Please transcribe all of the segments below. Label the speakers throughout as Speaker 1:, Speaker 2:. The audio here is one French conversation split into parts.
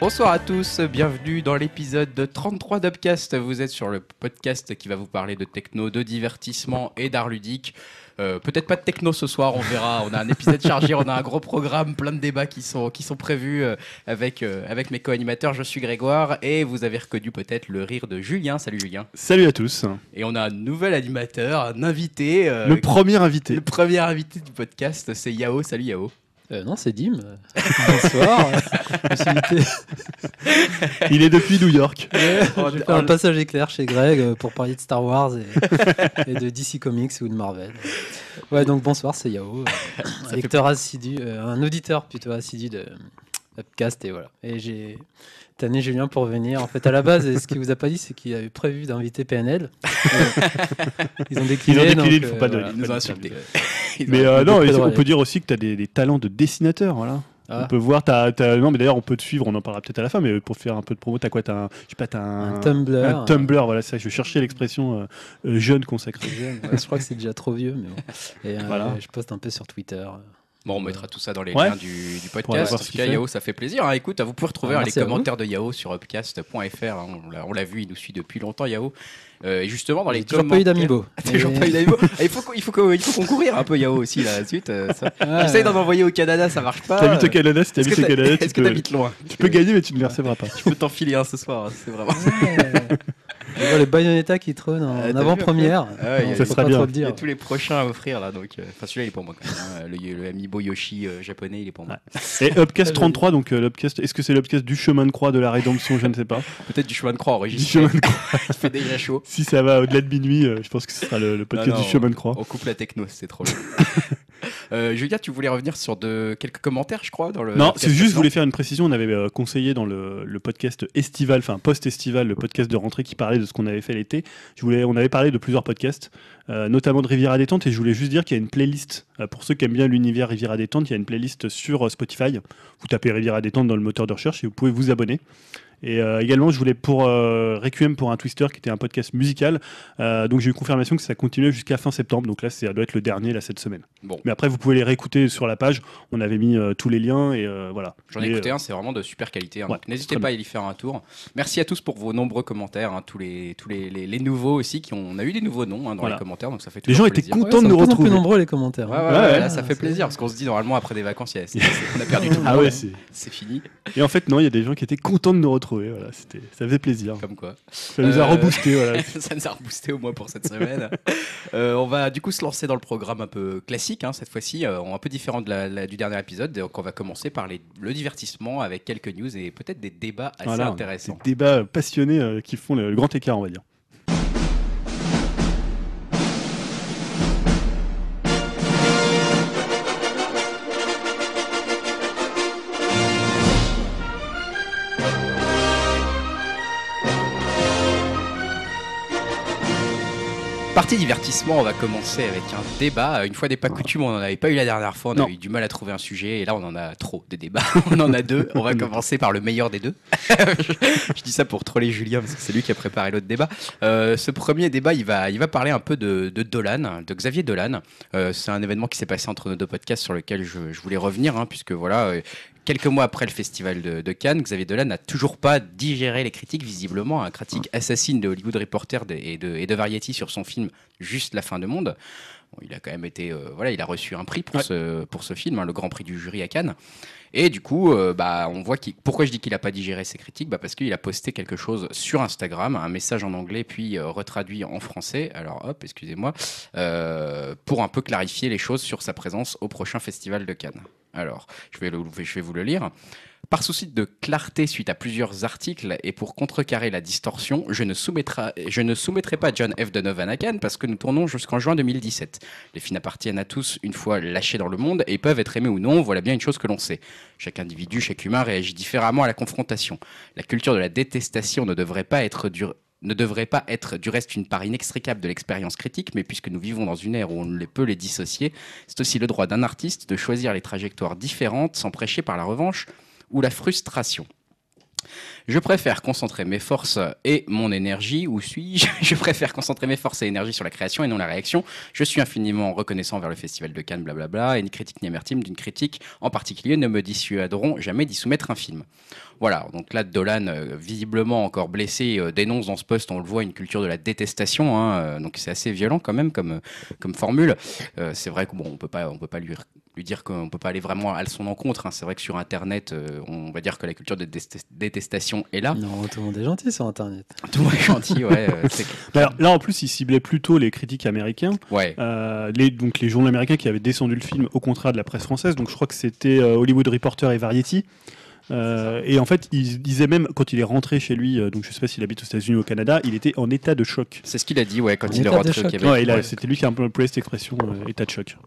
Speaker 1: Bonsoir à tous, bienvenue dans l'épisode 33 d'Upcast. Vous êtes sur le podcast qui va vous parler de techno, de divertissement et d'art ludique. Euh, Peut-être pas de techno ce soir, on verra. On a un épisode chargé, on a un gros programme, plein de débats qui sont, qui sont prévus euh, avec, euh, avec mes co-animateurs. Je suis Grégoire et vous avez reconnu peut-être le rire de Julien. Salut Julien.
Speaker 2: Salut à tous.
Speaker 1: Et on a un nouvel animateur, un invité. euh,
Speaker 2: Le premier invité.
Speaker 1: le premier invité du podcast, c'est Yao. Salut Yao.
Speaker 3: Euh, non, c'est Dim. Bonsoir. Possibilité-
Speaker 2: Il est depuis New York.
Speaker 1: On-
Speaker 3: J'ai fait un passage éclair chez Greg euh, pour parler de Star Wars et, et de DC Comics ou de Marvel. Ouais, donc bonsoir, c'est Yao. euh, un lecteur assidu, euh, un auditeur plutôt assidu de Upcast et voilà. Et j'ai tanné Julien pour venir. En fait, à la base, et ce qu'il vous a pas dit, c'est qu'il avait prévu d'inviter PNL. Euh, ils ont
Speaker 2: Ils
Speaker 3: décliné.
Speaker 2: ont décliné,
Speaker 3: donc,
Speaker 2: il ne faut
Speaker 3: euh,
Speaker 2: pas
Speaker 3: voilà.
Speaker 2: le
Speaker 1: Ils nous ont insultés. Ils ont-
Speaker 2: Mais euh,
Speaker 3: le
Speaker 2: non,
Speaker 3: peu
Speaker 2: et
Speaker 3: de
Speaker 2: on
Speaker 3: relais.
Speaker 2: peut dire aussi que tu as des, des talents de dessinateur. Voilà.
Speaker 3: Ah.
Speaker 2: On peut voir, t'as- t'as- non mais d'ailleurs on peut te suivre, on en parlera peut-être à la fin, mais pour faire un peu de promo, t'as quoi T'as un, je sais pas, t'as un,
Speaker 3: Un Tumblr.
Speaker 2: un Tumblr, voilà, c'est ça, je cherchais l'expression euh, euh, jeune consacrée.
Speaker 3: jeune, ouais, je crois que c'est déjà trop vieux, mais bon. Et euh,
Speaker 2: Voilà.
Speaker 3: je poste un peu sur Twitter.
Speaker 1: Bon, on mettra tout ça dans les
Speaker 2: Ouais.
Speaker 1: liens du, du
Speaker 2: Pour aller
Speaker 1: podcast.
Speaker 2: voir
Speaker 1: En
Speaker 2: ce
Speaker 1: tout
Speaker 2: qu'il
Speaker 1: cas,
Speaker 2: fait.
Speaker 1: Yao, ça fait plaisir. hein. Écoute, vous pouvez retrouver
Speaker 3: Ah,
Speaker 1: hein, les
Speaker 3: merci à vous.
Speaker 1: commentaires de Yao sur upcast.fr. hein. On l'a- On l'a vu, il nous suit depuis longtemps, Yao. Euh, et justement, dans les
Speaker 3: J'ai toujours pas eu
Speaker 1: commentaires-
Speaker 3: d'amiibo.
Speaker 1: T'as toujours
Speaker 3: Mais-
Speaker 1: pas eu d'amiibo. Ah, Il faut, qu'on- il faut, qu'on- il faut concourir un peu Yao aussi là, la suite. euh, ça.
Speaker 3: Ouais.
Speaker 1: J'essaye d'en envoyer au Canada, ça marche pas.
Speaker 2: T'habites au Canada, si
Speaker 1: Ah. Est-ce
Speaker 2: t'habites
Speaker 1: que
Speaker 2: au
Speaker 1: t'as-
Speaker 2: Canada, tu
Speaker 1: est-ce que
Speaker 2: peux,
Speaker 1: t'habites loin
Speaker 2: tu peux gagner mais tu ne le recevras pas.
Speaker 1: Je peux t'en filer un ce soir, hein, c'est vraiment.
Speaker 3: Je vois le Bayonetta qui trône en
Speaker 1: Ah, t'as vu,
Speaker 3: avant-première.
Speaker 1: Ah ouais,
Speaker 3: Non,
Speaker 1: ça
Speaker 3: faut
Speaker 2: sera
Speaker 3: pas
Speaker 2: bien.
Speaker 3: trop le
Speaker 1: Il y a
Speaker 3: dire.
Speaker 1: tous les prochains à offrir là, donc. euh, Enfin, celui-là, il est pour moi quand même. hein. Le, le amiibo Yoshi euh, japonais, il est pour moi.
Speaker 2: Et Upcast 33, donc euh, l'Upcast, est-ce que c'est l'Upcast du chemin de croix de la rédemption Je ne sais pas.
Speaker 1: Peut-être du chemin de croix
Speaker 2: Du
Speaker 1: enregistré.
Speaker 2: chemin de croix.
Speaker 1: Il fait déjà chaud.
Speaker 2: Si ça va au-delà de minuit, euh, je pense que ce sera le, le podcast
Speaker 1: Non, non,
Speaker 2: du chemin de croix.
Speaker 1: On coupe la techno, c'est trop long. euh, Julia, tu voulais revenir sur de... quelques commentaires, je crois, dans le.
Speaker 2: Non,
Speaker 1: podcast
Speaker 2: c'est juste, je
Speaker 1: précédent.
Speaker 2: voulais faire une précision. On avait euh, conseillé dans le, le podcast estival, enfin post-estival, le podcast de rentrée qui parlait de ce qu'on avait fait l'été. Je voulais, on avait parlé de plusieurs podcasts, euh, notamment de Riviera Détente, et je voulais juste dire qu'il y a une playlist. euh, pour ceux qui aiment bien l'univers Riviera Détente, il y a une playlist sur euh, Spotify. Vous tapez Riviera Détente dans le moteur de recherche et vous pouvez vous abonner. Et euh, également, je voulais pour euh, Requiem pour un Twister qui était un podcast musical. euh, donc j'ai eu confirmation que ça continuait jusqu'à fin septembre. Donc là, c'est- ça doit être le dernier là cette semaine.
Speaker 1: Bon.
Speaker 2: Mais après, vous pouvez les réécouter sur la page. On avait mis euh, tous les liens et euh, voilà.
Speaker 1: J'en ai
Speaker 2: Mais,
Speaker 1: écouté un, c'est vraiment de super qualité. hein.
Speaker 2: ouais,
Speaker 1: Donc, N'hésitez
Speaker 2: très
Speaker 1: pas à y faire un tour. Merci à tous pour vos nombreux commentaires, hein, tous les tous les, les- les nouveaux aussi qui ont. On a eu des nouveaux noms hein, dans
Speaker 2: Voilà.
Speaker 1: les commentaires, donc ça fait
Speaker 2: Les
Speaker 1: toujours
Speaker 2: gens étaient
Speaker 1: plaisir.
Speaker 2: contents
Speaker 3: Ouais,
Speaker 2: de nous
Speaker 3: sont de plus en
Speaker 2: retrouver.
Speaker 3: plus nombreux les commentaires.
Speaker 1: Ouais, ouais,
Speaker 3: hein.
Speaker 1: ouais,
Speaker 2: ouais,
Speaker 1: là, ça fait
Speaker 3: c'est-
Speaker 1: plaisir parce qu'on se dit normalement après des vacances, il y a- c'est- c'est- on a perdu tout. le
Speaker 2: Ah
Speaker 1: monde,
Speaker 2: ouais, c'est-
Speaker 1: c'est fini.
Speaker 2: Et en fait, non, il y a des gens qui étaient contents de nous retrouver. Voilà, c'était, ça faisait plaisir.
Speaker 1: Comme quoi.
Speaker 2: Ça nous a
Speaker 1: Euh,
Speaker 2: reboosté. Voilà.
Speaker 1: ça nous a reboosté au moins pour cette semaine. Euh, on va du coup se lancer dans le programme un peu classique hein, cette fois-ci, euh, un peu différent de la- la- du dernier épisode. Donc on va commencer par les- le divertissement avec quelques news et peut-être des débats assez
Speaker 2: Voilà, Des
Speaker 1: intéressants.
Speaker 2: débats passionnés euh, qui font le, le grand écart, on va dire.
Speaker 1: Partie divertissement, on va commencer avec un débat. Une fois des pas coutumes, on n'en avait pas eu la dernière fois, on
Speaker 2: Non.
Speaker 1: a eu du mal à trouver un sujet et là on en a trop des débats. on en a deux, on va commencer par le meilleur des deux. Je dis ça pour troller Julien parce que c'est lui qui a préparé l'autre débat. Euh, ce premier débat, il va, il va parler un peu de, de Dolan, de Xavier Dolan. Euh, c'est un événement qui s'est passé entre nos deux podcasts sur lequel je, je voulais revenir, hein, puisque voilà, euh, quelques mois après le festival de, de Cannes, Xavier Dolan n'a toujours pas digéré les critiques, visiblement, un critique assassine de Hollywood Reporter de- et, de, et de Variety sur son film Juste la fin de monde. Bon, il a quand même été, euh, voilà, il a reçu un prix pour,
Speaker 2: Ouais.
Speaker 1: ce, pour ce film, hein, le grand prix du jury à Cannes. Et du coup, euh, bah, on voit qu'il- pourquoi je dis qu'il n'a pas digéré ses critiques, bah, parce qu'il a posté quelque chose sur Instagram, un message en anglais puis euh, retraduit en français. Alors hop, excusez-moi, euh, pour un peu clarifier les choses sur sa présence au prochain festival de Cannes. Alors, je vais, le- je vais vous le lire. Par souci de clarté suite à plusieurs articles et pour contrecarrer la distorsion, je ne, soumettra- je ne soumettrai pas John F. Donovan à Cannes parce que nous tournons jusqu'en juin 2017. Les films appartiennent à tous une fois lâchés dans le monde et peuvent être aimés ou non, voilà bien une chose que l'on sait. Chaque individu, chaque humain réagit différemment à la confrontation. La culture de la détestation ne devrait pas être du ne devrait pas être du reste une part inextricable de l'expérience critique, mais puisque nous vivons dans une ère où on ne les peut les dissocier, c'est aussi le droit d'un artiste de choisir les trajectoires différentes sans prêcher par la revanche ou la frustration. Je préfère concentrer mes forces et mon énergie, ou suis-je Je préfère concentrer mes forces et énergie sur la création et non la réaction. Je suis infiniment reconnaissant vers le Festival de Cannes, blablabla, et une critique n'amertime d'une critique en particulier ne me dissuaderont jamais d'y soumettre un film. Voilà, donc là, Dolan, euh, visiblement encore blessé, euh, dénonce dans ce poste, on le voit, une culture de la détestation, hein, euh, donc c'est assez violent quand même comme, comme formule. Euh, c'est vrai qu'on bon, on peut pas, on peut pas lui, lui dire qu'on peut pas aller vraiment à son encontre. hein. C'est vrai que sur Internet, euh, on va dire que la culture de dé- détestation est là.
Speaker 3: Non, tout le monde est gentil sur Internet.
Speaker 1: Tout le monde est gentil, ouais. euh, c'est-
Speaker 2: Bah alors, là, en plus, il ciblait plutôt les critiques américains,
Speaker 1: ouais.
Speaker 2: euh, les, donc les journaux américains qui avaient descendu le film au contraire de la presse française. Donc, je crois que c'était euh, Hollywood Reporter et Variety. Euh, et en fait, il disait même quand il est rentré chez lui, euh, donc je sais pas s'il habite aux États-Unis ou au Canada, il était en état de choc.
Speaker 1: C'est ce qu'il a dit ouais, quand
Speaker 3: Un
Speaker 1: il est
Speaker 3: état de
Speaker 1: rentré au
Speaker 3: choc.
Speaker 1: Québec.
Speaker 2: Ouais, il a-
Speaker 1: Ouais.
Speaker 2: C'était lui qui a employé cette expression, euh, état de choc.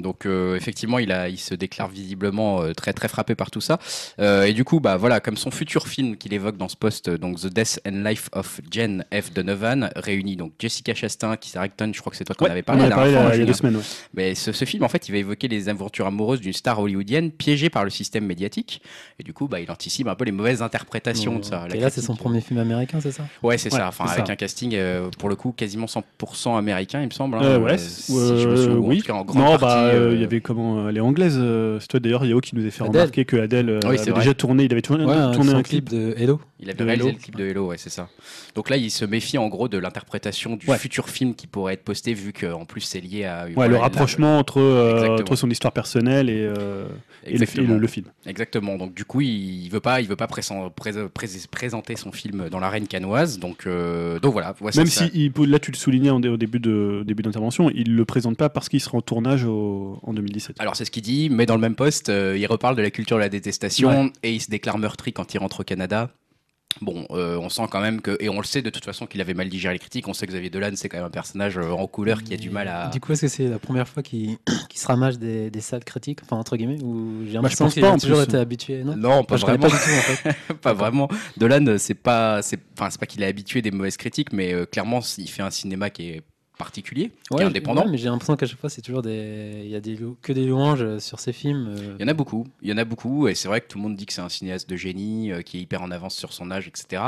Speaker 1: Donc euh, effectivement, il, a, il se déclare visiblement euh, très très frappé par tout ça. Euh, et du coup, bah voilà, comme son futur film qu'il évoque dans ce poste, euh, donc The Death and Life of Jen F. Donovan, réunit donc Jessica Chastain, Keith Harrington, je crois que c'est toi qu'on
Speaker 2: Ouais,
Speaker 1: avait parlé,
Speaker 2: en a
Speaker 1: la
Speaker 2: parlé
Speaker 1: dernière fois,
Speaker 2: il y a deux
Speaker 1: Julien.
Speaker 2: semaines. ouais.
Speaker 1: Mais ce, ce film, en fait, il va évoquer les aventures amoureuses d'une star hollywoodienne piégée par le système médiatique. Et du coup, bah, il anticipe un peu les mauvaises interprétations de ça.
Speaker 2: Mmh.
Speaker 1: La
Speaker 3: Et là, c'est son
Speaker 1: critique.
Speaker 3: premier film américain, c'est ça
Speaker 1: Ouais, c'est
Speaker 2: Ouais,
Speaker 1: ça. Enfin,
Speaker 2: c'est
Speaker 1: avec
Speaker 2: ça.
Speaker 1: un casting, euh, pour le coup, quasiment 100% américain, il me semble. hein.
Speaker 2: Euh, ouais,
Speaker 1: Euh,
Speaker 2: c'est-
Speaker 1: si je me
Speaker 2: euh,
Speaker 1: souviens, ou en
Speaker 2: oui.
Speaker 1: tout cas, en grande
Speaker 2: Non,
Speaker 1: partie,
Speaker 2: bah, euh, il
Speaker 1: euh,
Speaker 2: y avait comment euh, Elle est anglaise. euh, c'est toi d'ailleurs, Yao, qui nous a fait
Speaker 3: Adele.
Speaker 2: remarquer que Adèle
Speaker 1: Ah oui, c'est vrai.
Speaker 2: déjà tourné. Il avait tourné,
Speaker 3: Ouais,
Speaker 2: tourné
Speaker 3: son
Speaker 2: un clip.
Speaker 3: de Hello.
Speaker 1: Il avait
Speaker 2: De
Speaker 1: réalisé
Speaker 2: Hello.
Speaker 1: le clip de Hello, ouais, c'est ça. Donc là, il se méfie en gros de l'interprétation du
Speaker 2: Ouais.
Speaker 1: futur film qui pourrait être posté, vu qu'en plus c'est lié à.
Speaker 2: Ouais, le rapprochement entre, euh,
Speaker 1: Exactement.
Speaker 2: entre son histoire personnelle et, euh, et le, fi-
Speaker 1: Exactement.
Speaker 2: le- le film.
Speaker 1: Exactement. Donc du coup, il, il veut pas, il veut pas présen- pré- pré- présenter son film dans l'arène canoise. Donc, euh, donc voilà. Ouais,
Speaker 2: Même
Speaker 1: c'est ça.
Speaker 2: si, il peut- là, tu le soulignais en dé- au début de début d'intervention, il le présente pas parce qu'il sera en tournage au- en 2017.
Speaker 1: Alors c'est ce qu'il dit, mais dans le même poste, euh, il reparle de la culture de la détestation et il se déclare meurtri quand il rentre au Canada. Bon, euh, on sent quand même que, et on le sait de toute façon qu'il avait mal digéré les critiques, on sait que Xavier Dolan c'est quand même un personnage euh, en couleur qui a du
Speaker 3: Et
Speaker 1: mal à...
Speaker 3: Du coup, est-ce que c'est la première fois qu'il qu'il se ramasse des, des salles critiques, enfin entre guillemets, ou j'ai
Speaker 2: Bah, je
Speaker 3: l'impression
Speaker 2: pense
Speaker 3: qu'il
Speaker 2: pas,
Speaker 3: a
Speaker 2: en
Speaker 3: toujours
Speaker 2: plus.
Speaker 3: été habitué, non
Speaker 1: Non, pas
Speaker 3: Enfin, je connais
Speaker 1: vraiment.
Speaker 3: pas du tout en fait.
Speaker 1: pas vraiment. Dolan, euh, c'est pas, c'est, enfin, c'est pas qu'il est habitué des mauvaises critiques, mais euh, clairement, c- il fait un cinéma qui est particulier, qui est
Speaker 3: Ouais,
Speaker 1: indépendant.
Speaker 3: ouais, mais j'ai l'impression qu'à chaque fois, c'est toujours des, il y a des lou- que des louanges sur ces films. euh,
Speaker 1: Il y en a beaucoup, il y en a beaucoup, et c'est vrai que tout le monde dit que c'est un cinéaste de génie, euh, qui est hyper en avance sur son âge, etc.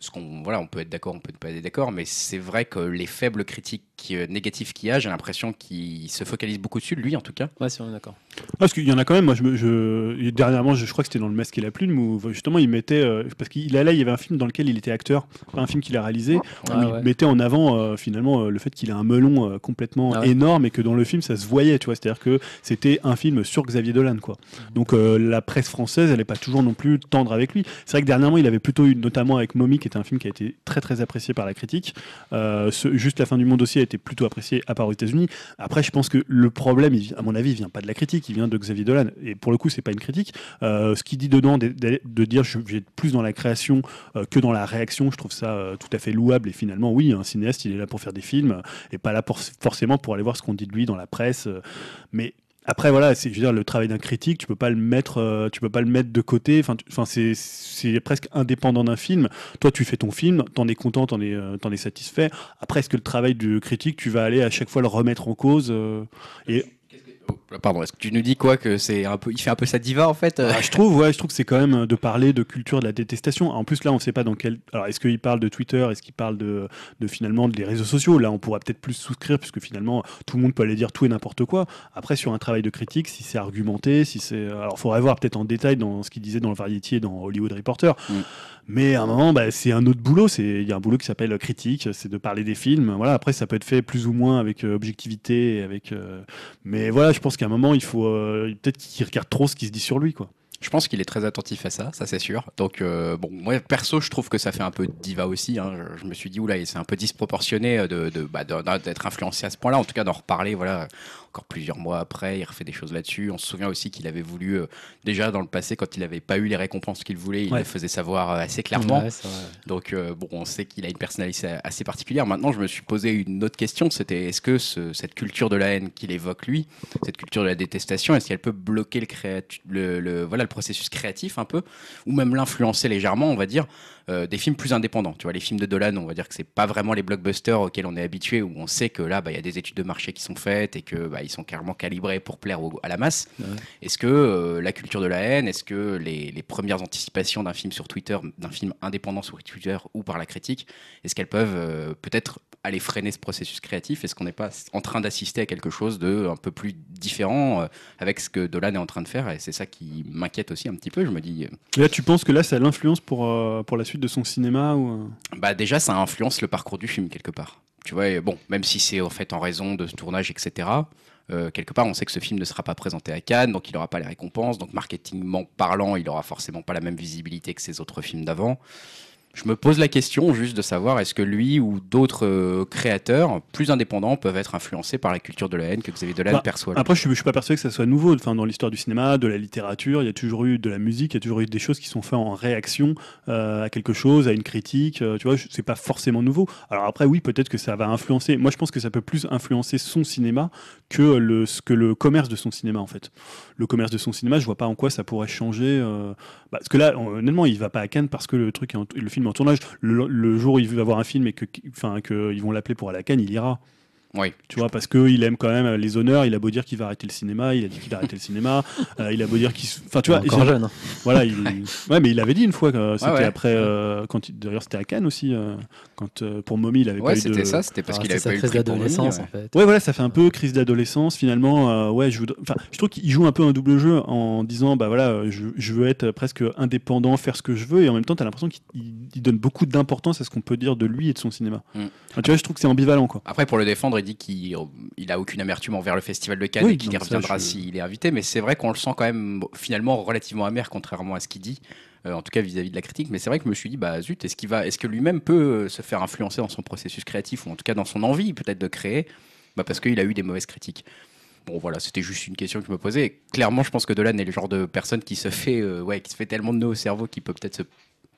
Speaker 1: Ce qu'on, voilà, on peut être d'accord, on peut ne pas être d'accord, mais c'est vrai que les faibles critiques euh, négatives qu'il y a, j'ai l'impression qu'il se focalise beaucoup dessus, lui en tout cas.
Speaker 3: Ouais, sur d'accord.
Speaker 2: Ah, parce qu'il y en a quand même. Moi, je, me- je- dernièrement, je, je crois que c'était dans le Masque et la Plume où justement il mettait euh, parce qu'il allait, il y avait un film dans lequel il était acteur, enfin, un film qu'il a réalisé
Speaker 3: Ah
Speaker 2: où
Speaker 3: ouais.
Speaker 2: il mettait en avant euh, finalement euh, le fait qu'il a un melon euh, complètement
Speaker 3: Ah ouais.
Speaker 2: énorme et que dans le film ça se voyait, tu vois, c'est-à-dire que c'était un film sur Xavier Dolan quoi.
Speaker 3: Mhm.
Speaker 2: Donc euh, la presse française, elle n'est pas toujours non plus tendre avec lui. C'est vrai que dernièrement, il avait plutôt eu notamment avec Mommy qui était un film qui a été très très apprécié par la critique. Euh, ce- juste la fin du monde aussi a été plutôt apprécié à part aux États-Unis. Après je pense que le problème il vi- à mon avis, il vient pas de la critique, il vient de Xavier Dolan et pour le coup, c'est pas une critique. Euh, ce qu'il dit dedans de, de- de dire je vais être plus dans la création euh, que dans la réaction. Je trouve ça euh, tout à fait louable. Et finalement, oui, un cinéaste, il est là pour faire des films euh, et pas là pour, forcément pour aller voir ce qu'on dit de lui dans la presse. euh, mais après, voilà, c'est, je veux dire, le travail d'un critique, tu peux pas le mettre, euh, tu peux pas le mettre de côté. Enfin, tu- enfin, c'est, c'est presque indépendant d'un film. Toi, tu fais ton film, t'en es content, t'en es, euh, t'en es satisfait. Après, est-ce que le travail du critique, tu vas aller à chaque fois le remettre en cause euh,
Speaker 1: Oh, Pardon, est-ce que tu nous dis quoi que c'est un peu, il fait un peu sa diva en fait euh
Speaker 2: Ah, je trouve, ouais, je trouve que c'est quand même euh, de parler de culture de la détestation. En plus, là, on ne sait pas dans quel. Alors, est-ce qu'il parle de Twitter Est-ce qu'il parle de, de finalement des réseaux sociaux Là, on pourra peut-être plus souscrire puisque finalement, tout le monde peut aller dire tout et n'importe quoi. Après, sur un travail de critique, si c'est argumenté, si c'est. euh, Alors, faudrait voir peut-être en détail dans ce qu'il disait dans le Variety et dans Hollywood Reporter.
Speaker 1: Mm.
Speaker 2: Mais à un moment, bah, c'est un autre boulot. C'est il y a un boulot qui s'appelle euh, critique. C'est de parler des films. Voilà. Après, ça peut être fait plus ou moins avec euh, objectivité, et avec. euh, Mais voilà, je pense qu'à un moment, il faut euh, peut-être qu'il regarde trop ce qui se dit sur lui, quoi.
Speaker 1: Je pense qu'il est très attentif à ça, ça c'est sûr. Donc euh, bon, moi perso, je trouve que ça fait un peu diva aussi. hein. Je, je me suis dit oula, et c'est un peu disproportionné euh, de de- bah, de- d'être influencé à ce point-là. En tout cas, d'en reparler, voilà, encore plusieurs mois après, il refait des choses là-dessus. On se souvient aussi qu'il avait voulu euh, déjà dans le passé, quand il n'avait pas eu les récompenses qu'il voulait, il
Speaker 2: Ouais.
Speaker 1: le faisait savoir euh, assez clairement.
Speaker 3: Ouais, c'est vrai.
Speaker 1: Donc euh, bon, on sait qu'il a une personnalité assez particulière. Maintenant, je me suis posé une autre question, c'était est-ce que ce- cette culture de la haine qu'il évoque lui, cette culture de la détestation, est-ce qu'elle peut bloquer le, créat- le, le- voilà le processus créatif un peu, ou même l'influencer légèrement, on va dire, euh, des films plus indépendants. Tu vois, les films de Dolan, on va dire que c'est pas vraiment les blockbusters auxquels on est habitué, où on sait que là, bah, il y a des études de marché qui sont faites et que bah, ils sont carrément calibrés pour plaire au- à la masse.
Speaker 3: Ouais.
Speaker 1: Est-ce que euh, la culture de la haine, est-ce que les, les premières anticipations d'un film sur Twitter, d'un film indépendant sur Twitter ou par la critique, est-ce qu'elles peuvent euh, peut-être aller freiner ce processus créatif Est-ce qu'on n'est pas en train d'assister à quelque chose de un peu plus différent euh, avec ce que Dolan est en train de faire Et c'est ça qui m'inquiète aussi un petit peu. Je me dis, euh,
Speaker 2: Mais Là, tu penses que là, ça a l'influence pour, euh, pour la suite de son cinéma ou, euh,
Speaker 1: bah déjà, ça influence le parcours du film quelque part. Tu vois, et bon, même si c'est en fait en raison de ce tournage, etc. euh, quelque part, on sait que ce film ne sera pas présenté à Cannes, donc il n'aura pas les récompenses. Donc, marketingment parlant, il n'aura forcément pas la même visibilité que ses autres films d'avant. Je me pose la question juste de savoir est-ce que lui ou d'autres euh, créateurs plus indépendants peuvent être influencés par la culture de la haine que Xavier Dolan
Speaker 2: Bah,
Speaker 1: perçoit.
Speaker 2: Après, je suis, je suis pas persuadé que ça soit nouveau. Enfin, dans l'histoire du cinéma, de la littérature, il y a toujours eu de la musique, il y a toujours eu des choses qui sont faites en réaction euh, à quelque chose, à une critique. euh, tu vois, je- c'est pas forcément nouveau. Alors après, oui, peut-être que ça va influencer. Moi, je pense que ça peut plus influencer son cinéma que le, ce que le commerce de son cinéma, en fait. Le commerce de son cinéma, je vois pas en quoi ça pourrait changer. euh, bah, parce que là, honnêtement, il va pas à Cannes parce que le truc, est en- le film est en tournage. Le, le jour où il veut avoir un film et que, enfin, que ils vont l'appeler pour aller à Cannes, il ira.
Speaker 1: Oui,
Speaker 2: Tu vois, parce qu'il aime quand même euh, les honneurs, il a beau dire qu'il va arrêter le cinéma, il a dit qu'il arrêtait le cinéma, euh, il a beau dire qu'il. se- Enfin, tu vois,
Speaker 3: encore
Speaker 2: il-
Speaker 3: jeune. hein.
Speaker 2: voilà, il... ouais, mais il avait dit une fois, que c'était
Speaker 1: Ouais, ouais.
Speaker 2: après, euh, quand il- d'ailleurs c'était à Cannes aussi, euh, quand euh, pour Mommy il avait
Speaker 1: ouais,
Speaker 2: pas eu de. Ah,
Speaker 1: c'était ça, c'était parce
Speaker 3: Enfin,
Speaker 1: qu'il
Speaker 3: Ah, c'est
Speaker 1: avait pas
Speaker 3: sa
Speaker 1: eu le
Speaker 3: crise
Speaker 1: prix pour Mommy,
Speaker 3: d'adolescence
Speaker 1: ouais.
Speaker 3: en fait.
Speaker 2: Ouais, voilà, ça fait un peu crise d'adolescence finalement. euh, ouais, je voudrais- enfin, je trouve qu'il joue un peu un double jeu en disant, bah voilà, euh, je, je veux être presque indépendant, faire ce que je veux, et en même temps, t'as l'impression qu'il il- il donne beaucoup d'importance à ce qu'on peut dire de lui et de son cinéma.
Speaker 1: Mm.
Speaker 2: Enfin, tu vois, je trouve que c'est ambivalent, quoi.
Speaker 1: Après, pour le défendre, il dit qu'il il a aucune amertume envers le Festival de Cannes
Speaker 2: Oui,
Speaker 1: et qu'il
Speaker 2: non,
Speaker 1: y
Speaker 2: ça,
Speaker 1: reviendra
Speaker 2: je-
Speaker 1: s'il est invité. Mais c'est vrai qu'on le sent quand même finalement relativement amer, contrairement à ce qu'il dit, euh, en tout cas vis-à-vis de la critique. Mais c'est vrai que je me suis dit, bah zut, est-ce qu'il va, est-ce que lui-même peut euh, se faire influencer dans son processus créatif ou en tout cas dans son envie peut-être de créer, bah, parce qu'il a eu des mauvaises critiques. Bon voilà, c'était juste une question que je me posais. Clairement, je pense que Dolan est le genre de personne qui se fait, euh, ouais, qui se fait tellement de nœuds au cerveau qu'il peut peut-être se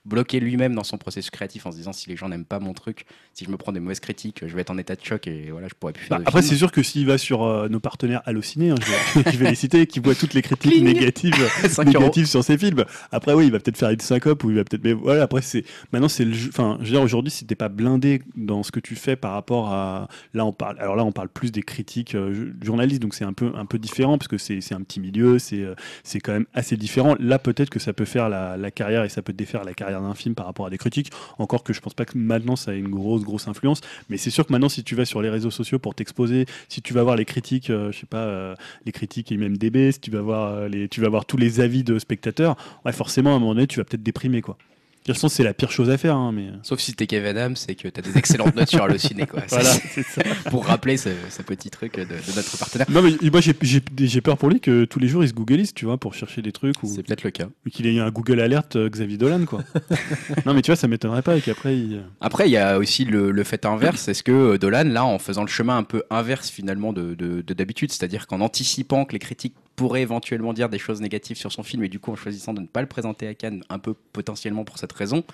Speaker 1: bloquer lui-même dans son processus créatif en se disant si les gens n'aiment pas mon truc, si je me prends des mauvaises critiques, je vais être en état de choc et voilà, je pourrais plus faire
Speaker 2: Bah,
Speaker 1: de
Speaker 2: après, c'est
Speaker 1: film.
Speaker 2: sûr que s'il va sur euh, nos partenaires Allociné, hein, je, vais, je vais les citer, qui voit toutes les critiques
Speaker 1: Cling.
Speaker 2: négatives,
Speaker 1: 5 euros.
Speaker 2: négatives sur ses films. Après, oui, il va peut-être faire une syncope ou il va peut-être. Mais voilà, après, c'est. Maintenant, c'est le. jeu- Enfin, je veux dire, aujourd'hui, si t'es pas blindé dans ce que tu fais par rapport à. Là, on parle. Alors là, on parle plus des critiques euh, ju- journalistes, donc c'est un peu, un peu différent parce que c'est c'est un petit milieu, c'est euh, c'est quand même assez différent. Là, peut-être que ça peut faire la, la carrière et ça peut défaire la carrière d'un film par rapport à des critiques. Encore que je pense pas que maintenant ça a une grosse, grosse influence. Mais c'est sûr que maintenant, si tu vas sur les réseaux sociaux pour t'exposer, si tu vas voir les critiques, euh, je sais pas, euh, les critiques et même DB, si tu vas voir euh, les, tu vas voir tous les avis de spectateurs, ouais, forcément, à un moment donné, tu vas peut-être déprimer, quoi. De toute façon, c'est la pire chose à faire, hein, mais.
Speaker 1: Sauf si t'es Kevin Adams et que t'as des excellentes notes sur Allociné, quoi. Ça,
Speaker 2: Voilà,
Speaker 1: c'est
Speaker 2: c'est ça.
Speaker 1: pour rappeler ce, ce petit truc de, de notre partenaire.
Speaker 2: Non, mais moi, j'ai- j'ai j'ai peur pour lui que tous les jours, il se googleise, tu vois, pour chercher des trucs ou
Speaker 1: C'est peut-être le cas.
Speaker 2: ou qu'il ait eu un Google Alert euh, Xavier Dolan, quoi. non, mais tu vois, ça m'étonnerait pas et qu'après, il. euh,
Speaker 1: Après, il y a aussi le, le fait inverse. Est-ce que euh, Dolan, là, en faisant le chemin un peu inverse finalement de de- de d'habitude, c'est-à-dire qu'en anticipant que les critiques pourraient éventuellement dire des choses négatives sur son film et du coup en choisissant de ne pas le présenter à Cannes, un peu potentiellement pour cette raison,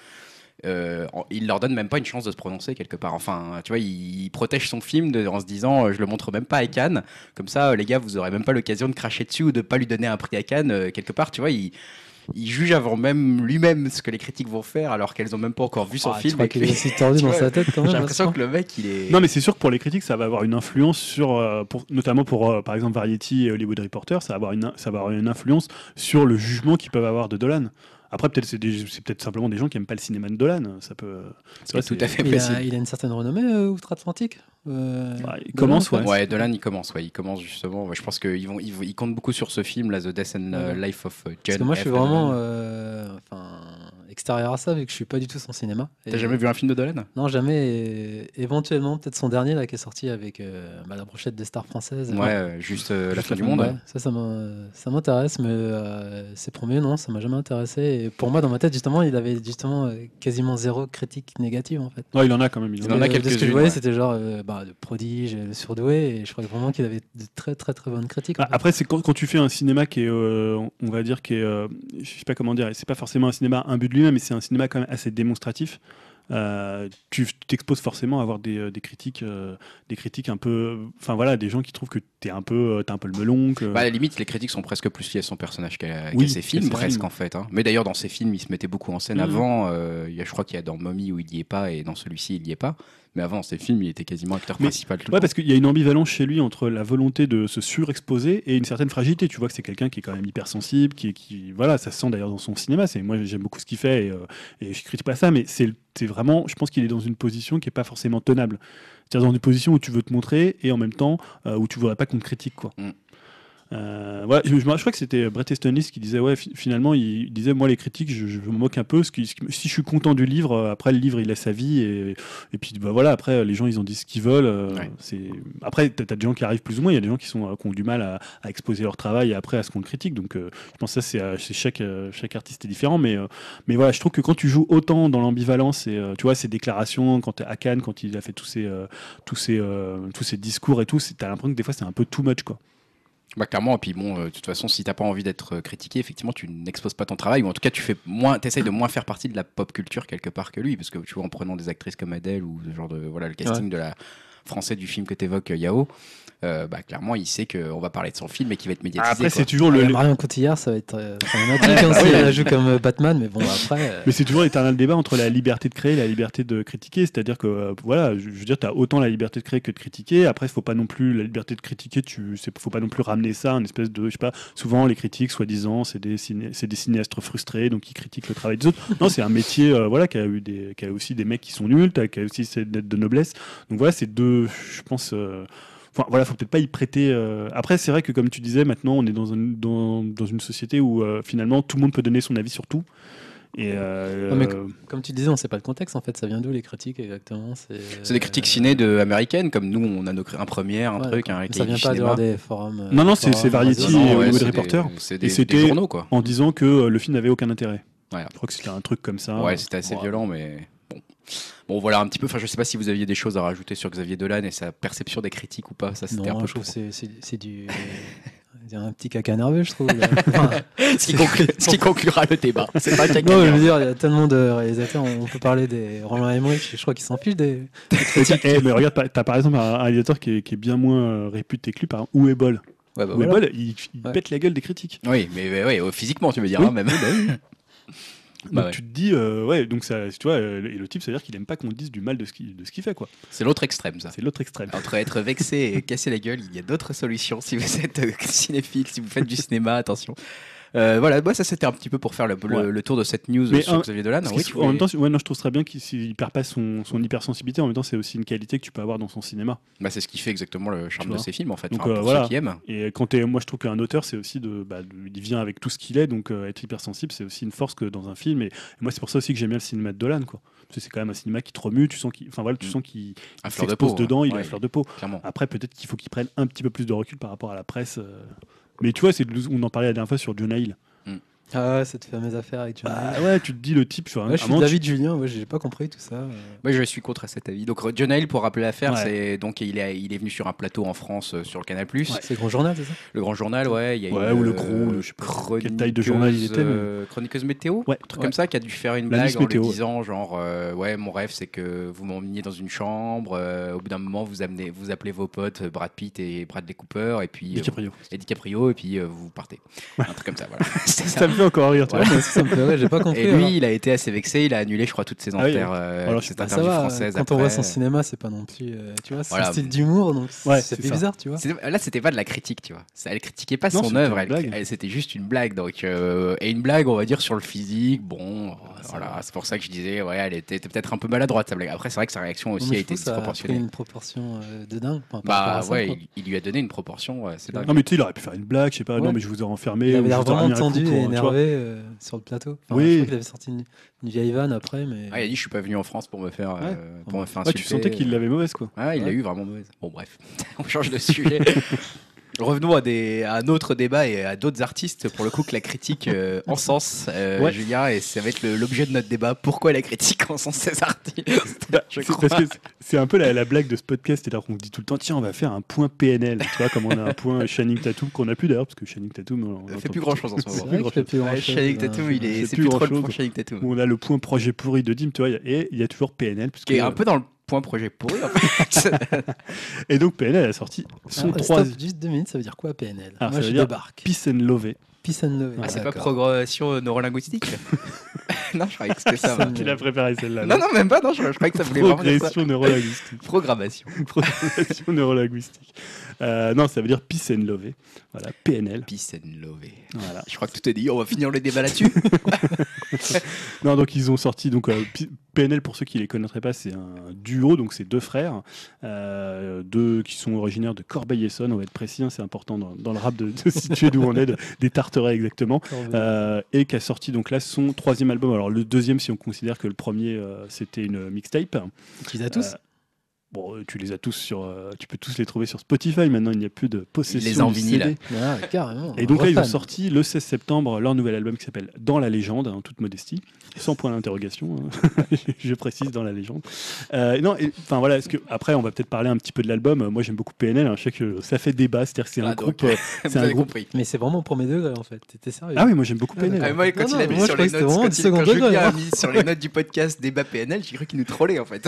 Speaker 1: euh, en- il leur donne même pas une chance de se prononcer quelque part. Enfin, tu vois, il, il protège son film de- en se disant euh, je le montre même pas à Cannes, comme ça, euh, les gars, vous aurez même pas l'occasion de cracher dessus ou de pas lui donner un prix à Cannes euh, quelque part. Tu vois, il. il juge avant même lui-même ce que les critiques vont faire alors qu'elles ont même pas encore vu son
Speaker 3: Ah, tu
Speaker 1: film.
Speaker 3: crois
Speaker 1: et que
Speaker 3: qu'il est aussi tordu
Speaker 1: Tu
Speaker 3: dans
Speaker 1: vois,
Speaker 3: sa tête quand même.
Speaker 1: j'ai
Speaker 3: à ce
Speaker 1: l'impression
Speaker 3: point
Speaker 1: que le mec, il est.
Speaker 2: Non, mais c'est sûr que pour les critiques, ça va avoir une influence sur, euh, pour, notamment pour, euh, par exemple, Variety et Hollywood Reporter, ça va avoir une, ça va avoir une influence sur le jugement qu'ils peuvent avoir de Dolan. Après, peut-être c'est des- c'est peut-être simplement des gens qui aiment pas le cinéma de Dolan. Ça peut. euh, tu vois,
Speaker 1: c'est tout
Speaker 2: c'est-
Speaker 1: à fait
Speaker 3: Il a,
Speaker 1: possible.
Speaker 3: il a une certaine renommée euh, outre-Atlantique. euh,
Speaker 2: Bah, il
Speaker 3: Dolan,
Speaker 2: commence,
Speaker 3: en
Speaker 2: ouais.
Speaker 3: fait.
Speaker 1: Ouais, Dolan, il commence. Ouais, il commence justement. Ouais, je pense qu'ils vont, ils, vont- ils comptent beaucoup sur ce film, là, The Death and euh, Life of euh, John.
Speaker 3: Parce que moi, je
Speaker 1: F.
Speaker 3: suis vraiment
Speaker 1: Dolan.
Speaker 3: euh, enfin, extérieur à ça, vu que je suis pas du tout son cinéma. Et-
Speaker 2: euh,
Speaker 1: T'as jamais vu un film de Dolan
Speaker 3: Non, jamais. et éventuellement, peut-être son dernier là qui est sorti avec euh, bah, la brochette des stars françaises.
Speaker 1: Ouais, euh, juste euh, La
Speaker 2: Juste
Speaker 1: fin
Speaker 2: la
Speaker 1: du
Speaker 2: fin,
Speaker 1: monde.
Speaker 3: Ouais, ça, ça m'in- ça m'intéresse, mais euh, ses premiers, non, ça m'a jamais intéressé. Et pour moi, dans ma tête, justement, il avait justement euh, quasiment zéro critique négative, en fait.
Speaker 2: Ouais, il en a quand même. Il
Speaker 1: Il
Speaker 2: en a.
Speaker 1: en a
Speaker 3: euh, De- de Ce que
Speaker 1: quelques-unes,
Speaker 3: je voyais,
Speaker 1: ouais.
Speaker 3: c'était genre euh, bah, le prodige, le surdoué, et je crois vraiment qu'il avait de très, très, très bonnes critiques. en
Speaker 1: Bah,
Speaker 2: Ah,
Speaker 3: fait.
Speaker 2: Après, c'est quand, quand tu fais un cinéma qui est, euh, on va dire, qui est, euh, je sais pas comment dire, c'est pas forcément un cinéma un but de lui-même, mais c'est un cinéma quand même assez démonstratif. euh, tu t'exposes forcément à avoir des, des critiques, euh, des critiques un peu, enfin voilà, des gens qui trouvent que t'es un peu, euh, t'es un peu le melon. Que...
Speaker 1: Bah, à la limite, les critiques sont presque plus liées à son personnage qu'à qu'à
Speaker 2: Oui,
Speaker 1: ses
Speaker 2: qu'à
Speaker 1: films,
Speaker 2: ses
Speaker 1: presque
Speaker 2: films. Mm-hmm.
Speaker 1: en fait. hein. Mais d'ailleurs, dans ses films, il se mettait beaucoup en scène
Speaker 4: Mhm.
Speaker 1: avant. euh, il y a, je crois qu'il y a dans Mommy où il n'y est pas et dans celui-ci, il n'y est pas. Mais avant, dans ses films, il était quasiment acteur
Speaker 2: Mais-
Speaker 1: principal. Tout le
Speaker 2: Ouais,
Speaker 1: temps.
Speaker 2: parce qu'il y a une ambivalence chez lui entre la volonté de se surexposer et une certaine fragilité. Tu vois que c'est quelqu'un qui est quand même hypersensible, qui, qui voilà, ça se sent d'ailleurs dans son cinéma. C'est moi j'aime beaucoup ce qu'il fait et, euh, et je critique pas ça, mais c'est c'est vraiment, je pense qu'il est dans une position qui est pas forcément tenable. C'est-à-dire dans une position où tu veux te montrer et en même temps euh, où tu voudrais pas qu'on te critique quoi.
Speaker 1: Mm.
Speaker 2: Euh, voilà, je, je me- je crois que c'était euh, Bret Easton Ellis qui disait ouais fi- finalement il, il disait moi les critiques je, je me moque un peu ce qui- ce qui- si je suis content du livre euh, après le livre il a sa vie et, et puis bah voilà après les gens ils en disent ce qu'ils veulent euh,
Speaker 1: Ouais.
Speaker 2: c'est après t'as as des gens qui arrivent plus ou moins il y a des gens qui sont euh, qui ont du mal à, à exposer leur travail et après à ce qu'on le critique donc euh, je pense que ça c'est euh, c'est chaque euh, chaque artiste est différent mais euh, mais voilà je trouve que quand tu joues autant dans l'ambivalence et euh, tu vois ses déclarations quand t'es à Cannes quand il a fait tous ses euh, tous ses euh, tous ses discours et tout c'est- t'as l'impression que des fois c'est un peu too much quoi
Speaker 1: Bah, clairement, et puis bon, euh, de toute façon, si t'as pas envie d'être euh, critiqué, effectivement, tu n'exposes pas ton travail, ou en tout cas, tu fais moins, t'essayes de moins faire partie de la pop culture quelque part que lui, parce que tu vois, en prenant des actrices comme Adèle ou ce genre de, voilà, le casting de la française du film que t'évoques, euh, Yao, euh, bah clairement, il sait qu'on va parler de son film et qu'il va être médiatisé.
Speaker 2: Ah, après
Speaker 1: quoi.
Speaker 2: c'est toujours le,
Speaker 3: Le,
Speaker 2: le-
Speaker 3: Marion Cotillard, ça va être euh, problématique hein,
Speaker 1: bah
Speaker 3: si elle la joue comme euh, Batman, mais bon, après. euh,
Speaker 2: Mais c'est toujours l'éternel débat entre la liberté de créer et la liberté de critiquer. C'est-à-dire que, euh, voilà, je, je veux dire, tu as autant la liberté de créer que de critiquer. Après, faut pas non plus, la liberté de critiquer, tu c'est- faut pas non plus ramener ça, à une espèce de, je sais pas, souvent les critiques, soi-disant, c'est des, ciné- c'est des cinéastes frustrés, donc ils critiquent le travail des autres. Non, c'est un métier, euh, voilà, qui a, eu des, qui a aussi des mecs qui sont nuls, t'as- qui a aussi cette lettre de noblesse. Donc voilà, c'est deux, je pense. euh, Enfin, voilà, faut peut-être pas y prêter. euh, Après, c'est vrai que comme tu disais, maintenant, on est dans, un- dans, dans une société où euh, finalement tout le monde peut donner son avis sur tout. Et euh,
Speaker 3: Non, mais Comme tu disais, on sait pas le contexte en fait, ça vient d'où les critiques exactement
Speaker 1: C'est des critiques ciné de américaines, comme nous, on a nos cr- un première, un
Speaker 3: Ouais,
Speaker 1: truc, hein, un
Speaker 3: mais
Speaker 1: réalité
Speaker 3: Ça vient
Speaker 1: du
Speaker 3: pas
Speaker 1: cinéma.
Speaker 3: dehors des euh, forums. euh,
Speaker 2: Non, non, c'est-
Speaker 3: forums,
Speaker 2: c'est Variety
Speaker 3: réseaux,
Speaker 2: et
Speaker 3: non,
Speaker 1: ouais,
Speaker 2: Hollywood
Speaker 1: c'est des-
Speaker 2: Reporter.
Speaker 1: C'est
Speaker 2: Et
Speaker 1: des,
Speaker 2: c'était-
Speaker 1: des journaux, quoi.
Speaker 2: en disant que euh, le film n'avait aucun intérêt.
Speaker 1: Voilà.
Speaker 2: Je crois que c'était un truc comme ça.
Speaker 1: Ouais, c'était assez
Speaker 2: Ah Ouais.
Speaker 1: violent, mais bon. Bon, voilà un petit peu. Enfin, je sais pas si vous aviez des choses à rajouter sur Xavier Dolan et sa perception des critiques ou pas. Ça, c'était un
Speaker 3: Non,
Speaker 1: peu
Speaker 3: je trouve
Speaker 1: chaud.
Speaker 3: c'est c'est- c'est du. c'est un petit caca nerveux, je trouve. là. Enfin,
Speaker 1: ce, qui conclut- ce qui conclura le débat. C'est pas quelqu'un.
Speaker 3: non, je veux dire, il y a tellement de réalisateurs. On peut parler des Roland Emmerich. Je crois qu'ils s'en fichent des.
Speaker 2: Et t'as- eh, mais regarde, t'as- t'as par exemple un un réalisateur qui est, qui est bien moins euh, réputé que lui, par exemple, Ouébol.
Speaker 1: Ouais, bah,
Speaker 2: Ouébol, il, il
Speaker 3: Ouais.
Speaker 2: pète la gueule des critiques.
Speaker 1: Oui, mais mais ouais, euh, physiquement, tu me diras
Speaker 2: Oui.
Speaker 1: même.
Speaker 2: Donc
Speaker 1: Bah ouais.
Speaker 2: tu te dis, euh, ouais, donc ça, tu vois, euh, et le type, ça veut dire qu'il aime pas qu'on dise du mal de ce qu'il de ce qu'il fait, quoi.
Speaker 1: C'est l'autre extrême, ça.
Speaker 2: C'est l'autre extrême.
Speaker 1: Entre être vexé et casser la gueule, il y a d'autres solutions. Si vous êtes euh, cinéphile, si vous faites du cinéma, attention. Euh, voilà, moi ça c'était un petit peu pour faire le, le-
Speaker 2: Ouais.
Speaker 1: le tour de cette news
Speaker 2: Mais
Speaker 1: sur
Speaker 2: un-
Speaker 1: Xavier Dolan.
Speaker 2: Parce
Speaker 1: Ah, Oui, tu
Speaker 2: qu'il faut- en même
Speaker 1: voulais-
Speaker 2: temps, ouais, non, je trouve très bien qu'il s'il perd pas son, son hypersensibilité. En même temps, c'est aussi une qualité que tu peux avoir dans son cinéma.
Speaker 1: Bah, c'est ce qui fait exactement le charme
Speaker 2: Tu
Speaker 1: de
Speaker 2: vois.
Speaker 1: ses films en fait.
Speaker 2: Donc,
Speaker 1: Enfin,
Speaker 2: euh,
Speaker 1: pour
Speaker 2: voilà.
Speaker 1: ceux qui aiment.
Speaker 2: Et quand t'es- moi je trouve qu'un auteur c'est aussi de, bah, de- il vient avec tout ce qu'il est, donc euh, être hypersensible c'est aussi une force que dans un film. Et, et moi c'est pour ça aussi que j'aime bien le cinéma de Dolan quoi. Parce que c'est quand même un cinéma qui te remue, tu sens qu'il, enfin voilà, tu
Speaker 1: Mm.
Speaker 2: sens qu'il
Speaker 1: À
Speaker 2: il
Speaker 1: fleur de peau.
Speaker 2: s'expose dedans,
Speaker 1: ouais.
Speaker 2: il est à
Speaker 1: Ouais,
Speaker 2: fleur de peau.
Speaker 1: Clairement.
Speaker 2: Après peut-être qu'il faut qu'il prenne un petit peu plus de recul par rapport à la presse. euh. Mais tu vois, c'est de- on en parlait la dernière fois sur Jonah Hill.
Speaker 3: Ah ouais, cette fameuse affaire avec John.
Speaker 2: Bah ouais, tu te dis le type, tu vois,
Speaker 3: Ouais, je suis
Speaker 2: vraiment,
Speaker 3: David Julien. Ouais, j'ai pas compris tout ça. euh.
Speaker 1: Moi, je suis contre à cet avis. Donc, John Hill, pour rappeler l'affaire,
Speaker 2: Ouais.
Speaker 1: c'est donc il est, il est venu sur un plateau en France euh, sur le Canal Plus,
Speaker 3: C'est le grand journal, c'est ça
Speaker 1: le Grand Journal, ouais. Il y a
Speaker 2: Ouais,
Speaker 1: une,
Speaker 2: ou le
Speaker 1: euh,
Speaker 2: Gros, le- je sais pas quelle taille de journal il était, mais-
Speaker 1: euh, chroniqueuse météo,
Speaker 2: Ouais.
Speaker 1: un truc comme ça, qui a dû faire une
Speaker 2: La
Speaker 1: blague
Speaker 2: Miss
Speaker 1: en
Speaker 2: Météo,
Speaker 1: lui
Speaker 2: ouais.
Speaker 1: disant genre euh, ouais, mon rêve c'est que vous m'emmeniez dans une chambre. euh, au bout d'un moment, vous amenez, vous appelez vos potes euh, Brad Pitt et Bradley Cooper, et puis euh,
Speaker 2: DiCaprio.
Speaker 1: et DiCaprio, et puis euh, vous partez. Un truc comme ça, voilà. C'était ça.
Speaker 2: Ça me fait encore rire, tu
Speaker 1: Ouais.
Speaker 2: vois.
Speaker 3: Ça me fait- ouais, j'ai pas compris.
Speaker 1: Et
Speaker 3: alors.
Speaker 1: lui, il a été assez vexé, il a annulé, je crois, toutes ses
Speaker 2: Ah oui,
Speaker 1: interviews euh,
Speaker 2: Alors,
Speaker 1: ses
Speaker 3: Bah, ça
Speaker 1: interviews
Speaker 3: va,
Speaker 1: françaises.
Speaker 3: quand on voit
Speaker 1: après.
Speaker 3: son cinéma, c'est pas non plus. euh, tu vois, c'est
Speaker 1: Voilà.
Speaker 3: un style d'humour, donc
Speaker 2: Ouais,
Speaker 3: c'est
Speaker 2: c'est ça.
Speaker 3: bizarre, tu vois.
Speaker 1: C'est- Là, c'était pas de la critique, tu vois. Ça- Elle critiquait pas
Speaker 2: Non,
Speaker 1: son
Speaker 2: c'était
Speaker 1: œuvre,
Speaker 2: une
Speaker 1: elle-
Speaker 2: blague.
Speaker 1: elle- c'était juste une blague. Donc, euh, et une blague, on va dire, sur le physique. Bon, euh,
Speaker 3: Ah,
Speaker 1: voilà, c'est pour ça que je disais, ouais, elle était, était peut-être un peu maladroite, sa blague. Après, c'est vrai que sa réaction
Speaker 3: Non,
Speaker 1: aussi
Speaker 3: mais
Speaker 1: a
Speaker 3: je
Speaker 1: été
Speaker 3: trouve que ça a pris
Speaker 1: disproportionnée.
Speaker 3: une proportion euh, de dingue. enfin, par rapport
Speaker 1: Bah
Speaker 3: à ça,
Speaker 1: ouais,
Speaker 3: quoi.
Speaker 1: il, il lui a donné une proportion, ouais, c'est dingue.
Speaker 2: Non mais tu sais, il aurait pu faire une blague, je sais pas, non
Speaker 3: Ouais.
Speaker 2: mais je vous ai renfermé.
Speaker 3: Il
Speaker 2: ou je
Speaker 3: avait l'air
Speaker 2: vous ai remis
Speaker 3: vraiment
Speaker 2: un coup
Speaker 3: tendu
Speaker 2: pour, hein,
Speaker 3: et
Speaker 2: tu vois.
Speaker 3: énervé euh, sur le plateau. Enfin,
Speaker 2: Oui.
Speaker 3: Je crois qu'il avait sorti une, une vieille vanne après, mais.
Speaker 1: Ah, il a dit, je suis pas venu en France pour me faire, euh, pour me faire
Speaker 2: Ouais, tu
Speaker 1: insulter.
Speaker 2: sentais qu'il l'avait mauvaise quoi.
Speaker 1: Ah, il l'a
Speaker 3: Ouais.
Speaker 1: eu vraiment mauvaise. Bon, bref, on change de sujet. Revenons à, des, à un autre débat et à d'autres artistes, pour le coup, que la critique euh, encense, euh,
Speaker 2: Ouais.
Speaker 1: Julien, et ça va être le- l'objet de notre débat. Pourquoi la critique encense ces artistes Je
Speaker 2: C'est-
Speaker 1: crois.
Speaker 2: Parce que c'est- c'est un peu la, la blague de ce podcast, c'est-à-dire qu'on dit tout le temps, tiens, on va faire un point PNL, tu vois, comme on a un point Channing Tatum, qu'on n'a plus d'ailleurs, parce que Channing Tatum, on, on
Speaker 1: Ça
Speaker 2: l'entend
Speaker 1: fait plus grand chose en ce
Speaker 2: C'est
Speaker 1: moment.
Speaker 2: vrai que je fais
Speaker 3: plus hein.
Speaker 1: Ouais, Shalik Tatum, il est,
Speaker 2: C'est
Speaker 1: c'est
Speaker 2: plus
Speaker 1: plus trop le
Speaker 2: grand-chose.
Speaker 1: point Shalik Tatum.
Speaker 2: On a le point projet pourri de Dim, tu vois, et il y a toujours PNL. Puisque,
Speaker 1: Qui est un peu dans le point projet pourri. en fait.
Speaker 2: Et donc PNL a sorti son
Speaker 1: Ah,
Speaker 3: Son
Speaker 2: troisième
Speaker 3: Ah, Juste deux minutes, ça veut dire quoi PNL
Speaker 2: Ah, ça
Speaker 3: Moi,
Speaker 2: veut
Speaker 3: je
Speaker 2: dire
Speaker 3: débarque.
Speaker 2: Peace and Love.
Speaker 3: Peace and love.
Speaker 2: Ah,
Speaker 1: Ah, c'est pas
Speaker 3: D'accord.
Speaker 1: progression euh, neurolinguistique Non, je croyais que c'était ça.
Speaker 3: Ça
Speaker 1: moi.
Speaker 3: me-
Speaker 2: Tu l'as préparé celle-là.
Speaker 1: Non, non, même pas. Non, je, je croyais que ça voulait vraiment dire ça.
Speaker 2: Progression neurolinguistique.
Speaker 1: Programmation.
Speaker 2: Progression neurolinguistique. Euh, non, ça veut dire Peace and Love. Voilà, PNL.
Speaker 1: Peace and love.
Speaker 2: Voilà.
Speaker 1: Je crois que tout est dit. On va finir le débat là-dessus.
Speaker 2: Non, donc ils ont sorti donc euh, P- PNL pour ceux qui les connaîtraient pas, c'est un duo, donc c'est deux frères, euh, deux qui sont originaires de Corbeil-Essonne. On va être précis, hein, c'est important dans, dans le rap de, de situer d'où on est, de- des Tarterets exactement. Euh, et qui a sorti donc là son troisième album. Alors le deuxième, si on considère que le premier euh, c'était une mixtape.
Speaker 3: Tu les as tous
Speaker 2: Euh, Bon, euh, tu les as tous sur, euh, tu peux tous les trouver sur Spotify. Maintenant, il n'y a plus de possession.
Speaker 1: les a en
Speaker 2: du
Speaker 1: vinyle.
Speaker 2: CD.
Speaker 3: Ah, carrément.
Speaker 2: Euh, Et donc là, ils ont
Speaker 3: Refan.
Speaker 2: sorti le 16 septembre leur nouvel album qui s'appelle Dans la légende, en toute modestie, sans point d'interrogation. hein. je précise dans la légende. Euh, non, et- enfin voilà. Est-ce que après, on va peut-être parler un petit peu de l'album. Euh, Moi, j'aime beaucoup PNL. hein, je sais que euh, ça fait débat, c'est-à-dire que c'est un
Speaker 1: Ah, donc,
Speaker 2: groupe. euh,
Speaker 1: Vous
Speaker 2: c'est un
Speaker 1: avez
Speaker 2: groupe.
Speaker 1: compris.
Speaker 3: Mais c'est vraiment premier degré en fait. T'étais sérieux
Speaker 2: Ah oui, moi j'aime beaucoup
Speaker 3: Ah,
Speaker 2: PNL.
Speaker 1: Ah, mais moi, quand
Speaker 3: Non,
Speaker 1: il a
Speaker 3: non,
Speaker 1: mis
Speaker 3: moi,
Speaker 1: sur
Speaker 3: je crois
Speaker 1: les
Speaker 3: que
Speaker 1: notes,
Speaker 3: c'était vraiment
Speaker 1: quand,
Speaker 3: du
Speaker 1: il-
Speaker 3: second
Speaker 1: quand Julien
Speaker 3: degré,
Speaker 1: a
Speaker 3: hein.
Speaker 1: mis sur les notes du podcast débat PNL, j'ai cru qu'il nous trollait en fait.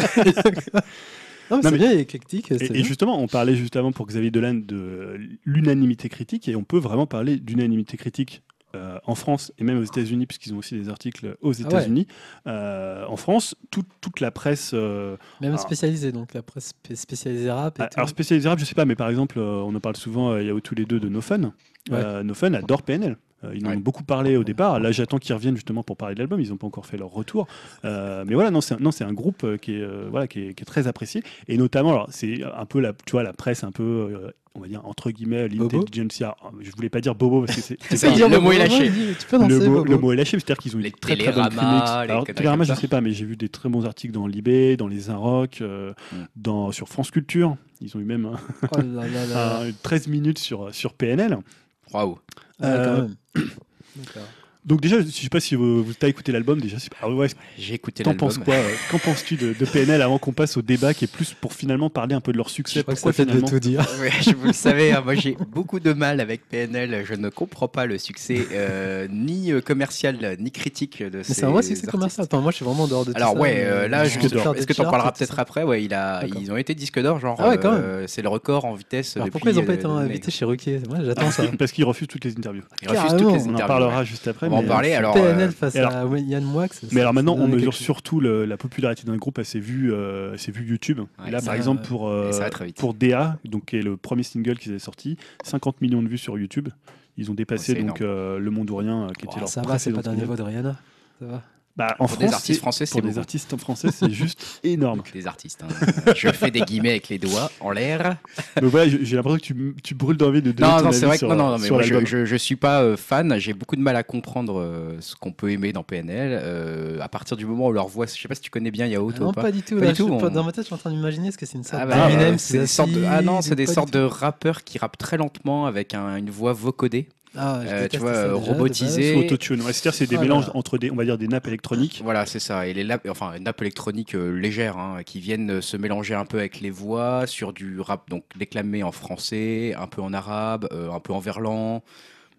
Speaker 3: Non, mais
Speaker 2: Non,
Speaker 3: c'est bien éclectique. c'est
Speaker 2: Et, et
Speaker 3: bien.
Speaker 2: justement, on parlait juste avant pour Xavier Dolan de euh, l'unanimité critique, et on peut vraiment parler d'unanimité critique euh, en France et même aux États-Unis, puisqu'ils ont aussi des articles aux
Speaker 3: Ah ouais.
Speaker 2: États-Unis. Euh, en France, toute- toute la presse, euh,
Speaker 3: Même
Speaker 2: alors-
Speaker 3: spécialisée, donc la presse spé- spécialisée rap et
Speaker 2: ah,
Speaker 3: tout.
Speaker 2: alors spécialisée rap, je sais pas, mais par exemple, euh, on en parle souvent, euh, il y a tous les deux de No Fun. Euh, no Fun adore PNL. Euh, ils en
Speaker 1: Ouais.
Speaker 2: ont beaucoup parlé au départ. Là, j'attends qu'ils reviennent justement pour parler de l'album. Ils n'ont pas encore fait leur retour. Euh, mais voilà, non, c'est un, non, c'est un groupe euh, qui est, euh, voilà, qui est, qui est très apprécié. Et notamment, alors, c'est un peu la, tu vois, la presse, un peu, euh, on va dire, entre guillemets,
Speaker 3: Bobo
Speaker 2: l'intelligentsia. Ah, Je voulais pas dire bobo parce que c'est. c'est
Speaker 1: Ça y
Speaker 2: pas-
Speaker 1: est, le mot est lâché.
Speaker 3: il dit, Tu peux
Speaker 2: le,
Speaker 3: danser,
Speaker 2: mot,
Speaker 3: Bobo.
Speaker 2: le mot est lâché, c'est-à-dire qu'ils ont
Speaker 1: Les
Speaker 2: une très très bonne
Speaker 1: Télérama,
Speaker 2: clinique.
Speaker 1: les
Speaker 2: Alors,
Speaker 1: conneries
Speaker 2: Télérama,
Speaker 1: comme
Speaker 2: je
Speaker 1: ça.
Speaker 2: sais pas, mais j'ai vu des très bons articles dans Libé, dans les Inrock, euh,
Speaker 1: Mm.
Speaker 2: dans, sur France Culture. Ils ont eu même un-
Speaker 3: Oh là là là.
Speaker 2: un 13 Euh, minutes sur, sur PNL.
Speaker 1: Waouh.
Speaker 3: Ah,
Speaker 2: euh,
Speaker 3: quand même. D'accord.
Speaker 2: Donc, déjà, je sais pas si vous, vous t'as écouté l'album, déjà, c'est- ah ouais,
Speaker 1: J'ai écouté
Speaker 2: t'en
Speaker 1: l'album.
Speaker 2: penses quoi euh, Qu'en penses-tu de, de PNL avant qu'on passe au débat qui est plus pour finalement parler un peu de leur
Speaker 3: Je
Speaker 2: succès
Speaker 3: crois que
Speaker 2: pourquoi
Speaker 3: ça fait de
Speaker 2: finalement-
Speaker 3: tout dire.
Speaker 1: Ouais, je vous le savez, hein, moi j'ai beaucoup de mal avec PNL. Je ne comprends pas le succès euh, ni euh, commercial ni critique de ces.
Speaker 3: Mais c'est un vrai succès
Speaker 1: artistes.
Speaker 3: commercial. Attends, moi je suis vraiment en dehors de tout
Speaker 1: Alors
Speaker 3: ça,
Speaker 1: ouais,
Speaker 3: mais-
Speaker 1: euh, là, je
Speaker 2: Disque
Speaker 3: Faire
Speaker 2: d'or.
Speaker 3: des
Speaker 1: est-ce que tu en
Speaker 3: charts et
Speaker 1: parleras
Speaker 3: tout
Speaker 1: peut-être
Speaker 3: ça.
Speaker 1: après Ouais, il a,
Speaker 3: D'accord.
Speaker 1: ils ont été disque d'or, genre
Speaker 3: Ah ouais, quand
Speaker 1: euh, c'est le record en vitesse.
Speaker 3: Alors
Speaker 1: depuis,
Speaker 3: pourquoi ils n'ont pas
Speaker 1: euh, Ah,
Speaker 3: été invités chez Ruquier Moi j'attends
Speaker 2: Parce
Speaker 3: ça.
Speaker 2: qu'ils- Parce qu'ils refusent toutes les interviews.
Speaker 1: Ils refusent toutes
Speaker 3: Carrément.
Speaker 1: les
Speaker 2: On en
Speaker 1: interviews,
Speaker 2: parlera
Speaker 1: ouais.
Speaker 2: juste après.
Speaker 1: On va en
Speaker 2: mais-
Speaker 1: parler. Alors, euh,
Speaker 3: PNL face
Speaker 2: et alors-
Speaker 3: à Yann Moix. ça-
Speaker 2: Mais alors
Speaker 3: ça
Speaker 2: maintenant,
Speaker 3: donne
Speaker 2: on
Speaker 3: quelque
Speaker 2: mesure
Speaker 3: chose.
Speaker 2: surtout le- la popularité d'un groupe à ses vues, euh, ses vues YouTube.
Speaker 1: Ouais,
Speaker 2: Et là,
Speaker 1: ça
Speaker 2: par
Speaker 3: va,
Speaker 2: exemple,
Speaker 3: ouais.
Speaker 2: pour,
Speaker 1: Et
Speaker 2: euh,
Speaker 1: ça va très vite.
Speaker 2: pour DA, donc, qui est le premier single qu'ils avaient sorti, 50 millions de vues sur YouTube. Ils ont dépassé
Speaker 1: C'est énorme.
Speaker 2: donc, euh, Le Monde ou Rien, euh, qui était
Speaker 3: Oh,
Speaker 2: leur
Speaker 3: Ça va, c'est
Speaker 2: précédent
Speaker 3: pas d'un
Speaker 2: single.
Speaker 3: niveau de Rihanna. Ça va.
Speaker 2: Bah, en
Speaker 1: Pour
Speaker 2: France,
Speaker 1: des artistes
Speaker 2: c'est-
Speaker 1: français, c'est
Speaker 2: pour des
Speaker 1: beaucoup.
Speaker 2: artistes français, c'est juste énorme.
Speaker 1: Des artistes. hein. Je fais des guillemets avec les doigts en l'air.
Speaker 2: Donc voilà, j'ai j'ai l'impression que tu, tu brûles d'envie de donner
Speaker 1: Non,
Speaker 2: ton
Speaker 1: non,
Speaker 2: avis
Speaker 1: c'est vrai que
Speaker 2: sur,
Speaker 1: non, non, non, mais
Speaker 2: sur
Speaker 1: moi, je,
Speaker 2: l'album.
Speaker 1: je, je suis pas euh, fan. J'ai beaucoup de mal à comprendre euh, ce qu'on peut aimer dans PNL. euh, à partir du moment où leur voix, je sais pas si tu connais bien Yao,
Speaker 3: Ah
Speaker 1: toi, ou
Speaker 3: Non,
Speaker 1: pas.
Speaker 3: pas du tout.
Speaker 1: Pas
Speaker 3: là,
Speaker 1: du tout,
Speaker 3: je-
Speaker 1: on-
Speaker 3: Dans ma tête, je suis en train d'imaginer ce que c'est une sorte
Speaker 1: Ah, bah,
Speaker 3: d'Eminem.
Speaker 1: euh, c'est des sortes de- ah non, c'est des sortes de rappeurs qui rappent très lentement avec un- une voix vocodée. euh, tu vois, robotisé.
Speaker 2: Sous autotune. Ouais, c'est-à-dire, c'est des
Speaker 3: Ah,
Speaker 2: mélanges
Speaker 3: voilà.
Speaker 2: entre des, on va dire, des nappes électroniques.
Speaker 1: Voilà, c'est ça. Et les nappes, enfin, une nappe électronique euh, légère, hein, qui viennent euh, se mélanger un peu avec les voix sur du rap, donc déclamé en français, un peu en arabe, euh, un peu en verlan.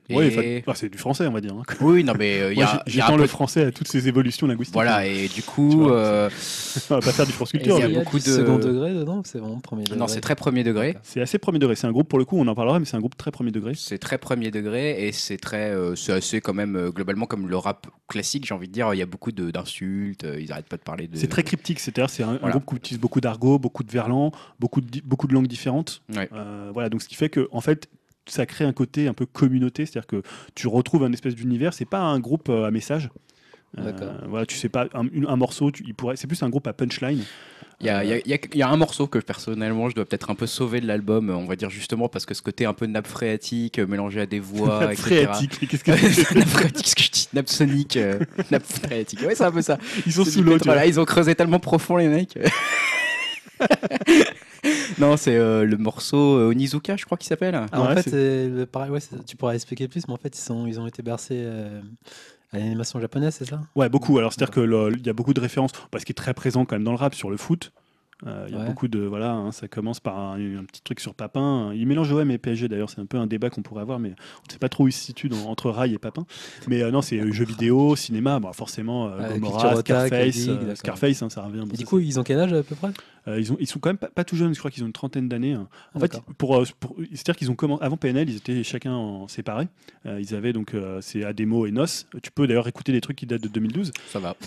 Speaker 1: Et-
Speaker 2: Ouais, enfin, enfin, c'est du français, on va dire. hein.
Speaker 1: Oui, non, mais euh, il y
Speaker 2: Moi,
Speaker 1: a,
Speaker 2: j'ai-
Speaker 1: il y a un
Speaker 2: j'étends
Speaker 1: peu
Speaker 2: le
Speaker 1: de-
Speaker 2: français à toutes ces évolutions linguistiques.
Speaker 1: Voilà, et du
Speaker 2: Tu
Speaker 1: coup,
Speaker 2: vois,
Speaker 1: euh,
Speaker 2: On va pas faire du France
Speaker 1: Il
Speaker 2: Culture.
Speaker 1: y a
Speaker 2: mais bon.
Speaker 1: beaucoup de-
Speaker 3: second degré dedans. ou C'est vraiment premier degré.
Speaker 1: non, c'est très premier degré.
Speaker 2: C'est assez premier degré. C'est un groupe, pour le coup, on en parlera, mais c'est un groupe très premier degré.
Speaker 1: C'est très premier degré et c'est très, euh, c'est assez quand même euh, globalement comme le rap classique. J'ai envie de dire, il y a beaucoup de- d'insultes. euh, ils arrêtent pas de parler de.
Speaker 2: C'est très cryptique, c'est-à-dire c'est un, un
Speaker 1: Voilà.
Speaker 2: groupe qui utilise beaucoup d'argot, beaucoup de verlan, beaucoup de, di- beaucoup de langues différentes.
Speaker 1: Ouais.
Speaker 2: Euh, voilà, donc ce qui fait que en fait ça crée un côté un peu communauté, c'est-à-dire que tu retrouves un espèce d'univers. C'est pas un groupe euh, à message. Euh,
Speaker 3: D'accord.
Speaker 2: voilà, tu sais pas un, une- un morceau, tu- il pourrait. C'est plus un groupe à punchline.
Speaker 1: Il y, a- il y a- il y a- il y a un morceau que personnellement je dois peut-être un peu sauver de l'album, on va dire justement parce que ce côté un peu nappe phréatique euh, mélangé à des voix,
Speaker 2: Nappe
Speaker 1: etc.
Speaker 2: phréatique. Qu'est-ce que c'est
Speaker 1: nappe phréatique, ce que je dis, nappe sonique, euh, nappe phréatique. Ouais, c'est un peu ça.
Speaker 2: Ils sont
Speaker 1: C'est
Speaker 2: sous
Speaker 1: du
Speaker 2: l'eau. tu
Speaker 1: pétrole. Ah, ils ont creusé tellement profond les mecs. Non, c'est euh, le morceau euh, Onizuka, je crois qu'il s'appelle.
Speaker 3: Ah, en
Speaker 2: Ouais,
Speaker 3: fait, euh, le- pareil, ouais, c'est- tu pourrais expliquer plus, mais en fait, ils, sont, ils ont été bercés euh, à l'animation japonaise, c'est ça
Speaker 2: Ouais, beaucoup. Alors, c'est-à-dire que le- il y a beaucoup de références, parce qu'il est très présent quand même dans le rap sur le foot. Euh, Il y a
Speaker 3: Ouais.
Speaker 2: beaucoup de. Voilà, hein, ça commence par un, un petit truc sur Papin. Il mélange OM et PSG d'ailleurs, c'est un peu un débat qu'on pourrait avoir, mais on ne sait pas trop où il se situe dans- entre Rail et Papin. Mais euh, non, c'est euh, jeux vidéo, cinéma, bon, forcément, euh,
Speaker 3: Ouais,
Speaker 2: Gomorrah,
Speaker 3: culture otaku,
Speaker 2: Scarface.
Speaker 3: geek,
Speaker 2: euh,
Speaker 3: d'accord.
Speaker 2: Scarface, hein, ça revient. Bon,
Speaker 3: Et du
Speaker 2: ça,
Speaker 3: coup, ils ont quel âge à peu près Ah,
Speaker 2: euh, ils, ont, ils sont quand même pas, pas tout jeunes, je crois qu'ils ont une trentaine d'années. hein. En fait,
Speaker 3: D'accord.
Speaker 2: pour, euh, pour- c'est-à-dire qu'ils ont commen- avant PNL, ils étaient chacun en séparés. Euh, ils avaient donc euh, c'est Ademo et Nos. Tu peux d'ailleurs écouter des trucs qui datent de 2012.
Speaker 1: Ça va.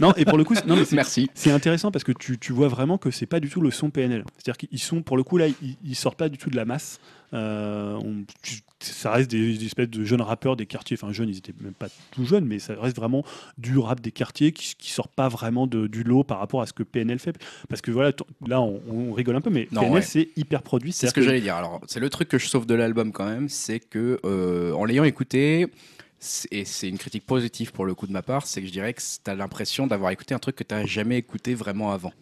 Speaker 2: Non, et pour le coup, c'est- non, mais c'est-
Speaker 1: Merci.
Speaker 2: c'est intéressant parce que tu, tu vois vraiment que c'est pas du tout le son PNL. C'est-à-dire qu'ils sont, pour le coup, là, ils, ils sortent pas du tout de la masse. Euh, on- tu- ça reste des, des espèces de jeunes rappeurs des quartiers. Enfin, jeunes, ils étaient même pas tout jeunes, mais ça reste vraiment du rap des quartiers qui, qui sort pas vraiment de- du lot par rapport à ce que PNL fait. Parce que voilà, t- là, on, on rigole un peu, mais
Speaker 1: Non,
Speaker 2: PNL,
Speaker 1: ouais.
Speaker 2: c'est hyper produit.
Speaker 1: C'est ce que
Speaker 2: C'est-à-dire
Speaker 1: j'allais dire. Alors, c'est le truc que je sauve de l'album quand même, c'est que euh, en l'ayant écouté, c'est- et c'est une critique positive pour le coup de ma part, c'est que je dirais que t'as l'impression d'avoir écouté un truc que t'as jamais écouté vraiment avant.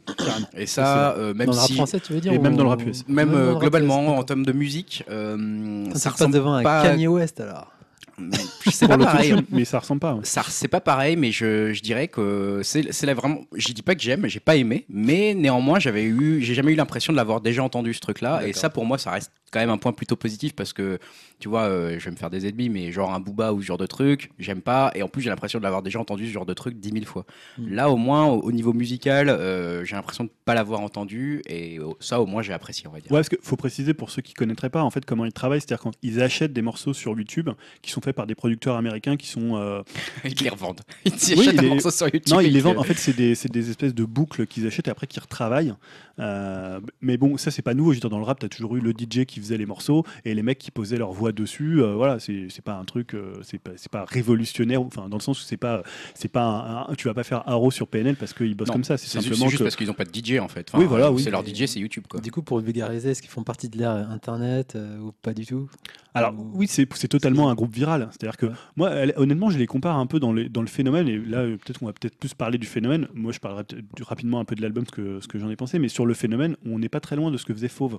Speaker 1: Et ça, euh, même
Speaker 3: Dans le rap
Speaker 1: si,
Speaker 3: français, tu veux dire
Speaker 2: et même
Speaker 3: ou-
Speaker 2: dans le rap US.
Speaker 1: même
Speaker 3: dans le
Speaker 1: euh,
Speaker 3: rap US,
Speaker 1: globalement en
Speaker 3: d'accord.
Speaker 1: termes de musique, euh,
Speaker 3: Ça,
Speaker 1: ça
Speaker 3: se passe
Speaker 1: ressemble.
Speaker 3: devant un
Speaker 1: pas-
Speaker 3: Kanye West alors.
Speaker 1: C'est pas
Speaker 2: pour le
Speaker 1: pareil.
Speaker 2: tout, mais ça ressemble pas. hein. ouais.
Speaker 1: Ça, c'est pas pareil, mais je, je dirais que c'est c'est là vraiment. Je dis pas que j'aime, j'ai pas aimé, mais néanmoins, j'avais eu, j'ai jamais eu l'impression de l'avoir déjà entendu ce truc-là. Et
Speaker 3: D'accord.
Speaker 1: ça, pour moi, ça reste quand même un point plutôt positif parce que, tu vois, euh, je vais me faire des ennemis, mais genre un booba ou ce genre de truc, j'aime pas. Et en plus, j'ai l'impression de l'avoir déjà entendu ce genre de truc dix mille fois.
Speaker 2: Hmm.
Speaker 3: Mm.
Speaker 1: Là, au moins, au, au niveau musical, euh, j'ai l'impression de pas l'avoir entendu, et euh, ça, au moins, j'ai apprécié, on va dire.
Speaker 2: Ouais, parce qu'il faut préciser pour ceux qui connaîtraient pas en fait comment ils travaillent, c'est-à-dire quand ils achètent des morceaux sur YouTube qui sont faits par des producteurs américains qui sont euh,
Speaker 1: Ils les revendent. Ils
Speaker 2: Oui,
Speaker 1: achètent
Speaker 2: il
Speaker 1: un
Speaker 2: est-
Speaker 1: morceau sur YouTube.
Speaker 2: Non,
Speaker 1: et
Speaker 2: ils les
Speaker 1: que-
Speaker 2: vendent. En fait, c'est des, c'est des espèces de boucles qu'ils achètent et après qu'ils retravaillent. Euh, mais bon, ça, c'est pas nouveau. Je veux dire, dans le rap, t'as toujours eu le DJ qui faisait les morceaux et les mecs qui posaient leur voix dessus. Euh, voilà, c'est c'est pas un truc, euh, c'est pas, c'est pas révolutionnaire. Enfin, dans le sens où c'est pas, c'est pas, un- un- tu vas pas faire Haro sur PNL parce qu'ils bossent
Speaker 1: Non,
Speaker 2: comme ça. C'est
Speaker 1: C'est ju-
Speaker 2: simplement
Speaker 1: c'est juste
Speaker 2: que.
Speaker 1: parce qu'ils n'ont pas de DJ en fait. Enfin,
Speaker 2: Oui, voilà, oui.
Speaker 1: C'est leur
Speaker 3: Et-
Speaker 1: DJ, c'est YouTube quoi.
Speaker 3: Du coup, pour vulgariser, est-ce qu'ils font partie de l'ère euh, internet euh, ou pas du tout
Speaker 2: Alors oui, c'est c'est totalement un groupe viral. C'est-à-dire que
Speaker 3: Ouais.
Speaker 2: moi, elle- honnêtement, je les compare un peu dans, les- dans le phénomène. Et là, euh, peut-être qu'on va peut-être plus parler du phénomène. Moi, je parlerai peut-être du- rapidement un peu de l'album, ce que, ce que j'en ai pensé. Mais sur le phénomène, on n'est pas très loin de ce que faisait Fauve.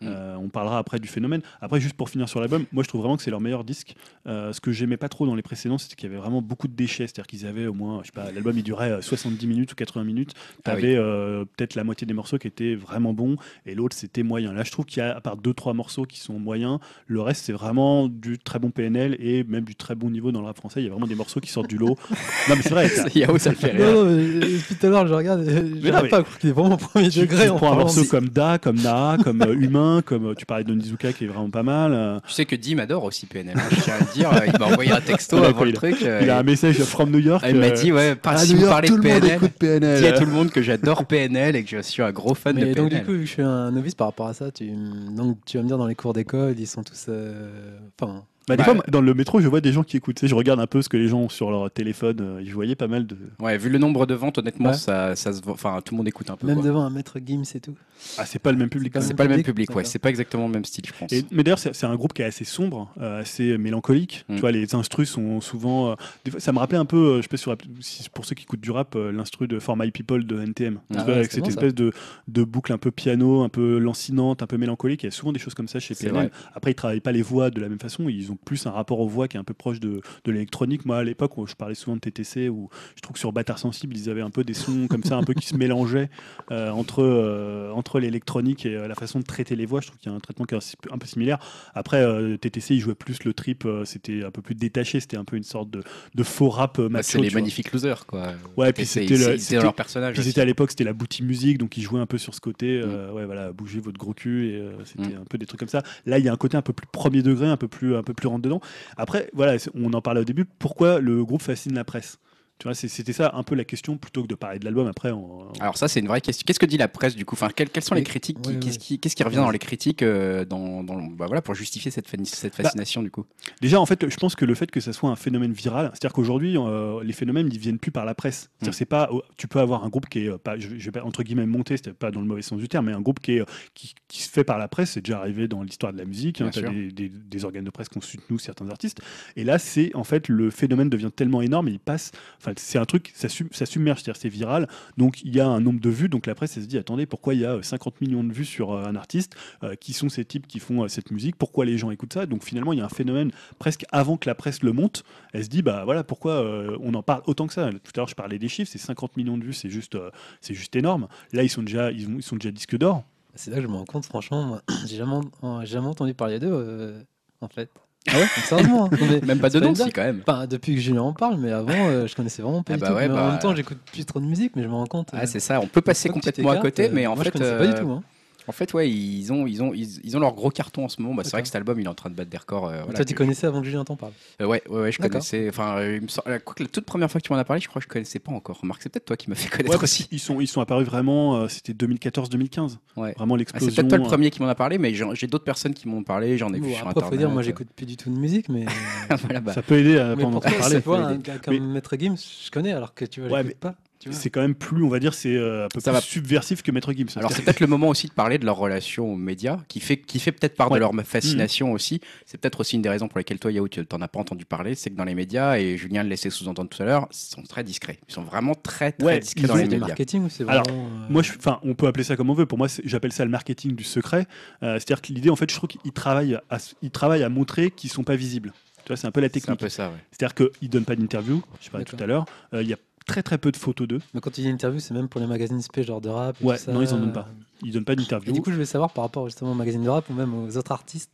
Speaker 1: Mm.
Speaker 2: Euh, on parlera après du phénomène. Après, juste pour finir sur l'album, moi je trouve vraiment que c'est leur meilleur disque. Euh, ce que j'aimais pas trop dans les précédents, c'était qu'il y avait vraiment beaucoup de déchets. C'est-à-dire qu'ils avaient au moins, je sais pas, l'album il durait euh, 70 minutes ou 80 minutes.
Speaker 1: Ah oui.
Speaker 2: T'avais euh, peut-être la moitié des morceaux qui étaient vraiment bons et l'autre c'était moyen. Là, je trouve qu'il y a, à part deux trois morceaux qui sont moyens, le reste c'est vraiment du très bon PNL et même du très bon niveau dans le rap français. Il y a vraiment des morceaux qui sortent du lot. non, mais c'est vrai. t'as-
Speaker 1: Yahoo, ça le fait rire.
Speaker 3: Non, non, mais, euh, depuis tout à l'heure, je regarde, euh,
Speaker 2: non,
Speaker 3: j'arrive
Speaker 2: mais-
Speaker 3: pas à croire qu'il est vraiment au premier
Speaker 2: Tu, tu
Speaker 3: degré. en
Speaker 2: prends un
Speaker 3: parlant
Speaker 2: morceau
Speaker 3: de-
Speaker 2: comme Da, comme Na, comme euh, Humain, comme euh, tu parlais de Nizuka qui est vraiment pas mal. euh,
Speaker 1: Tu sais que Dim adore aussi PNL. hein, Je tiens à le dire, euh, il m'a envoyé un texto
Speaker 2: Voilà,
Speaker 1: avant
Speaker 2: quoi,
Speaker 1: le truc. euh,
Speaker 2: Il a un message from New York.
Speaker 1: ah, il m'a
Speaker 2: euh,
Speaker 1: dit, ouais, par, si vous parlez de PNL, dis à tout le monde que j'adore PNL et que je suis un gros fan
Speaker 3: Mais
Speaker 1: de
Speaker 3: donc
Speaker 1: PNL.
Speaker 3: du coup, vu que je suis un novice par rapport à ça, tu, m- donc, tu vas me dire dans les cours d'école, ils sont tous... euh, Enfin,
Speaker 2: Bah, des
Speaker 1: Bah,
Speaker 2: fois, moi, dans le métro, je vois des gens qui écoutent. Tu sais, Je regarde un peu ce que les gens ont sur leur téléphone. euh, Je voyais pas mal de.
Speaker 1: Ouais, vu le nombre de ventes, honnêtement,
Speaker 3: Ouais.
Speaker 1: ça, ça se vend- Enfin, tout le monde écoute un peu.
Speaker 3: même
Speaker 1: quoi.
Speaker 3: devant un maître Gims et tout.
Speaker 2: Ah, c'est pas le même public.
Speaker 3: pas
Speaker 2: quand
Speaker 3: le
Speaker 1: C'est
Speaker 2: même.
Speaker 1: pas le même
Speaker 3: public,
Speaker 1: public, ouais.
Speaker 3: d'accord.
Speaker 1: C'est pas exactement le même style, je pense.
Speaker 2: Et- mais d'ailleurs, c'est c'est un groupe qui est assez sombre, euh, assez mélancolique.
Speaker 1: Mm.
Speaker 2: Tu vois, les instrus sont souvent. euh, des fois, ça me rappelait un peu, euh, je sais pas sur- si- pour ceux qui écoutent du rap, euh, l'instru de For My People de NTM.
Speaker 1: Ah
Speaker 2: tu vois,
Speaker 3: ouais,
Speaker 2: avec
Speaker 3: c'est
Speaker 2: cette
Speaker 3: bon, ça.
Speaker 2: espèce de, de boucle un peu piano, un peu lancinante, un peu mélancolique. Il y a souvent des choses comme ça chez
Speaker 1: C'est
Speaker 2: PNL.
Speaker 1: vrai.
Speaker 2: Après, ils travaillent pas les voix de la même façon. Ils ont plus un rapport aux voix qui est un peu proche de, de l'électronique. Moi, à l'époque, où je parlais souvent de TTC, où je trouve que sur Bâtard Sensible, ils avaient un peu des sons comme ça, un peu qui se mélangeaient euh, entre, euh, entre l'électronique et euh, la façon de traiter les voix. Je trouve qu'il y a un traitement qui est un, un peu similaire. Après, euh, TTC, ils jouaient plus le trip, euh, c'était un peu plus détaché, c'était un peu une sorte de, de faux rap euh,
Speaker 1: Bah,
Speaker 2: macho.
Speaker 1: c'est les
Speaker 2: tu vois.
Speaker 1: magnifiques losers, quoi.
Speaker 2: Ouais, puis
Speaker 1: Et c'est-
Speaker 2: c'était le-
Speaker 1: c'est-
Speaker 2: c'était-
Speaker 1: c'était leur personnage.
Speaker 2: Puis
Speaker 1: aussi.
Speaker 2: c'était à l'époque, c'était la boutique musique, donc ils jouaient un peu sur ce côté, euh,
Speaker 1: Mm.
Speaker 2: ouais, voilà, bougez votre gros cul, et euh, c'était un peu des trucs comme ça. Là, il y a un côté un peu plus premier degré, un peu plus, un peu plus rentre dedans. Après, voilà, c'est- on en parlait au début, pourquoi le groupe fascine la presse Tu vois, c'est- c'était ça un peu la question, plutôt que de parler de l'album. Après, on, on-
Speaker 1: Alors ça, c'est une vraie question. Qu'est-ce que dit la presse du coup enfin, quelles, quelles sont les
Speaker 3: Oui,
Speaker 1: critiques qui-
Speaker 3: oui, oui.
Speaker 1: Qu'est-ce qui, qu'est-ce qui revient dans les critiques euh, dans, dans- bah, voilà, pour justifier cette, fan- cette
Speaker 2: Bah,
Speaker 1: fascination du coup
Speaker 2: Déjà, en fait, je pense que le fait que ça soit un phénomène viral, c'est-à-dire qu'aujourd'hui, euh, les phénomènes, ils viennent plus par la presse. C'est-à-dire,
Speaker 1: Mm.
Speaker 2: c'est pas, oh, tu peux avoir un groupe qui est euh, pas, je, je vais pas entre guillemets monté, c'est pas dans le mauvais sens du terme, mais un groupe qui est euh, qui, qui se fait par la presse, c'est déjà arrivé dans l'histoire de la musique. hein,
Speaker 1: Bien
Speaker 2: t'as
Speaker 1: sûr.
Speaker 2: des, des- des organes de presse qui ont soutenu certains artistes. Et là, c'est en fait le phénomène devient tellement énorme, il passe, enfin, fait. C'est un truc, ça, sub- ça submerge, c'est-à-dire c'est viral. Donc il y a un nombre de vues, donc la presse elle se dit attendez, pourquoi il y a euh, 50 millions de vues sur euh, un artiste Euh, Qui sont ces types qui font euh, cette musique Pourquoi les gens écoutent ça Donc finalement, il y a un phénomène presque avant que la presse le monte. Elle se dit bah voilà pourquoi euh, on en parle autant que ça. Tout à l'heure, je parlais des chiffres, c'est 50 millions de vues, c'est juste, euh, c'est juste énorme. Là, ils sont déjà, ils, ont- ils sont déjà disque d'or.
Speaker 3: C'est là que je me rends compte, franchement, moi, j'ai jamais, en- j'ai jamais entendu parler d'eux, euh, en fait.
Speaker 1: Ah ouais
Speaker 3: Donc, Sérieusement. hein. Non, mais-
Speaker 1: Même pas
Speaker 3: c'est
Speaker 1: de nom,
Speaker 3: une blague.
Speaker 1: si, quand même.
Speaker 3: Enfin, depuis que Julien en parle, mais avant, euh, je connaissais vraiment pas
Speaker 1: Ah
Speaker 3: du
Speaker 1: bah
Speaker 3: tout.
Speaker 1: ouais,
Speaker 3: mais
Speaker 1: bah,
Speaker 3: en même temps, j'écoute plus trop de musique, mais je me rends compte.
Speaker 1: Ah,
Speaker 3: euh,
Speaker 1: c'est ça, on peut passer
Speaker 3: une fois que tu
Speaker 1: complètement à
Speaker 3: t'écartes,
Speaker 1: côté, mais
Speaker 3: euh,
Speaker 1: en
Speaker 3: moi, je
Speaker 1: fait,
Speaker 3: connaissais pas du
Speaker 1: euh,
Speaker 3: tout. hein.
Speaker 1: en fait, ouais, ils ont, ils ont, ils, ils ont leur gros carton en ce moment. Bah, c'est vrai
Speaker 3: D'accord.
Speaker 1: que cet album, il est en train de battre des records. euh, voilà,
Speaker 3: Toi, tu
Speaker 1: que-
Speaker 3: connaissais avant que Julien t'en parle.
Speaker 1: Euh, ouais, ouais, ouais, je
Speaker 3: D'accord.
Speaker 1: connaissais. Enfin, euh, il me semble- quoique la toute première fois que tu m'en as parlé, je crois que je connaissais pas encore. Remarque, c'est peut-être toi qui m'as fait connaître
Speaker 2: Ouais, parce
Speaker 1: aussi.
Speaker 2: qu'ils sont, ils sont apparus vraiment, euh, c'était 2014-2015.
Speaker 1: Ouais.
Speaker 2: Vraiment
Speaker 1: Ah, c'est
Speaker 2: l'explosion.
Speaker 1: peut-être toi le
Speaker 2: euh,
Speaker 1: premier qui m'en a parlé, mais j'en- j'ai d'autres personnes qui m'ont parlé. J'en ai
Speaker 3: hein. Bon,
Speaker 1: vu sur
Speaker 3: après,
Speaker 1: internet.
Speaker 3: faut dire, moi, j'écoute plus du tout de musique, mais.
Speaker 1: Voilà, bah,
Speaker 2: euh, Ça peut aider à
Speaker 3: mais
Speaker 2: pas en
Speaker 3: pourtant,
Speaker 2: entendre
Speaker 3: tu
Speaker 2: parler.
Speaker 3: vois,
Speaker 2: ça peut
Speaker 3: un
Speaker 2: aider.
Speaker 3: gars comme Maître Gims, je connais, alors que tu vois,
Speaker 2: Ouais,
Speaker 3: j'écoute pas. tu vois.
Speaker 2: C'est quand même plus, on va dire, c'est euh, un peu
Speaker 1: Ça
Speaker 2: plus
Speaker 1: va.
Speaker 2: subversif que Maître Gims.
Speaker 1: Alors c'est peut-être le moment aussi de parler de leur relation aux médias, qui fait, qui fait peut-être part
Speaker 2: Ouais.
Speaker 1: de leur fascination
Speaker 3: Mmh.
Speaker 1: aussi. C'est peut-être aussi une des raisons pour lesquelles toi, Yahoo, tu t'en as pas entendu parler, c'est que dans les médias, et Julien le laissait sous-entendre tout à l'heure, ils sont très discrets. Ils sont vraiment très très
Speaker 2: Ouais,
Speaker 1: discrets
Speaker 3: Ils
Speaker 1: dans les
Speaker 3: font du
Speaker 1: médias.
Speaker 3: marketing ou c'est
Speaker 2: Alors,
Speaker 3: vraiment. euh,
Speaker 2: Moi, je- enfin, on peut appeler ça comme on veut. Pour moi, c'est- j'appelle ça le marketing du secret. Euh, C'est-à-dire que l'idée, en fait, je trouve qu'ils travaillent à, s- ils travaillent à montrer qu'ils sont pas visibles. Tu vois, c'est un peu la
Speaker 1: C'est un
Speaker 2: technique.
Speaker 1: peu ça, ouais.
Speaker 2: C'est-à-dire qu'ils donnent pas d'interview. Je parlais tout
Speaker 3: D'accord.
Speaker 2: à l'heure. Euh, Il y a très très peu de photos d'eux.
Speaker 3: Mais quand tu dis interview, c'est même pour les magazines spé, genre de rap. et
Speaker 2: Ouais,
Speaker 3: tout ça.
Speaker 2: non, ils en donnent pas. Ils donnent pas
Speaker 3: Et
Speaker 2: d'interview.
Speaker 3: du coup, je voulais savoir par rapport justement aux magazines de rap ou même aux autres artistes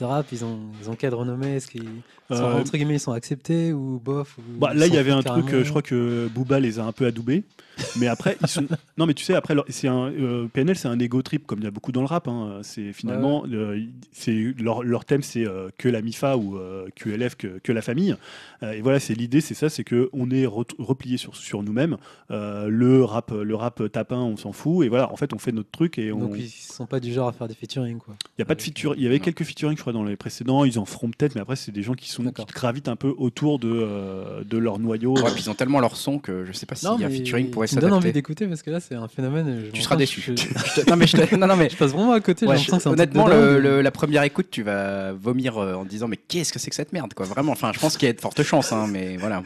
Speaker 3: de rap, ils ont, ils ont quelle renommée Est-ce qu'ils sont-
Speaker 2: Euh,
Speaker 3: entre guillemets ils sont acceptés ou bof ou
Speaker 2: Bah,
Speaker 3: ils
Speaker 2: là, il y
Speaker 3: s'en
Speaker 2: avait un
Speaker 3: foutent
Speaker 2: truc, euh, je
Speaker 3: carrément
Speaker 2: crois que Booba les a un peu adoubés. Mais après, ils sont. Non, mais tu sais, après, leur- c'est un, euh, PNL, c'est un ego trip, comme il y a beaucoup dans le rap. hein. C'est finalement. euh, c'est leur, leur thème, c'est euh, que la MIFA ou euh, QLF, que, que la famille. Euh, et voilà, c'est l'idée, c'est ça, c'est qu'on est re- replié sur, sur nous-mêmes. Euh, le, rap, le rap tapin, on s'en fout. Et voilà, en fait, on fait notre truc et on.
Speaker 3: Donc ils sont pas du genre à faire des featuring quoi.
Speaker 2: Il y a pas de feature. Il y avait
Speaker 1: Non.
Speaker 2: quelques featuring, je crois, dans les précédents. Ils en feront peut-être, mais après, c'est des gens qui sont qui
Speaker 3: D'accord.
Speaker 2: gravitent un peu autour de, euh, de leur noyau.
Speaker 1: Ouais, puis ils ont tellement leur son que je sais pas si
Speaker 3: Non,
Speaker 1: un
Speaker 3: mais
Speaker 1: featuring pourrait
Speaker 3: tu me donnes envie
Speaker 1: s'adapter.
Speaker 3: d'écouter parce que là c'est un phénomène. je
Speaker 1: Tu
Speaker 3: m'en
Speaker 1: seras
Speaker 3: rends compte,
Speaker 1: déçu.
Speaker 3: Je, je
Speaker 1: Je te- non mais je te- non, non, mais
Speaker 3: passe vraiment à côté. j'ai
Speaker 1: Ouais,
Speaker 3: l'impression que c'est un truc de
Speaker 1: honnêtement, le,
Speaker 3: dingue.
Speaker 1: le- la première écoute, tu vas vomir euh, en disant mais qu'est-ce que c'est que cette merde quoi Vraiment, enfin, je pense qu'il y a de fortes chances, hein, mais voilà,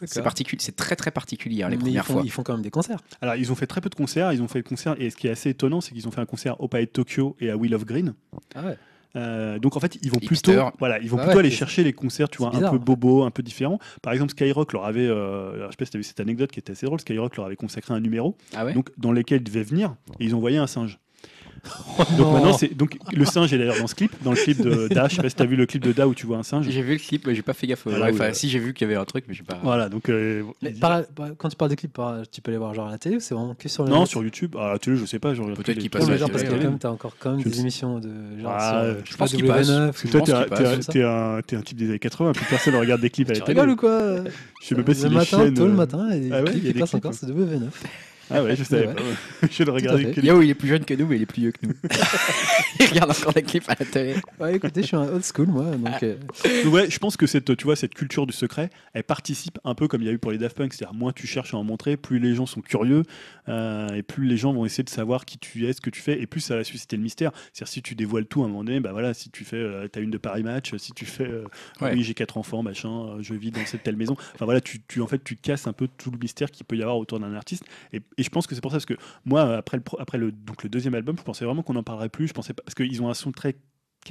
Speaker 1: c'est
Speaker 3: D'accord.
Speaker 1: particulier, c'est très très particulier hein, les
Speaker 3: Mais ils
Speaker 1: premières
Speaker 3: font,
Speaker 1: fois.
Speaker 3: ils font quand même des concerts.
Speaker 2: Alors, ils ont fait très peu de concerts. Ils ont fait le concert, et ce qui est assez étonnant, c'est qu'ils ont fait un concert au Palais de Tokyo et à Will of Green.
Speaker 3: Ah ouais.
Speaker 2: Euh, donc en fait, ils vont
Speaker 1: Hipster.
Speaker 2: plutôt, voilà, ils vont
Speaker 3: Ah
Speaker 2: plutôt
Speaker 3: ouais,
Speaker 2: aller
Speaker 3: c'est-
Speaker 2: chercher les concerts, tu vois,
Speaker 3: c'est
Speaker 2: un
Speaker 3: bizarre,
Speaker 2: peu
Speaker 3: hein.
Speaker 2: bobo, un peu différent. Par exemple, Skyrock leur avait, euh, alors, je sais pas si t'as vu cette anecdote qui était assez drôle. Skyrock leur avait consacré un numéro,
Speaker 1: Ah ouais
Speaker 2: donc dans lequel ils devaient venir, et ils ont envoyé un singe. Donc maintenant, c'est donc le singe est d'ailleurs dans ce clip, dans le clip de Da. Je sais pas si t'as vu le clip de Da où tu vois un singe.
Speaker 1: J'ai vu le clip, mais j'ai pas fait gaffe.
Speaker 2: Voilà,
Speaker 1: Ouais,
Speaker 2: oui,
Speaker 1: enfin,
Speaker 2: euh,
Speaker 1: si j'ai vu qu'il y avait un truc, mais j'ai pas.
Speaker 2: Voilà, donc euh,
Speaker 3: Mais
Speaker 2: ils-
Speaker 3: par- par- quand tu parles de clips, par- tu peux les voir genre à la télé ou c'est vraiment que sur le
Speaker 2: non
Speaker 3: net
Speaker 2: sur YouTube. Ah, tu sais, je sais pas, je regarde
Speaker 1: Peut-être
Speaker 2: plus
Speaker 1: qu'ils
Speaker 2: les-
Speaker 1: passent
Speaker 3: Non,
Speaker 1: à
Speaker 3: mais
Speaker 1: la
Speaker 3: genre parce
Speaker 1: télé,
Speaker 3: que
Speaker 1: ouais.
Speaker 3: quand même t'as encore quand même
Speaker 2: Je
Speaker 3: des
Speaker 2: sais-
Speaker 3: émissions de genre
Speaker 2: Ah, je
Speaker 3: sur, sais
Speaker 1: pense
Speaker 3: pas,
Speaker 1: qu'ils passent.
Speaker 3: W9
Speaker 2: Parce que
Speaker 3: ou-
Speaker 2: toi,
Speaker 1: Je
Speaker 2: t'es
Speaker 1: pense
Speaker 2: un,
Speaker 1: qu'il
Speaker 2: t'es un-
Speaker 3: passe.
Speaker 2: t'es un- t'es un type des années 80, plus personne ne regarde des clips à la
Speaker 1: Tu
Speaker 3: Tu
Speaker 2: télé.
Speaker 3: rigoles ou quoi
Speaker 2: Je sais même pas
Speaker 3: Le
Speaker 2: si les
Speaker 3: matin,
Speaker 2: chaînes,
Speaker 3: tôt
Speaker 2: euh,
Speaker 3: le matin, et
Speaker 2: ah ouais, il y a
Speaker 3: qui
Speaker 2: des
Speaker 3: passe
Speaker 2: clips,
Speaker 3: encore, c'est W9.
Speaker 2: Ah ouais, je savais
Speaker 3: Ouais.
Speaker 2: pas. ouais. Je ne regardais
Speaker 3: fait.
Speaker 2: que les
Speaker 1: Yao, il est plus jeune que nous, mais il est plus vieux que nous. il regarde encore les clips à la télé.
Speaker 3: Ouais, écoutez, je suis un old school, moi,
Speaker 1: Ah.
Speaker 3: donc euh,
Speaker 2: Donc ouais, je pense que cette, tu vois, cette culture du secret, elle participe un peu comme il y a eu pour les Daft Punk, c'est-à-dire moins tu cherches à en montrer, plus les gens sont curieux euh, et plus les gens vont essayer de savoir qui tu es, ce que tu fais, et plus ça va susciter le mystère. C'est-à-dire si tu dévoiles tout à un moment donné, bah voilà, si tu fais euh, ta une de Paris Match, si tu fais euh,
Speaker 1: Ouais.
Speaker 2: oui j'ai quatre enfants, machin, euh, je vis dans cette telle maison, enfin voilà, tu, tu en fait tu casses un peu tout le mystère qu'il peut y avoir autour d'un artiste. Et, et je pense que c'est pour ça parce que moi après le pro- après le donc le deuxième album, je pensais vraiment qu'on en parlerait plus, je pensais pas, parce qu'ils ont un son très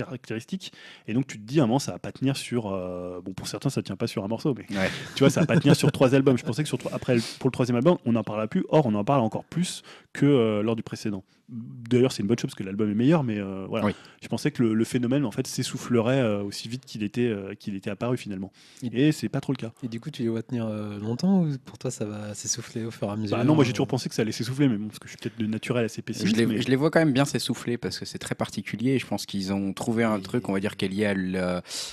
Speaker 2: caractéristique et donc tu te dis à un moment ça va pas tenir sur euh, bon pour certains ça tient pas sur un morceau mais
Speaker 1: Ouais.
Speaker 2: tu vois ça va pas tenir sur trois albums je pensais que sur trois- après pour le troisième album on n'en parlera plus or on en parle encore plus que euh, lors du précédent d'ailleurs c'est une bonne chose parce que l'album est meilleur mais euh, voilà
Speaker 1: Oui.
Speaker 2: je pensais que le, le phénomène en fait s'essoufflerait euh, aussi vite qu'il était euh, qu'il était apparu finalement
Speaker 3: Il-
Speaker 2: et c'est pas trop le cas
Speaker 3: et du coup, tu les vois tenir euh, longtemps ou pour toi, ça va s'essouffler au fur et à mesure
Speaker 2: Bah non moi j'ai toujours pensé que ça allait s'essouffler mais bon parce que je suis peut-être de naturel assez
Speaker 1: Je
Speaker 2: pessimiste
Speaker 1: les,
Speaker 2: mais-
Speaker 1: je les vois quand même bien s'essouffler parce que c'est très particulier. et Je pense qu'ils ont trouvé un
Speaker 3: Et-
Speaker 1: truc, on va dire, qui est lié à le-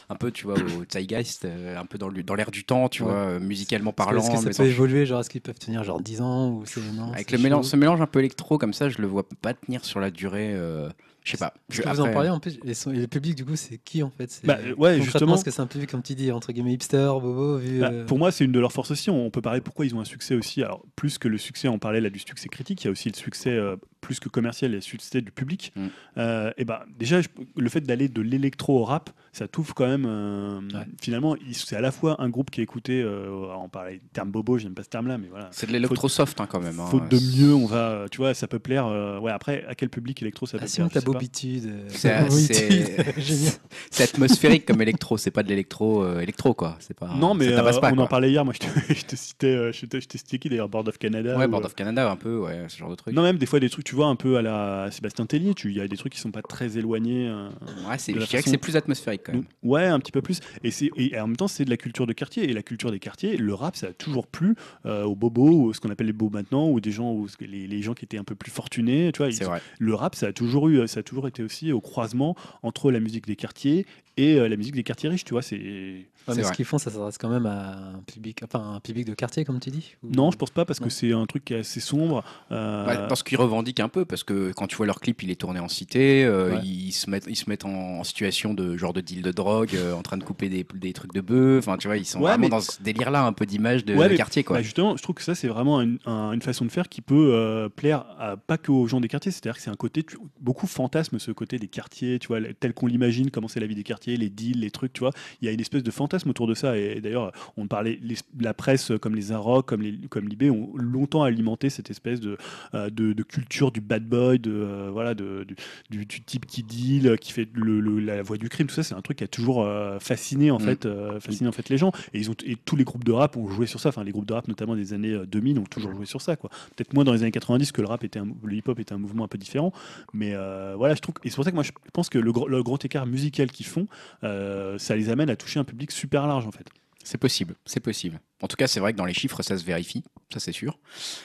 Speaker 1: un peu, tu vois, au zeitgeist, euh, un peu dans le- dans l'air du temps, tu
Speaker 3: Ouais.
Speaker 1: vois, euh, musicalement
Speaker 3: Parce que-
Speaker 1: parlant.
Speaker 3: Est-ce que
Speaker 1: mais
Speaker 3: ça
Speaker 1: en-
Speaker 3: peut évoluer Genre, est-ce qu'ils peuvent tenir genre 10 ans ou c'est non
Speaker 1: Avec
Speaker 3: c'est
Speaker 1: le mélange,
Speaker 3: chaud
Speaker 1: ce mélange un peu électro comme ça, je le vois pas tenir sur la durée. euh, Je sais pas.
Speaker 3: Parce
Speaker 1: Je-
Speaker 3: que Vous en
Speaker 1: après- euh,
Speaker 3: parlez en plus, et, son- et le public du coup, c'est qui en fait C'est-
Speaker 2: euh, Bah, euh, ouais,
Speaker 3: Concrètement,
Speaker 2: justement.
Speaker 3: Parce que c'est un public, comme tu dis, entre guillemets hipster, bobo, vu.
Speaker 2: Bah,
Speaker 3: euh,
Speaker 2: pour moi, c'est une de leurs forces aussi. On peut parler pourquoi ils ont un succès aussi. Alors, plus que le succès, on parlait là du succès critique, il y a aussi le succès euh, plus que commercial et le succès du public.
Speaker 1: Mm.
Speaker 2: Euh, et bah, déjà, je- le fait d'aller de l'électro au rap, ça t'ouvre quand même. euh,
Speaker 3: Ouais.
Speaker 2: Finalement, il- c'est à la fois un groupe qui est écouté, euh, on parlait terme bobo, j'aime pas ce terme-là, mais voilà.
Speaker 1: C'est de l'électro-soft hein, quand même. hein.
Speaker 2: Faute de mieux, on va, euh, tu vois, ça peut plaire. euh, ouais, après, à quel public électro
Speaker 1: Ah,
Speaker 2: ça peut
Speaker 3: Assume
Speaker 2: plaire je
Speaker 3: ah, ta
Speaker 2: sais pas.
Speaker 3: bobitude. euh,
Speaker 1: C'est-
Speaker 3: ta bobitude.
Speaker 1: c'est-
Speaker 3: Génial.
Speaker 1: C'est atmosphérique comme électro, c'est pas de l'électro euh, électro quoi. C'est pas.
Speaker 2: Non, mais
Speaker 1: Ah, ça tabasse
Speaker 2: euh,
Speaker 1: pas,
Speaker 2: on en
Speaker 1: quoi.
Speaker 2: parlait hier. Moi, je te, je te citais, euh, je te- je t'ai cité qui d'ailleurs, Board of Canada.
Speaker 1: Ouais,
Speaker 2: ou,
Speaker 1: Board of Canada un peu, ouais, ce genre de truc.
Speaker 2: euh, Non, même des fois, des trucs, tu vois, un peu à la Sébastien Tellier, tu- il y a des trucs qui sont pas très éloignés. euh,
Speaker 1: Ouais, c'est-
Speaker 2: de la
Speaker 1: je dirais que
Speaker 2: façon-
Speaker 1: c'est plus atmosphérique quand même.
Speaker 2: donc, ouais, un petit peu plus. Et, c'est- et en même temps, c'est de la culture de quartier. Et la culture des quartiers, le rap, ça a toujours plu euh, aux bobos, ou ce qu'on appelle les bobos maintenant, ou des gens, ou ce que- les, les gens qui étaient un peu plus fortunés. Tu vois, ils-
Speaker 1: C'est vrai.
Speaker 2: le rap, ça a toujours eu, ça a toujours été aussi au croisement entre la musique des quartiers et euh, la musique des quartiers riches. Tu vois, c'est
Speaker 3: Ouais,
Speaker 1: C'est
Speaker 3: mais ce
Speaker 1: vrai.
Speaker 3: qu'ils font, ça s'adresse quand même à un public, enfin un public de quartier, comme tu dis. ou-
Speaker 2: non, je pense pas parce que
Speaker 3: Non.
Speaker 2: c'est un truc qui est assez sombre. euh,
Speaker 1: Ouais, parce qu'ils revendiquent un peu, parce que quand tu vois leur clip, il est tourné en cité, euh,
Speaker 2: Ouais.
Speaker 1: ils se mettent, ils se mettent en, en situation de genre de deal de drogue, euh, en train de couper des, des trucs de bœuf. Enfin, tu vois, ils sont
Speaker 2: Ouais,
Speaker 1: vraiment
Speaker 2: mais-
Speaker 1: dans ce délire-là, un peu d'image de,
Speaker 2: Ouais,
Speaker 1: de
Speaker 2: mais-
Speaker 1: quartier quoi.
Speaker 2: Bah, justement, je trouve que ça, c'est vraiment une, un- une façon de faire qui peut euh, plaire à, pas que aux gens des quartiers. C'est-à-dire que c'est un côté, tu- beaucoup fantasme ce côté des quartiers, tu vois, le- tel qu'on l'imagine, comment c'est la vie des quartiers, les deals, les trucs, tu vois. Il y a une espèce de fantasme autour de ça. Et, d'ailleurs, on parlait, les- la presse, euh, comme les Arocs, comme, les, comme l'IB, ont longtemps alimenté cette espèce de, euh, de, de culture du bad boy, de, euh, voilà, de, du, du- du type qui deal, euh, qui fait le, le- la, voix du crime. Tout ça, c'est un truc qui a toujours euh, fasciné, en
Speaker 1: Mm.
Speaker 2: fait, euh, fasciné en fait les gens. Et, ils ont, et tous les groupes de rap ont joué sur ça. Enfin, les groupes de rap, notamment des années euh, 2000, ont toujours joué sur ça. quoi. Peut-être moins dans les années 90 que le rap était un, le hip-hop était un mouvement un peu différent. Mais euh, voilà, je trouve. Et c'est pour ça que moi, je pense que le, gr- le grand écart musical qu'ils font, euh, ça les amène à toucher un public super large, en fait.
Speaker 1: C'est possible, c'est possible. En tout cas, c'est vrai que dans les chiffres, ça se vérifie, ça c'est sûr.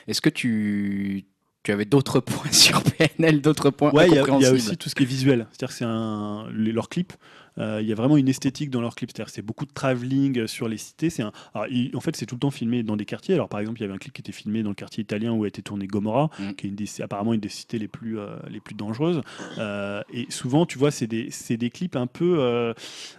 Speaker 1: Est-ce que tu, tu avais d'autres points sur PNL, d'autres points
Speaker 2: Ouais, il y a- il y, a
Speaker 1: incompréhensibles
Speaker 2: aussi tout ce qui est visuel. C'est-à-dire que c'est un, les- leurs clips. euh, Il y a vraiment une esthétique dans leurs clips. C'est-à-dire que c'est beaucoup de travelling euh, sur les cités. C'est un, alors, il- en fait, c'est tout le temps filmé dans des quartiers. Alors, par exemple, il y avait un clip qui était filmé dans le quartier italien où a été tourné Gomorra,
Speaker 1: Mm.
Speaker 2: qui est une des- apparemment une des cités les plus, euh, les plus dangereuses. Euh, et souvent, tu vois, c'est des, c'est des clips un peu, euh,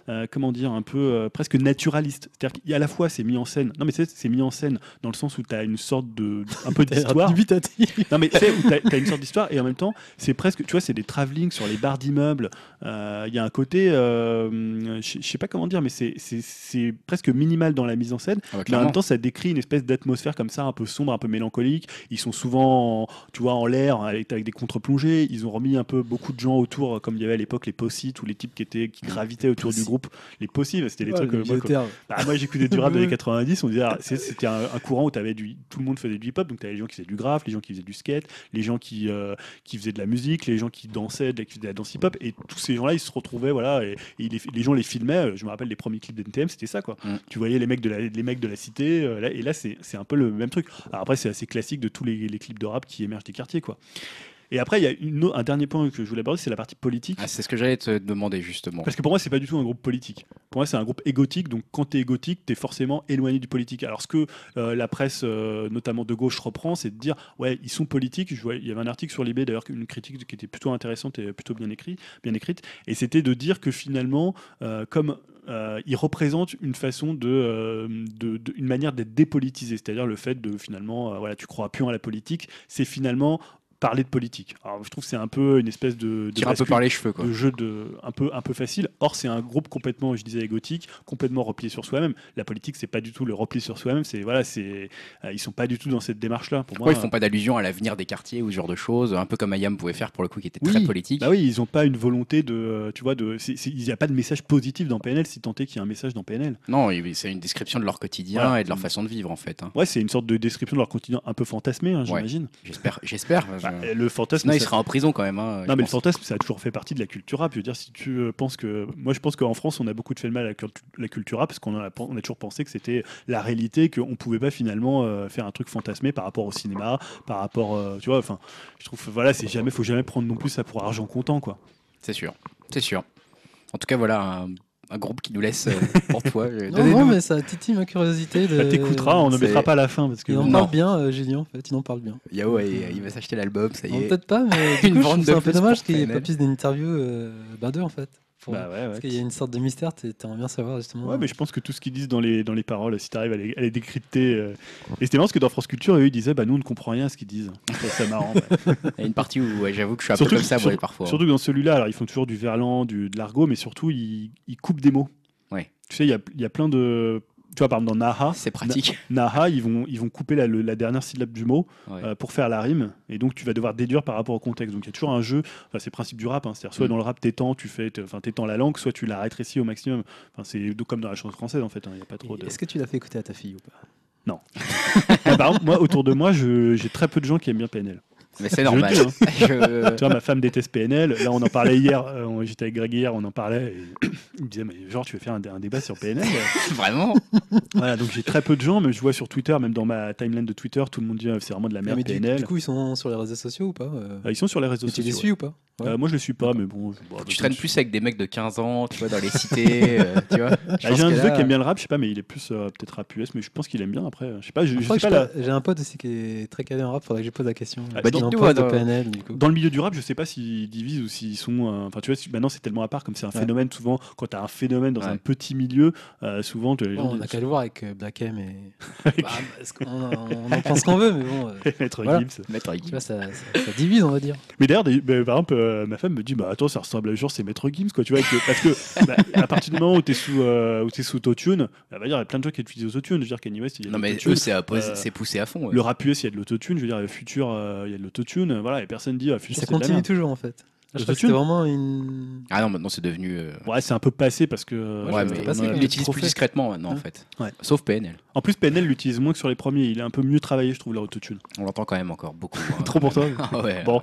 Speaker 2: euh, comment dire, un peu euh, presque naturalistes. C'est-à-dire qu'à la fois, c'est mis en scène. Non, mais c'est c'est mis en scène dans le sens où tu as une sorte de. un peu d'histoire. Non mais tu sais, où t'as t'as une sorte d'histoire et en même temps c'est presque, tu vois, c'est des travelling sur les barres d'immeubles. Euh, Il y a un côté, euh, je je sais pas comment dire, mais c'est- c'est c'est presque minimal dans la mise en scène.
Speaker 1: Ah bah,
Speaker 2: Mais en
Speaker 1: clairement.
Speaker 2: même temps, ça décrit une espèce d'atmosphère comme ça, un peu sombre, un peu mélancolique. Ils sont souvent, en- tu vois, en l'air, avec, avec des contre-plongées. Ils ont remis un peu beaucoup de gens autour, comme il y avait à l'époque les possites ou les types qui étaient qui gravitaient autour du
Speaker 3: Possites.
Speaker 2: groupe. Les possibles, c'était des
Speaker 3: Ouais,
Speaker 2: trucs.
Speaker 3: le
Speaker 2: euh, moi,
Speaker 3: vieux
Speaker 2: quand-
Speaker 3: terme.
Speaker 2: bah, moi j'écoutais du rap des années 90, on disait ah, c'est- c'était un, un courant où avais du, tout le monde faisait du hip-hop, donc t'avais les gens qui faisaient du graphe, les gens qui faisaient du skate, les gens qui, euh, qui faisaient de la musique, les gens qui dansaient, de- qui faisaient de la danse hip-hop, et tous ces gens-là ils se retrouvaient, voilà, et, et ils les, les gens les filmaient, euh, je me rappelle les premiers clips d'NTM, c'était ça quoi.
Speaker 1: Mm.
Speaker 2: Tu voyais les mecs de la, les mecs de la cité, euh, là, et là c'est c'est un peu le même truc. Alors après c'est assez classique de tous les, les clips de rap qui émergent des quartiers quoi. Et après il y a une au- un dernier point que je voulais aborder, c'est la partie politique.
Speaker 1: Ah, c'est ce que j'allais te demander justement.
Speaker 2: Parce que pour moi, c'est pas du tout un groupe politique. Pour moi, c'est un groupe égotique. Donc, quand t'es égotique, t'es forcément éloigné du politique. Alors, ce que euh, la presse, euh, notamment de gauche, reprend, c'est de dire ouais, ils sont politiques. Je vois, il y avait un article sur Libé, d'ailleurs, une critique qui était plutôt intéressante et plutôt bien, écrit, bien écrite. Et c'était de dire que finalement, euh, comme. euh, ils représentent une façon de, euh, de- de- une manière d'être dépolitisé, c'est-à-dire le fait de finalement, euh, voilà, tu crois plus en la politique, c'est finalement parler de politique. Alors je trouve que c'est un peu une espèce de, de
Speaker 1: Tire un peu
Speaker 2: bascule
Speaker 1: par les cheveux quoi.
Speaker 2: de jeu de, un, peu, un peu facile. Or, c'est un groupe complètement, je disais, égotique, complètement replié sur soi-même. La politique, c'est pas du tout le repli sur soi-même. C'est voilà, c'est euh, ils sont pas du tout dans cette démarche-là. Pour moi,
Speaker 1: Pourquoi ils font pas d'allusion à l'avenir des quartiers ou ce genre de choses, un peu comme Ayam pouvait faire pour le coup, qui était très
Speaker 2: Oui,
Speaker 1: politique.
Speaker 2: Bah oui, ils ont pas une volonté de, euh, tu vois, de, c'est- c'est- il n'y a pas de message positif dans PNL si tant est qu'il y a un message dans PNL.
Speaker 1: Non, il- c'est une description de leur quotidien
Speaker 2: Voilà.
Speaker 1: et de leur façon de vivre en fait. hein.
Speaker 2: Ouais, c'est une sorte de description de leur continent un peu fantasmé, hein, j'imagine.
Speaker 1: J'espère, j'espère. parce que-
Speaker 2: Bah, le fantasme,
Speaker 1: Sinon, il
Speaker 2: ça-
Speaker 1: sera en prison quand même. hein,
Speaker 2: Non,
Speaker 1: je
Speaker 2: mais le
Speaker 1: pense.
Speaker 2: fantasme, ça a toujours fait partie de la culture rap. Je veux dire, si tu euh, penses que. Moi, je pense qu'en France, on a beaucoup de fait de mal à la, cultu- la culture rap parce qu'on a, on a toujours pensé que c'était la réalité, qu'on pouvait pas finalement euh, faire un truc fantasmé par rapport au cinéma, par rapport. euh, tu vois, enfin, je trouve. Voilà, c'est jamais. Faut jamais prendre non plus ça pour argent comptant, quoi.
Speaker 1: C'est sûr, c'est sûr. En tout cas, voilà un, un groupe qui nous laisse euh, pour toi. euh,
Speaker 3: Non,
Speaker 1: donnez-nous-
Speaker 3: non, mais ça titille ma curiosité. De...
Speaker 2: Bah, T'écouteras, on ne
Speaker 1: c'est-
Speaker 2: mettra pas à la fin parce que
Speaker 3: Il en
Speaker 1: Non.
Speaker 3: parle bien, euh, Julien, en fait. Il en parle bien.
Speaker 1: Yao, il,
Speaker 2: Euh,
Speaker 1: il va s'acheter l'album, ça y
Speaker 3: Non,
Speaker 1: est.
Speaker 3: Peut-être pas, mais du
Speaker 1: Une
Speaker 3: coup, je
Speaker 1: vente
Speaker 3: trouve
Speaker 1: de
Speaker 3: ça un peu
Speaker 1: plus pour
Speaker 3: dommage qu'il n'y ait
Speaker 1: PNL.
Speaker 3: pas plus d'interview euh, ben deux, en fait. pour-
Speaker 2: Bah ouais, ouais.
Speaker 3: Parce qu'il y a une sorte de mystère, t'es- t'aimerais bien savoir justement.
Speaker 2: Ouais, mais je pense que tout ce qu'ils disent dans les, dans les paroles, si t'arrives à, les- à les décrypter. euh, Et c'était marrant parce que dans France Culture, eux, ils disaient Bah, nous, on ne comprend rien à ce qu'ils disent. Ça, C'est marrant. ouais.
Speaker 1: Il y a une partie où ouais, j'avoue que je suis un
Speaker 2: Surtout
Speaker 1: peu comme
Speaker 2: que-
Speaker 1: ça, moi,
Speaker 2: surtout-
Speaker 1: parfois.
Speaker 2: Surtout que dans celui-là, alors ils font toujours du verlan, du, de l'argot, mais surtout, ils, ils coupent des mots.
Speaker 1: Ouais.
Speaker 2: Tu sais, il y a, il y a plein de. Tu vois, par exemple, dans Naha,
Speaker 1: hein. C'est pratique.
Speaker 2: Naha, ils vont, ils vont couper la, le- la dernière syllabe du mot
Speaker 1: Ouais.
Speaker 2: euh, pour faire la rime. Et donc, tu vas devoir déduire par rapport au contexte. Donc, il y a toujours un jeu. Enfin, c'est le principe du rap. hein. C'est-à-dire, soit
Speaker 1: Mm.
Speaker 2: dans le rap, t'étends, tu fais, t'es- enfin, t'étends la langue, soit tu la rétrécis au maximum. Enfin, c'est comme dans la chanson française, en fait. hein. Il n'y a pas trop de.
Speaker 3: Est-ce que tu l'as fait écouter à ta fille ou pas
Speaker 2: Ah, par exemple, moi, autour de moi, je- j'ai très peu de gens qui aiment bien PNL.
Speaker 1: Mais c'est normal.
Speaker 2: Je hein. le dis,
Speaker 1: Je-
Speaker 2: Tu vois, ma femme déteste PNL. Là, on en parlait hier. euh, on- J'étais avec Greg hier, on en parlait. et il me disait, mais genre, tu veux faire un, dé- un débat sur PNL
Speaker 1: Vraiment
Speaker 2: Voilà, donc j'ai très peu de gens, mais je vois sur Twitter, même dans ma timeline de Twitter, tout le monde dit, euh, c'est vraiment de la
Speaker 3: Ah,
Speaker 2: merde
Speaker 3: mais du,
Speaker 2: PNL.
Speaker 3: du coup, ils sont sur les réseaux sociaux ou pas euh,
Speaker 2: Euh, ils sont sur les réseaux
Speaker 3: et Tu
Speaker 2: sociaux.
Speaker 3: les suis ou pas
Speaker 2: ouais. Euh, moi, je le suis pas, mais bon. je- bon, bah,
Speaker 1: Tu traînes plus avec des mecs de 15 ans, tu vois, dans les cités, euh, tu vois. Je
Speaker 2: Ah,
Speaker 1: pense
Speaker 2: j'ai un
Speaker 1: que
Speaker 2: neveu
Speaker 1: là-
Speaker 2: qui aime bien le rap, je sais pas, mais il est plus euh, peut-être rap US, mais je pense qu'il aime bien après. Je sais pas, je,
Speaker 3: Je
Speaker 2: je
Speaker 3: crois
Speaker 2: sais
Speaker 3: que
Speaker 2: pas. la-
Speaker 3: je pa- J'ai un pote aussi qui est très calé en rap, faudrait que je pose la question.
Speaker 2: Bah,
Speaker 3: Qu'est-ce qu'il en
Speaker 1: dites-nous,
Speaker 3: pense de
Speaker 1: alors.
Speaker 3: PNL du coup.
Speaker 2: Dans le milieu du rap, je sais pas s'ils divisent ou s'ils sont. euh, Enfin, tu vois, si- maintenant c'est tellement à part, comme c'est un
Speaker 3: Ouais.
Speaker 2: phénomène, souvent, quand t'as un phénomène dans
Speaker 1: Ouais.
Speaker 2: un petit milieu, euh, souvent, tu- les gens
Speaker 3: Bon, Oh, on a
Speaker 2: disent-
Speaker 3: qu'à le voir avec euh, Black M et. Bah, parce qu'on- on, en pense qu'on veut, mais bon, euh,
Speaker 2: Maître
Speaker 3: Voilà.
Speaker 2: Gims.
Speaker 1: Maître
Speaker 3: tu
Speaker 1: Gims.
Speaker 3: vois, ça, ça- ça divise, on va dire.
Speaker 2: Mais d'ailleurs, des- bah, par exemple, euh, ma femme me dit, bah attends, ça ressemble à genre, c'est Maître Gims, quoi, tu vois, avec le- parce que bah, à partir du moment où t'es sous, euh, où t'es sous autotune, bah, va dire, il y a plein de gens qui utilisent autotune, je veux dire, Kanye West, il y a de
Speaker 1: Non, mais
Speaker 2: l'autotune.
Speaker 1: eux, c'est à pos-
Speaker 2: Euh,
Speaker 1: c'est poussé à fond. ouais.
Speaker 2: Le rap US, il y a de l'autotune, je veux dire, Futur, euh, il y a de l'autotune, voilà, et personne dit, ah, Futur,
Speaker 3: Ça
Speaker 2: c'est de la
Speaker 3: continue
Speaker 2: merde.
Speaker 3: toujours en fait. Je crois que
Speaker 2: L'autotune
Speaker 3: c'était vraiment une.
Speaker 1: Ah non, maintenant c'est devenu. euh,
Speaker 2: Ouais, c'est un peu passé parce que. euh,
Speaker 1: Ouais,
Speaker 2: on a-
Speaker 1: mais
Speaker 3: c'était passé,
Speaker 2: on a
Speaker 3: quoi.
Speaker 1: il
Speaker 3: Il
Speaker 1: l'utilise
Speaker 2: trop
Speaker 1: plus
Speaker 2: fait.
Speaker 1: discrètement maintenant, en fait.
Speaker 2: Hein Ouais.
Speaker 1: Sauf PNL.
Speaker 2: En plus, PNL l'utilise moins que sur les premiers, il est un peu mieux travaillé, je trouve, l'autotune.
Speaker 1: On l'entend quand même encore beaucoup. hein.
Speaker 2: Trop pour toi
Speaker 1: Ah ouais.
Speaker 2: Bon.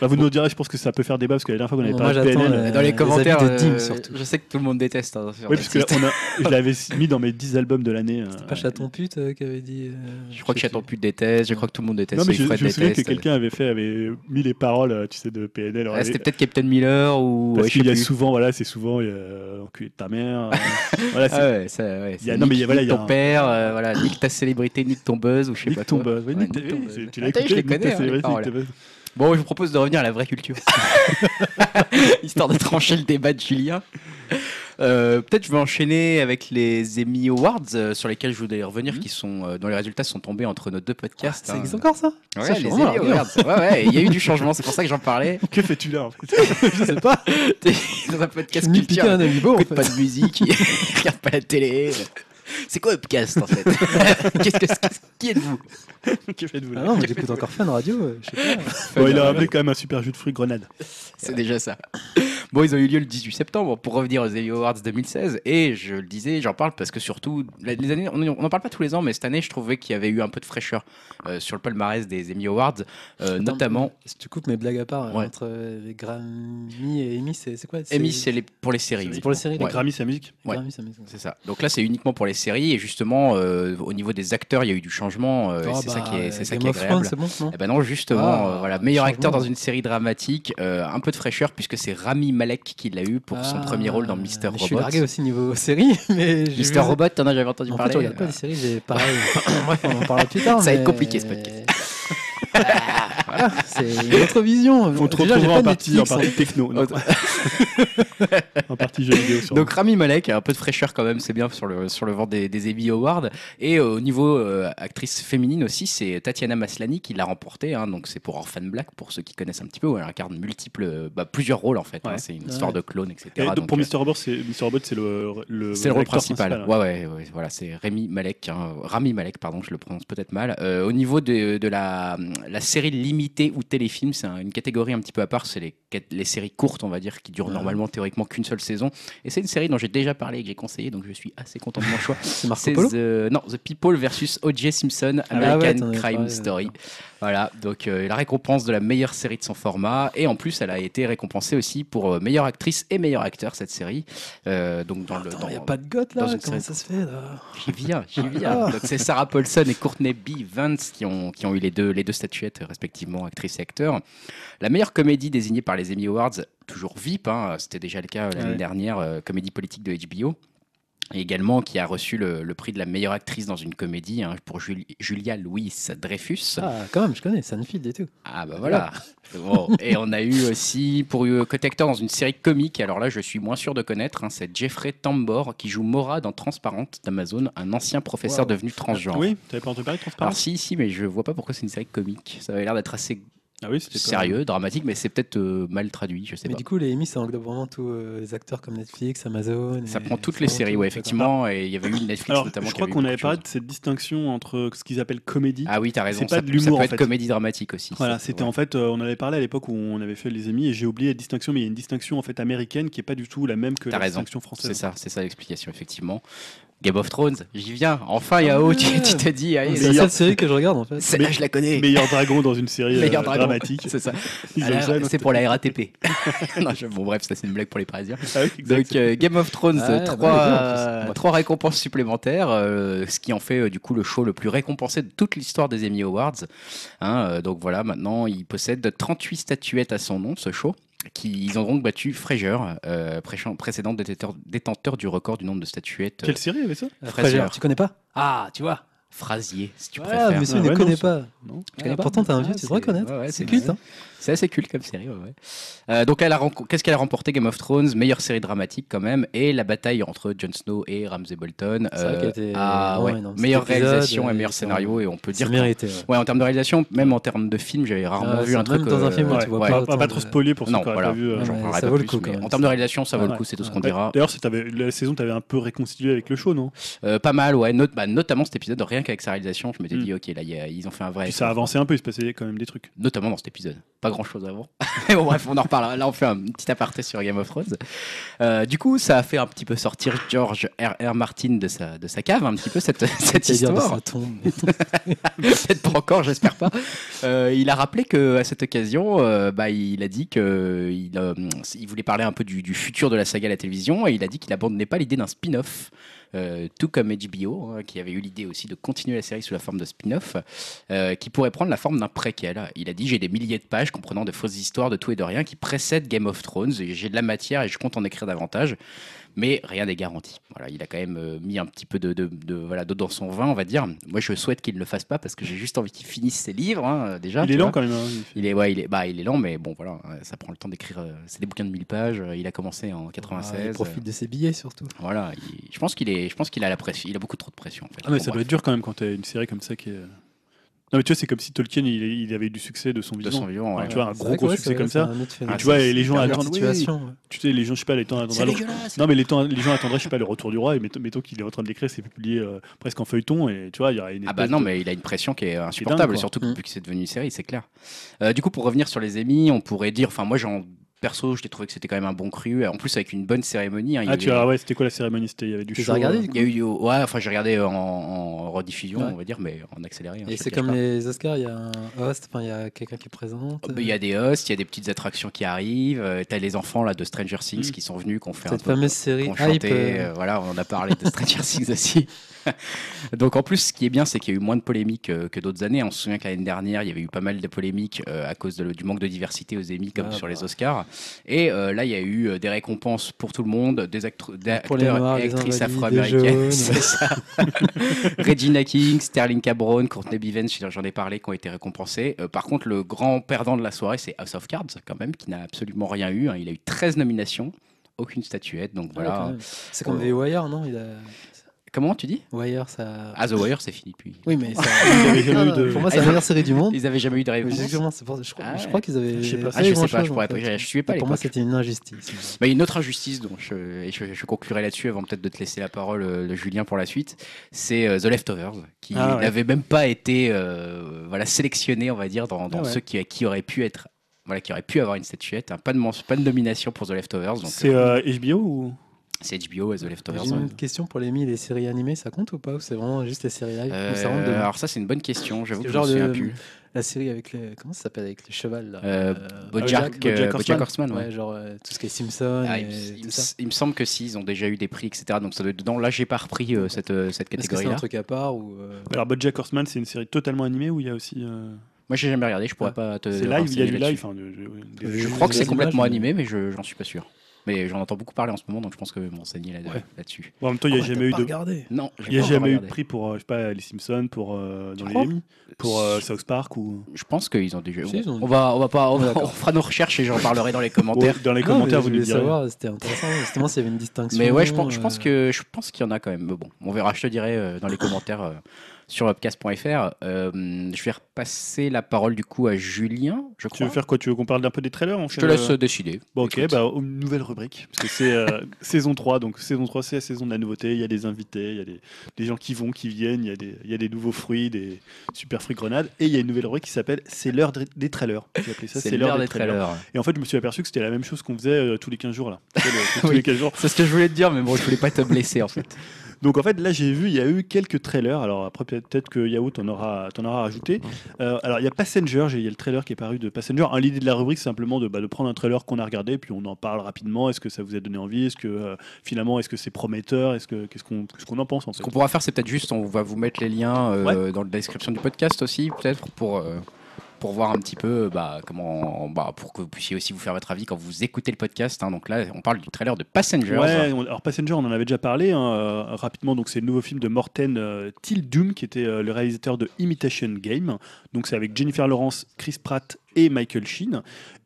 Speaker 2: Bah, vous nous direz, je pense que ça peut faire débat parce que la dernière fois qu'on avait
Speaker 3: Moi,
Speaker 2: parlé de
Speaker 3: j'attends,
Speaker 2: PNL.
Speaker 3: euh,
Speaker 1: Dans les
Speaker 3: avis
Speaker 1: commentaires,
Speaker 3: de Dim,
Speaker 1: euh,
Speaker 3: surtout.
Speaker 1: je sais que tout le monde déteste. hein, sur
Speaker 2: Oui,
Speaker 1: les
Speaker 2: parce que là,
Speaker 1: sites.
Speaker 2: on a, je l'avais mis dans mes 10 albums de l'année. euh,
Speaker 3: C'est pas Chaton Pute euh, qui avait dit. euh,
Speaker 1: Je crois que Chaton plus déteste, je crois que tout le monde déteste.
Speaker 2: Non, mais je,
Speaker 1: Soyfred
Speaker 2: je me souviens que
Speaker 1: déteste.
Speaker 2: quelqu'un avait fait, avait mis les paroles, euh, tu sais, de PNL.
Speaker 1: Ouais,
Speaker 2: alors,
Speaker 1: C'était
Speaker 2: avait-
Speaker 1: peut-être Captain Miller ou.
Speaker 2: parce
Speaker 1: ouais, je
Speaker 2: qu'il y
Speaker 1: sais
Speaker 2: a
Speaker 1: plus.
Speaker 2: souvent, voilà, c'est souvent, euh, enculé de ta mère. euh, voilà, c'est
Speaker 1: Ah ouais, ça, ouais.
Speaker 2: Il y a-
Speaker 1: c'est
Speaker 2: non, mais il y a-
Speaker 1: nique-
Speaker 2: voilà,
Speaker 1: nique
Speaker 2: il y a
Speaker 1: ton
Speaker 2: un-
Speaker 1: père, euh, voilà, nique ta célébrité, nique ton buzz ou je sais
Speaker 2: Nick
Speaker 1: pas
Speaker 2: ton
Speaker 1: quoi.
Speaker 2: buzz. Ouais,
Speaker 1: Ouais,
Speaker 2: Nick-
Speaker 1: nick ton
Speaker 2: oui,
Speaker 1: buzz.
Speaker 2: c'est- Tu l'as
Speaker 1: Attends, je
Speaker 2: écouté,
Speaker 1: les
Speaker 2: Nick,
Speaker 1: connais,
Speaker 2: ta
Speaker 1: hein, les
Speaker 2: célébrité,
Speaker 1: paroles.
Speaker 2: Nick, ta-
Speaker 1: Bon, je vous propose de revenir à la vraie culture, histoire de trancher le débat de Julien. Euh, Peut-être je vais enchaîner avec les Emmy Awards euh, sur lesquels je voulais revenir, qui sont euh, dont les résultats sont tombés entre nos deux
Speaker 2: Ah,
Speaker 1: podcasts.
Speaker 3: Ça
Speaker 1: hein.
Speaker 3: existe Ah, encore ça
Speaker 1: Ouais,
Speaker 3: Ça, je
Speaker 1: les
Speaker 3: suis vraiment
Speaker 1: Emmy
Speaker 3: là.
Speaker 1: Awards. Ouais, ouais, il y a eu du changement, c'est pour ça que j'en parlais.
Speaker 2: Que fais-tu là, en fait
Speaker 3: Je sais pas.
Speaker 1: Dans un
Speaker 3: Je
Speaker 1: podcast
Speaker 3: me piquais
Speaker 1: culture,
Speaker 3: un amiibo en
Speaker 1: écoute pas
Speaker 3: fait.
Speaker 1: de musique, regarde pas la télé. C'est quoi Upcast en fait Qu'est-ce que qu'est-ce- qui êtes-vous
Speaker 2: Que faites-vous
Speaker 3: Ah
Speaker 2: là
Speaker 3: non, mais j'écoute encore Fun Radio, euh, je sais pas.
Speaker 2: Bon, Il a ramené quand même un super jus de fruits grenade.
Speaker 1: C'est déjà ça. Bon, ils ont eu lieu le 18 septembre pour revenir aux Emmy Awards 2016. Et je le disais, j'en parle parce que surtout, la- les années, on n'en parle pas tous les ans, mais cette année, je trouvais qu'il y avait eu un peu de fraîcheur euh, sur le palmarès des Emmy Awards, euh, notamment.
Speaker 3: Si tu coupes mes blagues à part euh,
Speaker 1: Ouais.
Speaker 3: entre euh, les Grammy et Emmy, c'est c'est quoi
Speaker 1: Emmy, c'est les- pour les séries.
Speaker 3: C'est
Speaker 1: uniquement.
Speaker 3: pour les séries, les
Speaker 1: Ouais.
Speaker 3: Grammy.
Speaker 2: Grammy, sa musique.
Speaker 1: ouais.
Speaker 3: Grammy, ça m'étonne.
Speaker 1: C'est ça. Donc là, c'est uniquement pour les séries. Et justement, euh, au niveau des acteurs, il y a eu du changement. euh, et
Speaker 3: Ah
Speaker 1: c'est ça
Speaker 3: bah,
Speaker 1: qui est, c'est ça
Speaker 3: Game
Speaker 1: qui est
Speaker 3: of Thrones,
Speaker 1: agréable.
Speaker 3: c'est bon, non
Speaker 1: Eh ben non, justement,
Speaker 3: Ah,
Speaker 1: euh, voilà, meilleur acteur
Speaker 3: changement.
Speaker 1: dans une série dramatique, euh, un peu de fraîcheur puisque c'est Rami Malek qui l'a eu pour son
Speaker 3: Ah,
Speaker 1: premier rôle dans
Speaker 3: mais
Speaker 1: Mister
Speaker 3: Je suis
Speaker 1: Robot.
Speaker 3: largué aussi niveau série, mais j'ai
Speaker 1: Mister
Speaker 3: vu-
Speaker 1: Robot, t'en as jamais entendu
Speaker 3: En fait,
Speaker 1: parler
Speaker 3: je regarde pas les séries, j'ai pareil. Bref, on en parlera plus tard.
Speaker 1: Ça va
Speaker 3: mais-
Speaker 1: être compliqué, ce podcast.
Speaker 3: Voilà, c'est une autre vision.
Speaker 2: On te
Speaker 3: Déjà, j'ai
Speaker 2: retrouvera
Speaker 3: pas
Speaker 2: en partie, en
Speaker 3: Netflix, hein.
Speaker 2: partie techno. non. En partie jeu vidéo. sûrement.
Speaker 1: Euh, Donc Rami Malek, un peu de fraîcheur quand même, c'est bien sur le, sur le vent des, des Emmy Awards. Et euh, au niveau euh, actrice féminine aussi, c'est Tatiana Maslany qui l'a remporté. hein. donc c'est pour Orphan Black, pour ceux qui connaissent un petit peu, où elle incarne multiples, euh, bah, plusieurs rôles en fait. hein.
Speaker 2: Ouais.
Speaker 1: c'est une
Speaker 3: Ouais.
Speaker 1: histoire de clone, etc.
Speaker 2: Et donc,
Speaker 1: Donc,
Speaker 2: pour
Speaker 1: euh,
Speaker 2: Mr. Robot, c'est Mr. Robot, c'est le,
Speaker 3: euh,
Speaker 2: le,
Speaker 1: C'est le rôle
Speaker 2: l'acteur
Speaker 1: principal.
Speaker 2: ouais.
Speaker 1: Ouais,
Speaker 3: hein.
Speaker 1: ouais, ouais, voilà, c'est Rémi Malek, hein, Rami Malek, pardon, je le prononce peut-être mal. Euh, au niveau de, de la, la série limitée ou téléfilm, c'est un- une catégorie un petit peu à part. C'est les, cat- les séries courtes, on va dire, qui durent
Speaker 3: Ouais.
Speaker 1: normalement théoriquement qu'une seule saison. Et c'est une série dont j'ai déjà parlé et que j'ai conseillé, donc je suis assez content de mon choix.
Speaker 3: C'est Marco
Speaker 1: c'est
Speaker 3: Polo Ah
Speaker 1: The, non, The People versus O.J. Simpson,
Speaker 3: ouais,
Speaker 1: American
Speaker 3: t'en avais
Speaker 1: Crime
Speaker 3: parlé,
Speaker 1: Story.
Speaker 3: d'accord.
Speaker 1: Voilà, donc euh, la récompense de la meilleure série de son format. Et en plus, elle a été récompensée aussi pour euh, meilleure actrice et meilleur acteur, cette série. Euh, donc dans le.
Speaker 3: Ah, Attends,
Speaker 1: dans-
Speaker 3: y a pas de goth
Speaker 1: dans
Speaker 3: là,
Speaker 1: une
Speaker 3: comment
Speaker 1: série.
Speaker 3: ça se fait là
Speaker 1: J'y viens, j'y viens. Donc c'est Sarah Paulson et Courtney B. Vance qui ont, qui ont eu les deux, les deux statuettes euh, respectivement notamment actrice et acteur. La meilleure comédie désignée par les Emmy Awards, toujours VIP, hein, c'était déjà le cas euh, l'année
Speaker 2: Ouais.
Speaker 1: dernière, euh, comédie politique de HBO. Et également qui a reçu le, le prix de la meilleure actrice dans une comédie hein, pour Jul- Julia Louis Dreyfus.
Speaker 3: Ah, quand même, je connais Sunfield et tout.
Speaker 1: Ah bah voilà. Bon, et on a eu aussi pour euh, côté acteur dans une série comique. Alors là, je suis moins sûr de connaître. hein, c'est Jeffrey Tambor qui joue Mora dans Transparente d'Amazon, un ancien professeur
Speaker 3: Wow.
Speaker 1: devenu transgenre.
Speaker 2: Oui, t'avais pas entendu parler de
Speaker 1: Alors
Speaker 2: transparence
Speaker 1: si, si, mais je vois pas pourquoi c'est une série comique. Ça avait l'air d'être assez
Speaker 2: Ah oui, c'était pas-
Speaker 1: sérieux, dramatique, mais c'est peut-être euh, mal traduit. Je sais
Speaker 3: Mais
Speaker 1: pas.
Speaker 3: du coup, les Emmy, ça englobe vraiment tous euh, les acteurs comme Netflix, Amazon.
Speaker 1: Ça
Speaker 3: et-
Speaker 1: prend toutes
Speaker 3: ça
Speaker 1: les
Speaker 3: prend
Speaker 1: séries,
Speaker 3: tout,
Speaker 1: ouais,
Speaker 3: d'accord.
Speaker 1: effectivement. Et il y avait eu Netflix
Speaker 2: Alors,
Speaker 1: notamment.
Speaker 2: je
Speaker 1: qui
Speaker 2: crois
Speaker 1: avait eu
Speaker 2: qu'on
Speaker 1: beaucoup
Speaker 2: avait
Speaker 1: de
Speaker 2: parlé
Speaker 1: choses.
Speaker 2: de cette distinction entre ce qu'ils appellent comédie.
Speaker 1: Ah oui, t'as raison.
Speaker 2: C'est pas
Speaker 1: ça,
Speaker 2: de
Speaker 1: ça
Speaker 2: l'humour,
Speaker 1: peut
Speaker 2: en
Speaker 1: être
Speaker 2: fait.
Speaker 1: comédie dramatique aussi.
Speaker 2: Voilà,
Speaker 1: ça,
Speaker 2: c'était
Speaker 1: ouais.
Speaker 2: en fait, euh, on avait parlé à l'époque où on avait fait les émis et j'ai oublié la distinction, mais il y a une distinction en fait américaine qui est pas du tout la même que
Speaker 1: T'as
Speaker 2: la
Speaker 1: raison,
Speaker 2: distinction
Speaker 1: C'est
Speaker 2: française.
Speaker 1: ça, c'est ça l'explication, effectivement. Game of Thrones, j'y viens. Enfin, Yao, tu
Speaker 3: Ouais.
Speaker 1: tu t'es dit, allez,
Speaker 3: C'est la
Speaker 1: ça,
Speaker 3: seule série que je regarde en fait.
Speaker 1: celle-là, je la connais.
Speaker 2: Meilleur dragon dans une série euh,
Speaker 1: Meilleur dragon.
Speaker 2: dramatique.
Speaker 1: C'est ça.
Speaker 2: Ils
Speaker 1: Alors,
Speaker 2: aiment ça, non
Speaker 1: C'est pour la RATP. Non, je- Bon, bref, ça, c'est une blague pour les Parisiens.
Speaker 2: Ah oui, exact.
Speaker 1: Donc, euh, Game of Thrones,
Speaker 3: Ouais, bah,
Speaker 1: trois,
Speaker 3: les deux, en plus.
Speaker 1: euh, trois récompenses supplémentaires, euh, ce qui en fait euh, du coup le show le plus récompensé de toute l'histoire des Emmy Awards. Hein, euh, donc voilà, maintenant il possède 38 statuettes à son nom, ce show. Qui, ils ont donc battu Fraser, euh, pré- précédent détenteur, détenteur du record du nombre de statuettes.
Speaker 2: Quelle série avait ça
Speaker 3: Euh,
Speaker 1: Frasier.
Speaker 3: Frasier, tu connais pas
Speaker 1: Ah, tu vois, Frasier, si tu
Speaker 3: Ah,
Speaker 1: préfères.
Speaker 3: monsieur
Speaker 2: Ah
Speaker 3: ne
Speaker 2: ouais,
Speaker 3: connaît
Speaker 2: non,
Speaker 3: pas.
Speaker 2: Non.
Speaker 3: Tu connais pas Pourtant, t'es un vieux, tu devrais connaître. c'est culte. Hein.
Speaker 1: C'est assez culte comme série, ouais, ouais. Euh, donc, elle a renco- qu'est-ce qu'elle a remporté Game of Thrones Meilleure série dramatique, quand même. Et la bataille entre Jon Snow et Ramsay Bolton.
Speaker 3: C'est vrai
Speaker 1: euh,
Speaker 3: qu'elle était
Speaker 1: ah,
Speaker 3: vraiment
Speaker 1: ouais.
Speaker 3: énorme, cet
Speaker 1: Meilleure
Speaker 3: épisode,
Speaker 1: réalisation
Speaker 3: euh,
Speaker 1: et meilleur
Speaker 3: ils sont-
Speaker 1: scénario. Et on peut
Speaker 3: C'est
Speaker 1: dire. qu'en-
Speaker 3: mérité. ouais.
Speaker 1: Ouais, en termes de réalisation, même en termes de film, j'avais rarement
Speaker 3: Ah,
Speaker 1: vu
Speaker 3: ça,
Speaker 1: un truc. euh,
Speaker 3: même dans un film,
Speaker 2: Ouais,
Speaker 3: tu vois
Speaker 1: ouais.
Speaker 2: on va
Speaker 3: autant
Speaker 2: pas, pas
Speaker 3: de-
Speaker 2: trop spoiler pour ceux
Speaker 1: Non,
Speaker 2: qui n'auraient
Speaker 1: voilà.
Speaker 2: pas vu. euh,
Speaker 1: J'en
Speaker 3: Ouais,
Speaker 1: parlerai
Speaker 3: ça
Speaker 1: pas
Speaker 3: vaut le
Speaker 1: plus,
Speaker 3: coup, quand
Speaker 1: mais
Speaker 3: même,
Speaker 1: en
Speaker 3: ça
Speaker 1: termes de réalisation, ça vaut le
Speaker 2: Ouais.
Speaker 1: coup, c'est tout ce
Speaker 3: Ouais.
Speaker 1: qu'on dira.
Speaker 2: D'ailleurs, c'est- t'avais- la saison, t'avais un peu réconcilié avec le show, non
Speaker 1: Euh, pas mal, ouais. Not- bah, notamment cet épisode, rien qu'avec sa réalisation, je m'étais
Speaker 2: Mm.
Speaker 1: dit, ok, là, il y a- ils ont fait un vrai.
Speaker 2: Puis ça avançait un peu, il se passait quand même des trucs.
Speaker 1: notamment dans cet épisode. Pas grand chose avant. Mais bon, bref, on en reparlera. Là, on fait un petit aparté sur Game of Thrones. Euh, du coup, ça a fait un petit peu sortir George R. R. Martin de sa, de sa cave, un petit peu cette, cette
Speaker 3: J'allais dire de
Speaker 1: histoire.
Speaker 3: sa tombe.
Speaker 1: Peut-être pas encore, j'espère pas. Euh, il a rappelé que à cette occasion, euh, bah, il a dit que il, euh, il voulait parler un peu du, du futur de la saga à la télévision et il a dit qu'il abandonnait pas l'idée d'un spin-off. euh, tout comme HBO, hein, qui avait eu l'idée aussi de continuer la série sous la forme de spin-off, euh, qui pourrait prendre la forme d'un préquel. Il a dit J'ai des milliers de pages comprenant de fausses histoires de tout et de rien qui précèdent Game of Thrones, et j'ai de la matière et je compte en écrire davantage mais rien n'est garanti. Voilà, il a quand même euh, mis un petit peu de, de- de- voilà d'eau dans son vin, on va dire. Moi, je souhaite qu'il ne le fasse pas parce que j'ai juste envie qu'il finisse ses livres hein, euh, déjà.
Speaker 2: il
Speaker 1: tu
Speaker 2: est lent
Speaker 1: vois.
Speaker 2: quand même. hein, il fait-
Speaker 1: Il est ouais, il est bah, il est lent, mais bon voilà, euh, ça prend le temps d'écrire. euh, C'est des bouquins de 1000 pages. euh, Il a commencé en
Speaker 3: Ah,
Speaker 1: 96.
Speaker 3: Il
Speaker 1: euh,
Speaker 3: profite de ses billets surtout.
Speaker 1: voilà, il- je pense qu'il est, je pense qu'il a la pression. Il a beaucoup trop de pression. En fait.
Speaker 2: Ah, mais
Speaker 1: Bon,
Speaker 2: ça
Speaker 1: bref.
Speaker 2: doit être dur quand même quand t'as une série comme ça qui est. Non, mais tu vois, c'est comme si Tolkien, il, il avait eu du succès de son
Speaker 1: de
Speaker 2: vivant.
Speaker 1: son vivant.
Speaker 2: Enfin,
Speaker 1: ouais.
Speaker 2: tu vois, un
Speaker 3: C'est
Speaker 2: gros,
Speaker 3: vrai que
Speaker 2: gros
Speaker 3: ouais,
Speaker 2: succès
Speaker 3: c'est-
Speaker 2: comme
Speaker 3: c'est
Speaker 2: ça.
Speaker 3: un autre phénomène.
Speaker 2: tu vois,
Speaker 1: c'est-
Speaker 2: et les gens
Speaker 1: c'est une
Speaker 2: attendent. oui,
Speaker 3: situation. ouais.
Speaker 2: tu sais, les gens, je sais pas, les gens
Speaker 1: C'est
Speaker 2: attendraient. le-
Speaker 1: dégueulasse.
Speaker 2: Non, mais les, temps- les gens attendraient, je sais pas, le retour du roi. Et mettons, mettons qu'il est en train de l'écrire, c'est publié euh, presque en feuilleton. Et tu vois, il y aura une.
Speaker 1: Ah bah
Speaker 2: espèce
Speaker 1: non,
Speaker 2: de-
Speaker 1: mais il a une pression qui est insupportable,
Speaker 2: quoi.
Speaker 1: surtout que
Speaker 3: Mm.
Speaker 1: depuis que c'est devenu une série, c'est clair. Euh, du coup, pour revenir sur les émis, on pourrait dire, enfin moi j'en perso, je t'ai trouvé que c'était quand même un bon cru, en plus avec une bonne cérémonie. hein, il y
Speaker 2: Ah, tu
Speaker 1: avait-
Speaker 2: vois, ouais, c'était quoi la cérémonie C'était, il y avait du
Speaker 3: Tu les
Speaker 2: show.
Speaker 3: as regardés,
Speaker 2: euh,
Speaker 3: du
Speaker 1: Il y a eu, ouais, enfin j'ai regardé en, en rediffusion,
Speaker 3: Ouais.
Speaker 1: on va dire, mais en accéléré. hein, je
Speaker 3: Et
Speaker 1: te
Speaker 3: c'est
Speaker 1: le cache
Speaker 3: comme
Speaker 1: pas. Oh,
Speaker 3: les Oscars, il y a un host, enfin il y a quelqu'un qui présente.
Speaker 1: Mais Il y a des hosts, il y a des petites attractions qui arrivent. euh, T'as les enfants là de Stranger Things
Speaker 2: Mm.
Speaker 1: qui sont venus, qui ont fait un
Speaker 3: Cette
Speaker 1: peu
Speaker 3: fameuse série
Speaker 1: qu'on
Speaker 3: hype.
Speaker 1: chantait,
Speaker 3: euh,
Speaker 1: euh, voilà, on en a parlé de Stranger Things aussi. Donc en plus, ce qui est bien, c'est qu'il y a eu moins de polémiques euh, que d'autres années. On se souvient que l'année dernière, il y avait eu pas mal de polémiques euh, à cause de- du manque de diversité aux Emmy comme
Speaker 3: Ah
Speaker 1: sur
Speaker 3: bah.
Speaker 1: les Oscars. Et euh, là, il y a eu euh, des récompenses pour tout le monde, des, actro- des
Speaker 3: Pour les
Speaker 1: acteurs
Speaker 3: Noirs,
Speaker 1: et
Speaker 3: les
Speaker 1: actrices
Speaker 3: Invalides, les
Speaker 1: afro-américaines.
Speaker 3: Jaunes.
Speaker 1: C'est ça. Regina King, Sterling Cabron, Courtney Bivens, j'en ai parlé, qui ont été récompensés. Euh, par contre, le grand perdant de la soirée, c'est House of Cards, quand même, qui n'a absolument rien eu. hein. Il a eu 13 nominations, aucune statuette. Donc
Speaker 3: ouais, quand
Speaker 1: voilà.
Speaker 3: même. C'est comme des Wire, non Il a...
Speaker 1: Comment tu dis
Speaker 3: Wire, ça.
Speaker 1: Ah, The Wire, c'est fini depuis.
Speaker 3: Oui, mais ça...
Speaker 2: Il y avait jamais
Speaker 3: Non,
Speaker 2: eu
Speaker 3: non,
Speaker 1: Ah,
Speaker 2: de.
Speaker 3: Pour moi, c'est la meilleure série du monde.
Speaker 1: Ils avaient jamais eu de
Speaker 3: Mais
Speaker 1: réponse.
Speaker 3: Justement, c'est pour... je, crois...
Speaker 1: Ah
Speaker 3: je
Speaker 1: ouais.
Speaker 3: crois qu'ils avaient.
Speaker 2: Je sais pas.
Speaker 1: Ah, je sais pas,
Speaker 3: grand-chose,
Speaker 1: je pourrais
Speaker 3: en
Speaker 1: pas,
Speaker 3: fait.
Speaker 1: je suivais pas à
Speaker 3: Pour moi,
Speaker 1: l'époque. Bah,
Speaker 3: c'était une injustice.
Speaker 1: Mais une autre injustice, dont je, et je, je conclurai là-dessus avant peut-être de te laisser la parole, euh, Julien, pour la suite, c'est euh, The Leftovers, qui
Speaker 2: Ah ouais.
Speaker 1: n'avait même pas été euh, voilà, sélectionné, on va dire, dans, dans
Speaker 2: Ah ouais.
Speaker 1: ceux qui, qui auraient pu être. Voilà, qui auraient pu avoir une statuette, hein. pas, de mens- pas de nomination pour The Leftovers. donc,
Speaker 2: C'est
Speaker 1: euh,
Speaker 2: euh, HBO ou
Speaker 1: c'est HBO et The
Speaker 3: J'ai
Speaker 1: Leftovers. ouais.
Speaker 3: une question pour les mille, les séries animées, ça compte ou pas Ou c'est vraiment juste les séries live
Speaker 1: Euh,
Speaker 3: Ou ça rentre dedans
Speaker 1: alors ça c'est une bonne question, j'avoue
Speaker 3: C'est
Speaker 1: que je
Speaker 3: le
Speaker 1: me
Speaker 3: genre
Speaker 1: souviens
Speaker 3: de-
Speaker 1: plus.
Speaker 3: La série avec le. Comment ça s'appelle Avec le cheval là
Speaker 1: Euh, Bojack,
Speaker 2: Bojack-
Speaker 1: euh,
Speaker 2: Bojack
Speaker 1: Bojack
Speaker 2: Horseman.
Speaker 1: Horseman, ouais.
Speaker 3: Ouais, genre euh, tout ce qui est Simpson
Speaker 1: Ah, il, me-
Speaker 3: et
Speaker 1: il me-
Speaker 3: tout ça.
Speaker 1: il me semble que si, ils ont déjà eu des prix, etc. Donc ça doit être dedans. Là, j'ai pas repris euh, cette, euh, cette
Speaker 3: Est-ce que c'est
Speaker 1: catégorie-là.
Speaker 3: un truc à part ou euh,
Speaker 2: Alors, Bojack Horseman, c'est une série totalement animée où il y a aussi. euh,
Speaker 1: Moi, j'ai jamais regardé, je pourrais
Speaker 2: Ah.
Speaker 1: pas te.
Speaker 2: C'est live, il y
Speaker 1: renseigner
Speaker 2: a du live.
Speaker 1: là-dessus.
Speaker 2: enfin, de- de-
Speaker 3: Euh,
Speaker 2: des-
Speaker 1: Je
Speaker 2: des-
Speaker 1: crois que
Speaker 2: des
Speaker 1: c'est
Speaker 2: images,
Speaker 1: complètement
Speaker 2: mais-
Speaker 1: animé, mais je j'en suis pas sûr. Mais j'en entends beaucoup parler en ce moment, donc je pense que je vais me renseigner là-
Speaker 2: Ouais.
Speaker 1: là-dessus.
Speaker 2: Bon, en même temps, il
Speaker 3: Oh,
Speaker 2: n'y a
Speaker 4: Quoi,
Speaker 2: jamais eu
Speaker 4: t'as pas
Speaker 2: de.
Speaker 4: regardé
Speaker 1: Non, j'ai
Speaker 2: Il n'y a
Speaker 1: pas encore
Speaker 2: jamais eu de
Speaker 1: regardé.
Speaker 2: prix pour, euh, je sais pas, les Simpsons, pour euh, dans les
Speaker 1: crois
Speaker 2: Emmy, pour euh, South Park ou.
Speaker 1: Je pense qu'ils ont déjà.
Speaker 3: Si, ils ont-
Speaker 1: on va, on va pas, on, va-
Speaker 3: Ouais, d'accord.
Speaker 1: on fera nos recherches et j'en parlerai dans les commentaires.
Speaker 2: Ou Dans les
Speaker 3: Non,
Speaker 2: commentaires,
Speaker 3: mais
Speaker 2: vous
Speaker 3: je
Speaker 2: nous
Speaker 3: voulais
Speaker 2: direz.
Speaker 3: savoir, c'était intéressant, justement, s'il y avait une distinction.
Speaker 1: Mais ouais, je pense, je pense que
Speaker 3: euh,
Speaker 1: je pense qu'il y en a quand même. Mais bon, on verra. Je te dirai euh, dans les commentaires euh, sur upcast.fr. Euh, je vais repasser la parole du coup à Julien. Je
Speaker 2: Tu
Speaker 1: crois.
Speaker 2: veux faire quoi Tu veux qu'on parle d'un peu des trailers on
Speaker 1: Je
Speaker 2: fait
Speaker 1: te
Speaker 2: euh, le-
Speaker 1: laisse euh, décider.
Speaker 2: Bon, ok,
Speaker 1: Écoute.
Speaker 2: bah, une nouvelle rubrique, parce que c'est euh, saison 3, donc saison 3 c'est la saison de la nouveauté, il y a des invités, il y a des, des gens qui vont, qui viennent, il y, a des, il y a des nouveaux fruits, des super fruits grenades, et il y a une nouvelle rubrique qui s'appelle C'est l'heure des des trailers. J'ai appelé ça
Speaker 1: c'est l'heure des trailers.
Speaker 2: Et en fait, je me suis aperçu que c'était la même chose qu'on faisait euh, tous les 15 jours là. Tu sais, le- tous
Speaker 1: Oui.
Speaker 2: les 15 jours.
Speaker 1: C'est ce que je voulais te dire, mais bon, je voulais pas te blesser en fait.
Speaker 2: Donc en fait, là j'ai vu, il y a eu quelques trailers, alors après peut-être peut-être que Yahoo t'en aura, t'en aura rajouté. Euh, alors il y a Passenger, j'ai- il y a le trailer qui est paru de Passenger. Hein, L'idée de la rubrique c'est simplement de, bah, de prendre un trailer qu'on a regardé, puis on en parle rapidement. Est-ce que ça vous a donné envie Est-ce que euh, finalement, est-ce que c'est prometteur Est-ce que qu'est-ce qu'on qu'est-ce qu'on en pense en
Speaker 1: Ce
Speaker 2: fait
Speaker 1: qu'on pourra faire, c'est peut-être juste, on va vous mettre les liens euh, dans la description du podcast aussi, peut-être pour. euh, pour voir un petit peu euh, bah, comment bah, pour que vous puissiez aussi vous faire votre avis quand vous écoutez le podcast hein. donc là on parle du trailer de Passengers
Speaker 2: Ouais, on- alors Passenger, on en avait déjà parlé hein, euh, rapidement. Donc c'est le nouveau film de Morten euh, Tildum, qui était euh, le réalisateur de Imitation Game. Donc c'est avec Jennifer Lawrence, Chris Pratt et Michael Sheen.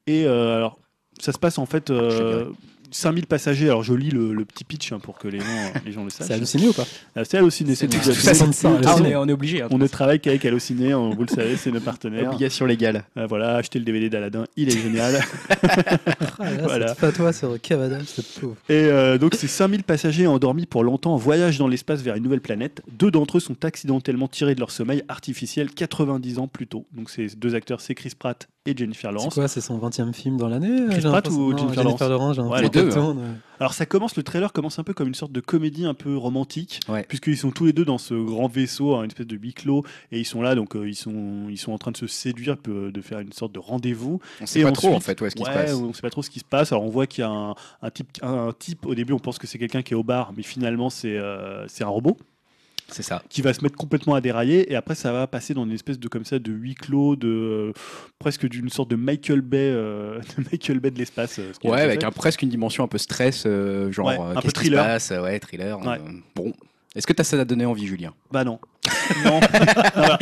Speaker 2: Et euh, alors ça se passe en fait.
Speaker 1: Je
Speaker 2: 5000 passagers, alors je lis le, le petit pitch hein, pour que les gens, les gens le
Speaker 3: C'est
Speaker 2: sachent.
Speaker 3: halluciné ou pas
Speaker 2: Ah, C'est halluciné, c'est
Speaker 1: C'est-
Speaker 2: tout.
Speaker 1: tout ça,
Speaker 3: c'est-
Speaker 2: Ah,
Speaker 1: Ah, on
Speaker 2: on-
Speaker 1: est, on est obligé hein.
Speaker 2: On ne travaille qu'avec Allociné, hein, vous le savez, c'est nos partenaires.
Speaker 1: obligation légale
Speaker 2: Ah, voilà, achetez le DVD d'Aladin, il est génial.
Speaker 3: Ah, là,
Speaker 2: Voilà.
Speaker 3: Cette fatwa sur Cavada, ce pauvre.
Speaker 2: Et euh, donc, ces 5000 passagers endormis pour longtemps voyagent dans l'espace vers une nouvelle planète. Deux d'entre eux sont accidentellement tirés de leur sommeil artificiel 90 ans plus tôt. Donc, ces deux acteurs, c'est Chris Pratt et Jennifer
Speaker 3: C'est
Speaker 2: Lawrence.
Speaker 3: quoi C'est son 20 e film dans l'année euh,
Speaker 2: Chris
Speaker 3: j'ai
Speaker 2: Pratt
Speaker 3: l'impression-
Speaker 2: ou
Speaker 3: non,
Speaker 2: Jennifer
Speaker 3: Jennifer Lawrence, j'ai
Speaker 2: Ouais, hein.
Speaker 3: l'impression
Speaker 1: les deux,
Speaker 3: qu'elle tourne, euh.
Speaker 2: Alors, ça commence, le trailer commence un peu comme une sorte de comédie un peu romantique,
Speaker 1: Ouais.
Speaker 2: puisqu'ils sont tous les deux dans ce grand vaisseau, hein, une espèce de huis clos, et ils sont là, donc euh, ils, sont, ils sont en train de se séduire, peu- de faire une sorte de rendez-vous.
Speaker 1: on sait
Speaker 2: Et
Speaker 1: pas
Speaker 2: ensuite-
Speaker 1: trop en fait où est-ce qu'il
Speaker 2: Ouais,
Speaker 1: se passe
Speaker 2: on sait pas trop ce qui se passe. Alors on voit qu'il y a un, un type, un, type. Au début, on pense que c'est quelqu'un qui est au bar, mais finalement c'est euh, c'est un robot
Speaker 1: c'est ça
Speaker 2: qui va se mettre complètement à dérailler. Et après, ça va passer dans une espèce de comme ça de huis clos, de euh, presque d'une sorte de Michael Bay, euh, de Michael Bay de l'espace. euh, ce qui est
Speaker 1: Ouais,
Speaker 2: tout à
Speaker 1: avec
Speaker 2: fait.
Speaker 1: un, presque une dimension un peu stress, euh, genre
Speaker 2: Ouais,
Speaker 1: euh,
Speaker 2: un peu
Speaker 1: qu'est-ce qui se
Speaker 2: thriller.
Speaker 1: passe, euh, ouais, thriller.
Speaker 2: Ouais.
Speaker 1: euh, bon, est-ce que t'as ça t'a donné envie, Julien
Speaker 2: Bah non. non. Voilà.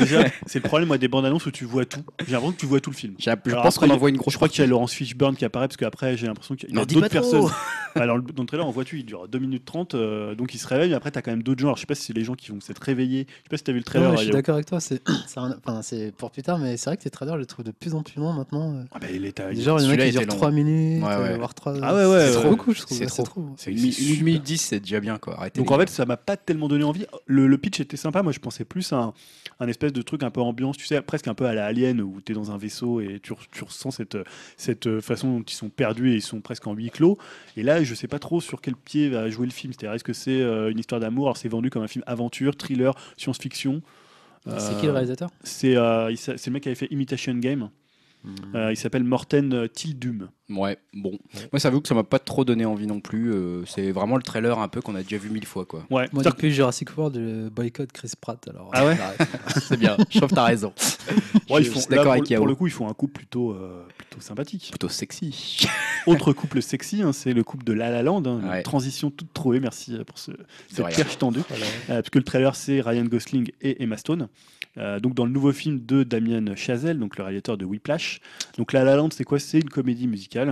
Speaker 2: Déjà, c'est le problème moi des bandes annonces où tu vois tout. J'ai l'impression que tu vois tout le film.
Speaker 1: J'ai- Je
Speaker 2: Alors
Speaker 1: pense qu'on
Speaker 2: après, il y a-
Speaker 1: en voit une grosse.
Speaker 2: Je crois qu'il y a Laurence Fishburne qui apparaît parce qu'après j'ai l'impression qu'il y
Speaker 1: N'en
Speaker 2: a
Speaker 1: dis
Speaker 2: d'autres
Speaker 1: pas trop.
Speaker 2: personnes. Bah, dans, le, dans le trailer, on voit tu, il dure 2 minutes 30, euh, donc il se réveille. Après, tu as quand même d'autres gens. Alors, je sais pas si c'est les gens qui vont s'être réveillés. Je sais pas si tu as vu le
Speaker 3: Non,
Speaker 2: trailer.
Speaker 3: mais je suis
Speaker 2: Yao.
Speaker 3: d'accord avec toi, c'est c'est un- enfin, c'est pour plus tard, mais c'est vrai que les trailers, je les trouve de plus en plus longs maintenant. euh.
Speaker 2: Ah, bah, il est à-
Speaker 3: Genre, il y en a
Speaker 1: celui-là
Speaker 3: qui
Speaker 1: était
Speaker 3: durent
Speaker 1: long.
Speaker 3: 3 minutes,
Speaker 1: Ouais,
Speaker 3: euh,
Speaker 1: ouais.
Speaker 3: voire 3
Speaker 2: Ah ouais, ouais,
Speaker 3: c'est
Speaker 1: ouais.
Speaker 3: trop beaucoup, je trouve.
Speaker 1: C'est
Speaker 3: ouais,
Speaker 1: trop.
Speaker 3: trop.
Speaker 1: C'est une, mi-
Speaker 2: C'est
Speaker 1: une
Speaker 2: super.
Speaker 1: minute 10, c'est déjà bien quoi. Arrêtez.
Speaker 2: Donc
Speaker 1: les
Speaker 2: en
Speaker 1: gars.
Speaker 2: fait, ça m'a pas tellement donné envie. Le, le pitch était sympa. Moi, je pensais plus à un, un espèce de truc un peu ambiance, tu sais, presque un peu à la Alien où tu es dans un vaisseau et tu, re- tu ressens cette, cette façon dont ils sont perdus et ils sont presque en huis clos. Et là, je sais pas trop sur quel pied va jouer le film. C'est-à-dire, est-ce que c'est euh, une histoire d'amour Alors, c'est vendu comme un film aventure, thriller, science-fiction.
Speaker 3: C'est
Speaker 2: Euh,
Speaker 3: qui le réalisateur
Speaker 2: C'est euh, il s'a- c'est le mec qui avait fait Imitation Game. Euh, il s'appelle Morten euh, Tildum.
Speaker 1: Ouais, bon. Moi, ça que ça m'a pas trop donné envie non plus. euh, c'est vraiment le trailer un peu qu'on a déjà vu mille fois quoi.
Speaker 2: Ouais.
Speaker 3: Moi,
Speaker 2: C'est-à-dire
Speaker 3: depuis Jurassic World, je boycott Chris Pratt. Alors,
Speaker 2: Ah ouais
Speaker 3: j'arrête.
Speaker 1: c'est bien. Je trouve que t'as raison.
Speaker 2: que, ouais, ils
Speaker 1: je
Speaker 2: font-
Speaker 1: suis
Speaker 2: là,
Speaker 1: d'accord
Speaker 2: pour,
Speaker 1: avec
Speaker 2: le- pour
Speaker 1: Yao.
Speaker 2: le coup, ils font un couple plutôt, euh, plutôt sympathique.
Speaker 1: Plutôt sexy.
Speaker 2: Autre couple sexy, hein, c'est le couple de La La Land. hein, une
Speaker 1: Ouais.
Speaker 2: transition toute trouvée. Merci euh, pour ce, cette
Speaker 1: rien.
Speaker 2: perche tendue.
Speaker 3: Voilà.
Speaker 2: Euh, parce que le trailer, c'est Ryan Gosling et Emma Stone. Euh, donc dans le nouveau film de Damien Chazelle, donc le réalisateur de Whiplash. Donc La La Land, c'est quoi C'est une comédie musicale.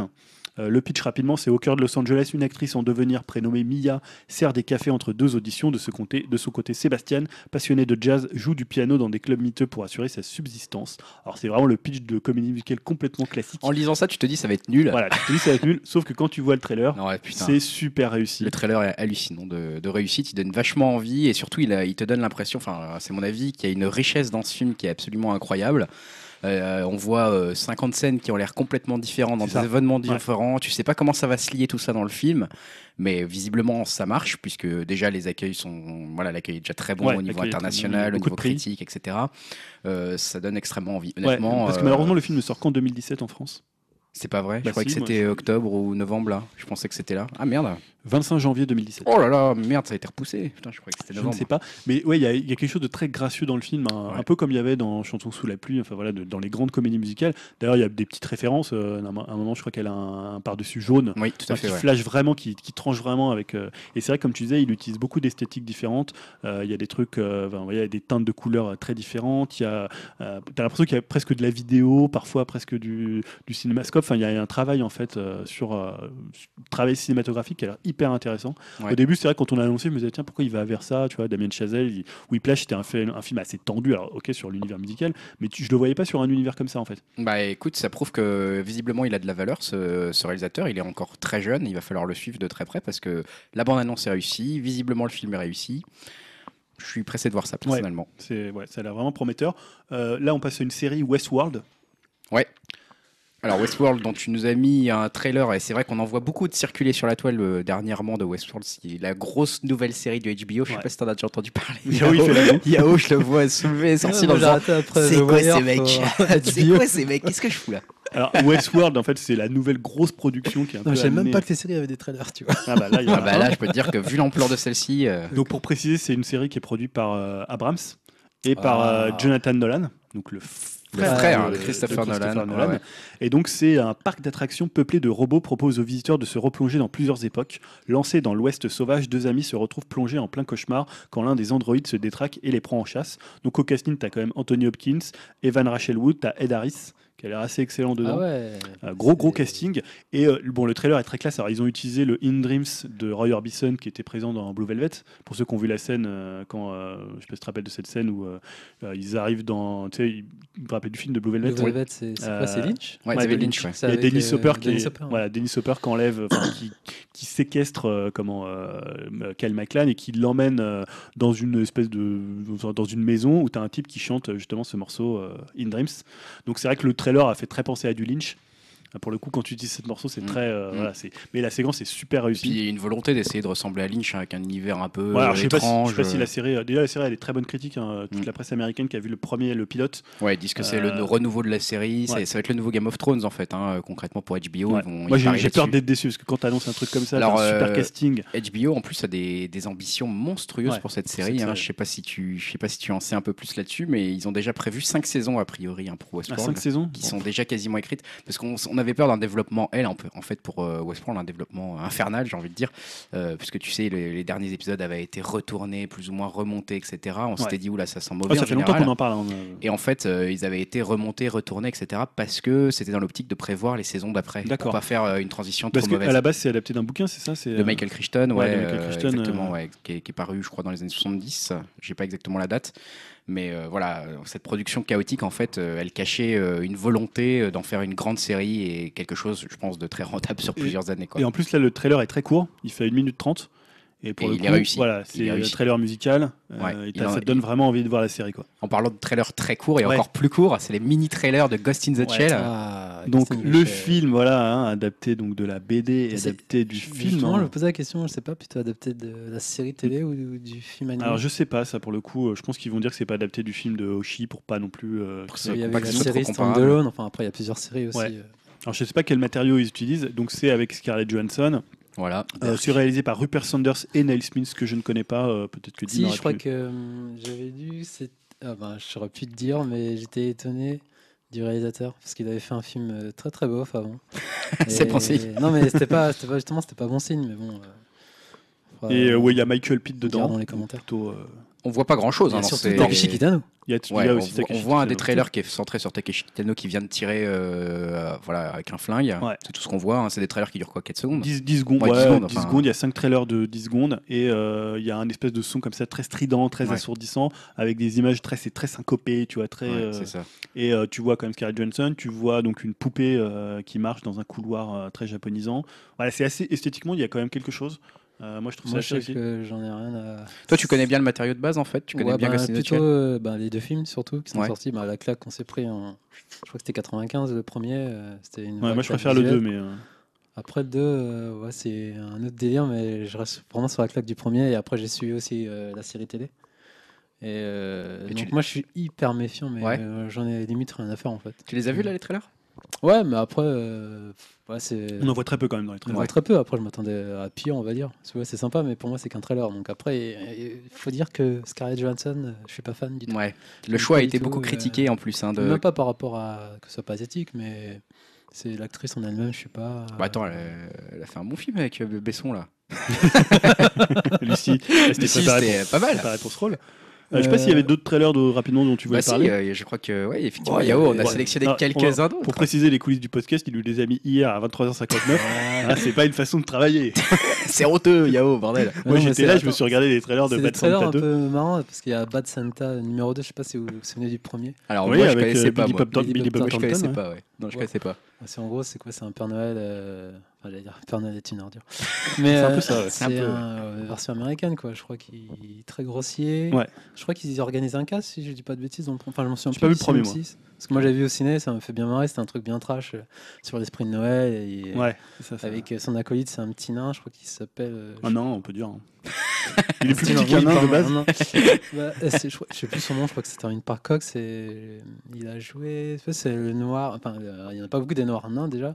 Speaker 2: Euh, le pitch rapidement, c'est au cœur de Los Angeles, une actrice en devenir prénommée Mia sert des cafés entre deux auditions. De, ce côté, de son côté, Sébastien, passionné de jazz, joue du piano dans des clubs miteux pour assurer sa subsistance. Alors c'est vraiment le pitch de comédie musicale complètement classique.
Speaker 1: En lisant ça, tu te dis ça va être nul.
Speaker 2: Voilà, tu te dis ça va être nul, sauf que quand tu vois le trailer,
Speaker 1: Non, ouais, putain.
Speaker 2: c'est super réussi.
Speaker 1: Le trailer est hallucinant de, de réussite, il donne vachement envie et surtout il, a- il te donne l'impression, enfin c'est mon avis, qu'il y a une richesse dans ce film qui est absolument incroyable. Euh, on voit euh, 50 scènes qui ont l'air complètement différentes dans
Speaker 2: C'est ça.
Speaker 1: des événements
Speaker 2: Ouais.
Speaker 1: différents. Tu sais pas comment ça va se lier tout ça dans le film, mais visiblement ça marche puisque déjà les accueils sont, voilà, l'accueil est déjà très bon
Speaker 2: Ouais,
Speaker 1: au niveau
Speaker 2: l'accueil est très bon,
Speaker 1: international,
Speaker 2: il y a
Speaker 1: au
Speaker 2: beaucoup
Speaker 1: niveau
Speaker 2: de prix.
Speaker 1: critique, etc. Euh, ça donne extrêmement envie.
Speaker 2: Ouais,
Speaker 1: Honnêtement,
Speaker 2: parce que
Speaker 1: euh,
Speaker 2: malheureusement, le film ne sort qu'en 2017 en France.
Speaker 1: c'est pas vrai. je
Speaker 2: Bah
Speaker 1: croyais
Speaker 2: si,
Speaker 1: que
Speaker 2: moi,
Speaker 1: c'était
Speaker 2: je-
Speaker 1: octobre ou novembre là. Je pensais que c'était là. Ah merde.
Speaker 2: 25 janvier 2017.
Speaker 1: Oh là là, merde, ça a été repoussé. Putain, je croyais que c'était
Speaker 2: Je ne
Speaker 1: novembre.
Speaker 2: sais pas, mais ouais, il y, a- il y a quelque chose de très gracieux dans le film, un, un
Speaker 1: Ouais.
Speaker 2: peu comme il y avait dans Chanson sous la pluie, enfin voilà, de- dans les grandes comédies musicales. D'ailleurs, il y a des petites références. euh, à un mo- à un moment, je crois qu'elle a un, un par-dessus jaune,
Speaker 1: Oui, tout à
Speaker 2: enfin,
Speaker 1: fait.
Speaker 2: qui
Speaker 1: ouais.
Speaker 2: flash vraiment, qui, qui tranche vraiment avec. euh, et c'est vrai, comme tu disais, il utilise beaucoup d'esthétiques différentes. Euh, Il y a des trucs, euh, enfin, il y a des teintes de couleurs euh, très différentes. Il y a, euh, t'as l'impression qu'il y a presque de la vidéo, parfois presque du, du cinémascope. Enfin, il y a un travail en fait euh, sur euh, travail cinématographique qui a l'air hyper intéressant.
Speaker 1: Ouais.
Speaker 2: Au début, c'est vrai quand on a annoncé, je me disais tiens pourquoi il va vers ça, tu vois, Damien Chazelle, il, Whiplash, c'était un, fait- un film assez tendu. Alors ok sur l'univers musical, mais tu- je le voyais pas sur un univers comme ça en fait.
Speaker 1: Bah écoute, ça prouve que visiblement il a de la valeur ce, ce réalisateur. Il est encore très jeune, il va falloir le suivre de très près parce que la bande-annonce est réussie, visiblement le film est réussi. Je suis pressé de voir ça personnellement.
Speaker 2: C'est ouais, ça a l'air vraiment prometteur. Euh, là, on passe à une série Westworld.
Speaker 1: Alors Westworld dont tu nous as mis un trailer et c'est vrai qu'on en voit beaucoup de circuler sur la toile euh, dernièrement de Westworld, c'est la grosse nouvelle série de HBO, je sais
Speaker 2: Ouais.
Speaker 1: pas si t'en as déjà entendu parler.
Speaker 2: Yao, il fait la
Speaker 1: Yao, Yao, je le vois soulever, sorti dans
Speaker 3: Moi,
Speaker 1: le
Speaker 3: j'ai
Speaker 1: genre.
Speaker 3: arrêté après
Speaker 1: C'est
Speaker 3: The
Speaker 1: quoi
Speaker 3: Wire
Speaker 1: ces mecs
Speaker 3: pour- euh,
Speaker 1: C'est quoi ces mecs Qu'est-ce que je fous là
Speaker 2: Alors Westworld, en fait, c'est la nouvelle grosse production qui est un
Speaker 3: Non,
Speaker 2: peu
Speaker 3: je savais même
Speaker 2: amenée-
Speaker 3: pas que les séries avaient des trailers, tu vois.
Speaker 2: Ah bah là, il y en a
Speaker 1: Ah bah
Speaker 2: un.
Speaker 1: là, je peux te dire que vu l'ampleur de celle-ci, euh,
Speaker 2: Donc pour préciser, c'est une série qui est produite par euh, Abrams et par
Speaker 3: Ah.
Speaker 2: euh, Jonathan Nolan, donc le
Speaker 1: le
Speaker 2: frère,
Speaker 1: frère
Speaker 2: de-
Speaker 1: de Christopher
Speaker 2: de
Speaker 1: Nolan. ouais, ouais.
Speaker 2: Et donc c'est un parc d'attractions peuplé de robots propose aux visiteurs de se replonger dans plusieurs époques. Lancés dans l'Ouest sauvage, deux amis se retrouvent plongés en plein cauchemar quand l'un des androïdes se détraque et les prend en chasse. Donc au casting, t'as quand même Anthony Hopkins, Evan Rachel Wood, t'as Ed Harris qui a l'air assez excellent
Speaker 1: Ah
Speaker 2: dedans.
Speaker 3: ouais.
Speaker 2: Euh, gros gros casting et euh, bon le trailer est très classe alors ils ont utilisé le In Dreams de Roy Orbison qui était présent dans Blue Velvet pour ceux qui ont vu la scène euh, quand euh, je sais pas si tu te rappelles de cette scène où euh, euh, ils arrivent dans tu sais ils- vous vous rappelez du film de Blue Velvet
Speaker 3: Blue Velvet, c'est c'est
Speaker 2: Euh,
Speaker 3: quoi C'est Lynch
Speaker 1: Ouais,
Speaker 2: Ouais,
Speaker 1: David
Speaker 2: de
Speaker 1: Lynch, ouais.
Speaker 3: C'est
Speaker 2: il y a
Speaker 3: avec,
Speaker 2: Dennis
Speaker 3: euh,
Speaker 2: Hopper qui
Speaker 3: Dennis
Speaker 2: est-
Speaker 3: Hopper, ouais.
Speaker 2: voilà Dennis Hopper qui enlève enfin, qui, qui séquestre euh, comment euh, euh, Kyle MacLachlan et qui l'emmène euh, dans une espèce de dans une maison où tu as un type qui chante euh, justement ce morceau euh, In Dreams donc c'est vrai que le trailer a fait très penser à du Lynch Euh, pour le coup quand tu utilises ce morceau c'est
Speaker 1: Mm.
Speaker 2: très euh,
Speaker 1: Mm.
Speaker 2: voilà, c'est mais la séquence est
Speaker 1: Et
Speaker 2: super
Speaker 1: puis euh,
Speaker 2: réussie
Speaker 1: il y a une volonté d'essayer de ressembler à Lynch avec un univers un peu
Speaker 2: Voilà, alors, je sais pas si,
Speaker 1: étrange.
Speaker 2: je sais pas si la série euh, déjà la série elle est très bonne critique hein, toute
Speaker 1: Mm.
Speaker 2: la presse américaine qui a vu le premier le pilote
Speaker 1: Ouais, ils disent que c'est le
Speaker 2: Euh,
Speaker 1: renouveau de la série, c'est-
Speaker 2: ouais.
Speaker 1: ça va être le nouveau Game of Thrones en fait, hein, concrètement pour HBO.
Speaker 2: Ouais.
Speaker 1: Ils vont,
Speaker 2: moi
Speaker 1: ils
Speaker 2: j'ai
Speaker 1: parient
Speaker 2: j'ai peur
Speaker 1: là-dessus.
Speaker 2: d'être déçu parce que quand tu annonces un truc comme ça
Speaker 1: Alors,
Speaker 2: t'as un super
Speaker 1: euh,
Speaker 2: casting
Speaker 1: HBO en plus a des, des ambitions monstrueuses
Speaker 2: Ouais,
Speaker 1: pour cette
Speaker 2: cette
Speaker 1: série. hein.
Speaker 2: série.
Speaker 1: Je sais pas si tu, je sais pas si tu en sais un peu plus là-dessus, mais ils ont déjà prévu cinq saisons a priori hein, pour
Speaker 2: à
Speaker 1: Westworld.
Speaker 2: 5 saisons
Speaker 1: qui
Speaker 2: Bon.
Speaker 1: sont déjà quasiment écrites parce qu'on on avait peur d'un développement elle en, en fait pour euh, Westworld un développement infernal j'ai envie de dire euh, puisque tu sais les, les derniers épisodes avaient été retournés plus ou moins remontés etc on s'était
Speaker 2: Ouais.
Speaker 1: dit oula ça sent
Speaker 2: Ah,
Speaker 1: mauvais
Speaker 2: ça
Speaker 1: en
Speaker 2: fait longtemps
Speaker 1: général.
Speaker 2: qu'on en parle hein, euh,
Speaker 1: Et en fait, euh, ils avaient été remontés, retournés, etc. parce que c'était dans l'optique de prévoir les saisons d'après. Pour
Speaker 2: D'accord.
Speaker 1: pas faire euh, une transition
Speaker 2: Parce
Speaker 1: trop
Speaker 2: qu'à
Speaker 1: mauvaise.
Speaker 2: la base, c'est adapté d'un bouquin, c'est ça c'est,
Speaker 1: De
Speaker 2: euh,
Speaker 1: Michael Crichton, ouais,
Speaker 2: Ouais, de Michael
Speaker 1: euh,
Speaker 2: Crichton,
Speaker 1: exactement,
Speaker 2: euh,
Speaker 1: ouais, qui, est, qui est paru, je crois, dans les années 70. J'ai pas exactement la date, mais euh, voilà, euh, cette production chaotique, en fait, euh, elle cachait euh, une volonté euh, d'en faire une grande série et quelque chose, je pense, de très rentable sur plusieurs années. Quoi.
Speaker 2: Et en plus, là, le trailer est très court, il fait 1 minute 30. Et
Speaker 1: Et
Speaker 2: pour le
Speaker 1: il
Speaker 2: coup,
Speaker 1: est réussi.
Speaker 2: voilà,
Speaker 1: Il
Speaker 2: c'est
Speaker 1: est
Speaker 2: un
Speaker 1: réussi.
Speaker 2: trailer musical. euh,
Speaker 1: Ouais,
Speaker 2: et
Speaker 1: il
Speaker 2: t'as-
Speaker 1: en-
Speaker 2: ça te donne vraiment envie de voir la série. Quoi.
Speaker 1: En parlant de trailers très courts et
Speaker 2: Ouais.
Speaker 1: encore plus courts, c'est les mini-trailers de Ghost in the
Speaker 2: Ouais.
Speaker 1: Shell.
Speaker 3: Ah,
Speaker 2: Donc,
Speaker 3: Christine
Speaker 2: le
Speaker 3: Michel.
Speaker 2: film, voilà, hein, adapté donc, de la BD et
Speaker 3: C'est-
Speaker 2: adapté du
Speaker 3: Justement,
Speaker 2: film.
Speaker 3: je
Speaker 2: hein.
Speaker 3: me posais la question, je sais pas, plutôt adapté de la série télé ou ou du film animé
Speaker 2: Alors, je sais pas, ça pour le coup, euh, je pense qu'ils vont dire que c'est pas adapté du film de Hoshi pour pas non plus. euh, que ça-
Speaker 3: Il y
Speaker 1: pas que
Speaker 3: avait la
Speaker 1: ce soit trop
Speaker 3: série
Speaker 1: comparable.
Speaker 3: Standalone, enfin après il y a plusieurs séries aussi.
Speaker 2: Ouais.
Speaker 3: euh.
Speaker 2: Alors, je sais pas quel matériau ils utilisent, donc c'est avec Scarlett Johansson.
Speaker 1: Voilà.
Speaker 2: Euh, c'est réalisé par Rupert Sanders et Neil Smith, que je ne connais pas, euh, peut-être que Dim
Speaker 3: Si,
Speaker 2: aurait
Speaker 3: je crois
Speaker 2: pu-
Speaker 3: que euh, j'avais lu, c'est... Ah ben, j'aurais pu te dire, mais j'étais étonné du réalisateur, parce qu'il avait fait un film euh, très très beau avant.
Speaker 1: C'est
Speaker 3: Et-
Speaker 1: bon signe.
Speaker 3: Non mais c'était pas, c'était pas, justement, c'était pas bon signe, mais bon... euh, faudra-
Speaker 2: Et euh, ouais, il y a Michael Pitt
Speaker 3: Dire
Speaker 2: dedans.
Speaker 3: dans les
Speaker 2: donc
Speaker 3: commentaires.
Speaker 2: plutôt, euh,
Speaker 1: On voit pas grand-chose.
Speaker 3: Il y
Speaker 1: hein,
Speaker 3: a
Speaker 1: dans
Speaker 3: surtout
Speaker 1: ces-
Speaker 3: Takeshi Kitano.
Speaker 2: Il y a tout
Speaker 1: Ouais,
Speaker 2: il y a
Speaker 1: on,
Speaker 2: aussi
Speaker 1: voit, on
Speaker 2: Takeshi
Speaker 1: voit un
Speaker 2: Kitano.
Speaker 1: des trailers qui est centré sur Takeshi Kitano qui vient de tirer euh, voilà, avec un flingue.
Speaker 2: Ouais.
Speaker 1: C'est tout ce qu'on voit. hein. C'est des trailers qui durent quoi 4 secondes
Speaker 2: 10, 10 secondes,
Speaker 1: Ouais, 10
Speaker 2: ouais,
Speaker 1: secondes,
Speaker 2: 10
Speaker 1: enfin.
Speaker 2: secondes, il y a 5 trailers de 10 secondes et euh, il y a un espèce de son comme ça très strident, très
Speaker 1: Ouais.
Speaker 2: assourdissant avec des images très, c'est très syncopées, tu vois, très,
Speaker 1: Ouais,
Speaker 2: euh,
Speaker 1: c'est ça.
Speaker 2: et euh, tu vois quand même Scarlett Johansson, tu vois donc une poupée euh, qui marche dans un couloir euh, très japonisant. Voilà, c'est assez esthétiquement, il y a quand même quelque chose. Euh, moi je trouve
Speaker 3: Moi,
Speaker 2: ça
Speaker 3: je
Speaker 2: assez
Speaker 3: sais
Speaker 2: réussi.
Speaker 3: que j'en ai rien à...
Speaker 1: Toi, tu connais bien le matériau de base en fait Tu connais
Speaker 3: Ouais,
Speaker 1: bien
Speaker 3: ben,
Speaker 1: Ghost in the
Speaker 3: plutôt,
Speaker 1: Shell
Speaker 3: euh, ben, les deux films surtout qui sont
Speaker 1: Ouais.
Speaker 3: sortis. Ben, la claque qu'on s'est pris en. Je crois que c'était 95 le premier. euh, c'était une
Speaker 2: Ouais,
Speaker 3: vraie
Speaker 2: moi je
Speaker 3: claque
Speaker 2: préfère le
Speaker 3: visuelle.
Speaker 2: 2 mais euh,
Speaker 3: Après le 2, ouais, c'est un autre délire, mais je reste vraiment sur la claque du premier. Et après, j'ai suivi aussi euh, la série télé. Et, euh,
Speaker 1: Et
Speaker 3: donc,
Speaker 1: tu-
Speaker 3: moi, je suis hyper méfiant, mais
Speaker 1: Ouais.
Speaker 3: euh, j'en ai limite rien à faire en fait.
Speaker 1: Tu les as vus là les trailers
Speaker 3: Ouais, mais après, euh, ouais, c'est.
Speaker 2: On en voit très peu quand même dans les
Speaker 3: On
Speaker 2: trailers.
Speaker 3: voit très peu. Après, je m'attendais à pire, on va dire. Parce que, ouais, c'est sympa, mais pour moi, c'est qu'un trailer. Donc après, il faut dire que Scarlett Johansson, euh, je suis pas fan du tout.
Speaker 1: Ouais.
Speaker 3: Pas
Speaker 1: Le choix a
Speaker 3: du
Speaker 1: été
Speaker 3: tout,
Speaker 1: beaucoup
Speaker 3: euh,
Speaker 1: critiqué en plus. hein, de...
Speaker 3: Même pas par rapport à que ce soit pas asiatique, mais c'est l'actrice en elle-même, je suis pas.
Speaker 1: Bah, attends, elle, a- elle a fait un bon film avec euh, Besson là.
Speaker 2: Lucie, elle s'était
Speaker 1: Si,
Speaker 2: préparée
Speaker 1: c'était
Speaker 2: pour-
Speaker 1: pas mal.
Speaker 2: préparée pour ce rôle. Euh, Je sais pas s'il y avait d'autres trailers de- rapidement dont tu voulais
Speaker 1: Bah si,
Speaker 2: parler.
Speaker 1: euh, je crois que ouais, effectivement,
Speaker 2: Ouais,
Speaker 1: Yao, on a
Speaker 2: ouais.
Speaker 1: sélectionné
Speaker 2: Non, pour-
Speaker 1: quelques-uns d'autres.
Speaker 2: Pour préciser les coulisses du podcast, il nous les a mis hier à 23h59. Ah, c'est pas une façon de travailler.
Speaker 1: c'est honteux, Yao, bordel.
Speaker 3: Ah
Speaker 2: Moi
Speaker 3: non, mais
Speaker 2: j'étais
Speaker 3: c'est-
Speaker 2: là, je me
Speaker 3: attends,
Speaker 2: suis regardé les trailers de
Speaker 3: C'est des
Speaker 2: Bad
Speaker 3: trailers
Speaker 2: Santa
Speaker 3: un
Speaker 2: 2.
Speaker 3: peu marrant parce qu'il y a Bad Santa numéro 2, je sais pas si vous vous souvenez du premier.
Speaker 1: Alors
Speaker 2: Oui,
Speaker 1: moi, je
Speaker 2: avec,
Speaker 1: connaissais
Speaker 2: euh,
Speaker 1: pas.
Speaker 2: Billy
Speaker 1: moi.
Speaker 2: Bob Thornton-
Speaker 3: Billy
Speaker 2: Billy
Speaker 3: Bob
Speaker 2: Bob
Speaker 1: je
Speaker 3: Thornton,
Speaker 2: Thornton,
Speaker 1: connaissais
Speaker 2: ouais.
Speaker 1: pas, ouais. Non, je
Speaker 3: Ouais.
Speaker 1: connaissais pas.
Speaker 3: Ah, C'est en gros, c'est quoi C'est un Père Noël. euh, enfin, j'allais dire Père Noël est une ordure. Mais
Speaker 2: C'est un peu
Speaker 3: euh,
Speaker 2: ça, ouais.
Speaker 1: un peu,
Speaker 3: C'est
Speaker 1: ouais.
Speaker 3: une version américaine, quoi. Je crois qu'il est très grossier.
Speaker 2: Ouais.
Speaker 3: Je crois qu'ils organisent un cas, si je dis pas de bêtises. dans le pre- Enfin, je m'en souviens
Speaker 2: J'ai pas vu
Speaker 3: plus,
Speaker 2: le premier,
Speaker 3: si, si. Parce que moi, j'avais vu au ciné, ça me fait bien marrer. C'était un truc bien trash euh, sur l'esprit de Noël. et-
Speaker 2: Ouais, c'est ça, ça.
Speaker 3: Avec euh, son acolyte, c'est un petit nain, je crois qu'il s'appelle. euh,
Speaker 2: Ah non, on peut dire. hein. Il est plus
Speaker 3: Steven
Speaker 2: petit qu'un
Speaker 3: Wilde,
Speaker 2: nain de
Speaker 3: pardon,
Speaker 2: base.
Speaker 3: un nain. Bah, euh, c'est- je, crois- je sais plus son nom, je crois que c'était une par Cox. Et euh, il a joué. tu sais, C'est le noir. Enfin, euh, il n'y en a pas beaucoup des noirs nains déjà.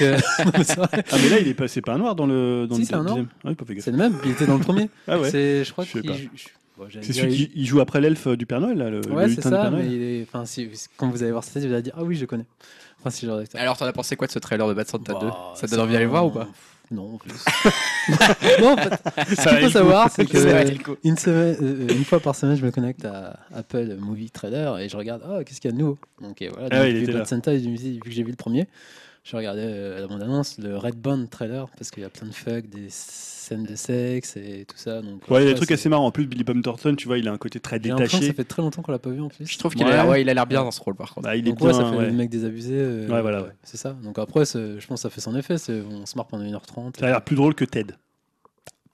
Speaker 3: euh, c'est vrai.
Speaker 2: Ah mais là, il est pas, c'est pas un noir dans le dans
Speaker 3: Si,
Speaker 2: le
Speaker 3: c'est un noir.
Speaker 2: deuxième. Ah, j'ai pas fait gaffe.
Speaker 3: c'est le même, il était dans le premier.
Speaker 2: Ah ouais.
Speaker 3: C'est, je crois
Speaker 2: Je sais
Speaker 3: qu'il.
Speaker 2: pas.
Speaker 3: je- je- bon, j'allais
Speaker 2: C'est
Speaker 3: dire,
Speaker 2: celui qui il joue après l'elfe euh, du Père Noël, là, le,
Speaker 3: il- Ouais,
Speaker 2: le
Speaker 3: c'est
Speaker 2: lutin du
Speaker 3: ça,
Speaker 2: Père
Speaker 3: mais
Speaker 2: Noël.
Speaker 3: il est- enfin, si, quand vous allez voir cette tête, vous allez dire Ah oui, je connais. Enfin, si, genre d'acteur.
Speaker 1: Alors, t'en as pensé quoi de ce trailer de Bad Santa 2
Speaker 3: Bah,
Speaker 1: Ah, Ça te donne envie d'aller voir ou pas
Speaker 3: Non, en plus. non, en fait, ce qu'il
Speaker 2: valait
Speaker 3: faut
Speaker 2: le
Speaker 3: savoir, c'est
Speaker 1: Ça valait
Speaker 3: que
Speaker 1: le coup.
Speaker 3: une, semaine, euh, une fois par semaine, je me connecte à Apple Movie Trailer et je regarde Ah, qu'est-ce qu'il y a de nouveau Donc, et voilà,
Speaker 2: Ah
Speaker 3: donc,
Speaker 2: ouais, il
Speaker 3: vu
Speaker 2: était
Speaker 3: Bad
Speaker 2: là.
Speaker 3: Santa, je me dis, vu que j'ai vu le premier, je regardais euh, la bande-annonce, le Red Band trailer, parce qu'il y a plein de fuck, des scènes de sexe et tout ça.
Speaker 2: Ouais,
Speaker 3: Donc,
Speaker 2: il y a
Speaker 3: ouais,
Speaker 2: des trucs
Speaker 3: c'est-
Speaker 2: assez marrants. En plus, Billy Bob Thornton, tu vois, il a un côté très
Speaker 3: J'ai l'impression que
Speaker 2: détaché.
Speaker 3: Ça fait très longtemps qu'on l'a pas vu en plus.
Speaker 1: Je trouve qu'il
Speaker 2: Ouais.
Speaker 1: a l'air ouais, il a l'air bien dans ce rôle par contre.
Speaker 2: Bah, il est
Speaker 3: Donc ouais, ça
Speaker 2: bien,
Speaker 3: fait
Speaker 2: ouais.
Speaker 3: le mec désabusé. euh,
Speaker 2: Ouais, voilà, ouais.
Speaker 3: C'est ça. Donc après, c'est- je pense que ça fait son effet. c'est- On se marre pendant 1h30.
Speaker 2: Ça a l'air plus drôle que Ted.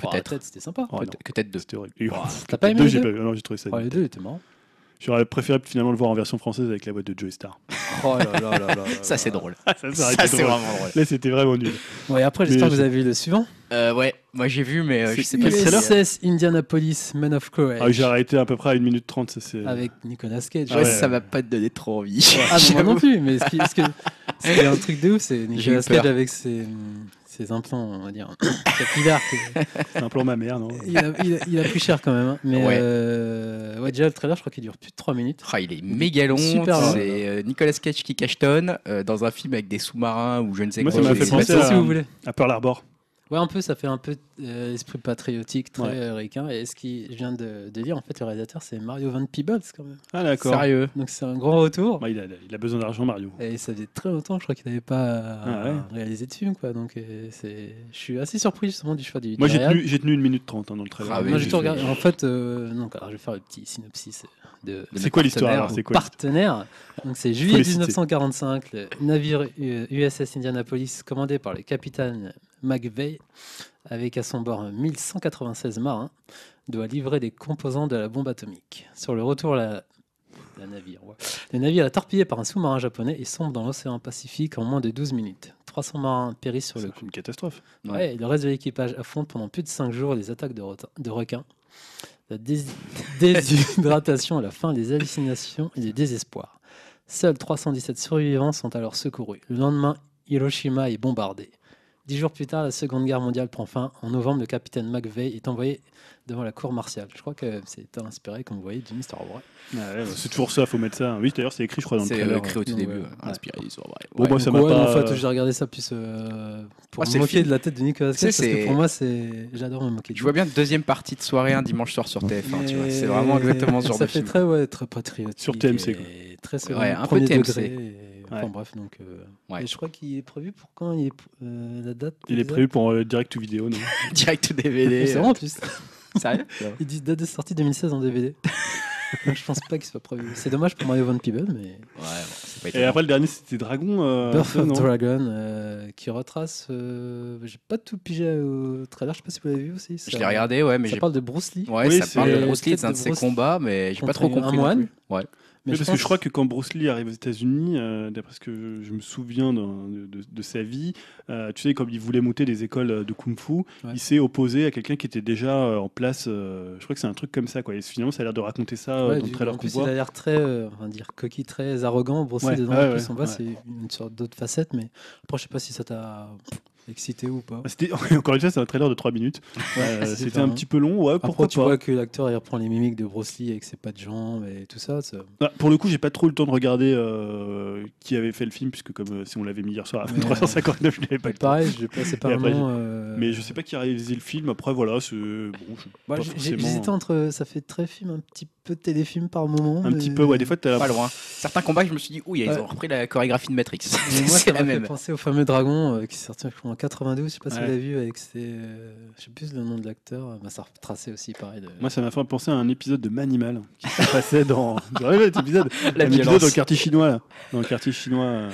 Speaker 3: Bon,
Speaker 1: peut-être.
Speaker 3: peut-être, C'était sympa.
Speaker 2: Oh, non.
Speaker 1: Peut- Que tête de.
Speaker 2: C'était horrible. Et- oh,
Speaker 3: T'as pas aimé
Speaker 2: Deux,
Speaker 3: les
Speaker 2: j'ai
Speaker 3: deux
Speaker 2: pas- non, j'ai trouvé ça.
Speaker 3: Oh, les
Speaker 2: nul.
Speaker 3: deux étaient marrants.
Speaker 2: J'aurais préféré finalement le voir en version française avec la voix de Joey Star.
Speaker 3: Oh là là là là là
Speaker 1: Ça,
Speaker 3: là. Eh,
Speaker 1: c'est drôle.
Speaker 2: Ah, ça, ça aurait
Speaker 1: Ça,
Speaker 2: été
Speaker 1: c'est
Speaker 2: drôle.
Speaker 1: vraiment drôle.
Speaker 2: Là, c'était vraiment nul.
Speaker 3: Ouais, après,
Speaker 2: Mais
Speaker 3: j'espère que
Speaker 2: je-
Speaker 3: vous avez vu le suivant.
Speaker 1: Euh, ouais, moi j'ai vu, mais euh, je
Speaker 2: C'est
Speaker 1: sais pas si.
Speaker 2: Quel trailer
Speaker 3: USS Indianapolis, Man of Courage.
Speaker 2: Ah, oui, j'ai arrêté à peu près à 1 minute 30. Ça, c'est...
Speaker 3: Avec Nicolas Cage.
Speaker 1: Ouais,
Speaker 2: ouais.
Speaker 1: ça m'a pas donné trop envie.
Speaker 3: Ah, mais moi
Speaker 1: J'avoue.
Speaker 3: non plus, mais ce qui, ce que- ce qui est un truc de ouf, c'est Nicolas
Speaker 1: peur.
Speaker 3: Cage avec ses, ses implants, on va dire, capillaires. que-
Speaker 2: C'est un plan ma mère, non
Speaker 3: Il a, il, a, il a pris cher quand même. hein. Mais
Speaker 1: Ouais.
Speaker 3: euh, ouais, déjà, le trailer, je crois qu'il dure plus de 3 minutes.
Speaker 1: Ah, il est méga long.
Speaker 3: Super hein. long.
Speaker 1: C'est euh, Nicolas Cage qui cachetonne euh, dans un film avec des sous-marins ou je ne sais
Speaker 2: Moi,
Speaker 1: quoi.
Speaker 2: ça m'a
Speaker 1: je
Speaker 2: fait
Speaker 1: sais pas
Speaker 2: penser
Speaker 1: si-
Speaker 3: Faites ça
Speaker 2: à-
Speaker 3: si vous voulez.
Speaker 2: À Pearl Harbor.
Speaker 3: Ouais, un peu, ça fait un peu euh, esprit patriotique, très
Speaker 2: Ouais.
Speaker 3: américain. Et ce qui je viens de, de lire, en fait, le réalisateur, c'est Mario Van Peebles quand même.
Speaker 2: Ah, d'accord.
Speaker 1: Sérieux.
Speaker 3: Donc c'est un grand retour.
Speaker 2: Bah, il, a, il a besoin d'argent, Mario.
Speaker 3: Et ça faisait très longtemps, je crois qu'il n'avait pas euh,
Speaker 2: Ah ouais.
Speaker 3: réalisé de film, quoi. Donc euh, c'est, je suis assez surpris justement du choix du.
Speaker 2: Moi,
Speaker 3: du
Speaker 2: j'ai
Speaker 3: réal.
Speaker 2: tenu, j'ai tenu 1 minute 30 hein, dans le trailer.
Speaker 1: Ah oui,
Speaker 3: Moi,
Speaker 1: j'ai
Speaker 3: j'ai tout regardé. En fait, euh, donc, alors, je vais faire le petit synopsis de.
Speaker 2: C'est quoi l'histoire alors
Speaker 3: partenaire
Speaker 2: C'est
Speaker 3: ou
Speaker 2: quoi
Speaker 3: partenaire. Donc c'est juillet
Speaker 2: les citer.
Speaker 3: 1945, le navire U- USS Indianapolis commandé par le capitaine McVeigh, avec à son bord 1196 marins, doit livrer des composants de la bombe atomique. Sur le retour, la, la navire, ouais. le navire est torpillé par un sous-marin japonais et sombre dans l'océan Pacifique en moins de 12 minutes. 300 marins périssent sur
Speaker 2: C'est
Speaker 3: le Ah
Speaker 2: une catastrophe.
Speaker 1: Ouais.
Speaker 3: Ouais, et le reste de l'équipage affronte pendant plus de 5 jours les attaques de, rota- de requins, la dés- déshydratation à la faim, les hallucinations et le désespoir. Seuls 317 survivants sont alors secourus. Le lendemain, Hiroshima est bombardée. Dix jours plus tard, la Seconde Guerre mondiale prend fin. En novembre, le capitaine McVeigh est envoyé devant la cour martiale. Je crois que c'est inspiré, comme vous voyez, d'une histoire vraie.
Speaker 2: c'est toujours ça, faut mettre ça. Oui, d'ailleurs, c'est écrit, je crois, dans le
Speaker 1: C'est
Speaker 2: trailer.
Speaker 1: euh, écrit au tout
Speaker 3: Ouais.
Speaker 1: début.
Speaker 3: Ouais.
Speaker 1: Inspiré du soir, ouais.
Speaker 2: Bon,
Speaker 1: Ouais.
Speaker 2: moi, ça
Speaker 3: Donc,
Speaker 2: m'a
Speaker 3: ouais, non,
Speaker 2: pas.
Speaker 3: en fait, j'ai regardé ça plus euh, pour
Speaker 1: Ah, c'est
Speaker 3: me
Speaker 1: le
Speaker 3: moquer
Speaker 1: film.
Speaker 3: de la tête de Nicolas Cage,
Speaker 1: Tu sais,
Speaker 3: parce que
Speaker 1: c'est-
Speaker 3: pour moi, c'est j'adore me moquer de
Speaker 1: Je
Speaker 3: lui.
Speaker 1: vois bien deuxième partie de soirée un dimanche soir sur TF1. tu vois. C'est
Speaker 3: Mais
Speaker 1: vraiment exactement ce genre
Speaker 3: ça
Speaker 1: de film.
Speaker 3: fait très, ouais, très patriotique.
Speaker 2: Sur TMC, quoi.
Speaker 3: et Très serein,
Speaker 1: Ouais, un peu
Speaker 3: premier
Speaker 1: TMC.
Speaker 3: degré, et- Enfin
Speaker 2: Ouais.
Speaker 3: bref, donc. euh,
Speaker 1: Ouais.
Speaker 3: et je crois qu'il est prévu pour quand il est, pr- euh, La date
Speaker 2: Il est
Speaker 3: exacte
Speaker 2: prévu pour euh, direct ou vidéo, non
Speaker 1: Direct au
Speaker 3: Mais
Speaker 1: DVD.
Speaker 3: C'est vrai en plus.
Speaker 1: euh, Sérieux
Speaker 3: Il dit date de sortie 2016 en DVD. donc je pense pas qu'il soit prévu. C'est dommage pour Mario Van Peebles, mais.
Speaker 1: Ouais, bon, c'est pas
Speaker 2: Et
Speaker 1: étonnant.
Speaker 2: après, le dernier, c'était Dragon. euh,
Speaker 3: Birth
Speaker 2: ça,
Speaker 3: of
Speaker 2: non
Speaker 3: Dragon euh, qui retrace. euh, J'ai pas tout pigé au trailer, je sais pas si vous l'avez vu aussi.
Speaker 1: Je
Speaker 3: ça-
Speaker 1: l'ai regardé, ouais, mais
Speaker 3: Ça
Speaker 1: j'ai
Speaker 3: parle de Bruce Lee.
Speaker 1: Ouais,
Speaker 2: Oui,
Speaker 1: ça
Speaker 2: c'est-
Speaker 1: parle de
Speaker 3: Et
Speaker 1: Bruce Lee,
Speaker 3: peut-être
Speaker 1: c'est un
Speaker 3: de
Speaker 1: de ses
Speaker 3: Bruce
Speaker 1: combats, mais j'ai pas trop
Speaker 3: contre un
Speaker 1: compris. non
Speaker 3: moine.
Speaker 1: plus. Ouais.
Speaker 2: Mais parce
Speaker 3: pense-
Speaker 2: que je crois que quand Bruce Lee arrive aux États-Unis, euh, d'après ce que je, je me souviens d'un- de, de- de sa vie, euh, tu sais, comme il voulait monter des écoles euh, de kung-fu, il s'est opposé à quelqu'un qui était déjà euh, en place. euh, je crois que c'est un truc comme ça, quoi. Et finalement, ça a l'air de raconter ça euh,
Speaker 3: Ouais,
Speaker 2: dans le
Speaker 3: du-
Speaker 2: trailer
Speaker 3: en
Speaker 2: qu'on
Speaker 3: plus,
Speaker 2: voit.
Speaker 3: il a l'air très, euh, on va dire, coquille, très arrogant, brossé
Speaker 2: Ouais,
Speaker 3: dedans.
Speaker 2: ouais,
Speaker 3: en plus,
Speaker 2: ouais,
Speaker 3: on voit,
Speaker 2: ouais.
Speaker 3: c'est une sorte d'autre facette, mais après, je sais pas si ça t'a excité ou pas.
Speaker 2: Ah, c'était- Encore une fois, c'est un trailer de 3 minutes. Euh,
Speaker 3: c'est
Speaker 2: c'était
Speaker 3: ça,
Speaker 2: un
Speaker 3: hein.
Speaker 2: petit peu long, ouais, pourquoi
Speaker 3: Après, tu
Speaker 2: pas.
Speaker 3: vois que l'acteur, il reprend les mimiques de Bruce Lee avec ses pas de jambes et tout ça. ça-
Speaker 2: Ah, pour le coup, j'ai pas trop le temps de regarder euh, qui avait fait le film, puisque comme euh, si on l'avait mis hier soir à
Speaker 3: Ouais.
Speaker 2: 23h59, je n'avais pas le temps.
Speaker 3: Pareil, je passais par
Speaker 2: Et
Speaker 3: un
Speaker 2: après,
Speaker 3: nom. euh,
Speaker 2: Mais je sais pas qui a réalisé le film. Après, voilà, c'est bon, je sais
Speaker 3: bah,
Speaker 2: pas
Speaker 3: j'ai- j'ai-
Speaker 2: forcément- hein.
Speaker 3: J'hésitais entre. Ça fait très film, un petit peu téléfilm par moment.
Speaker 2: Un
Speaker 3: mais-
Speaker 2: petit peu, ouais. Des fois, t'as
Speaker 1: Pas loin. Certains combats, je me suis dit, ouh, ils
Speaker 3: Ouais.
Speaker 1: ont repris la chorégraphie de Matrix.
Speaker 3: Mais moi,
Speaker 1: c'est
Speaker 3: ça
Speaker 1: la
Speaker 3: m'a fait
Speaker 1: même.
Speaker 3: penser au fameux dragon euh, qui est sorti je crois, en 92, je sais pas si
Speaker 2: Ouais.
Speaker 3: vous l'avez vu, avec ses. euh, je sais plus le nom de l'acteur, bah, ça retraçait aussi pareil. De...
Speaker 2: Moi, ça m'a fait penser à un épisode de Manimal qui se passait dans. dans ouais, cet épisode.
Speaker 1: La
Speaker 2: un épisode dans le
Speaker 1: violence.
Speaker 2: quartier chinois, là. Dans le quartier chinois. euh,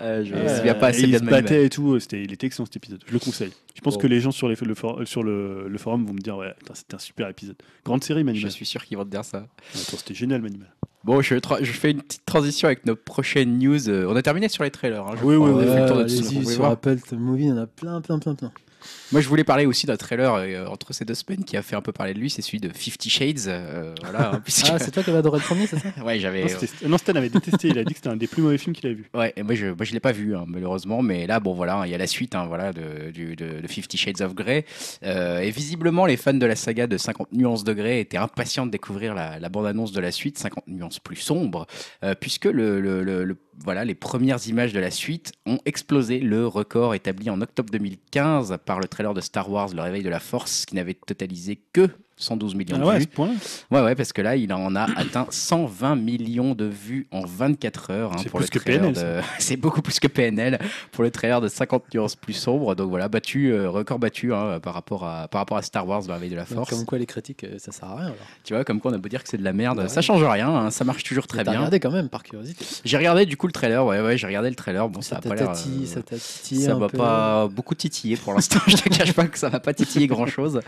Speaker 1: Euh, je
Speaker 2: euh,
Speaker 1: me souviens pas
Speaker 2: et
Speaker 1: assez
Speaker 2: il
Speaker 1: bien
Speaker 2: se
Speaker 1: de Manimal.
Speaker 2: battait et tout. euh, C'était, il était excellent cet épisode. Je le conseille. Je pense
Speaker 1: Bon.
Speaker 2: que les gens sur, les, le, for- euh, sur le, le forum vont me dire Ouais, putain, c'était un super épisode. Grande série,
Speaker 1: Je
Speaker 2: Manimal.
Speaker 1: suis sûr qu'ils vont te dire ça.
Speaker 2: Attends, c'était génial, Manimal.
Speaker 1: Bon, je, tra- je fais une petite transition avec nos prochaines news. Euh, On a terminé sur les trailers. hein, je
Speaker 2: Oui,
Speaker 1: crois.
Speaker 2: oui,
Speaker 1: On a
Speaker 2: oui,
Speaker 1: fait le tour de tout ce qu'on
Speaker 3: allez-y,
Speaker 1: pouvait
Speaker 3: sur
Speaker 1: voir.
Speaker 3: Apple Movie, il y en a plein, plein, plein, plein.
Speaker 1: Moi, je voulais parler aussi d'un trailer euh, entre ces deux semaines qui a fait un peu parler de lui. C'est celui de Fifty Shades. euh, voilà, hein, puisque-
Speaker 3: Ah, c'est toi qui avais adoré le premier, c'est ça
Speaker 1: ouais, j'avais.
Speaker 2: Non, c'était- non, Stan avait détesté. Il a dit que c'était un des plus mauvais films qu'il a vu.
Speaker 1: Ouais, et moi je, moi je l'ai pas vu hein, malheureusement, mais là bon voilà, il y a la suite hein, voilà de, du, de, de Fifty Shades of Grey. Euh, et visiblement les fans de la saga de 50 nuances de Grey étaient impatients de découvrir la, la bande-annonce de la suite 50 nuances plus sombre, euh, puisque le, le- le- le- voilà les premières images de la suite ont explosé le record établi en octobre 2015 par le trailer de Star Wars Le Réveil de la Force qui n'avait totalisé que 112 millions
Speaker 2: Ah
Speaker 1: de
Speaker 2: ouais, à
Speaker 1: vues.
Speaker 2: ce point
Speaker 1: Ouais, ouais, parce que là, il en a atteint 120 millions de vues en 24 heures. hein,
Speaker 2: C'est
Speaker 1: pour
Speaker 2: plus
Speaker 1: le
Speaker 2: que
Speaker 1: trailer
Speaker 2: PNL, ça.
Speaker 1: de- C'est beaucoup plus que PNL pour le trailer de 50 nuances plus sombres. Donc voilà, battu, euh, record battu hein, par, rapport à, par rapport à Star Wars, le réveil de la
Speaker 3: Donc,
Speaker 1: force.
Speaker 3: Comme quoi, les critiques, euh, ça sert à rien. Alors.
Speaker 1: Tu vois, comme quoi on a beau dire que c'est de la merde,
Speaker 3: Bah
Speaker 1: ça
Speaker 3: ouais.
Speaker 1: change rien, hein, ça marche toujours très
Speaker 3: Mais t'as
Speaker 1: bien.
Speaker 3: regardé quand même, par curiosité.
Speaker 1: J'ai regardé du coup le trailer, ouais, ouais, j'ai regardé le trailer. Bon, ça,
Speaker 3: Ça
Speaker 1: a pas l'air. euh,
Speaker 3: t'attire, ça t'attire.
Speaker 1: ça
Speaker 3: un
Speaker 1: m'a
Speaker 3: peu.
Speaker 1: pas beaucoup titillé pour l'instant. je te cache pas que ça m'a pas titillé grand chose.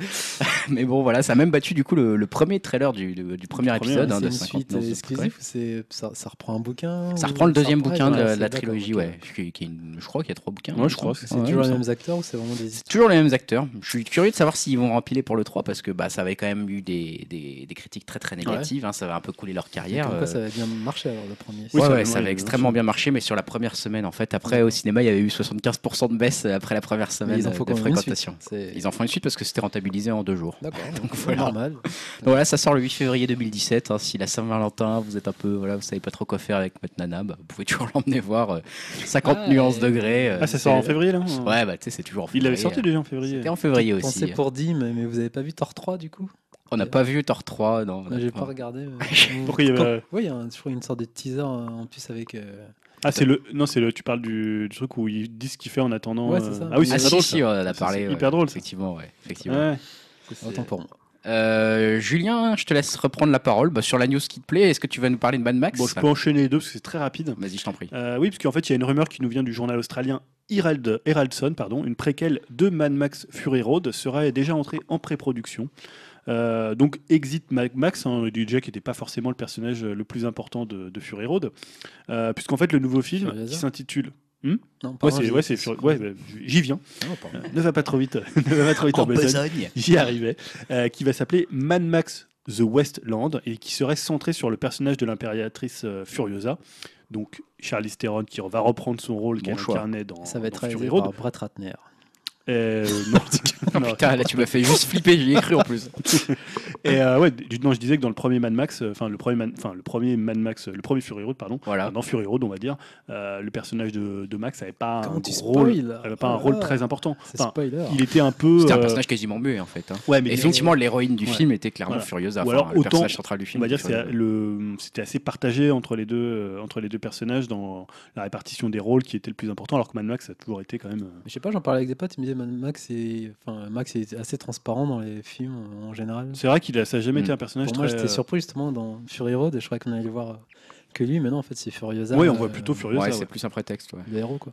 Speaker 1: Mais bon, voilà, ça a même battu du coup le, le premier trailer du, du- du premier
Speaker 2: premier,
Speaker 1: épisode hein,
Speaker 3: C'est
Speaker 1: de
Speaker 3: une
Speaker 1: 50
Speaker 3: suite
Speaker 1: nuances de Grey.
Speaker 3: exclusive ou c'est- ça, ça reprend un bouquin
Speaker 1: Ça
Speaker 3: ou-
Speaker 1: reprend le deuxième
Speaker 3: reprend-
Speaker 1: bouquin de,
Speaker 3: ouais,
Speaker 1: la-
Speaker 3: c'est
Speaker 1: de la
Speaker 3: d'accord,
Speaker 1: trilogie,
Speaker 3: ok.
Speaker 1: ouais. Qui- qui est une- je crois qu'il y a trois bouquins.
Speaker 2: Ouais,
Speaker 1: hein,
Speaker 2: je crois que
Speaker 3: C'est
Speaker 2: Ouais,
Speaker 3: toujours
Speaker 2: il
Speaker 3: les
Speaker 2: me
Speaker 3: mêmes acteurs ou c'est vraiment des
Speaker 1: C'est toujours les mêmes acteurs. Je suis curieux de savoir s'ils vont empiler pour le 3 parce que bah, ça avait quand même eu des, des- des critiques très très négatives. hein, ça va un peu couler leur carrière.
Speaker 3: Comme
Speaker 1: euh.
Speaker 3: quoi, ça va bien marcher alors le premier.
Speaker 1: ouais,
Speaker 2: Oui, ça
Speaker 1: ouais,
Speaker 2: avait-
Speaker 1: ça
Speaker 2: ouais,
Speaker 1: avait
Speaker 2: bien
Speaker 1: extrêmement
Speaker 2: sûr.
Speaker 1: bien marché, mais sur la première semaine en fait. Après, au cinéma, il y avait eu 75% de baisse après la première
Speaker 3: Mais
Speaker 1: semaine euh,
Speaker 3: faut
Speaker 1: de
Speaker 3: quand même une suite.
Speaker 1: fréquentation.
Speaker 3: C'est-
Speaker 1: Ils en font une suite parce que c'était rentabilisé en deux jours.
Speaker 3: D'accord,
Speaker 1: Donc,
Speaker 3: c'est
Speaker 1: voilà.
Speaker 3: normal.
Speaker 1: Donc voilà, ça sort le 8 février 2017. hein, si la Saint-Valentin, vous êtes un peu, voilà, vous savez pas trop quoi faire avec votre nana, bah, vous pouvez toujours l'emmener voir euh, 50
Speaker 3: Ah,
Speaker 1: nuances
Speaker 3: et-
Speaker 1: degrés. euh,
Speaker 2: Ah, ça sort en février, là
Speaker 1: Ouais, bah tu sais, c'est toujours en février.
Speaker 2: Il l'avait sorti déjà en février.
Speaker 1: C'était en février aussi. hein.
Speaker 3: Pensez pour Dim, mais vous avez pas vu Thor 3 du coup
Speaker 1: On n'a pas vu Thor 3, non. on n'a
Speaker 3: J'ai
Speaker 1: pas-
Speaker 3: pas regardé. euh, mais-
Speaker 2: Pourquoi il y avait-
Speaker 3: Oui, il y a un- je crois une sorte de teaser euh, en plus avec. euh,
Speaker 2: Ah, c'est le. Non, c'est le. Tu parles du, du truc où ils disent ce qu'il fait en attendant.
Speaker 3: Ouais,
Speaker 2: euh,
Speaker 3: c'est ça.
Speaker 2: Ah oui,
Speaker 1: Ah
Speaker 2: c'est
Speaker 1: si,
Speaker 2: très drôle.
Speaker 1: si, on en a
Speaker 2: Ça,
Speaker 1: parlé.
Speaker 2: c'est
Speaker 1: ouais.
Speaker 2: hyper drôle, ça.
Speaker 1: Effectivement, ouais.
Speaker 2: ça.
Speaker 1: Effectivement.
Speaker 2: Ouais.
Speaker 3: Autant pour moi.
Speaker 1: Euh, Julien, je te laisse reprendre la parole bah, sur la news qui te plaît. Est-ce que tu vas nous parler de Mad Max
Speaker 2: Bon, je peux enchaîner les deux parce que c'est très rapide.
Speaker 1: Vas-y, je t'en prie.
Speaker 2: Euh, oui, parce qu'en fait, il y a une rumeur qui nous vient du journal australien Herald, Heraldson, pardon, une préquelle de Mad Max Fury Road sera déjà entrée en pré-production. Euh, donc, exit Mad Max, hein, du Jack n'était pas forcément le personnage le plus important de, de Fury Road, Euh, puisqu'en fait, le nouveau film
Speaker 3: Fury Road.
Speaker 2: qui s'intitule.
Speaker 3: Non,
Speaker 2: Ouais,
Speaker 3: pardon,
Speaker 2: c'est
Speaker 3: j'ai-
Speaker 2: ouais, c'est Fury- ouais, bah, j'y viens.
Speaker 3: Non, pardon.
Speaker 2: Euh, ne va pas trop vite, ne va pas
Speaker 1: Oh,
Speaker 2: trop vite en
Speaker 1: bah,
Speaker 2: besogne. J'y arrivais. Euh, qui va s'appeler Mad Max The Westland et qui serait centré sur le personnage de l'impératrice euh, Furiosa. Donc Charlie Theron qui va reprendre son rôle
Speaker 1: Bon
Speaker 2: qu'elle
Speaker 1: choix.
Speaker 2: incarnait dans,
Speaker 3: Ça va être
Speaker 2: dans Fury
Speaker 3: réalisé
Speaker 2: Road.
Speaker 3: par Brett Ratner.
Speaker 2: Euh, non, non.
Speaker 1: Oh, Putain, là tu m'as fait juste flipper, j'y ai cru en plus.
Speaker 2: Et euh, ouais, du- non, je disais que dans le premier Mad Max, euh, enfin le premier, Man- enfin le premier Mad Max, euh, le premier Fury Road, pardon,
Speaker 1: Voilà.
Speaker 2: enfin, dans Fury Road, on va dire, euh, le personnage de, de Max n'avait pas
Speaker 3: Comment
Speaker 2: un
Speaker 3: tu
Speaker 2: gros rôle,
Speaker 3: spoil
Speaker 2: avait pas
Speaker 3: Oh
Speaker 2: un
Speaker 3: là
Speaker 2: rôle
Speaker 3: là.
Speaker 2: très important.
Speaker 3: C'est
Speaker 2: Enfin,
Speaker 3: spoiler.
Speaker 2: il était un peu.
Speaker 1: C'était un
Speaker 2: euh,
Speaker 1: personnage quasiment muet en fait. hein.
Speaker 2: ouais, mais
Speaker 1: Effectivement, l'héroïne du
Speaker 2: Ouais.
Speaker 1: film était clairement
Speaker 2: Voilà.
Speaker 1: Furiosa.
Speaker 2: Ou
Speaker 1: enfin,
Speaker 2: alors,
Speaker 1: le
Speaker 2: autant-
Speaker 1: personnage central du film.
Speaker 2: On va dire que
Speaker 1: était
Speaker 2: c'est
Speaker 1: Furiosa.
Speaker 2: le- c'était assez partagé entre les deux, euh, entre les deux personnages dans la répartition des rôles qui était le plus important, alors que Mad Max a toujours été quand même. euh,
Speaker 3: Mais je sais pas, j'en parlais avec des potes, ils me disaient Mad Max est, enfin, Max est assez transparent dans les films euh, en général.
Speaker 2: C'est vrai qu'il a, ça a jamais
Speaker 1: Mm.
Speaker 2: été un personnage
Speaker 3: Pour moi,
Speaker 2: très. euh,
Speaker 3: j'étais surpris justement dans Fury Road et je croyais qu'on allait voir euh, que lui, mais non, en fait, c'est Furiosa.
Speaker 2: Oui, on voit
Speaker 3: euh,
Speaker 2: plutôt Furiosa.
Speaker 1: Ouais,
Speaker 2: ouais.
Speaker 1: c'est plus un prétexte. ouais.
Speaker 3: Le héros, quoi.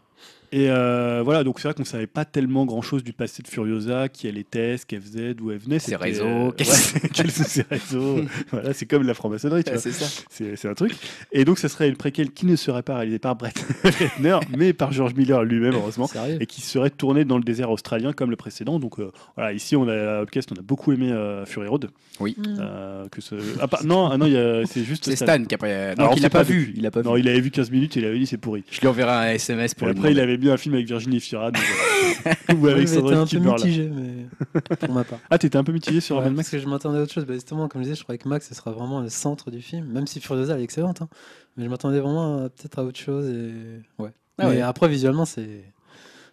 Speaker 2: Et euh, voilà, donc c'est vrai qu'on savait pas tellement grand chose du passé de Furiosa, qui elle était, ce qu'elle faisait, d'où elle venait.
Speaker 1: Ses
Speaker 2: C'était,
Speaker 1: réseaux,
Speaker 2: euh,
Speaker 1: qu'est-ce-
Speaker 2: ouais, quels sont ses réseaux. voilà, c'est comme la franc-maçonnerie, tu vois.
Speaker 1: c'est ça.
Speaker 2: C'est c'est un truc. Et donc, ça serait une préquelle qui ne serait pas réalisée par Brett Ratner, mais par George Miller lui-même, heureusement,
Speaker 3: Sérieux
Speaker 2: et qui serait tournée dans le désert australien comme le précédent. Donc, euh, voilà, ici, on a à Outcast, on a beaucoup aimé euh, Fury Road.
Speaker 3: Mmh. Mm.
Speaker 2: Euh, que ce... ah, pas- non, ah non, il y a- c'est juste.
Speaker 1: C'est
Speaker 2: Stan.
Speaker 1: Stan qui a pas, euh,
Speaker 2: Alors,
Speaker 1: non,
Speaker 2: on
Speaker 1: qui
Speaker 2: sait
Speaker 1: l'a pas
Speaker 2: pas
Speaker 1: vu. Il a pas
Speaker 2: Non,
Speaker 1: vu.
Speaker 2: il avait vu 15 minutes et il avait dit c'est pourri.
Speaker 1: Je lui enverrai un SMS pour
Speaker 2: Et
Speaker 1: lui
Speaker 2: après, il
Speaker 1: demander.
Speaker 2: avait mis un film avec Virginie Fira donc, euh, ou
Speaker 3: Oui,
Speaker 2: avec
Speaker 3: mais t'es
Speaker 2: Sandra
Speaker 3: un peu
Speaker 2: Kimberley.
Speaker 3: mitigé, mais pour ma part.
Speaker 2: Ah, t'étais un peu mitigé sur
Speaker 3: Ouais,
Speaker 2: Mad
Speaker 3: parce
Speaker 2: Max
Speaker 3: que je m'attendais à autre chose. Bah, justement, comme je disais, je croyais que Max ce sera vraiment le centre du film, même si Furiosa elle est excellente. hein. Mais je m'attendais vraiment à- peut-être à autre chose. Et... Ouais.
Speaker 1: Ah
Speaker 3: Mais
Speaker 1: ouais.
Speaker 3: après, visuellement, c'est.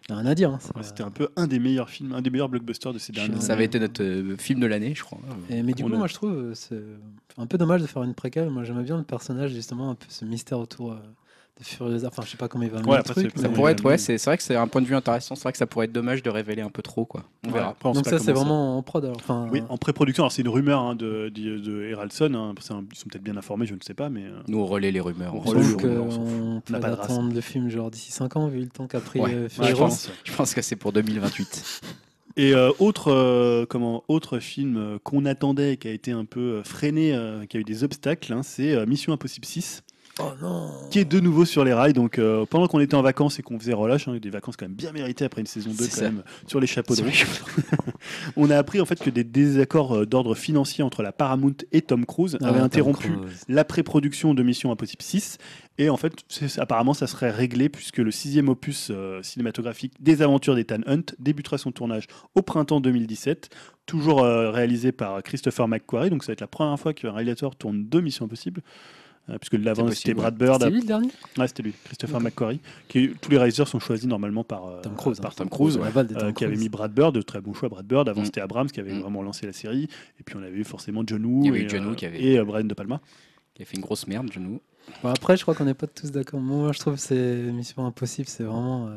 Speaker 3: y a rien à dire. hein, c'est
Speaker 2: Ouais,
Speaker 3: pas-
Speaker 2: C'était un peu un des meilleurs films, un des meilleurs blockbusters de ces derniers
Speaker 3: avait-
Speaker 1: Ça avait été notre euh, film de l'année, je crois.
Speaker 3: Et- mais du
Speaker 2: On
Speaker 3: coup,
Speaker 2: a-
Speaker 3: moi, je trouve euh, c'est un peu dommage de faire une préquelle. Moi, j'aimais bien le personnage, justement, un peu ce mystère autour euh, de Furiosa. Enfin, je sais pas comment il va mener le
Speaker 2: après,
Speaker 3: truc,
Speaker 2: c'est-
Speaker 1: Ça
Speaker 2: Ouais,
Speaker 3: mais-
Speaker 1: pourrait
Speaker 2: ouais,
Speaker 1: être, ouais,
Speaker 2: mais-
Speaker 1: c'est c'est vrai que c'est un point de vue intéressant. C'est vrai que ça pourrait être dommage de révéler un peu trop, quoi. On verra.
Speaker 2: Après, on
Speaker 3: Donc
Speaker 2: sait
Speaker 3: ça,
Speaker 2: pas
Speaker 3: c'est
Speaker 2: comment
Speaker 3: vraiment en prod. alors. Enfin,
Speaker 2: Oui, en pré-production, alors c'est une rumeur hein, de, de, de Harrelson, hein, c'est un- ils sont peut-être bien informés, je ne sais pas, mais euh,
Speaker 1: Nous, on relaie les rumeurs.
Speaker 2: On
Speaker 1: on
Speaker 2: Oh,
Speaker 1: relaie
Speaker 2: relaie
Speaker 1: les
Speaker 2: le
Speaker 1: rumeurs.
Speaker 3: Donc,
Speaker 2: jour,
Speaker 3: euh,
Speaker 2: on s'en fout.
Speaker 3: on peut
Speaker 2: n'a pas de race.
Speaker 3: attendre le film genre d'ici 5 ans, vu le temps qu'a pris
Speaker 1: Ouais.
Speaker 3: euh,
Speaker 2: ouais, je
Speaker 3: Fury Road.
Speaker 2: pense, ouais.
Speaker 1: Je pense que c'est pour 2028.
Speaker 2: Et euh, autre, euh, comment, autre film euh, qu'on attendait et qui a été un peu euh, freiné, euh, qui a eu des obstacles, hein, c'est euh, Mission Impossible 6,
Speaker 3: Oh non
Speaker 2: qui est de nouveau sur les rails. Donc euh, pendant qu'on était en vacances et qu'on faisait relâche, hein, des vacances quand même bien méritées après une saison 2
Speaker 1: C'est
Speaker 2: quand
Speaker 1: ça.
Speaker 2: même, sur les chapeaux de
Speaker 1: Sur les
Speaker 2: roue, on a appris en fait que des désaccords euh, d'ordre financier entre la Paramount et Tom Cruise
Speaker 3: Ah,
Speaker 2: avaient
Speaker 3: Tom
Speaker 2: interrompu
Speaker 3: Cruise.
Speaker 2: la pré-production de Mission Impossible 6. Et en fait, c'est- apparemment, ça serait réglé puisque le sixième opus euh, cinématographique des aventures d'Ethan Hunt débutera son tournage au printemps 2017, toujours euh, réalisé par Christopher McQuarrie. Donc ça va être la première fois qu'un réalisateur tourne deux Missions Impossibles. euh, puisque l'avant
Speaker 1: C'est
Speaker 2: c'était
Speaker 1: possible,
Speaker 2: Brad Bird,
Speaker 3: C'était lui le dernier
Speaker 2: ah, c'était lui, Christopher McQuarrie. Qui, tous les réalisateurs sont choisis normalement par euh,
Speaker 3: Tom Cruise.
Speaker 2: par
Speaker 3: hein.
Speaker 2: Tom Cruise,
Speaker 3: La balle des Tom
Speaker 2: euh, qui avait
Speaker 3: Cruise.
Speaker 2: mis Brad Bird, de très bon choix Brad Bird. Avant
Speaker 1: Mm.
Speaker 2: c'était Abrams qui avait
Speaker 1: Mm.
Speaker 2: vraiment lancé la série. Et puis on avait eu forcément John Woo
Speaker 1: Il y avait
Speaker 2: et,
Speaker 1: eu John Woo
Speaker 2: euh,
Speaker 1: qui avait-
Speaker 2: et, euh, Brian De Palma.
Speaker 1: Il a fait une grosse merde, je nous.
Speaker 3: Bon, après, je crois qu'on n'est pas tous d'accord. Moi, je trouve que c'est Mission Impossible, c'est vraiment. euh,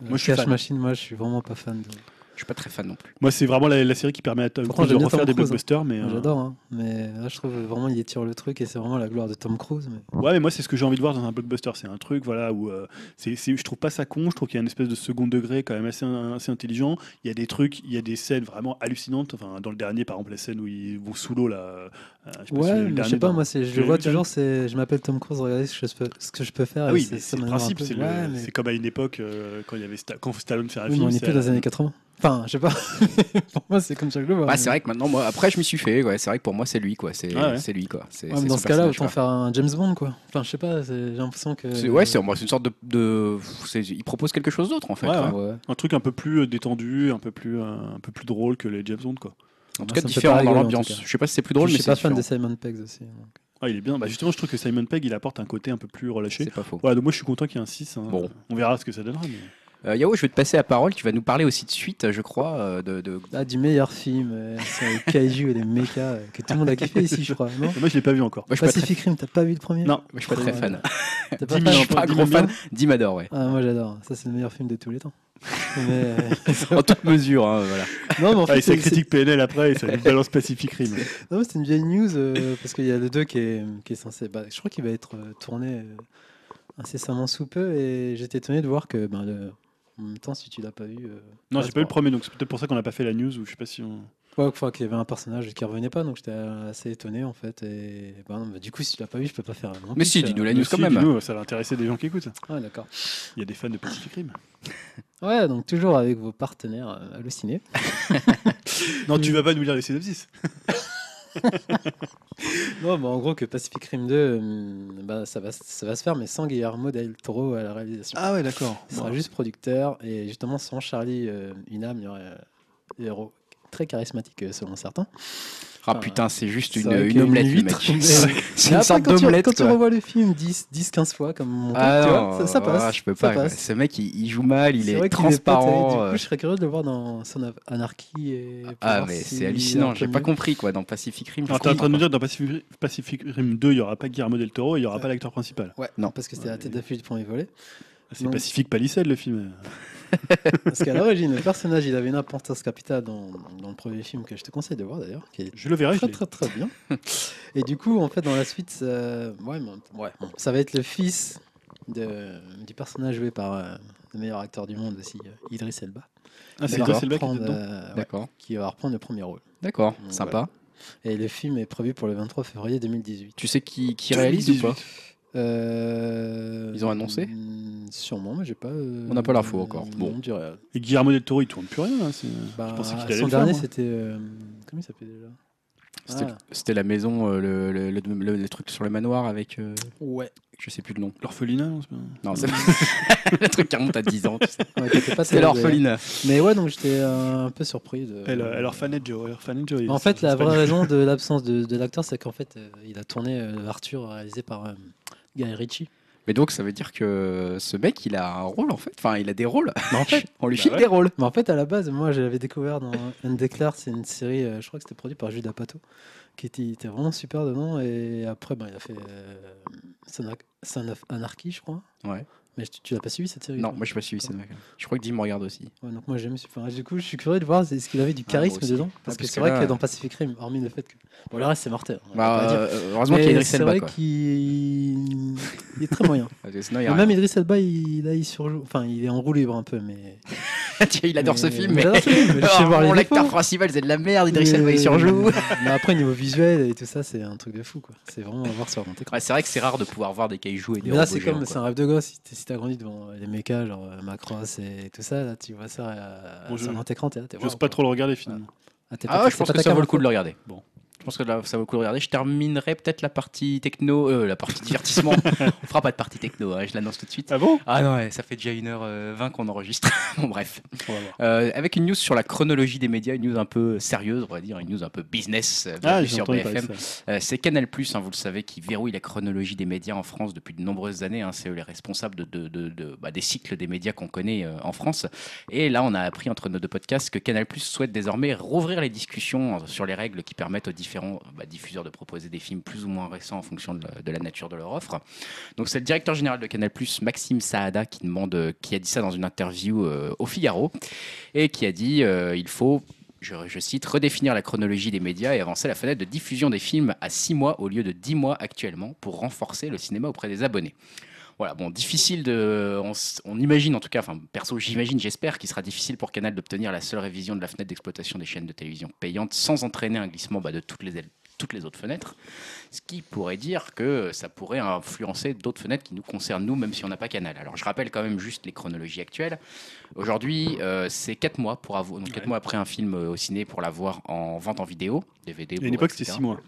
Speaker 2: Moi, je suis
Speaker 3: Cash
Speaker 2: fan.
Speaker 3: Machine, moi, je suis vraiment pas fan. De...
Speaker 1: Je suis pas très fan non plus.
Speaker 2: Moi, c'est vraiment la, la série qui permet à Tom
Speaker 3: Pourtant,
Speaker 2: Cruise de
Speaker 3: j'aime bien
Speaker 2: refaire
Speaker 3: Tom
Speaker 2: des
Speaker 3: Cruise, hein.
Speaker 2: blockbusters. Mais,
Speaker 3: Moi,
Speaker 2: euh,
Speaker 3: J'adore, hein. mais là, je trouve vraiment il étire le truc et c'est vraiment la gloire de Tom Cruise. mais-
Speaker 2: Ouais, mais moi, c'est ce que j'ai envie de voir dans un blockbuster. C'est un truc, voilà, où euh, c'est, c'est- je trouve pas ça con. Je trouve qu'il y a une espèce de second degré quand même assez, assez intelligent. Il y a des trucs, il y a des scènes vraiment hallucinantes. Enfin, dans le dernier, par exemple, la scène où ils vont sous l'eau, là. euh, je sais pas si
Speaker 3: Ouais,
Speaker 2: le
Speaker 3: mais je
Speaker 2: dernier
Speaker 3: sais pas,
Speaker 2: dans-
Speaker 3: moi, c'est- je
Speaker 2: l'avais
Speaker 3: le vois
Speaker 2: vu, t'as
Speaker 3: toujours, c'est je m'appelle Tom Cruise, regardez ce que je peux, ce que je peux faire.
Speaker 2: Ah
Speaker 3: et
Speaker 2: oui,
Speaker 3: c'est-
Speaker 2: mais
Speaker 3: ça
Speaker 2: c'est le
Speaker 3: m'énerve un
Speaker 2: principe.
Speaker 3: peu.
Speaker 2: C'est, le-
Speaker 3: Ouais, mais-
Speaker 2: c'est comme à une époque euh, quand il y avait Sta- quand Stallone fait un
Speaker 3: Oui, mais
Speaker 2: film.
Speaker 3: on n'est
Speaker 2: c'est
Speaker 3: plus dans les
Speaker 2: à-
Speaker 3: années 80. Enfin, je sais pas. Pour moi, c'est comme ça que je le vois.
Speaker 1: Bah,
Speaker 3: mais-
Speaker 1: c'est vrai que maintenant, moi, après, je m'y suis fait. Ouais, c'est vrai que pour moi, c'est lui, quoi. C'est
Speaker 2: Ah Ouais, ouais.
Speaker 1: c'est lui, quoi. C'est-
Speaker 3: Ouais,
Speaker 1: c'est
Speaker 3: mais dans
Speaker 1: son
Speaker 3: ce cas-là,
Speaker 1: personnage,
Speaker 3: autant faire un James Bond, quoi. Enfin, je sais pas, c'est- j'ai l'impression que.
Speaker 1: quoi. C'est- Ouais, c'est moi, c'est une sorte de. de- c'est- il propose quelque chose d'autre, en fait.
Speaker 2: Ouais,
Speaker 1: hein.
Speaker 2: Un truc un peu plus euh, détendu, un peu plus, euh, un peu plus drôle que les James Bond, quoi.
Speaker 1: En tout
Speaker 3: Moi,
Speaker 1: cas,
Speaker 3: ça me fait
Speaker 1: différent
Speaker 3: pas
Speaker 1: dans
Speaker 3: rigoler, en tout
Speaker 1: l'ambiance.
Speaker 3: cas.
Speaker 1: Je sais pas si c'est plus drôle,
Speaker 3: Drôle, je
Speaker 1: mais
Speaker 3: suis pas
Speaker 1: c'est
Speaker 3: fan de
Speaker 1: différent.
Speaker 3: Simon Pegg aussi. donc.
Speaker 2: Ah, il est bien. Bah, justement, je trouve que Simon Pegg, il apporte un côté un peu plus relâché.
Speaker 1: C'est pas faux.
Speaker 2: Voilà, donc moi je suis content qu'il y ait un 6. hein.
Speaker 1: Bon.
Speaker 2: On verra ce que ça donnera. mais-
Speaker 1: Euh, Yao, je vais te passer la parole. Tu vas nous parler aussi de suite, je crois, euh, de, de-
Speaker 3: Ah, du meilleur film, euh, sur les kaiju et les mechas, euh, que tout le monde a kiffé ici, je crois. Non
Speaker 2: Et Moi je l'ai pas vu encore.
Speaker 1: Moi, je suis pas très,
Speaker 3: Pacific Rim, t'as pas vu le premier
Speaker 2: Non,
Speaker 1: moi, je suis pas très fan.
Speaker 3: T'as
Speaker 2: Dix
Speaker 3: pas
Speaker 1: Je
Speaker 2: millions.
Speaker 3: fan
Speaker 1: suis pas un
Speaker 2: Dim
Speaker 1: gros
Speaker 2: aime bien.
Speaker 1: fan. Dim adore, ouais.
Speaker 3: ah, Moi, j'adore. Ça, c'est le meilleur film de tous les temps. Mais, euh,
Speaker 1: En toute mesure, hein, voilà.
Speaker 3: Non, mais en
Speaker 2: Ah, et
Speaker 3: fait,
Speaker 2: ça
Speaker 3: c'est-
Speaker 2: critique PNL après et ça lui balance Pacific Rim.
Speaker 3: c'est- non, mais c'est une vieille news euh, parce qu'il y a le 2 qui est, qui est censé. bah, je crois qu'il va être euh, tourné euh, incessamment sous peu et j'étais étonné de voir que. Ben, le... En même temps, si tu l'as pas vu. euh,
Speaker 2: Non,
Speaker 3: ouais,
Speaker 2: j'ai pas eu le premier donc c'est peut-être pour ça qu'on n'a pas fait la news ou je sais pas si on.
Speaker 3: Ouais, une fois qu'il y avait un personnage qui revenait pas, donc j'étais assez étonné en fait. Et bah, non, bah, du coup, si tu l'as pas vu, je peux pas faire. mon
Speaker 1: Mais
Speaker 3: pitch,
Speaker 1: si,
Speaker 3: euh.
Speaker 1: dis-nous la
Speaker 2: Mais
Speaker 1: news
Speaker 2: si,
Speaker 1: quand même.
Speaker 2: dis-nous, ça va intéresser des gens qui écoutent.
Speaker 3: Ouais, d'accord.
Speaker 2: Il y a des fans de Pacific Rim.
Speaker 3: Ouais, donc toujours avec vos partenaires euh, hallucinés.
Speaker 2: Non, tu vas pas nous lire les synopsis.
Speaker 3: Non, bah, en gros, que Pacific Rim 2, euh, bah, ça, va, ça va se faire, mais sans Guillermo del Toro à la réalisation.
Speaker 2: Ah ouais, d'accord.
Speaker 3: Il sera juste producteur et justement sans Charlie euh, Hunnam, il y aurait euh, le héros très charismatique euh, selon certains.
Speaker 1: Ah putain, c'est juste
Speaker 3: C'est
Speaker 1: une,
Speaker 3: vrai
Speaker 1: une
Speaker 3: qu'il y a une
Speaker 1: omelette, le mec.
Speaker 3: huître.
Speaker 1: C'est
Speaker 3: Mais
Speaker 1: une
Speaker 3: après,
Speaker 1: sorte
Speaker 3: quand tu-
Speaker 1: d'omelette.
Speaker 3: Quand tu
Speaker 1: quoi.
Speaker 3: revois le film 10-15 fois, comme mon
Speaker 1: Ah
Speaker 3: père, tu
Speaker 1: non,
Speaker 3: vois, ça, ça passe.
Speaker 1: ah, je peux
Speaker 3: ça
Speaker 1: pas.
Speaker 3: passe.
Speaker 1: Ce mec, il, il joue mal, il
Speaker 3: C'est
Speaker 1: est,
Speaker 3: vrai qu'il pote, et
Speaker 1: transparent.
Speaker 3: du
Speaker 1: euh,
Speaker 3: coup, je serais curieux de le voir dans Son of Anarchy. Et pour
Speaker 1: Ah
Speaker 3: voir
Speaker 1: mais
Speaker 3: si-
Speaker 1: c'est hallucinant.
Speaker 3: un peu
Speaker 1: J'ai pas
Speaker 3: mieux.
Speaker 1: compris quoi dans Pacific Rim. je
Speaker 2: Alors, t'es en train
Speaker 1: comprends
Speaker 2: de nous dire que dans Pacific, Pacific Rim 2, il y aura pas Guillermo del Toro et il y aura pas l'acteur principal.
Speaker 1: pas. Ouais, non.
Speaker 3: Parce que c'était la tête
Speaker 2: Ouais.
Speaker 3: d'affiche du premier volet.
Speaker 2: C'est
Speaker 3: Non.
Speaker 2: Pacific Palisade le film.
Speaker 3: Parce qu'à l'origine, le personnage, il avait une importance capitale dans, dans le premier film que je te conseille de voir d'ailleurs, qui est
Speaker 2: Je le verrai. je
Speaker 3: très
Speaker 2: l'ai.
Speaker 3: très très bien. Et du coup, en fait, dans la suite, ça, ouais, mais- ouais, bon, ça va être le fils de, du personnage joué par euh, le meilleur acteur du monde aussi, euh, Idris Elba.
Speaker 2: Ah, c'est
Speaker 3: Il va
Speaker 2: Idris Elba qui était
Speaker 3: reprendre,
Speaker 2: dedans
Speaker 3: euh, ouais,
Speaker 1: D'accord.
Speaker 3: qui va reprendre le premier rôle.
Speaker 1: D'accord.
Speaker 3: Donc,
Speaker 1: Sympa.
Speaker 3: Et le film est prévu pour le 23 février 2018.
Speaker 1: Tu sais qui, qui réalise ou pas
Speaker 2: 2018.
Speaker 3: Euh,
Speaker 1: Ils ont annoncé
Speaker 3: mm, Sûrement, mais j'ai pas. euh,
Speaker 1: On n'a pas l'info encore. Bon.
Speaker 3: Bon, du réel.
Speaker 2: Et Guillermo del Toro, il tourne plus rien. Là. c'est-
Speaker 3: Bah,
Speaker 2: Je pensais qu'il allait
Speaker 3: son
Speaker 2: le faire,
Speaker 3: dernier,
Speaker 2: moi.
Speaker 3: c'était. euh, comment il s'appelait déjà
Speaker 1: C'était
Speaker 3: Ah.
Speaker 1: c'était la maison, euh, le, le, le- le- le truc sur le manoir avec. euh,
Speaker 3: Ouais.
Speaker 1: je sais plus le nom.
Speaker 2: L'orphelinat, non, c'est pas-
Speaker 1: Non, c'est le truc qui remonte à 10 ans. tu sais.
Speaker 3: ouais t'étais pas
Speaker 1: C'est
Speaker 3: terrible, d'ailleurs.
Speaker 1: l'orphelinat.
Speaker 3: Mais ouais, donc j'étais euh, un peu surpris. De...
Speaker 2: Elle, elle orphanage, elle orphanage, elle-
Speaker 3: En fait,
Speaker 2: c'est
Speaker 3: la
Speaker 2: pas
Speaker 3: vraie
Speaker 2: du-
Speaker 3: raison de l'absence de, de l'acteur, c'est qu'en fait, euh, il a tourné euh, Arthur, réalisé par euh, Guy Ritchie.
Speaker 1: Mais donc, ça veut dire que ce mec, il a un rôle en fait. Enfin, il a des rôles.
Speaker 3: Mais en fait,
Speaker 1: On lui
Speaker 2: Bah
Speaker 1: file
Speaker 2: ouais.
Speaker 1: des rôles.
Speaker 3: mais en fait, à la base, moi, je l'avais découvert dans Undeclared, c'est une série, euh, je crois que c'était produit par Judas Pato, qui était, il était vraiment super dedans. Et après, ben, il a fait euh, Son of- Son of Anarchy, je crois.
Speaker 1: Ouais.
Speaker 3: Mais tu, tu l'as pas suivi cette série
Speaker 1: Non,
Speaker 3: toi
Speaker 1: moi, je pas suivi cette mec. Je crois que Dim regarde aussi.
Speaker 3: Ouais, donc moi j'aime super. Du coup, je suis curieux de voir c'est- ce qu'il avait du
Speaker 1: moi
Speaker 3: charisme
Speaker 1: aussi.
Speaker 3: dedans.
Speaker 1: Ah,
Speaker 3: Parce que
Speaker 1: parce
Speaker 3: c'est
Speaker 1: que
Speaker 3: vrai
Speaker 1: là-
Speaker 3: que dans Pacific Rim, hormis le fait que. Bon, le reste c'est mortel. on va
Speaker 1: Bah,
Speaker 3: pas dire.
Speaker 1: euh, heureusement qu'il y a
Speaker 3: Mais
Speaker 1: Idris
Speaker 3: c'est
Speaker 1: Elba.
Speaker 3: vrai
Speaker 1: Quoi.
Speaker 3: qu'il il est très moyen.
Speaker 1: Parce que sinon, il y
Speaker 3: Mais
Speaker 1: a
Speaker 3: même
Speaker 1: rien.
Speaker 3: Idris Elba, il, là, il surjoue. Enfin, il est en roue libre un peu, mais.
Speaker 1: Tiens, il adore ce
Speaker 3: mais-
Speaker 1: film. Mais...
Speaker 3: j'adore ce film, mais je sais
Speaker 1: Oh,
Speaker 3: voir les
Speaker 1: mon acteur
Speaker 3: défauts.
Speaker 1: principal, c'est de la merde. Idris
Speaker 3: Mais-
Speaker 1: Elba, il surjoue.
Speaker 3: Mais après, niveau visuel et tout ça, c'est un truc de fou, quoi. C'est vraiment à voir sur mon écran.
Speaker 1: Ouais, c'est vrai que c'est rare de pouvoir voir des cailloux et des
Speaker 3: Mais là,
Speaker 1: robots
Speaker 3: c'est
Speaker 1: géants,
Speaker 3: comme,
Speaker 1: quoi.
Speaker 3: c'est un rêve de gosse. Si t'es- Si t'as grandi devant les mechas, genre euh, Macross et tout ça, là, tu vois ça euh,
Speaker 2: Bon, je-
Speaker 3: sur un écran, t'es là, t'es
Speaker 2: J'ose
Speaker 3: waouh,
Speaker 2: pas
Speaker 3: quoi.
Speaker 2: trop le regarder finalement.
Speaker 3: Ah, t'es
Speaker 1: Ah
Speaker 3: pas-
Speaker 1: ouais,
Speaker 3: c'est
Speaker 1: je pense
Speaker 3: pas
Speaker 1: que
Speaker 3: ta
Speaker 1: ça vaut
Speaker 3: cam,
Speaker 1: le coup de
Speaker 3: quoi.
Speaker 1: le regarder.
Speaker 2: Bon.
Speaker 1: Je pense que là, ça vaut le coup de regarder. Je terminerai peut-être la partie techno, euh, la partie divertissement. On fera pas de partie techno, hein, je l'annonce tout de suite.
Speaker 2: Ah bon
Speaker 1: Ah non, ouais, ça fait déjà 1h20 qu'on enregistre. bon, bref.
Speaker 2: On va voir.
Speaker 1: Euh, avec une news sur la chronologie des médias, une news un peu sérieuse, on va dire, une news un peu business euh,
Speaker 2: Ah,
Speaker 1: bienvenue
Speaker 2: j'ai
Speaker 1: sur
Speaker 2: entendu parler
Speaker 1: BFM.
Speaker 2: de ça.
Speaker 1: Euh, c'est Canal, hein, vous le savez, qui verrouille la chronologie des médias en France depuis de nombreuses années. hein. c'est eux les responsables de, de- de- de- bah, des cycles des médias qu'on connaît euh, en France. Et là, on a appris entre nos deux podcasts que Canal souhaite désormais rouvrir les discussions hein, sur les règles qui permettent aux différents bah, diffuseurs de proposer des films plus ou moins récents en fonction de la, de la nature de leur offre. Donc, c'est le directeur général de Canal, Maxime Saada, qui, demande, euh, qui a dit ça dans une interview euh, au Figaro et qui a dit euh, il faut je, je cite, redéfinir la chronologie des médias et avancer la fenêtre de diffusion des films à 6 mois au lieu de 10 mois actuellement pour renforcer le cinéma auprès des abonnés. Voilà, bon, difficile de. On, s- on imagine en tout cas, enfin, perso, j'imagine, j'espère qu'il sera difficile pour Canal d'obtenir la seule révision de la fenêtre d'exploitation des chaînes de télévision payantes sans entraîner un glissement bah, de toutes les, ailes- toutes les autres fenêtres. Ce qui pourrait dire que ça pourrait influencer d'autres fenêtres qui nous concernent, nous, même si on n'a pas Canal. Alors, je rappelle quand même juste les chronologies actuelles. Aujourd'hui, euh, c'est 4 mois, pour avoir, donc quatre
Speaker 2: Ouais.
Speaker 1: mois après un film euh, au ciné pour l'avoir en vente en vidéo, DVD.
Speaker 2: À
Speaker 1: Blu-ray,
Speaker 2: une époque, c'était
Speaker 1: etc.
Speaker 2: 6 mois.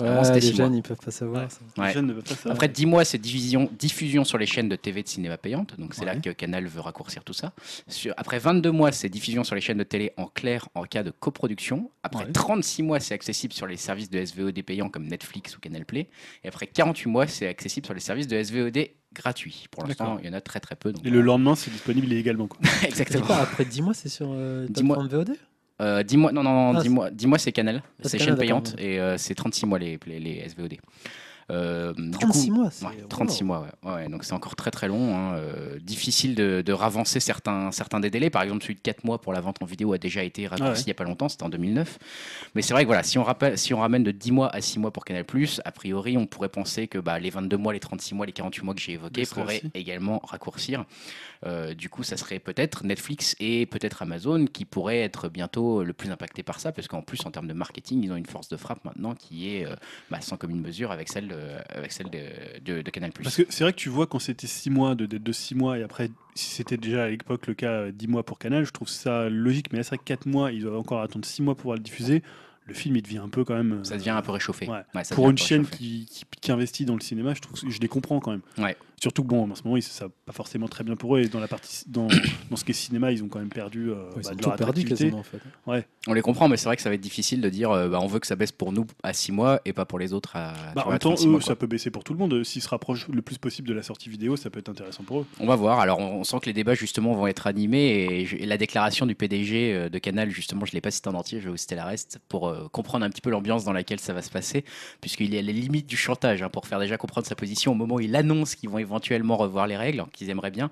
Speaker 1: Avant, c'était
Speaker 3: Ouais, les
Speaker 1: six mois.
Speaker 3: jeunes, ils peuvent pas savoir. ça.
Speaker 1: Ouais.
Speaker 2: Les jeunes ne veulent pas ça.
Speaker 1: Après 10 mois, c'est division, diffusion sur les chaînes de TV de cinéma payante. Donc c'est là
Speaker 2: Ouais.
Speaker 1: que Canal veut raccourcir tout ça. Sur- après 22 mois, c'est diffusion sur les chaînes de télé en clair en cas de coproduction. Après
Speaker 2: Ouais.
Speaker 1: 36 mois, c'est accessible sur les services de SVOD payants comme Netflix ou Canal Play. Et après 48 mois, c'est accessible sur les services de SVOD gratuits. Pour l'instant,
Speaker 2: D'accord.
Speaker 1: il y en a très très peu. donc
Speaker 2: Et le Ah,
Speaker 1: voilà.
Speaker 2: lendemain, c'est disponible illégalement. Quoi.
Speaker 3: C'est
Speaker 1: Exactement.
Speaker 3: quoi, après 10 mois, c'est sur euh,
Speaker 1: Dix mois.
Speaker 3: plateforme VOD
Speaker 1: Euh, dis-moi, non, non, non
Speaker 3: Ah,
Speaker 1: dis-moi, dis-moi, c'est Canal,
Speaker 3: c'est
Speaker 1: c'est
Speaker 3: Canal,
Speaker 1: chaîne payante
Speaker 3: d'accord,
Speaker 1: et euh, c'est 36 mois les, les, les SVOD. Euh, du coup,
Speaker 3: 36 mois, c'est
Speaker 1: ouais, 36 mois, ouais. Ouais, ouais, donc c'est encore très très long. hein, euh, difficile de, de ravancer certains, certains des délais. Par exemple, celui de 4 mois pour la vente en vidéo a déjà été raccourci
Speaker 2: Ah ouais.
Speaker 1: il n'y a pas longtemps, c'était en 2009. Mais c'est vrai que voilà, si on, rappelle, si on ramène de 10 mois à 6 mois pour Canal, a priori, on pourrait penser que bah, les 22 mois, les 36 mois, les 48 mois que j'ai évoqués
Speaker 2: Le serait
Speaker 1: pourraient
Speaker 2: aussi.
Speaker 1: également raccourcir. Euh, du coup, ça serait peut-être Netflix et peut-être Amazon qui pourraient être bientôt le plus impactés par ça, parce qu'en plus, en termes de marketing, ils ont une force de frappe maintenant qui est euh, bah, sans commune mesure avec celle, euh, avec celle de, de- de Canal.
Speaker 2: Parce que c'est vrai que tu vois, quand c'était 6 mois, de dette de 6 mois, et après, si c'était déjà à l'époque le cas euh, 10 mois pour Canal, je trouve ça logique. Mais là, c'est vrai que 4 mois, ils doivent encore attendre 6 mois pour pouvoir le diffuser. Le film, il devient un peu quand même. euh,
Speaker 1: Ça devient un peu réchauffé.
Speaker 2: Ouais.
Speaker 1: Ouais, ça
Speaker 2: pour
Speaker 1: devient
Speaker 2: une
Speaker 1: peu
Speaker 2: chaîne
Speaker 1: réchauffé.
Speaker 2: qui, qui, qui investit dans le cinéma, je trouve, que je les comprends quand même.
Speaker 1: Ouais.
Speaker 2: Surtout que bon, en ce moment, ils ça va pas forcément très bien pour eux. Et dans la partie, dans, dans ce qui est cinéma, ils ont quand même perdu. euh,
Speaker 3: Ils
Speaker 2: bah,
Speaker 3: ont
Speaker 2: de
Speaker 3: tout
Speaker 2: leur
Speaker 3: perdu
Speaker 2: attractivité.
Speaker 3: quasiment en fait.
Speaker 1: On les comprend, mais c'est vrai que ça va être difficile de dire euh, bah, on veut que ça baisse pour nous à 6 mois et pas pour les autres à, Ah, tu
Speaker 2: Bah,
Speaker 1: vois,
Speaker 2: en
Speaker 1: à
Speaker 2: même temps,
Speaker 1: 36
Speaker 2: eux,
Speaker 1: mois, quoi.
Speaker 2: ça peut baisser pour tout le monde. Euh, S'ils se rapprochent le plus possible de la sortie vidéo, ça peut être intéressant pour eux.
Speaker 1: On va voir. Alors, on on sent que les débats, justement, vont être animés. Et, je- et la déclaration du PDG euh, de Canal, justement, je ne l'ai pas citée en entier, je vais vous citer la reste, pour euh, comprendre un petit peu l'ambiance dans laquelle ça va se passer, puisqu'il est à la limite du chantage, hein, pour faire déjà comprendre sa position au moment où il annonce qu'ils vont éventuellement revoir les règles, qu'ils aimeraient bien.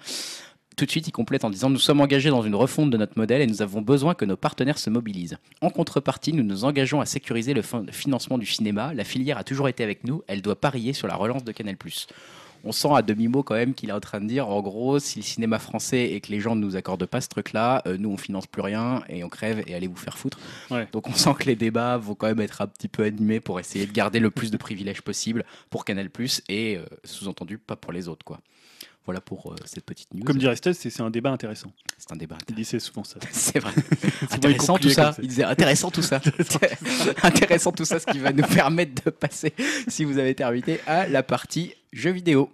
Speaker 1: Tout de suite, il complète en disant Nous sommes engagés dans une refonte de notre modèle et nous avons besoin que nos partenaires se mobilisent. En contrepartie, nous nous engageons à sécuriser le fin- le financement du cinéma. La filière a toujours été avec nous. Elle doit parier sur la relance de Canal. on sent à demi-mot quand même qu'il est en train de dire, en gros, si le cinéma français et que les gens ne nous accordent pas ce truc-là, euh, nous, on finance plus rien et on crève et allez vous faire foutre.
Speaker 2: Ouais.
Speaker 1: Donc on sent que les débats vont quand même être un petit peu animés pour essayer de garder le plus de privilèges possible pour Canal+, et euh, sous-entendu, pas pour les autres, quoi. Voilà pour euh, cette petite news.
Speaker 2: Comme dirait Estelle, c'est c'est un débat intéressant.
Speaker 1: C'est un débat
Speaker 2: Il dit c'est souvent ça.
Speaker 1: C'est vrai.
Speaker 2: il
Speaker 1: intéressant tout
Speaker 2: concluait
Speaker 1: ça.
Speaker 2: comme ça.
Speaker 1: Il disait intéressant tout ça. intéressant tout ça, ce qui va nous permettre de passer, si vous avez terminé, à la partie jeux vidéo.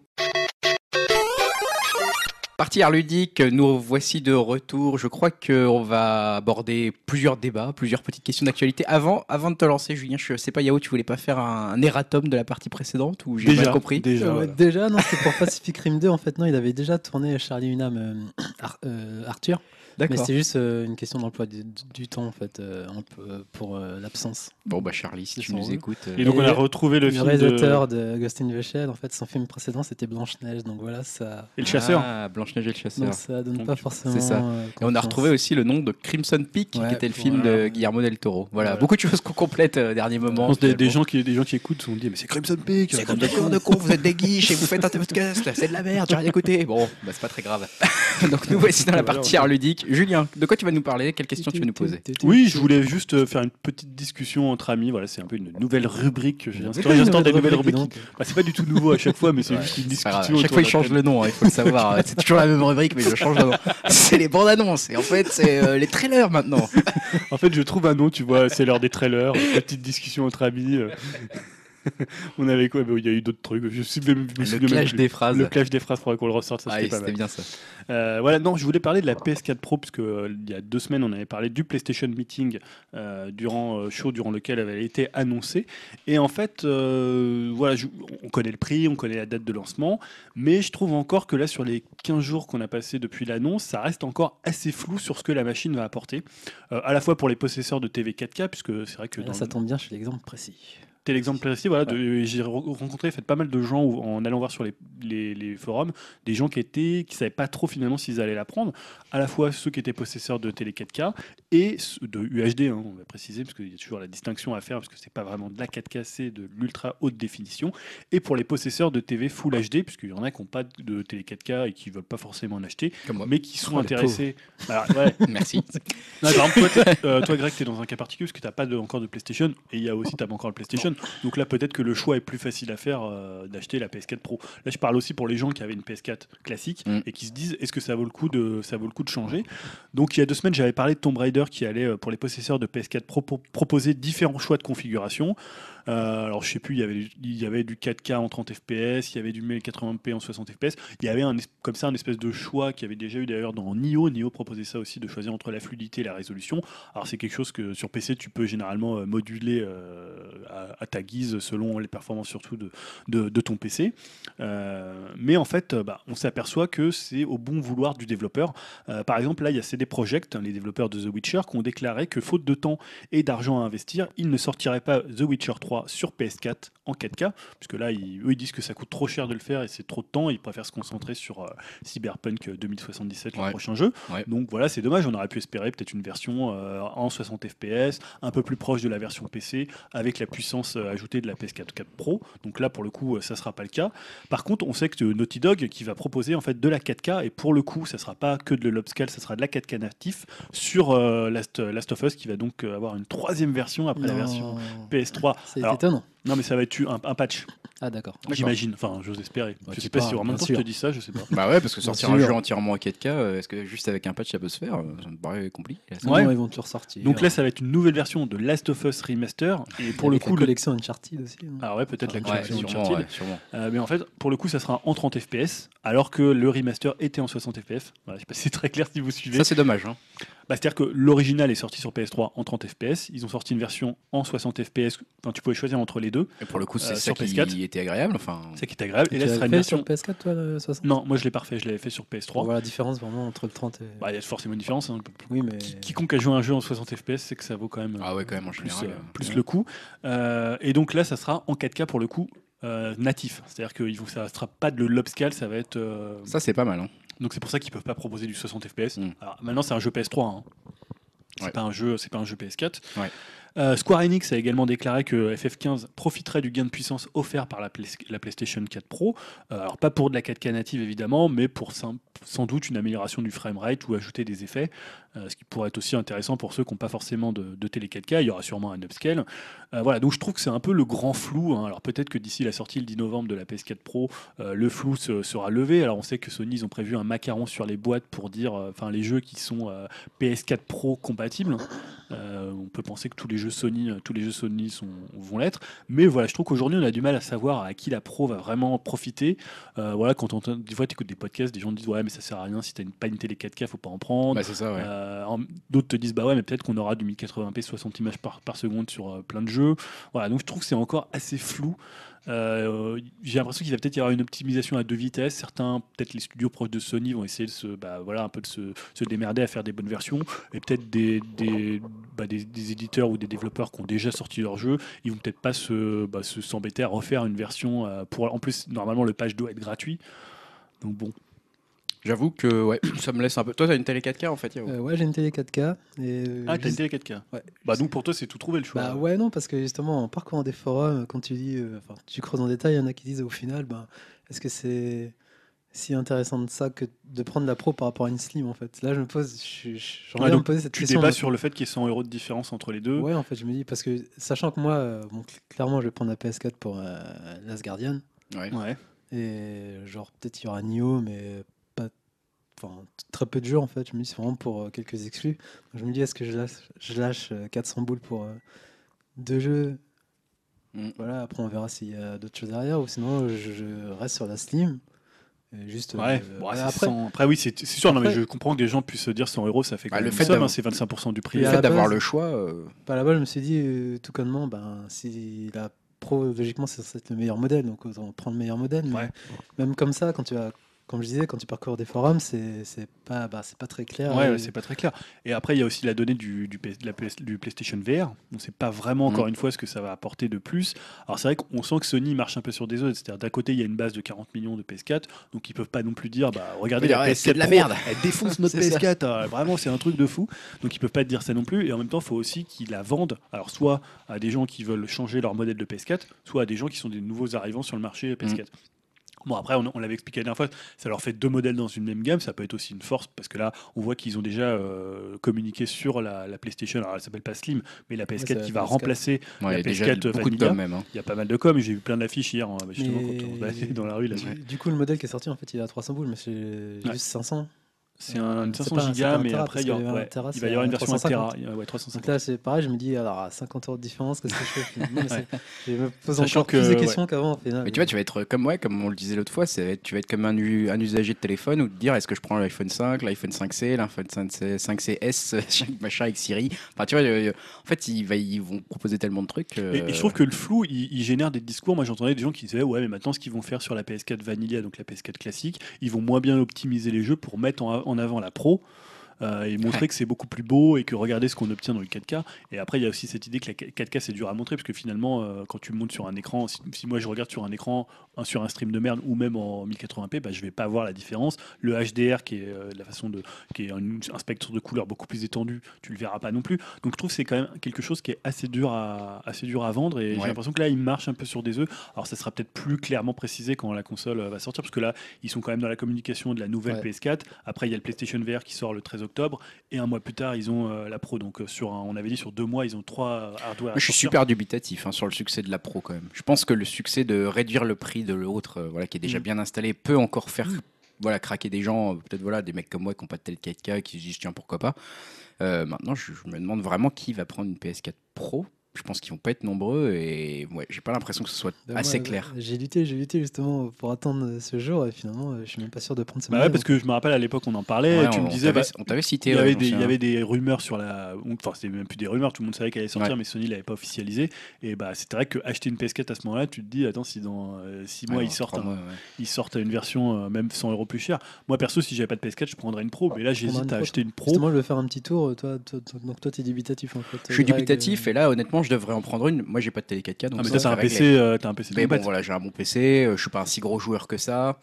Speaker 1: Partie art ludique, nous voici de retour. Je crois qu'on va aborder plusieurs débats, plusieurs petites questions d'actualité. Avant, avant de te lancer, Julien, je sais pas, Yao, tu voulais pas faire un, un erratum de la partie précédente ou j'ai
Speaker 2: Déjà,
Speaker 1: mal compris
Speaker 2: Déjà,
Speaker 3: Euh, ouais,
Speaker 2: voilà.
Speaker 3: déjà, non, c'était pour Pacific Rim 2. En fait, non, il avait déjà tourné Charlie Hunnam, euh, Ar- euh, Arthur. Mais
Speaker 1: D'accord.
Speaker 3: c'était juste euh, une question d'emploi du, du temps, en fait, euh, un peu, euh, pour euh, l'absence.
Speaker 1: Bon, bah, Charlie, si tu
Speaker 3: Sans
Speaker 1: nous
Speaker 2: hein.
Speaker 3: doute.
Speaker 1: écoutes. euh,
Speaker 2: Et donc on a
Speaker 3: Et
Speaker 2: retrouvé le
Speaker 3: Le,
Speaker 2: film de...
Speaker 3: réalisateur de... Ghost in the Shell, en fait, son film précédent, c'était Blanche-Neige. Donc voilà, ça,
Speaker 2: Et le chasseur.
Speaker 1: Ah, Blanche-Neige et le chasseur.
Speaker 3: donc, ça donne
Speaker 2: Donc,
Speaker 3: pas
Speaker 2: tu-
Speaker 3: forcément.
Speaker 1: c'est ça.
Speaker 3: euh,
Speaker 1: Et on a
Speaker 3: confiance.
Speaker 1: retrouvé aussi le nom de Crimson Peak,
Speaker 3: Ouais,
Speaker 1: qui était le film
Speaker 3: voilà.
Speaker 1: de Guillermo del Toro. Voilà,
Speaker 3: Voilà.
Speaker 1: beaucoup de choses qu'on complète euh, dernier
Speaker 2: Je
Speaker 1: moment.
Speaker 2: pense des, des
Speaker 1: finalement.
Speaker 2: gens qui, des gens qui écoutent se sont dit mais c'est Crimson Peak euh,
Speaker 1: C'est comme des cours de con, vous êtes des guiches et vous faites un podcast, c'est de la merde, j'ai rien écouté. Bon, bah, c'est pas très grave. Donc nous voici dans la partie art ludique. Julien, de quoi tu vas nous parler Quelles questions tu vas nous poser
Speaker 2: Oui, je voulais juste euh, faire une petite discussion entre amis. Voilà, c'est un peu une nouvelle rubrique que j'ai
Speaker 3: Oui,
Speaker 2: instaurée. J'instaure des
Speaker 3: nouvelle
Speaker 2: nouvelles
Speaker 3: rubrique,
Speaker 2: rubriques. Bah, c'est pas du tout nouveau à chaque fois, mais c'est
Speaker 1: Ouais,
Speaker 2: juste une
Speaker 1: C'est pas
Speaker 2: discussion.
Speaker 1: grave. À chaque
Speaker 2: autour
Speaker 1: fois, il
Speaker 2: d'un
Speaker 1: change
Speaker 2: thème.
Speaker 1: le nom, hein, il faut le savoir. C'est toujours la même rubrique, mais je change le nom. C'est les bandes annonces. Et en fait, c'est euh, les trailers maintenant.
Speaker 2: En fait, je trouve un nom, tu vois, c'est l'heure des trailers, euh, petite discussion entre amis. euh. On avait quoi Bah, Il y a eu d'autres trucs. Je suis même, je me
Speaker 1: Le
Speaker 2: souviens même
Speaker 1: clash
Speaker 2: plus.
Speaker 1: des phrases.
Speaker 2: Le clash des phrases, faudrait qu'on le ressorte, ça
Speaker 1: Ah,
Speaker 2: c'était pas
Speaker 1: c'était
Speaker 2: mal.
Speaker 1: bien ça.
Speaker 2: Euh, voilà, non, je voulais parler de la PS4 Pro, parce que euh, il y a deux semaines, on avait parlé du PlayStation Meeting euh, durant, euh, show durant lequel elle avait été annoncée. Et en fait, euh, voilà, je- on connaît le prix, on connaît la date de lancement, mais je trouve encore que là, sur les 15 jours qu'on a passé depuis l'annonce, ça reste encore assez flou sur ce que la machine va apporter, euh, à la fois pour les possesseurs de TV 4K, puisque c'est vrai que
Speaker 3: Là,
Speaker 2: dans
Speaker 3: Ah, euh, ça
Speaker 2: le-
Speaker 3: tombe bien, je suis l'exemple précis.
Speaker 2: T'es l'exemple précis, voilà, de- j'ai re- rencontré fait, pas mal de gens où- en allant voir sur les, les- les forums, des gens qui étaient qui savaient pas trop finalement s'ils allaient la prendre, à la fois ceux qui étaient possesseurs de télé 4K et ceux de UHD, hein, on va préciser, parce qu'il y a toujours la distinction à faire, parce que c'est pas vraiment de la 4K, c'est de l'ultra haute définition, et pour les possesseurs de TV Full HD, puisqu'il y en a qui n'ont pas de télé 4K et qui veulent pas forcément en acheter,
Speaker 1: Comme moi.
Speaker 2: mais qui sont
Speaker 1: Oh, les
Speaker 2: intéressés. Alors, ouais,
Speaker 1: Merci.
Speaker 2: non, par exemple, toi, t'es- euh, toi, Greg, tu es dans un cas particulier parce que tu n'as pas de- encore de PlayStation et il y a aussi, tu pas encore le PlayStation. Donc là, peut-être que le choix est plus facile à faire euh, d'acheter la PS4 Pro. Là, je parle aussi pour les gens qui avaient une PS4 classique
Speaker 1: Mm.
Speaker 2: et qui se disent est-ce que ça vaut, le coup de, ça vaut le coup de changer Donc, il y a deux semaines, j'avais parlé de Tomb Raider qui allait, euh, pour les possesseurs de PS4 Pro, pro- proposer différents choix de configuration. Euh, alors, je sais plus, il y avait- il y avait du 4K en 30 FPS, il y avait du 1080p en 60 FPS. Il y avait un, es- comme ça un espèce de choix qu'il y avait déjà eu d'ailleurs dans Nio. Nio proposait ça aussi de choisir entre la fluidité et la résolution. Alors c'est quelque chose que sur PC tu peux généralement euh, moduler euh, à, à ta guise selon les performances surtout de, de, de ton PC. Euh, mais en fait, euh, bah, on s'aperçoit que c'est au bon vouloir du développeur. Euh, par exemple, là il y a CD Projekt, les développeurs de The Witcher, qui ont déclaré que faute de temps et d'argent à investir, ils ne sortiraient pas The Witcher 3 sur PS4 en 4K puisque là, ils, eux, ils disent que ça coûte trop cher de le faire et c'est trop de temps. Ils préfèrent se concentrer sur euh, Cyberpunk 2077, le
Speaker 1: Ouais.
Speaker 2: prochain jeu.
Speaker 1: Ouais.
Speaker 2: Donc voilà, c'est dommage. On aurait pu espérer peut-être une version euh, en 60 FPS, un peu plus proche de la version PC, avec la puissance euh, ajoutée de la PS4 4 Pro. Donc là, pour le coup, euh, ça sera pas le cas. Par contre, on sait que euh, Naughty Dog qui va proposer en fait de la 4K et pour le coup, ça sera pas que de l'upscale, ça sera de la 4K natif sur euh, Last, Last of Us qui va donc euh, avoir une troisième version après la
Speaker 3: Non,
Speaker 2: version PS3.
Speaker 3: C'est
Speaker 2: Alors-
Speaker 3: étonnant.
Speaker 2: Non, mais ça va être un, un patch.
Speaker 3: Ah, d'accord.
Speaker 2: J'imagine, enfin, j'ose espérer.
Speaker 3: Bah,
Speaker 2: je
Speaker 3: tu
Speaker 2: sais pas si
Speaker 3: parles,
Speaker 2: vraiment
Speaker 3: bien
Speaker 2: toi, je te
Speaker 3: sûr.
Speaker 2: dis ça, je sais pas.
Speaker 1: Bah ouais, parce que
Speaker 3: Bien
Speaker 1: sortir un
Speaker 3: sûr.
Speaker 1: jeu entièrement en 4K, euh, est-ce que juste avec un patch ça peut se faire Euh, Ça me paraît compliqué. là, ça.
Speaker 3: Sinon,
Speaker 2: Ouais.
Speaker 3: ils vont te le ressortir.
Speaker 2: Donc là, ça va être une nouvelle version de Last of Us Remaster. Et pour le
Speaker 3: Avec
Speaker 2: coup,
Speaker 3: la
Speaker 2: le...
Speaker 3: collection Uncharted aussi. hein.
Speaker 2: Ah ouais, peut-être la
Speaker 3: Ouais,
Speaker 1: Ouais,
Speaker 2: collection
Speaker 1: sûrement,
Speaker 2: Uncharted.
Speaker 1: ouais, sûrement.
Speaker 2: Euh, mais en fait, pour le coup, ça sera en 30 FPS, alors que le remaster était en 60 FPS. Voilà, je sais pas si c'est très clair si vous suivez.
Speaker 1: Ça c'est dommage. hein.
Speaker 2: Bah, C'est-à-dire que l'original est sorti sur PS3 en 30 FPS. Ils ont sorti une version en 60 FPS. Enfin, tu pouvais choisir entre les deux.
Speaker 1: Et pour le coup, c'est
Speaker 2: Euh,
Speaker 1: ça
Speaker 2: sur
Speaker 1: qui
Speaker 2: PS4.
Speaker 1: était agréable. Enfin,
Speaker 2: C'est qui est agréable. Et
Speaker 3: tu
Speaker 2: là, ce sera
Speaker 3: l'avais
Speaker 2: une
Speaker 3: fait sur
Speaker 2: version.
Speaker 3: PS4, toi, le 60
Speaker 2: Non, moi, je l'ai pas refait. Je l'avais fait sur
Speaker 3: Pour
Speaker 2: PS3.
Speaker 3: voir la différence vraiment entre le 30 et.
Speaker 2: Bah, Il y a forcément une différence. hein.
Speaker 3: oui, mais.
Speaker 2: Qui- Quiconque a joué à un jeu en 60 FPS, c'est que ça vaut quand même.
Speaker 1: Ah ouais, quand même, en
Speaker 2: plus,
Speaker 1: général,
Speaker 2: euh,
Speaker 1: euh,
Speaker 2: plus
Speaker 1: ouais.
Speaker 2: le coup. Euh, et donc là, ça sera en 4K pour le coup. euh, natif, c'est-à-dire que ils vont- ça ne sera pas de l'upscale, ça va être euh,
Speaker 1: ça c'est pas mal. hein.
Speaker 2: donc c'est pour ça qu'ils peuvent pas proposer du 60 FPS.
Speaker 1: Mm.
Speaker 2: Alors, maintenant c'est un jeu PS3, hein. c'est
Speaker 1: Ouais.
Speaker 2: pas un jeu, c'est pas un jeu PS4.
Speaker 1: Ouais.
Speaker 2: Euh, Square Enix a également déclaré que FF15 profiterait du gain de puissance offert par la, Play- la PlayStation 4 Pro. Euh, alors pas pour de la 4K native évidemment, mais pour sim- sans doute une amélioration du framerate ou ajouter des effets, euh, ce qui pourrait être aussi intéressant pour ceux qui n'ont pas forcément de, de télé 4K. Il y aura sûrement un upscale. Euh, voilà, donc je trouve que c'est un peu le grand flou. hein. Alors peut-être que d'ici la sortie le 10 novembre de la PS4 Pro, euh, le flou se- sera levé. Alors on sait que Sony ils ont prévu un macaron sur les boîtes pour dire, euh, enfin les jeux qui sont euh, PS4 Pro compatibles. Euh, on peut penser que tous les jeux Sony, euh, tous les jeux Sony sont, vont l'être. Mais voilà, je trouve qu'aujourd'hui on a du mal à savoir à qui la Pro va vraiment profiter. Euh, voilà, quand on t'entend- des fois t'écoutes des podcasts, des gens disent ouais mais ça sert à rien si t'as une, pas une télé 4K, faut pas en prendre.
Speaker 1: Bah, c'est ça, ouais.
Speaker 2: Euh, en- D'autres te disent bah ouais mais peut-être qu'on aura du 1080p 60 images par, par seconde sur euh, plein de jeux. Voilà donc je trouve que c'est encore assez flou. Euh, J'ai l'impression qu'il va peut-être y avoir une optimisation à deux vitesses. Certains, peut-être les studios proches de Sony vont essayer de se, bah, voilà, un peu de se, se démerder à faire des bonnes versions. Et peut-être des, des, bah, des- des éditeurs ou des développeurs qui ont déjà sorti leur jeu, ils vont peut-être pas se bah, se- s'embêter à refaire une version. euh, pour En plus, normalement, le patch doit être gratuit. Donc bon,
Speaker 1: J'avoue que ouais, ça me laisse un peu. Toi, t'as une télé 4K en fait, Yao
Speaker 3: Euh, ouais, j'ai une télé 4K. Et, euh,
Speaker 2: ah, t'as une
Speaker 3: juste-
Speaker 2: télé 4K.
Speaker 3: Ouais.
Speaker 2: Bah donc pour toi, c'est tout trouvé le choix.
Speaker 3: Bah ouais, non, parce que justement, en parcourant des forums, quand tu dis, euh, enfin, tu creuses en détail, il y en a qui disent au final, ben, est-ce que c'est si intéressant de ça que de prendre la pro par rapport à une slim en fait Là, je me pose, je- je- j'en
Speaker 2: Ouais,
Speaker 3: viens à me
Speaker 2: donc
Speaker 3: poser cette
Speaker 2: Tu
Speaker 3: question.
Speaker 2: débats sur le fait qu'il y ait 100 euros de différence entre les deux.
Speaker 3: Ouais, en fait, je me dis, parce que sachant que moi, euh, bon, cl- clairement, je vais prendre la PS4 pour euh, Last Guardian,
Speaker 1: Ouais.
Speaker 2: Ouais.
Speaker 3: et genre, peut-être il y aura Nioh, mais pas. Enfin, t- très peu de jeux en fait. Je me dis, c'est vraiment pour euh, quelques exclus. Je me dis, est-ce que je lâche, je lâche euh, 400 boules pour euh, deux jeux
Speaker 1: Mm.
Speaker 3: Voilà, après on verra s'il y a d'autres choses derrière, ou sinon je, je reste sur la Slim. et juste.
Speaker 2: Ouais,
Speaker 3: euh,
Speaker 2: bon,
Speaker 3: ouais,
Speaker 2: c'est
Speaker 3: après,
Speaker 2: 100. Après, oui, c'est c'est sûr, non, mais
Speaker 3: Après-
Speaker 2: je comprends que des gens puissent se dire 100 euros, ça fait quand
Speaker 1: Bah, le
Speaker 2: même une
Speaker 1: fait
Speaker 2: somme, hein,
Speaker 1: d'avoir-
Speaker 2: c'est 25% du prix.
Speaker 1: Le
Speaker 3: à
Speaker 1: fait
Speaker 3: la
Speaker 1: d'avoir
Speaker 3: base-
Speaker 1: le choix. euh,
Speaker 3: Bah, là-bas, je me suis dit, euh, tout connement, ben, si la pro, logiquement, c'est censé être le meilleur modèle, donc autant prendre le meilleur modèle. Mais
Speaker 2: Ouais.
Speaker 3: même comme ça, quand tu as, comme je disais, quand tu parcours des forums, c'est c'est pas, bah, c'est pas très clair.
Speaker 2: Ouais,
Speaker 3: Et-
Speaker 2: ouais, c'est pas très clair. Et après, il y a aussi la donnée du, du, PS de la PS du PlayStation VR. On sait pas vraiment,
Speaker 3: Mm.
Speaker 2: encore une fois, ce que ça va apporter de plus. Alors, c'est vrai qu'on sent que Sony marche un peu sur des œufs. C'est-à-dire, d'un côté, il y a une base de 40 millions de PS4, donc ils peuvent pas non plus dire, bah, regardez,
Speaker 1: Ouais,
Speaker 2: la PS4
Speaker 1: c'est de la
Speaker 2: Pro,
Speaker 1: merde.
Speaker 2: elle défonce notre
Speaker 3: C'est ça.
Speaker 2: PS4. euh, vraiment, c'est un truc de fou. Donc, ils peuvent pas te dire ça non plus. Et en même temps, il faut aussi qu'ils la vendent. Alors, soit à des gens qui veulent changer leur modèle de PS4, soit à des gens qui sont des nouveaux arrivants sur le marché PS4. Bon, après, on, on l'avait expliqué la dernière fois, ça leur fait deux modèles dans une même gamme, ça peut être aussi une force, parce que là, on voit qu'ils ont déjà euh, communiqué sur la, la PlayStation, alors elle s'appelle pas Slim, mais la PS4
Speaker 3: Ouais, c'est
Speaker 2: qui
Speaker 3: la
Speaker 2: va
Speaker 3: PS4.
Speaker 2: remplacer,
Speaker 1: ouais,
Speaker 2: La
Speaker 1: il y a déjà
Speaker 2: PS4
Speaker 1: beaucoup de
Speaker 2: Vanilla.
Speaker 1: tomes même. hein.
Speaker 2: il y a pas mal de com, j'ai vu plein d'affiches hier, hein, justement,
Speaker 3: Mais-
Speaker 2: quand on se baladait dans la rue, là,
Speaker 3: Du, du coup, le modèle qui est sorti, en fait, il est à 300 boules, mais c'est
Speaker 2: Ouais.
Speaker 3: juste 500.
Speaker 2: c'est un une
Speaker 3: C'est
Speaker 2: 500
Speaker 3: pas- c'est pas
Speaker 2: gigas,
Speaker 3: un
Speaker 2: mais
Speaker 3: tera,
Speaker 2: après,
Speaker 3: parce
Speaker 2: il, y aura-
Speaker 3: que un
Speaker 2: ouais,
Speaker 3: tera,
Speaker 2: il va
Speaker 3: c'est
Speaker 2: y avoir une version 1
Speaker 3: 350.
Speaker 2: tera, ouais, 350.
Speaker 3: Donc là, c'est pareil, je me dis, alors à 50 euros de différence, qu'est-ce que je fais finalement Mais c'est- Je me pose
Speaker 2: Sachant
Speaker 3: encore
Speaker 2: que,
Speaker 3: plus de
Speaker 2: ouais.
Speaker 3: questions qu'avant. au final.
Speaker 1: Mais tu vois, tu vas être comme ouais, comme on le disait l'autre fois, c'est- tu vas être comme un, u- un usager de téléphone ou de dire est-ce que je prends l'iPhone 5, l'iPhone 5C, l'iPhone 5C 5CS, chaque machin avec Siri. Enfin, tu vois, euh, en fait, ils, va- ils vont proposer tellement de trucs.
Speaker 2: Et, et
Speaker 1: euh,
Speaker 2: je trouve que le flou, il, il génère des discours. Moi, j'entendais des gens qui disaient Ouais, mais maintenant, ce qu'ils vont faire sur la PS4 Vanilla, donc la PS4 classique, ils vont moins bien optimiser les jeux pour mettre en, en avant la pro. euh, et montrer que c'est beaucoup plus beau et que regardez ce qu'on obtient dans le 4K. Et après, il y a aussi cette idée que la 4K c'est dur à montrer parce que finalement, euh, quand tu montes sur un écran, si, si moi je regarde sur un écran, un- sur un stream de merde ou même en 1080p, bah, je vais pas voir la différence. Le HDR qui est euh, la façon de, qui est un, un spectre de couleurs beaucoup plus étendu, tu le verras pas non plus. Donc je trouve que c'est quand même quelque chose qui est assez dur à, assez dur à vendre et j'ai
Speaker 1: Ouais.
Speaker 2: l'impression que là il marche un peu sur des œufs. Alors ça sera peut-être plus clairement précisé quand la console euh, va sortir parce que là ils sont quand même dans la communication de la nouvelle
Speaker 3: Ouais.
Speaker 2: PS4. Après il y a le PlayStation VR qui sort le 13 octobre et un mois plus tard ils ont euh, la Pro. Donc euh, sur un- on avait dit sur deux mois ils ont trois euh, hardware. à
Speaker 1: Moi, je suis
Speaker 2: sortir.
Speaker 1: super dubitatif hein, sur le succès de la pro quand même. Je pense que le succès de réduire le prix de l'autre, euh, voilà, qui est déjà
Speaker 2: Mm.
Speaker 1: bien installé, peut encore faire voilà, craquer des gens, euh, peut-être voilà, des mecs comme moi qui n'ont pas de télé 4K, qui se disent tiens pourquoi pas. Euh, maintenant, je, je me demande vraiment qui va prendre une PS4 Pro. Je pense qu'ils vont pas être nombreux et ouais, j'ai pas l'impression que ce soit
Speaker 3: Ben,
Speaker 1: assez
Speaker 3: moi,
Speaker 1: clair.
Speaker 3: J'ai lutté, j'ai lutté justement pour attendre ce jour, et finalement, euh, je suis même pas sûr de prendre ce
Speaker 2: Bah ouais,
Speaker 3: modèle,
Speaker 2: parce que je me rappelle à l'époque on en parlait
Speaker 1: hein. Ouais,
Speaker 2: et tu
Speaker 1: on
Speaker 2: me disais
Speaker 1: t'avait-
Speaker 2: bah,
Speaker 1: on t'avait cité.
Speaker 2: Il y,
Speaker 1: ouais,
Speaker 2: avait
Speaker 1: j'en
Speaker 2: des, il y
Speaker 1: sais
Speaker 2: avait des rumeurs sur la. Enfin, c'était même plus des rumeurs, tout le monde savait qu'elle allait sortir,
Speaker 1: Ouais.
Speaker 2: mais Sony l'avait pas officialisé. Et bah, c'est vrai que acheter une PS4 à ce moment-là, tu te dis, attends, si dans 6
Speaker 1: un.
Speaker 2: mois
Speaker 1: Ouais,
Speaker 2: ils,
Speaker 1: dans
Speaker 2: sortent
Speaker 1: trois
Speaker 2: un-
Speaker 1: mois, ouais.
Speaker 2: ils sortent une version euh, même 100 euros plus chère, moi perso, si j'avais pas de PS4, je prendrais une Pro. Mais là,
Speaker 3: prendrais
Speaker 2: j'hésite
Speaker 3: une
Speaker 2: à
Speaker 3: Pro.
Speaker 2: acheter une Pro.
Speaker 3: Justement, je vais faire un petit tour. Toi, toi- toi- donc toi, t'es dubitatif en fait.
Speaker 1: Je suis
Speaker 3: Greg,
Speaker 1: dubitatif
Speaker 3: euh,
Speaker 1: et là, honnêtement, je devrais en prendre une. Moi, j'ai pas de télé 4K, donc
Speaker 2: Ah, mais
Speaker 1: ça,
Speaker 2: toi, t'as
Speaker 1: c'est
Speaker 2: un
Speaker 1: réglé.
Speaker 2: PC, euh, t'as un PC de
Speaker 1: Mais bon,
Speaker 2: combat.
Speaker 1: voilà, j'ai un bon PC, euh, je suis pas un si gros joueur que ça.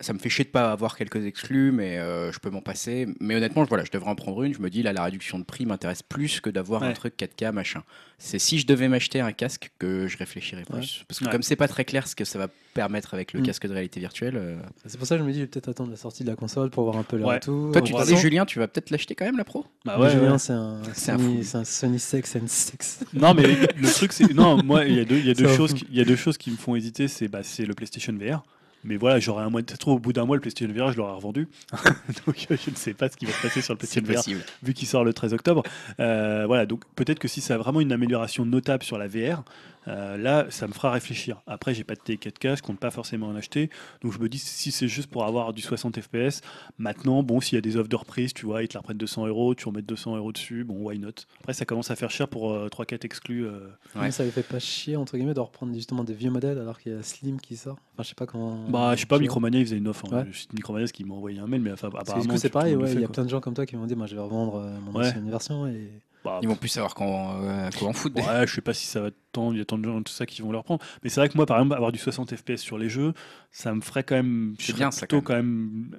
Speaker 1: Ça me fait chier de pas avoir quelques exclus, mais euh, je peux m'en passer. Mais honnêtement, je, voilà, je devrais en prendre une. Je me dis, là, la réduction de prix m'intéresse plus que d'avoir un
Speaker 2: Ouais.
Speaker 1: truc 4K, machin. C'est si je devais m'acheter un casque que je réfléchirais plus. Parce que
Speaker 2: Ouais.
Speaker 1: comme c'est pas très clair ce que ça va permettre avec le
Speaker 3: Mm.
Speaker 1: casque de réalité virtuelle. euh,
Speaker 3: C'est pour ça que je me dis, je vais peut-être attendre la sortie de la console pour voir un peu le
Speaker 2: Ouais.
Speaker 3: retour.
Speaker 1: Toi, tu
Speaker 2: va
Speaker 1: disais,
Speaker 2: voir.
Speaker 1: Julien, tu vas peut-être l'acheter quand même, la pro
Speaker 2: Bah
Speaker 3: Mais
Speaker 2: ouais,
Speaker 3: Julien,
Speaker 2: ouais.
Speaker 3: c'est un,
Speaker 1: C'est un
Speaker 3: Sony-
Speaker 1: fou.
Speaker 3: c'est un Sony Sex and Sex.
Speaker 2: Non, mais le truc, c'est. Non, moi, il y a deux, il y a deux
Speaker 3: Ça va.
Speaker 2: choses, qui- il y a deux choses qui me font hésiter. C'est bah, c'est le PlayStation VR. Mais voilà, j'aurais un mois. Peut-être au bout d'un mois, le PlayStation VR, je l'aurais revendu. Donc, euh, je ne sais pas ce qui va se passer sur le
Speaker 1: C'est
Speaker 2: PlayStation
Speaker 1: possible.
Speaker 2: VR, vu qu'il sort le 13 octobre. Euh, voilà, donc peut-être que si ça a vraiment une amélioration notable sur la VR, euh, là, ça me fera réfléchir. Après, j'ai pas de T4K, je compte pas forcément en acheter. Donc, je me dis, si c'est juste pour avoir du 60 FPS, maintenant, bon, s'il y a des offres de reprise, tu vois, ils te la reprennent 200 euros, tu remets 200 euros dessus, bon, why not Après, ça commence à faire cher pour 3-4 exclus. euh,
Speaker 1: Ouais.
Speaker 3: Mais ça les fait pas chier, entre guillemets, de reprendre justement des vieux modèles alors qu'il y a Slim qui sort. Enfin, je sais pas comment.
Speaker 2: Bah, je sais pas,
Speaker 3: tu vois.
Speaker 2: Micromania, ils faisaient une offre. hein.
Speaker 3: Ouais.
Speaker 2: C'est Micromania qui m'a envoyé un mail, mais enfin,
Speaker 3: Parce que du
Speaker 2: apparemment.
Speaker 3: coup,
Speaker 2: tout
Speaker 3: c'est
Speaker 2: le
Speaker 3: pareil,
Speaker 2: monde le
Speaker 3: ouais, il
Speaker 2: fait,
Speaker 3: y a
Speaker 2: quoi.
Speaker 3: plein de gens comme toi qui m'ont dit Moi, je vais revendre euh, mon
Speaker 2: Ouais.
Speaker 3: ancienne version. Et...
Speaker 2: Bah,
Speaker 1: Ils vont plus savoir quand, euh, quoi en foutre. des-
Speaker 2: Ouais, je sais pas si ça va tant, il y a tant de gens tout ça qui vont leur prendre. Mais c'est vrai que moi, par exemple, avoir du 60 FPS sur les jeux, ça me ferait quand même. je
Speaker 1: C'est
Speaker 2: serais
Speaker 1: bien, ça,
Speaker 2: plutôt quand même.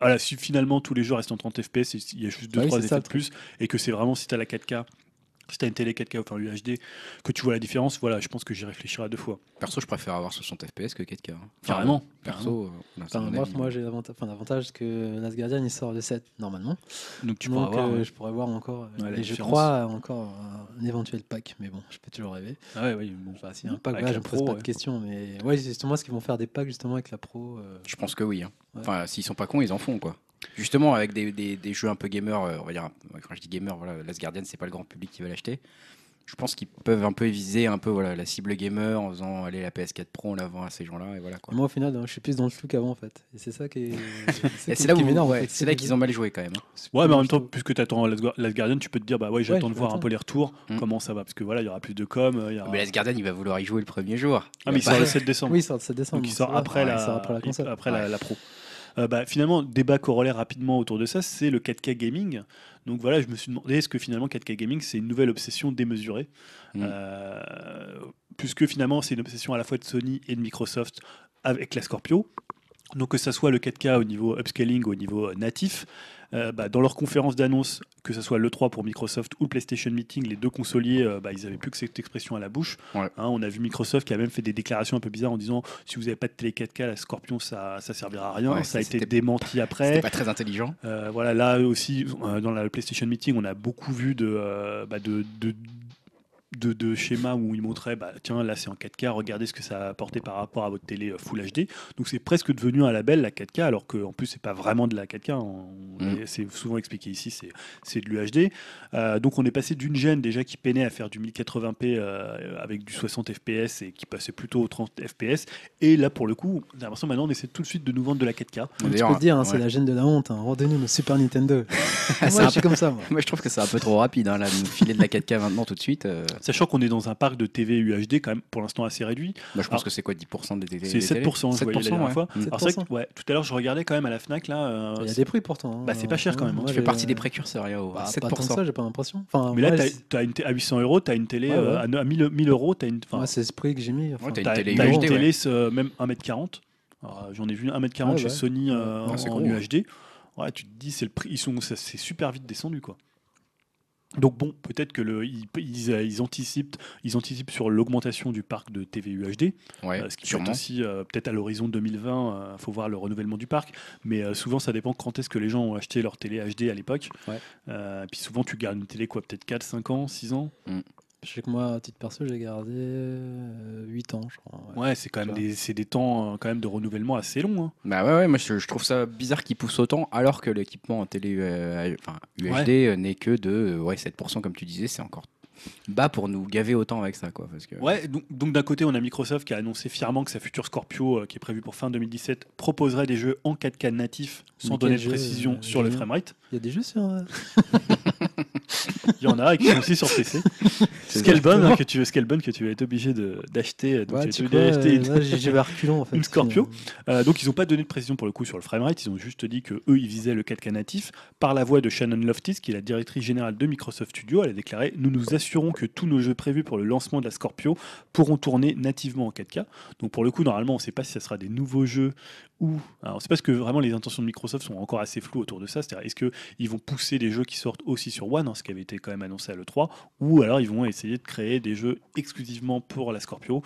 Speaker 2: Voilà, si finalement tous les jeux restent en 30 FPS, et il y a juste
Speaker 3: Ah oui,
Speaker 2: 2-3
Speaker 3: c'est ça,
Speaker 2: effets de
Speaker 3: le
Speaker 2: plus,
Speaker 3: truc.
Speaker 2: et que c'est vraiment si t'as la 4K, si t'as une télé 4K ou enfin l'UHD, que tu vois la différence, voilà, je pense que j'y réfléchirai deux fois.
Speaker 1: Perso, je préfère avoir 60 FPS que 4K. hein.
Speaker 2: Carrément.
Speaker 1: Perso, euh, voilà, c'est
Speaker 3: Enfin,
Speaker 1: mon
Speaker 3: bref,
Speaker 1: avis.
Speaker 3: moi, j'ai l'avanta- enfin, l'avantage que Last Guardian il sort le 7 normalement.
Speaker 2: Donc tu pourras
Speaker 3: Donc,
Speaker 2: avoir.
Speaker 3: euh,
Speaker 2: ouais.
Speaker 3: je pourrais voir encore. euh,
Speaker 2: Ouais, la
Speaker 3: et je
Speaker 2: différence.
Speaker 3: crois euh, encore un, un éventuel pack, mais bon, je peux toujours rêver.
Speaker 2: Ah ouais, ouais, bon.
Speaker 3: Enfin, s'il y a Bah, un pack,
Speaker 2: Avec
Speaker 3: là,
Speaker 2: la
Speaker 3: je me pose
Speaker 2: Pro,
Speaker 3: pas
Speaker 2: ouais.
Speaker 3: de questions. Mais ouais, c'est justement, est-ce qu'ils vont faire des packs justement avec la pro euh,
Speaker 1: Je pense que oui. hein.
Speaker 3: Ouais.
Speaker 1: Enfin, s'ils sont pas cons, ils en font quoi. Justement, avec des, des- des jeux un peu gamer, euh, on va dire, un- quand je dis gamer, voilà, Last Guardian, c'est pas le grand public qui va l'acheter. Je pense qu'ils peuvent un peu viser un peu voilà, la cible gamer en faisant aller la PS4 Pro, on la vend à ces gens-là, et voilà quoi.
Speaker 3: Moi, au final, hein, je suis plus dans le flou qu'avant en fait. Et c'est ça qui est.
Speaker 1: Et
Speaker 3: qui-
Speaker 1: c'est là,
Speaker 3: qui
Speaker 1: où-
Speaker 3: m'énerve, en
Speaker 1: ouais,
Speaker 3: fait.
Speaker 1: c'est là qu'ils ont mal joué quand même. hein.
Speaker 2: Ouais, mais en même
Speaker 3: Je
Speaker 2: temps,
Speaker 3: trouve.
Speaker 2: puisque tu attends Last Guar- Last Guardian, tu peux te dire, bah ouais, j'attends de voir un
Speaker 3: j'attends.
Speaker 2: peu les retours,
Speaker 1: Mm.
Speaker 2: comment ça va, parce que voilà, il y aura plus de com. euh, il y
Speaker 3: Ah.
Speaker 2: aura-
Speaker 1: Mais Last Guardian, il va vouloir y jouer le premier jour.
Speaker 2: Ah, mais il
Speaker 1: va
Speaker 2: sort
Speaker 1: pas-
Speaker 2: le 7 décembre.
Speaker 3: Oui, il sort le 7 décembre.
Speaker 2: Donc il sort
Speaker 3: c'est
Speaker 2: après,
Speaker 3: vrai.
Speaker 2: la,
Speaker 3: Il sort après la console.
Speaker 2: après la- la pro. Euh, bah, finalement, débat corollaire rapidement autour de ça, c'est le 4K gaming. Donc voilà, je me suis demandé est-ce que finalement 4K gaming c'est une nouvelle obsession démesurée,
Speaker 1: Mm.
Speaker 2: Euh, puisque finalement c'est une obsession à la fois de Sony et de Microsoft avec la Scorpio. Donc que ça soit le 4K au niveau upscaling, au niveau euh, natif, euh, bah, dans leur conférence d'annonce, que ce soit l'E3 pour Microsoft ou le PlayStation Meeting, les deux consoliers, euh, bah, ils n'avaient plus que cette expression à la bouche.
Speaker 1: Ouais.
Speaker 2: Hein, on a vu Microsoft qui a même fait des déclarations un peu bizarres en disant si vous n'avez pas de télé 4K, la Scorpion, ça ça servira à rien.
Speaker 1: Ouais,
Speaker 2: ça
Speaker 1: ça,
Speaker 2: a été
Speaker 1: c'était-
Speaker 2: démenti
Speaker 1: C'était
Speaker 2: après.
Speaker 1: pas très intelligent.
Speaker 2: Euh, voilà, là aussi, euh, dans la PlayStation Meeting, on a beaucoup vu de, euh, bah, de, de, de- de schémas où ils montraient, bah, tiens, là c'est en 4K, regardez ce que ça a apporté par rapport à votre télé euh, Full HD. Donc c'est presque devenu un label, la 4K, alors qu'en plus, c'est pas vraiment de la 4K. on- on
Speaker 1: Mm.
Speaker 2: est- C'est souvent expliqué ici, c'est- c'est de l'UHD. Euh, donc on est passé d'une gêne déjà qui peinait à faire du 1080p euh, avec du 60 FPS et qui passait plutôt au 30 FPS. Et là, pour le coup, j'ai l'impression maintenant, on essaie tout de suite de nous vendre de la 4K.
Speaker 3: Tu
Speaker 1: D'ailleurs,
Speaker 3: peux le dire, hein, c'est
Speaker 1: ouais.
Speaker 3: la gêne de la honte. Hein. Rendez-nous nos Super Nintendo. moi,
Speaker 1: Ah, C'est un
Speaker 3: je suis comme ça. Moi.
Speaker 1: Moi, je trouve que c'est un peu trop rapide, hein, là, de nous filer de la 4K maintenant tout de suite. euh,
Speaker 2: Sachant qu'on est dans un parc de TV UHD quand même pour l'instant assez réduit.
Speaker 1: bah, je pense
Speaker 3: Ah.
Speaker 2: Alors,
Speaker 1: que c'est quoi 10% des télé
Speaker 2: c'est 7%, je voyais la dernière fois.
Speaker 1: Mm.
Speaker 2: Alors c'est vrai que, ouais, tout à l'heure je regardais quand même à la Fnac là. euh,
Speaker 3: Il y a des prix pourtant. hein.
Speaker 2: Bah, c'est pas cher, quand même, hein.
Speaker 3: Moi,
Speaker 2: Tu
Speaker 1: Tu fais
Speaker 3: j'ai-
Speaker 1: partie des précurseurs, Yao.
Speaker 3: Bah, Pas tant que
Speaker 1: 7%.
Speaker 3: ça, j'ai pas l'impression. Enfin,
Speaker 2: mais là
Speaker 3: moi,
Speaker 2: t'as-
Speaker 3: c'est-
Speaker 2: t'as une t- à 800 euros, t'as une télé
Speaker 3: Ouais,
Speaker 2: euh,
Speaker 3: ouais.
Speaker 2: à no- à 1000 1000 euros, t'as une, enfin,
Speaker 3: moi, c'est ce prix que j'ai mis. enfin,
Speaker 1: Ouais, t'as une
Speaker 2: t'as- t'as
Speaker 1: télé
Speaker 2: une
Speaker 1: UHD,
Speaker 2: télé euh, même 1m40. Alors, euh, J'en ai vu 1m40
Speaker 3: Ouais,
Speaker 2: chez
Speaker 3: ouais.
Speaker 2: Sony euh,
Speaker 1: Ah, c'est
Speaker 2: en
Speaker 1: gros, hein.
Speaker 2: UHD. Ouais, tu te dis c'est le prix, ils sont, ça- c'est super vite descendu quoi. Donc bon, peut-être que le, ils, ils, euh, ils anticipent, ils anticipent sur l'augmentation du parc de TV UHD.
Speaker 1: Ouais,
Speaker 2: Euh, ce qui peut être
Speaker 1: sûrement.
Speaker 2: aussi euh, peut-être à l'horizon 2020, il euh, faut voir le renouvellement du parc. Mais euh, souvent, ça dépend quand est-ce que les gens ont acheté leur télé HD à l'époque.
Speaker 3: Ouais.
Speaker 2: Euh, puis souvent, tu gardes une télé quoi, peut-être 4, 5 ans, 6 ans.
Speaker 3: Je sais que moi, à titre perso, j'ai gardé 8 ans, je crois. ouais.
Speaker 2: Ouais, c'est quand même
Speaker 3: Ça.
Speaker 2: des, c'est des temps euh, quand même de renouvellement assez longs. hein.
Speaker 1: Bah ouais, ouais, moi je, je trouve ça bizarre qu'ils poussent autant alors que l'équipement en télé euh, enfin, UHD euh, n'est que de euh, ouais, 7% comme tu disais, c'est encore bas pour nous gaver autant avec ça quoi. Parce que...
Speaker 2: Ouais, donc, donc d'un côté, on a Microsoft qui a annoncé fièrement que sa future Scorpio, euh, qui est prévue pour fin 2017, proposerait des jeux en 4K natif sans
Speaker 3: Mais
Speaker 2: donner
Speaker 3: quel
Speaker 2: de
Speaker 3: jeu,
Speaker 2: précision
Speaker 3: euh,
Speaker 2: sur le
Speaker 3: Julien
Speaker 2: framerate.
Speaker 3: Il y a des jeux sur. euh,
Speaker 2: Il y en a et qui sont aussi sur PC. Scalebone hein, que tu veux, Scalebone que tu vas être obligé de- d'acheter. Donc,
Speaker 3: Ouais,
Speaker 2: tu
Speaker 3: tu
Speaker 2: vas être
Speaker 3: crois,
Speaker 2: obligé d'acheter
Speaker 3: euh,
Speaker 2: une-
Speaker 3: là, J'ai j'ai reculons en fait.
Speaker 2: une Scorpio.
Speaker 3: finalement.
Speaker 2: Euh, donc ils n'ont pas donné de précision pour le coup sur le framerate, ils ont juste dit que eux ils visaient le 4K natif par la voix de Shannon Loftis qui est la directrice générale de Microsoft Studio, elle a déclaré "Nous nous assurons que tous nos jeux prévus pour le lancement de la Scorpio pourront tourner nativement en 4K." Donc pour le coup normalement on ne sait pas si ça sera des nouveaux jeux ou alors c'est parce que vraiment les intentions de Microsoft sont encore assez floues autour de ça. C'est-à-dire est-ce que ils vont pousser des jeux qui sortent aussi sur One, hein, ce qui avait été quand même annoncé à le 3, ou alors ils vont essayer de créer des jeux exclusivement pour la Scorpio.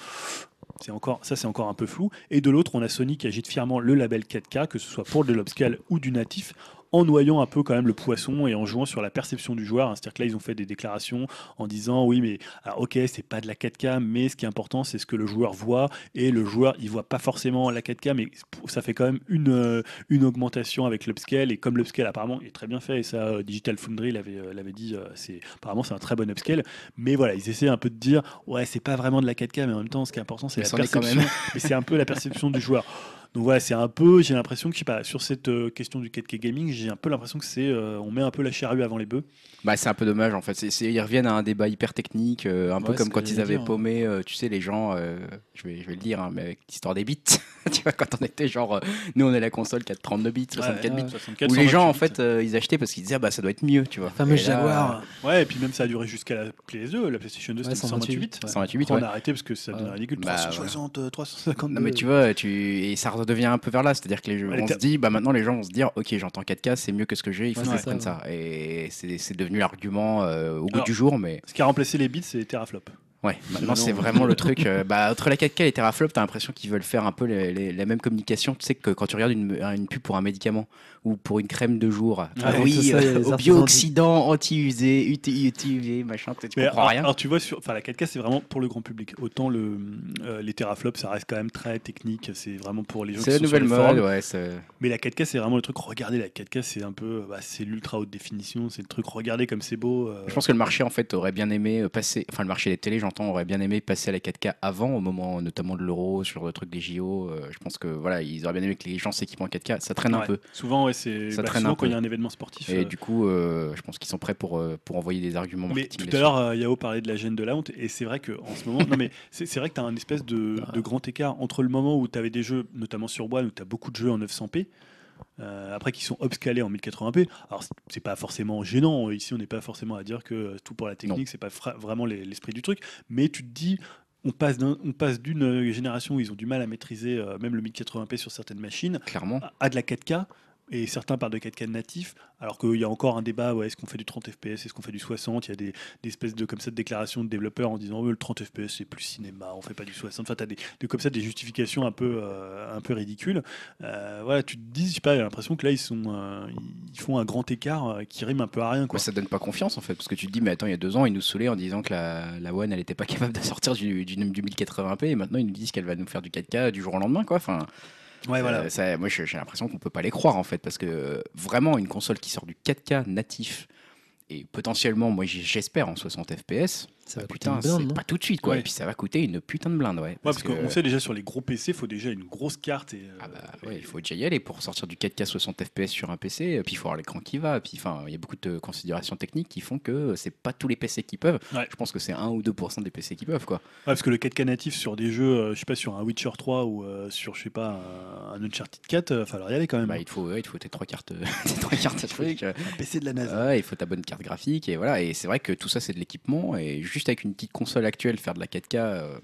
Speaker 2: C'est encore ça, c'est encore un peu flou. Et de l'autre, on a Sony qui agite fièrement le label 4K, que ce soit pour de l'obscale ou du natif, en noyant un peu quand même le poisson et en jouant sur la perception du joueur. hein. C'est-à-dire que là, ils ont fait des déclarations en disant oui, mais ah, ok, c'est pas de la 4K, mais ce qui est important, c'est ce que le joueur voit. Et le joueur, il voit pas forcément la 4K, mais ça fait quand même une, euh, une augmentation avec l'upscale. Et comme l'upscale, apparemment, est très bien fait, et ça, euh, Digital Foundry l'avait euh, l'avait dit, euh, c'est apparemment, c'est un très bon upscale. Mais voilà, ils essaient un peu de dire ouais, c'est pas vraiment de la 4K, mais en même temps, ce qui est important, c'est
Speaker 1: Mais
Speaker 2: la
Speaker 1: c'en est
Speaker 2: perception.
Speaker 1: quand même.
Speaker 2: mais c'est un peu la perception du joueur. Donc voilà, c'est un peu, j'ai l'impression que je sais pas, sur cette euh, question du 4K gaming, j'ai un peu l'impression que c'est, euh, on met un peu la charrue avant les bœufs.
Speaker 1: Bah, c'est un peu dommage en fait. C'est- c'est- ils reviennent à un débat hyper technique, euh, un peu comme
Speaker 3: Ouais, c'est ce
Speaker 1: quand
Speaker 3: que
Speaker 1: ils
Speaker 3: j'allais
Speaker 1: avaient
Speaker 2: hein.
Speaker 3: dire.
Speaker 1: paumé, euh, tu sais, les gens, euh, je, vais, je vais le dire, hein, mais avec l'histoire des bits. tu vois, quand on était genre, euh, nous on est la console qui a 32 bits, 64
Speaker 3: ouais.
Speaker 1: bits.
Speaker 2: 64,
Speaker 1: Où les gens en
Speaker 2: 128.
Speaker 1: fait euh, ils achetaient parce qu'ils disaient ah, bah ça doit être mieux, tu vois.
Speaker 3: Le fameux
Speaker 1: Et là,
Speaker 3: Jaguar.
Speaker 2: Ah, Ouais, et puis même ça a duré jusqu'à la PS2, la PlayStation 2,
Speaker 3: Ouais,
Speaker 2: c'était 128.
Speaker 3: 128, ouais.
Speaker 1: 128,
Speaker 2: On
Speaker 1: ouais.
Speaker 2: a arrêté parce que ça devenait
Speaker 3: Ouais.
Speaker 2: ridicule.
Speaker 1: Bah,
Speaker 2: 360, euh, 352.
Speaker 1: Non mais tu vois, tu... et ça redevient un peu vers là, c'est-à-dire que les...
Speaker 2: Ouais,
Speaker 1: on
Speaker 2: t'as-
Speaker 1: se dit, bah maintenant les gens vont se dire, ok j'entends 4K, c'est mieux que ce que j'ai, il faut
Speaker 3: Ouais,
Speaker 1: que
Speaker 3: c'est
Speaker 1: je prenne
Speaker 3: ça,
Speaker 1: ça. Et c'est c'est devenu l'argument euh, au goût
Speaker 2: Alors-
Speaker 1: du jour, mais
Speaker 2: Ce qui a remplacé les bits, c'est Teraflop.
Speaker 1: ouais, maintenant
Speaker 2: non.
Speaker 1: c'est vraiment le truc. euh, bah entre la 4K et les teraflop, t'as l'impression qu'ils veulent faire un peu les- les- la même communication, tu sais que quand tu regardes une, une pub pour un médicament ou pour une crème de jour, ah
Speaker 3: ouais, tout
Speaker 1: oui,
Speaker 3: ça, il y a
Speaker 1: euh,
Speaker 3: les
Speaker 1: au
Speaker 3: artisans du-
Speaker 1: antioxydants anti-usé, UTI, UTV, machin, tu
Speaker 2: Mais
Speaker 1: comprends
Speaker 2: alors,
Speaker 1: rien.
Speaker 2: alors tu vois, sur, enfin, la 4K, c'est vraiment pour le grand public. Autant le, euh, les teraflops, ça reste quand même très technique. C'est vraiment pour les gens qui
Speaker 1: C'est la
Speaker 2: sont sur
Speaker 1: nouvelle
Speaker 2: les forums.
Speaker 1: mode, ouais. c'est-
Speaker 2: Mais la 4K, c'est vraiment le truc. Regardez la 4K, c'est un peu, bah, c'est l'ultra haute définition. C'est le truc. Regardez comme c'est beau. euh.
Speaker 1: Je pense que le marché en fait aurait bien aimé euh, passer, enfin le marché des télés j'entends aurait bien aimé passer à la 4K avant au moment notamment de l'euro sur le truc des JO. euh, je pense que voilà ils auraient bien aimé que les gens s'équipent en 4K, ça traîne un
Speaker 2: Ouais.
Speaker 1: peu
Speaker 2: Souvent, ouais, c'est
Speaker 1: Ça
Speaker 2: bah,
Speaker 1: traîne
Speaker 2: souvent
Speaker 1: un
Speaker 2: quand
Speaker 1: peu.
Speaker 2: il y a un événement sportif.
Speaker 1: et
Speaker 2: euh,
Speaker 1: du coup euh, je pense qu'ils sont prêts pour euh, pour envoyer des arguments
Speaker 2: Mais
Speaker 1: marketing.
Speaker 2: tout à
Speaker 1: là-dessus.
Speaker 2: l'heure, euh, Yao parlait de la gêne de la honte, et c'est vrai que en ce moment, non mais c'est c'est vrai que tu as un espèce de, de grand écart entre le moment où tu avais des jeux, notamment sur One, où tu as beaucoup de jeux en 900p, euh, après qui sont upscalés en 1080p. Alors c'est- c'est pas forcément gênant, hein, ici on n'est pas forcément à dire que euh, tout pour la technique, c'est pas fra- vraiment les- l'esprit du truc, mais tu te dis. On passe, d'un- on passe d'une euh, génération où ils ont du mal à maîtriser euh, même le 1080p sur certaines machines
Speaker 1: clairement.
Speaker 2: à- à de la 4K et certains parlent de 4K natif, alors qu'il y a encore un débat, ouais, est-ce qu'on fait du 30 FPS, est-ce qu'on fait du 60 Il y a des, des espèces de, comme ça, de déclarations de développeurs en disant ouais, le 30 FPS c'est plus cinéma, on fait pas du 60. Enfin, tu as des, des- comme ça des justifications un peu, euh, un peu ridicules. Euh, voilà, tu te dis, je sais pas, j'ai l'impression que là ils, sont, euh, ils font un grand écart euh, qui rime un peu à rien. Quoi.
Speaker 1: Quoi, ça donne pas confiance en fait parce que tu te dis mais attends il y a deux ans ils nous saoulaient en disant que la, la One elle était pas capable de sortir du, du, du 1080p et maintenant ils nous disent qu'elle va nous faire du 4K du jour au lendemain quoi. Enfin
Speaker 2: Ouais, voilà.
Speaker 1: Euh, ça, moi, je- j'ai l'impression qu'on peut pas les croire en fait, parce que euh, vraiment une console qui sort du 4K natif et potentiellement, moi, j- j'espère en 60 FPS.
Speaker 3: Ça va coûter
Speaker 1: Putain,
Speaker 3: une blinde, hein.
Speaker 1: c'est
Speaker 3: non
Speaker 1: pas tout de suite quoi.
Speaker 2: Ouais.
Speaker 1: Et puis ça va coûter une putain de blinde, ouais.
Speaker 2: Ouais, parce qu'on sait déjà sur les gros PC, il faut déjà une grosse carte. Et, euh,
Speaker 1: Ah bah ouais, il faut déjà y aller pour sortir du 4K 60 FPS sur un PC, euh, puis il faut avoir l'écran qui va, puis enfin, il y a beaucoup de considérations techniques qui font que euh, c'est pas tous les PC qui peuvent.
Speaker 2: Ouais.
Speaker 1: Je pense que c'est 1 ou 2% des PC qui peuvent quoi.
Speaker 2: Ouais, parce que le 4K natif sur des jeux, euh, je sais pas, sur un Witcher 3 ou euh, sur, je sais pas, un, un Uncharted 4, euh, falloir y aller quand même.
Speaker 1: Bah, il te faut ouais, il te faut tes trois cartes euh, tes trois cartes truc. euh,
Speaker 2: Un PC de la NASA.
Speaker 1: Ouais, il faut ta bonne carte graphique et voilà. Et c'est vrai que tout ça c'est de l'équipement et juste avec une petite console actuelle faire de la 4K, euh,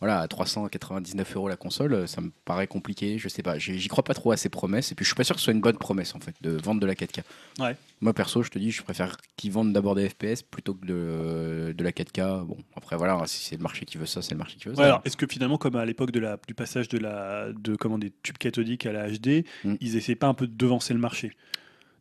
Speaker 1: voilà, à 399 euros la console, euh, ça me paraît compliqué. Je sais pas, j'y j'y crois pas trop à ces promesses et puis je suis pas sûr que ce soit une bonne promesse en fait de vendre de la 4K.
Speaker 2: Ouais.
Speaker 1: Moi perso, je te dis, je préfère qu'ils vendent d'abord des FPS plutôt que de, de la 4K. Bon, après voilà, si c'est le marché qui veut ça, c'est le marché qui veut ça.
Speaker 2: Ouais, alors, est-ce que finalement, comme à l'époque de la- du passage de la, de, comment, des tubes cathodiques à la HD,
Speaker 1: Mm.
Speaker 2: ils essayaient pas un peu de devancer le marché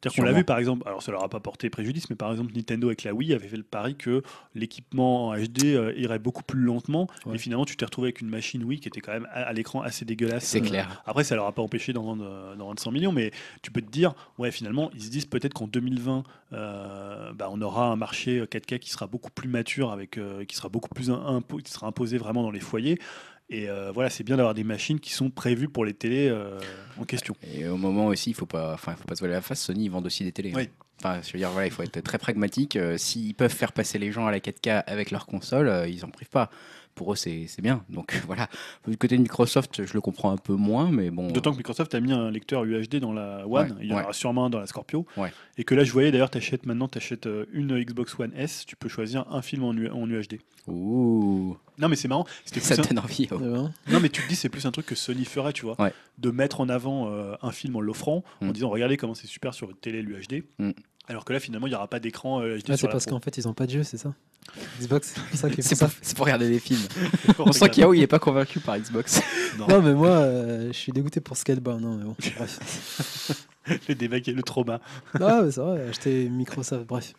Speaker 2: c'est-à-dire qu'on l'a
Speaker 1: Sûrement.
Speaker 2: vu par exemple, alors ça leur a pas porté préjudice, mais par exemple Nintendo avec la Wii avait fait le pari que l'équipement en HD euh, irait beaucoup plus lentement,
Speaker 3: Ouais.
Speaker 2: et finalement tu t'es retrouvé avec une machine Wii qui était quand même à, à l'écran assez dégueulasse.
Speaker 1: c'est
Speaker 2: euh,
Speaker 1: clair.
Speaker 2: Après, ça leur a pas empêché d'en vendre, euh, d'en vendre 100 millions, mais tu peux te dire, ouais, finalement, ils se disent peut-être qu'en 2020, euh, bah, on aura un marché 4K qui sera beaucoup plus mature, avec, euh, qui sera beaucoup plus im- impo- qui sera imposé vraiment dans les foyers. Et euh, voilà, c'est bien d'avoir des machines qui sont prévues pour les télés euh, en question.
Speaker 1: Et au moment aussi, il faut pas, enfin, il faut pas se voiler la face. Sony, ils vendent aussi des télés. hein.
Speaker 2: Oui.
Speaker 1: Enfin, je veux dire, voilà, il faut être très pragmatique. Euh, S'ils peuvent faire passer les gens à la 4K avec leur console, euh, ils en privent pas. pour eux, c'est c'est bien. Donc voilà. Du côté de Microsoft, je le comprends un peu moins, mais bon.
Speaker 2: D'autant que Microsoft a mis un lecteur UHD dans la One,
Speaker 1: Ouais,
Speaker 2: il y en
Speaker 1: ouais.
Speaker 2: aura sûrement un dans la Scorpio.
Speaker 1: Ouais.
Speaker 2: Et que là, je voyais d'ailleurs, t'achètes maintenant, t'achètes euh, une Xbox One S, tu peux choisir un film en, U- en UHD.
Speaker 1: Ouh,
Speaker 2: Non, mais c'est marrant. C'était
Speaker 1: ça
Speaker 2: plus
Speaker 1: donne envie. oh.
Speaker 3: Euh,
Speaker 2: un- Non, mais tu te dis, c'est plus un truc que Sony ferait, tu vois,
Speaker 1: Ouais.
Speaker 2: de mettre en avant euh, un film en l'offrant, en
Speaker 1: Mm.
Speaker 2: disant, regardez comment c'est super sur votre télé l'UHD.
Speaker 1: Mm.
Speaker 2: Alors que là, finalement, il n'y aura pas d'écran euh, UHD
Speaker 3: ah,
Speaker 2: sur
Speaker 3: c'est
Speaker 2: la
Speaker 3: parce
Speaker 2: pro.
Speaker 3: qu'en fait, ils ont pas de jeu, c'est ça Xbox, c'est ça qui est
Speaker 1: C'est
Speaker 3: pour ça.
Speaker 1: pour, c'est pour regarder des films.
Speaker 2: Pourquoi
Speaker 1: On sent
Speaker 2: regarde-
Speaker 1: qu'Yao, il est pas convaincu par Xbox.
Speaker 3: Non, mais moi, euh, je suis dégoûté pour Scalebound. Non, mais bon, bref.
Speaker 2: le débat qui est le trauma.
Speaker 3: Non, mais c'est vrai, acheter Microsoft, bref.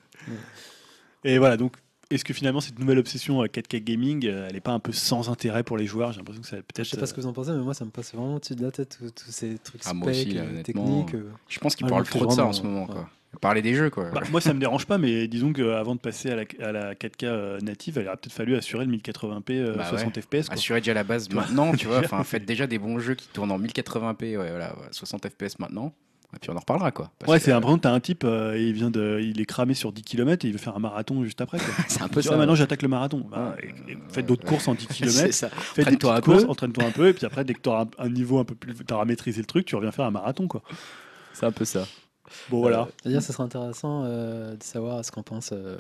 Speaker 2: Et voilà, donc est-ce que finalement cette nouvelle obsession euh, 4K gaming, euh, elle n'est pas un peu sans intérêt pour les joueurs J'ai l'impression que ça peut-être. euh,
Speaker 3: Je sais pas ce que vous en pensez, mais moi, ça me passe vraiment au-dessus de la tête, tous- tous ces trucs
Speaker 1: euh. Ah,
Speaker 3: spec,
Speaker 1: moi aussi, là,
Speaker 3: euh,
Speaker 1: honnêtement.
Speaker 3: techniques. euh.
Speaker 1: Je pense qu'il
Speaker 3: Ah, je
Speaker 1: parle
Speaker 3: me fais
Speaker 1: trop de ça en
Speaker 3: vraiment,
Speaker 1: ce moment.
Speaker 3: ouais.
Speaker 1: Quoi. Parler des jeux, quoi.
Speaker 2: Bah, moi ça me dérange pas, mais disons qu'avant de passer à la, à la 4K euh, native, il aurait peut-être fallu assurer le 1080p euh,
Speaker 1: Bah ouais.
Speaker 2: 60 fps. quoi.
Speaker 1: Assurez déjà la base maintenant, tu vois. Enfin, faites déjà des bons jeux qui tournent en 1080p, ouais, voilà, ouais, 60 fps maintenant. Et puis on en reparlera, quoi. Parce
Speaker 2: Ouais,
Speaker 1: que,
Speaker 2: c'est
Speaker 1: euh,
Speaker 2: un tu t'as un type, euh, il vient de, il est cramé sur 10 km et il veut faire un marathon juste après. quoi.
Speaker 1: C'est un peu
Speaker 2: Il dit,
Speaker 1: ça.
Speaker 2: Ah, maintenant
Speaker 1: ouais.
Speaker 2: j'attaque le marathon. Bah,
Speaker 1: Ouais.
Speaker 2: et- et faites d'autres courses en 10
Speaker 1: C'est
Speaker 2: km,
Speaker 1: ça.
Speaker 2: faites des
Speaker 1: Entraîne-toi
Speaker 2: petites
Speaker 1: un peu.
Speaker 2: courses, entraîne-toi un peu, et puis après, dès que t'auras un, un niveau un peu plus, t'auras maîtrisé le truc, tu reviens faire un marathon quoi.
Speaker 1: C'est un peu ça.
Speaker 2: Bon
Speaker 1: Euh,
Speaker 2: voilà.
Speaker 3: Euh, D'ailleurs, ce serait intéressant euh, de savoir ce qu'en pensent euh,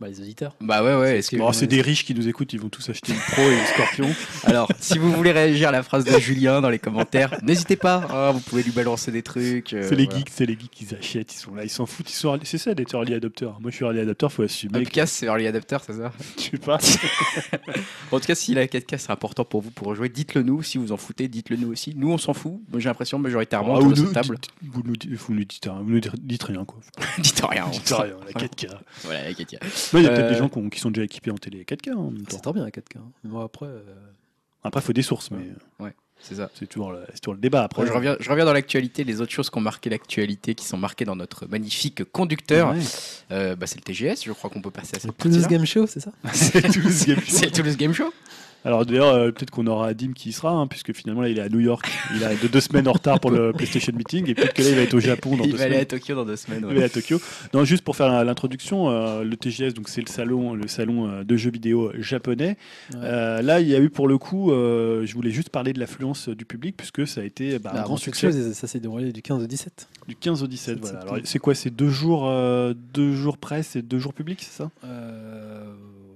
Speaker 3: bah, les auditeurs.
Speaker 1: Bah ouais, ouais. est-ce que-
Speaker 3: que-
Speaker 2: Bon, c'est des riches qui nous écoutent, ils vont tous acheter une pro et une scorpion.
Speaker 1: Alors, si vous voulez réagir à la phrase de Julien dans les commentaires, n'hésitez pas. hein, vous pouvez lui balancer des trucs. euh,
Speaker 2: C'est les
Speaker 1: voilà.
Speaker 2: geeks, c'est les geeks qui achètent, ils sont là, ils s'en foutent, ils sont early- c'est ça d'être early adopteur. Moi je suis early adopter, faut assumer,
Speaker 1: Upcast, c'est early adapter, c'est ça
Speaker 2: je sais pas.
Speaker 1: En tout cas, si la 4K c'est important pour vous pour jouer, dites-le nous. Si vous en foutez, dites-le nous aussi. Nous, on s'en fout. J'ai l'impression majoritairement
Speaker 2: Ah,
Speaker 1: autour
Speaker 2: ou
Speaker 1: de cette
Speaker 2: nous-
Speaker 1: table.
Speaker 2: dites- Vous nous dites- vous nous dites rien, vous nous dites- dites rien quoi.
Speaker 1: Dites rien. on
Speaker 2: Dites
Speaker 1: s'en-
Speaker 2: rien, la 4K.
Speaker 1: Voilà, la 4K.
Speaker 2: Non, Il y a peut-être
Speaker 1: Euh,
Speaker 2: des gens qui ont- qui sont déjà équipés en télé 4K en même temps.
Speaker 3: C'est très bien la 4K. hein. Moi, après, euh,
Speaker 2: Après, faut des sources, mais
Speaker 1: C'est ça.
Speaker 2: c'est toujours, le- c'est toujours le débat. Après,
Speaker 1: Bon, je, reviens, je reviens dans l'actualité, les autres choses qui ont marqué l'actualité, qui sont marquées dans notre magnifique conducteur.
Speaker 2: Ouais.
Speaker 1: Euh, bah, c'est le TGS, je crois qu'on peut passer à cette
Speaker 3: Toulouse
Speaker 1: partie-là.
Speaker 3: Game Show, c'est ça
Speaker 1: c'est
Speaker 2: Toulouse Game Show.
Speaker 1: c'est le Toulouse Game Show
Speaker 2: Alors d'ailleurs, euh, peut-être qu'on aura Dim qui y sera, hein, puisque finalement là, il est à New York. Il est de deux semaines en retard pour le PlayStation Meeting, et peut-être que là, il va être au Japon dans
Speaker 1: Il
Speaker 2: deux
Speaker 1: va aller
Speaker 2: semaines.
Speaker 1: à Tokyo dans deux semaines. ouais.
Speaker 2: Oui, à Tokyo. Non, juste pour faire l'introduction, euh, le TGS, donc c'est le salon, le salon euh, de jeux vidéo japonais.
Speaker 3: Ouais.
Speaker 2: Euh, là, il y a eu pour le coup, euh, je voulais juste parler de l'affluence euh, du public puisque ça a été
Speaker 1: Ah,
Speaker 2: bah,
Speaker 3: Bah,
Speaker 2: un
Speaker 3: avant
Speaker 2: grand
Speaker 3: toute
Speaker 2: succès
Speaker 3: chose, ça s'est déroulé du 15 au 17.
Speaker 2: du 15 au 17.
Speaker 3: C'est-
Speaker 2: Voilà.
Speaker 3: c'est
Speaker 2: Alors,
Speaker 3: tout.
Speaker 2: c'est quoi C'est deux jours, euh, deux jours presse et deux jours public, c'est ça
Speaker 3: Euh,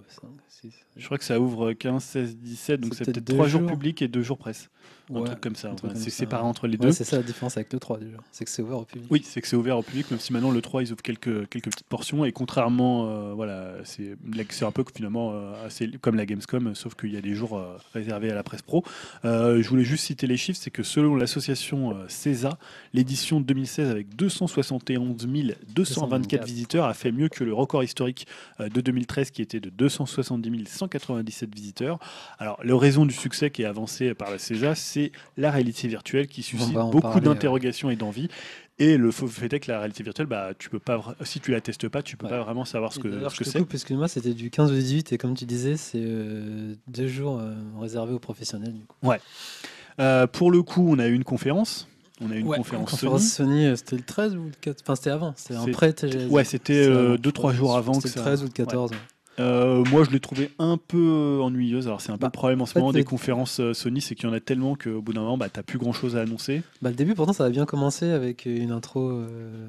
Speaker 3: cinq, six,
Speaker 2: Je crois que ça ouvre 15, 16, 17, donc
Speaker 3: C'est
Speaker 2: c'est
Speaker 3: peut-être
Speaker 2: peut-être
Speaker 3: deux
Speaker 2: trois jours
Speaker 3: jours.
Speaker 2: public et deux jours presse. Un
Speaker 3: ouais.
Speaker 2: truc comme ça.
Speaker 3: un truc
Speaker 2: Enfin,
Speaker 3: comme
Speaker 2: c'est
Speaker 3: ça,
Speaker 2: séparé
Speaker 3: ouais.
Speaker 2: entre les
Speaker 3: Ouais,
Speaker 2: deux.
Speaker 3: c'est ça la différence avec le 3 déjà. C'est que c'est ouvert au public.
Speaker 2: Oui, c'est que c'est ouvert au public, même si maintenant le 3 ils ouvrent quelques, quelques petites portions. Et contrairement, euh, voilà, c'est c'est un peu finalement euh, assez comme la Gamescom, euh, sauf qu'il y a des jours euh, réservés à la presse pro. Euh, je voulais juste citer les chiffres c'est que selon l'association euh, CESA, l'édition 2016 avec 271 224
Speaker 3: 224.
Speaker 2: visiteurs a fait mieux que le record historique euh, de 2013 qui était de 270 197 visiteurs. Alors, la raison du succès qui est avancé par la CESA, c'est la réalité virtuelle qui suscite
Speaker 3: va en
Speaker 2: beaucoup
Speaker 3: parler, ouais.
Speaker 2: d'interrogations et d'envie. Et le faux fait est que la réalité virtuelle, bah, tu peux pas, vra- si tu la testes pas, tu peux
Speaker 3: Ouais.
Speaker 2: pas vraiment savoir ce
Speaker 3: Et
Speaker 2: que,
Speaker 3: d'ailleurs,
Speaker 2: ce
Speaker 3: je
Speaker 2: que
Speaker 3: te
Speaker 2: c'est.
Speaker 3: coupe, excuse-moi, c'était du 15 au 18 et comme tu disais, c'est euh, deux jours euh, réservés aux professionnels. Du coup.
Speaker 2: Euh, pour le coup, on a eu une conférence. On a eu une
Speaker 3: Ouais,
Speaker 2: conférence,
Speaker 3: conférence
Speaker 2: Sony.
Speaker 3: Sony, euh, c'était le 13 ou le 14 Enfin, c'était avant, c'était un
Speaker 2: C'est-
Speaker 3: pré-TGS.
Speaker 2: Ouais, c'était
Speaker 3: C'est avant,
Speaker 2: 2-3
Speaker 3: je
Speaker 2: jours
Speaker 3: pense.
Speaker 2: avant que ça.
Speaker 3: C'était le 13 ou le 14. ouais.
Speaker 2: Euh, moi, je l'ai trouvé un peu ennuyeuse. Alors, c'est un peu
Speaker 3: Bah,
Speaker 2: le problème en ce
Speaker 3: fait,
Speaker 2: moment des
Speaker 3: le-
Speaker 2: conférences euh, Sony, c'est qu'il y en a tellement qu'au bout d'un moment, bah, t'as plus grand chose à annoncer.
Speaker 3: Bah, le début, pourtant, ça a bien commencé avec une intro, euh,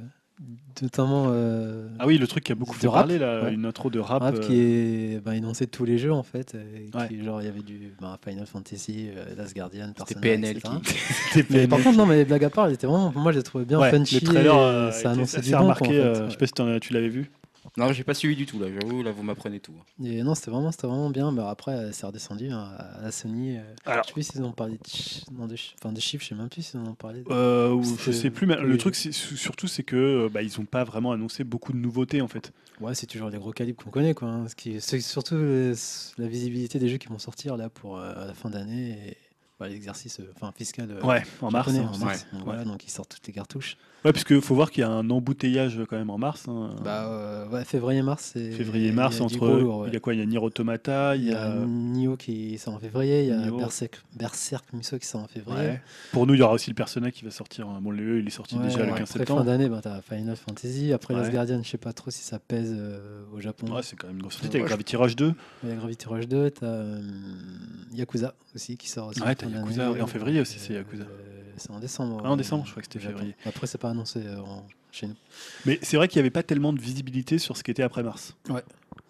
Speaker 3: notamment euh,
Speaker 2: Ah oui, le truc qui a beaucoup
Speaker 3: De
Speaker 2: fait
Speaker 3: rap,
Speaker 2: parler, là,
Speaker 3: ouais.
Speaker 2: une intro de rap.
Speaker 3: rap
Speaker 2: euh,
Speaker 3: qui est bah, énoncé tous les jeux en fait. et qui-
Speaker 2: Ouais.
Speaker 3: genre, il y avait du bah, Final Fantasy, euh, Last Guardian,
Speaker 1: C'était
Speaker 3: Persona,
Speaker 1: PNL
Speaker 3: etc.
Speaker 1: qui.
Speaker 3: Mais
Speaker 2: TPN.
Speaker 3: par contre, non, mais blague à part, il était vraiment. Moi, je l'ai trouvé bien
Speaker 2: Ouais,
Speaker 3: punchy.
Speaker 2: le trailer,
Speaker 3: et
Speaker 2: euh,
Speaker 3: ça
Speaker 2: était
Speaker 3: annonçait
Speaker 2: assez
Speaker 3: du bon,
Speaker 2: remarqué.
Speaker 3: quoi, en fait,
Speaker 2: euh,
Speaker 3: ouais.
Speaker 2: Je sais pas si t'en- tu l'avais vu.
Speaker 1: Non, j'ai pas suivi du tout, là. J'avoue, là, vous m'apprenez tout. hein.
Speaker 3: Et non, c'était vraiment, c'était vraiment bien. Mais après, euh, c'est redescendu hein, à la Sony. euh,
Speaker 2: Alors.
Speaker 3: Je sais plus s'ils ont parlé de, chi- non, de, chi- enfin, de chiffres, je sais même plus s'ils en ont parlé.
Speaker 2: Euh, ou je
Speaker 3: C'était-
Speaker 2: sais plus, mais le
Speaker 3: oui.
Speaker 2: truc c'est- surtout c'est que euh, bah, ils ont pas vraiment annoncé beaucoup de nouveautés en fait.
Speaker 3: Ouais, c'est toujours les gros calibres qu'on connaît, quoi. hein, ce qui, c'est surtout euh, la visibilité des jeux qui vont sortir là pour euh, la fin d'année. et- bah, l'exercice euh, enfin, fiscal euh,
Speaker 2: Ouais, en mars.
Speaker 3: japonais,
Speaker 2: hein,
Speaker 3: en
Speaker 2: c'est-
Speaker 3: mars. Donc,
Speaker 2: ouais.
Speaker 3: voilà, donc ils sortent toutes les cartouches.
Speaker 2: Ouais, parce qu'il faut voir qu'il y a un embouteillage euh, quand même en mars. hein.
Speaker 3: hein. Bah, euh, ouais, février-mars. c'est-
Speaker 2: Février-mars,
Speaker 3: il y a du
Speaker 2: entre.
Speaker 3: gros lourd, ouais.
Speaker 2: Il y a quoi Il y a Nier Automata, il y a.
Speaker 3: Nio qui sort en février, il y a
Speaker 2: Nioh.
Speaker 3: Berserk, Berserk Musso qui sort en février.
Speaker 2: Ouais. Pour nous, il y aura aussi le Persona qui va sortir. hein. Bon, le, il est sorti
Speaker 3: Ouais,
Speaker 2: déjà le
Speaker 3: après,
Speaker 2: 15
Speaker 3: Fin
Speaker 2: septembre.
Speaker 3: d'année, bah, t'as Final Fantasy. Après
Speaker 2: Ouais.
Speaker 3: Last Guardian, je sais pas trop si ça pèse euh, au Japon.
Speaker 2: Ouais, c'est quand même une grosse
Speaker 1: Ouais,
Speaker 2: sortie. avec
Speaker 1: je-
Speaker 2: Gravity Rush 2.
Speaker 3: Il y a Gravity Rush 2, t'as euh, Yakuza aussi qui sort. aussi
Speaker 2: Ouais,
Speaker 3: en
Speaker 2: t'as
Speaker 3: fin d'année.
Speaker 2: Yakuza, et en février aussi, c'est Yakuza.
Speaker 3: euh, c'est en décembre.
Speaker 2: Ah, en
Speaker 3: euh,
Speaker 2: décembre, je crois que c'était
Speaker 3: au Japon.
Speaker 2: février.
Speaker 3: Après, c'est pas annoncé euh, en- chez nous.
Speaker 2: Mais c'est vrai qu'il n'y avait pas tellement de visibilité sur ce qui était après mars.
Speaker 3: Ouais.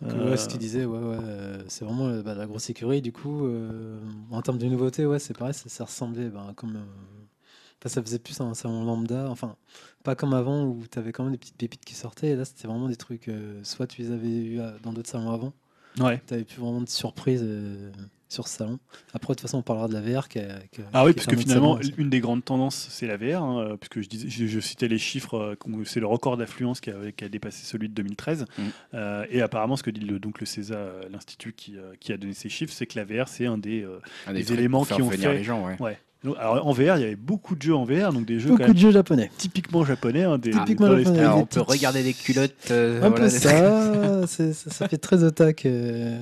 Speaker 2: Euh,
Speaker 3: Que, ouais, ce qu'il disait, ouais, ouais, euh, c'est vraiment euh, bah, la grosse écurie. Du coup, euh, en termes de nouveautés, ouais, c'est pareil, ça, ça ressemblait bah, comme. euh, enfin, ça faisait plus un salon lambda, enfin, pas comme avant où tu avais quand même des petites pépites qui sortaient. Et là, c'était vraiment des trucs, euh, soit tu les avais eu à- dans d'autres salons avant,
Speaker 2: Ouais.
Speaker 3: tu plus vraiment de surprises euh, sur ce salon. Après, de toute façon, on parlera de la VR. Qui a- qui a-
Speaker 2: Ah oui,
Speaker 3: qui est
Speaker 2: parce
Speaker 3: un
Speaker 2: que
Speaker 3: autre
Speaker 2: finalement,
Speaker 3: salon, ça.
Speaker 2: une des grandes tendances, c'est la VR, hein, euh, puisque je, disais, je, je citais les chiffres, euh, qu'on- c'est le record d'affluence qui a, qui a dépassé celui de 2013.
Speaker 1: Mm.
Speaker 2: Euh, et apparemment, ce que dit le, donc le CESA, euh, l'institut qui, euh, qui a donné ces chiffres, c'est que la VR, c'est un des... euh,
Speaker 1: Un
Speaker 2: Les
Speaker 1: trucs pour
Speaker 2: éléments
Speaker 1: faire
Speaker 2: qui ont
Speaker 1: venir
Speaker 2: fait-
Speaker 1: les gens, ouais.
Speaker 2: ouais. Donc, alors, en VR, il y avait beaucoup de jeux en VR, donc des jeux quand
Speaker 3: Beaucoup
Speaker 2: même
Speaker 3: de jeux japonais.
Speaker 2: typiquement japonais. hein, des,
Speaker 3: Typiquement
Speaker 2: dans les-
Speaker 3: japonais.
Speaker 1: Alors,
Speaker 3: des
Speaker 1: on peut
Speaker 3: petites-
Speaker 1: regarder les culottes. euh,
Speaker 3: Un
Speaker 1: voilà,
Speaker 3: peu ça, c'est- ça, ça fait très otak. euh,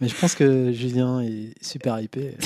Speaker 3: mais je pense que Julien est super hypé.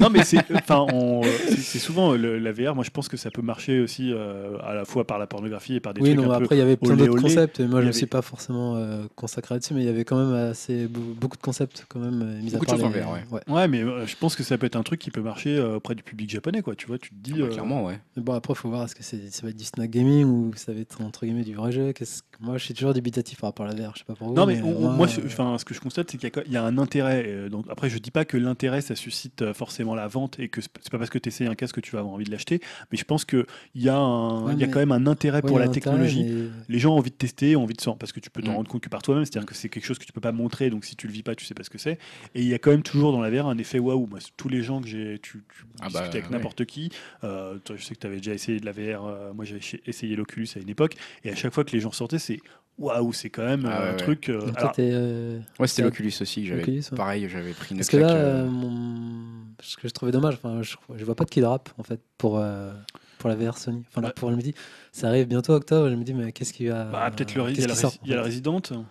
Speaker 2: Non, mais c'est enfin, on, euh, c'est- c'est souvent euh, le- la VR. Moi, je pense que ça peut marcher aussi euh, à la fois par la pornographie et par des
Speaker 3: oui,
Speaker 2: trucs
Speaker 3: non,
Speaker 2: un peu.
Speaker 3: après, il y avait plein
Speaker 2: olé, olé.
Speaker 3: d'autres concepts. et Moi,
Speaker 2: Il y
Speaker 3: je ne me suis
Speaker 2: avait-
Speaker 3: pas forcément euh, consacré là-dessus, mais il y avait quand même assez, be- beaucoup de concepts, quand même, euh, mis
Speaker 1: Beaucoup de
Speaker 3: à part.
Speaker 1: choses en
Speaker 3: les-
Speaker 1: VR, ouais.
Speaker 2: Ouais, mais euh, je pense que ça peut être un truc qui peut marcher euh, auprès du public japonais, quoi. Tu vois, tu te dis.
Speaker 1: Bah,
Speaker 3: Ah
Speaker 2: euh,
Speaker 1: Clairement, ouais.
Speaker 3: Mais bon, après, il faut voir est-ce que c'est, ça va être du snack gaming ou ça va être, entre guillemets, du vrai jeu. Qu'est-ce que- Moi, je suis toujours dubitatif par rapport à la VR. Je sais pas pour vous.
Speaker 2: Non, mais
Speaker 3: euh,
Speaker 2: on- on- moi, je-
Speaker 3: euh,
Speaker 2: enfin, ce que je constate, c'est qu'il y a quoi- il y, a un intérêt. euh, donc, après, je dis pas que l'intérêt, ça suscite euh, forcément la vente et que c'est c'est pas parce que tu essayes un casque que tu vas avoir envie de l'acheter. Mais je pense qu'il y, a un-
Speaker 3: Ouais,
Speaker 2: il y a
Speaker 3: mais-
Speaker 2: quand même un intérêt
Speaker 3: ouais,
Speaker 2: pour
Speaker 3: il y
Speaker 2: la
Speaker 3: a un intérêt,
Speaker 2: technologie. Euh,
Speaker 3: mais-
Speaker 2: les gens ont envie de tester, ont envie de sortir, parce que tu peux t'en
Speaker 1: Mm.
Speaker 2: rendre compte que par toi-même, c'est-à-dire que c'est quelque chose que tu peux pas montrer, donc si tu le vis pas, tu sais pas ce que c'est. Et il y a quand même toujours dans la VR un effet waouh. Moi, c'est tous les gens que j'ai, tu, tu
Speaker 1: Ah
Speaker 2: discutais
Speaker 1: bah,
Speaker 2: avec
Speaker 1: ouais.
Speaker 2: n'importe qui, euh, toi, je sais que tu avais déjà essayé de la VR, euh, moi j'avais chez- essayé l'Oculus à une époque, et à chaque fois que les gens sortaient, c'est waouh, c'est quand même
Speaker 1: Ah
Speaker 2: euh,
Speaker 1: ouais,
Speaker 2: un
Speaker 1: ouais.
Speaker 2: truc. euh,
Speaker 3: Donc, toi,
Speaker 2: alors,
Speaker 3: t'es, euh,
Speaker 1: Ouais, c'était
Speaker 3: C'est-
Speaker 1: l'Oculus aussi. que j'avais-
Speaker 3: Oculus, ouais.
Speaker 1: Pareil, j'avais pris une
Speaker 3: Parce que là,
Speaker 1: claque, euh,
Speaker 3: euh, mon- ce que je trouvais dommage, enfin, je, je vois pas de kill rap en fait pour euh, pour la VR Sony. Enfin, là,
Speaker 2: Ouais.
Speaker 3: pour je me dis, ça arrive bientôt octobre. Je me dis, mais qu'est-ce qu'il va
Speaker 2: bah, peut-être le, il y a
Speaker 3: euh, qu'est-ce
Speaker 2: la,
Speaker 3: qui sort,
Speaker 2: rési- il y a la
Speaker 3: en fait
Speaker 2: résidente.
Speaker 1: Non,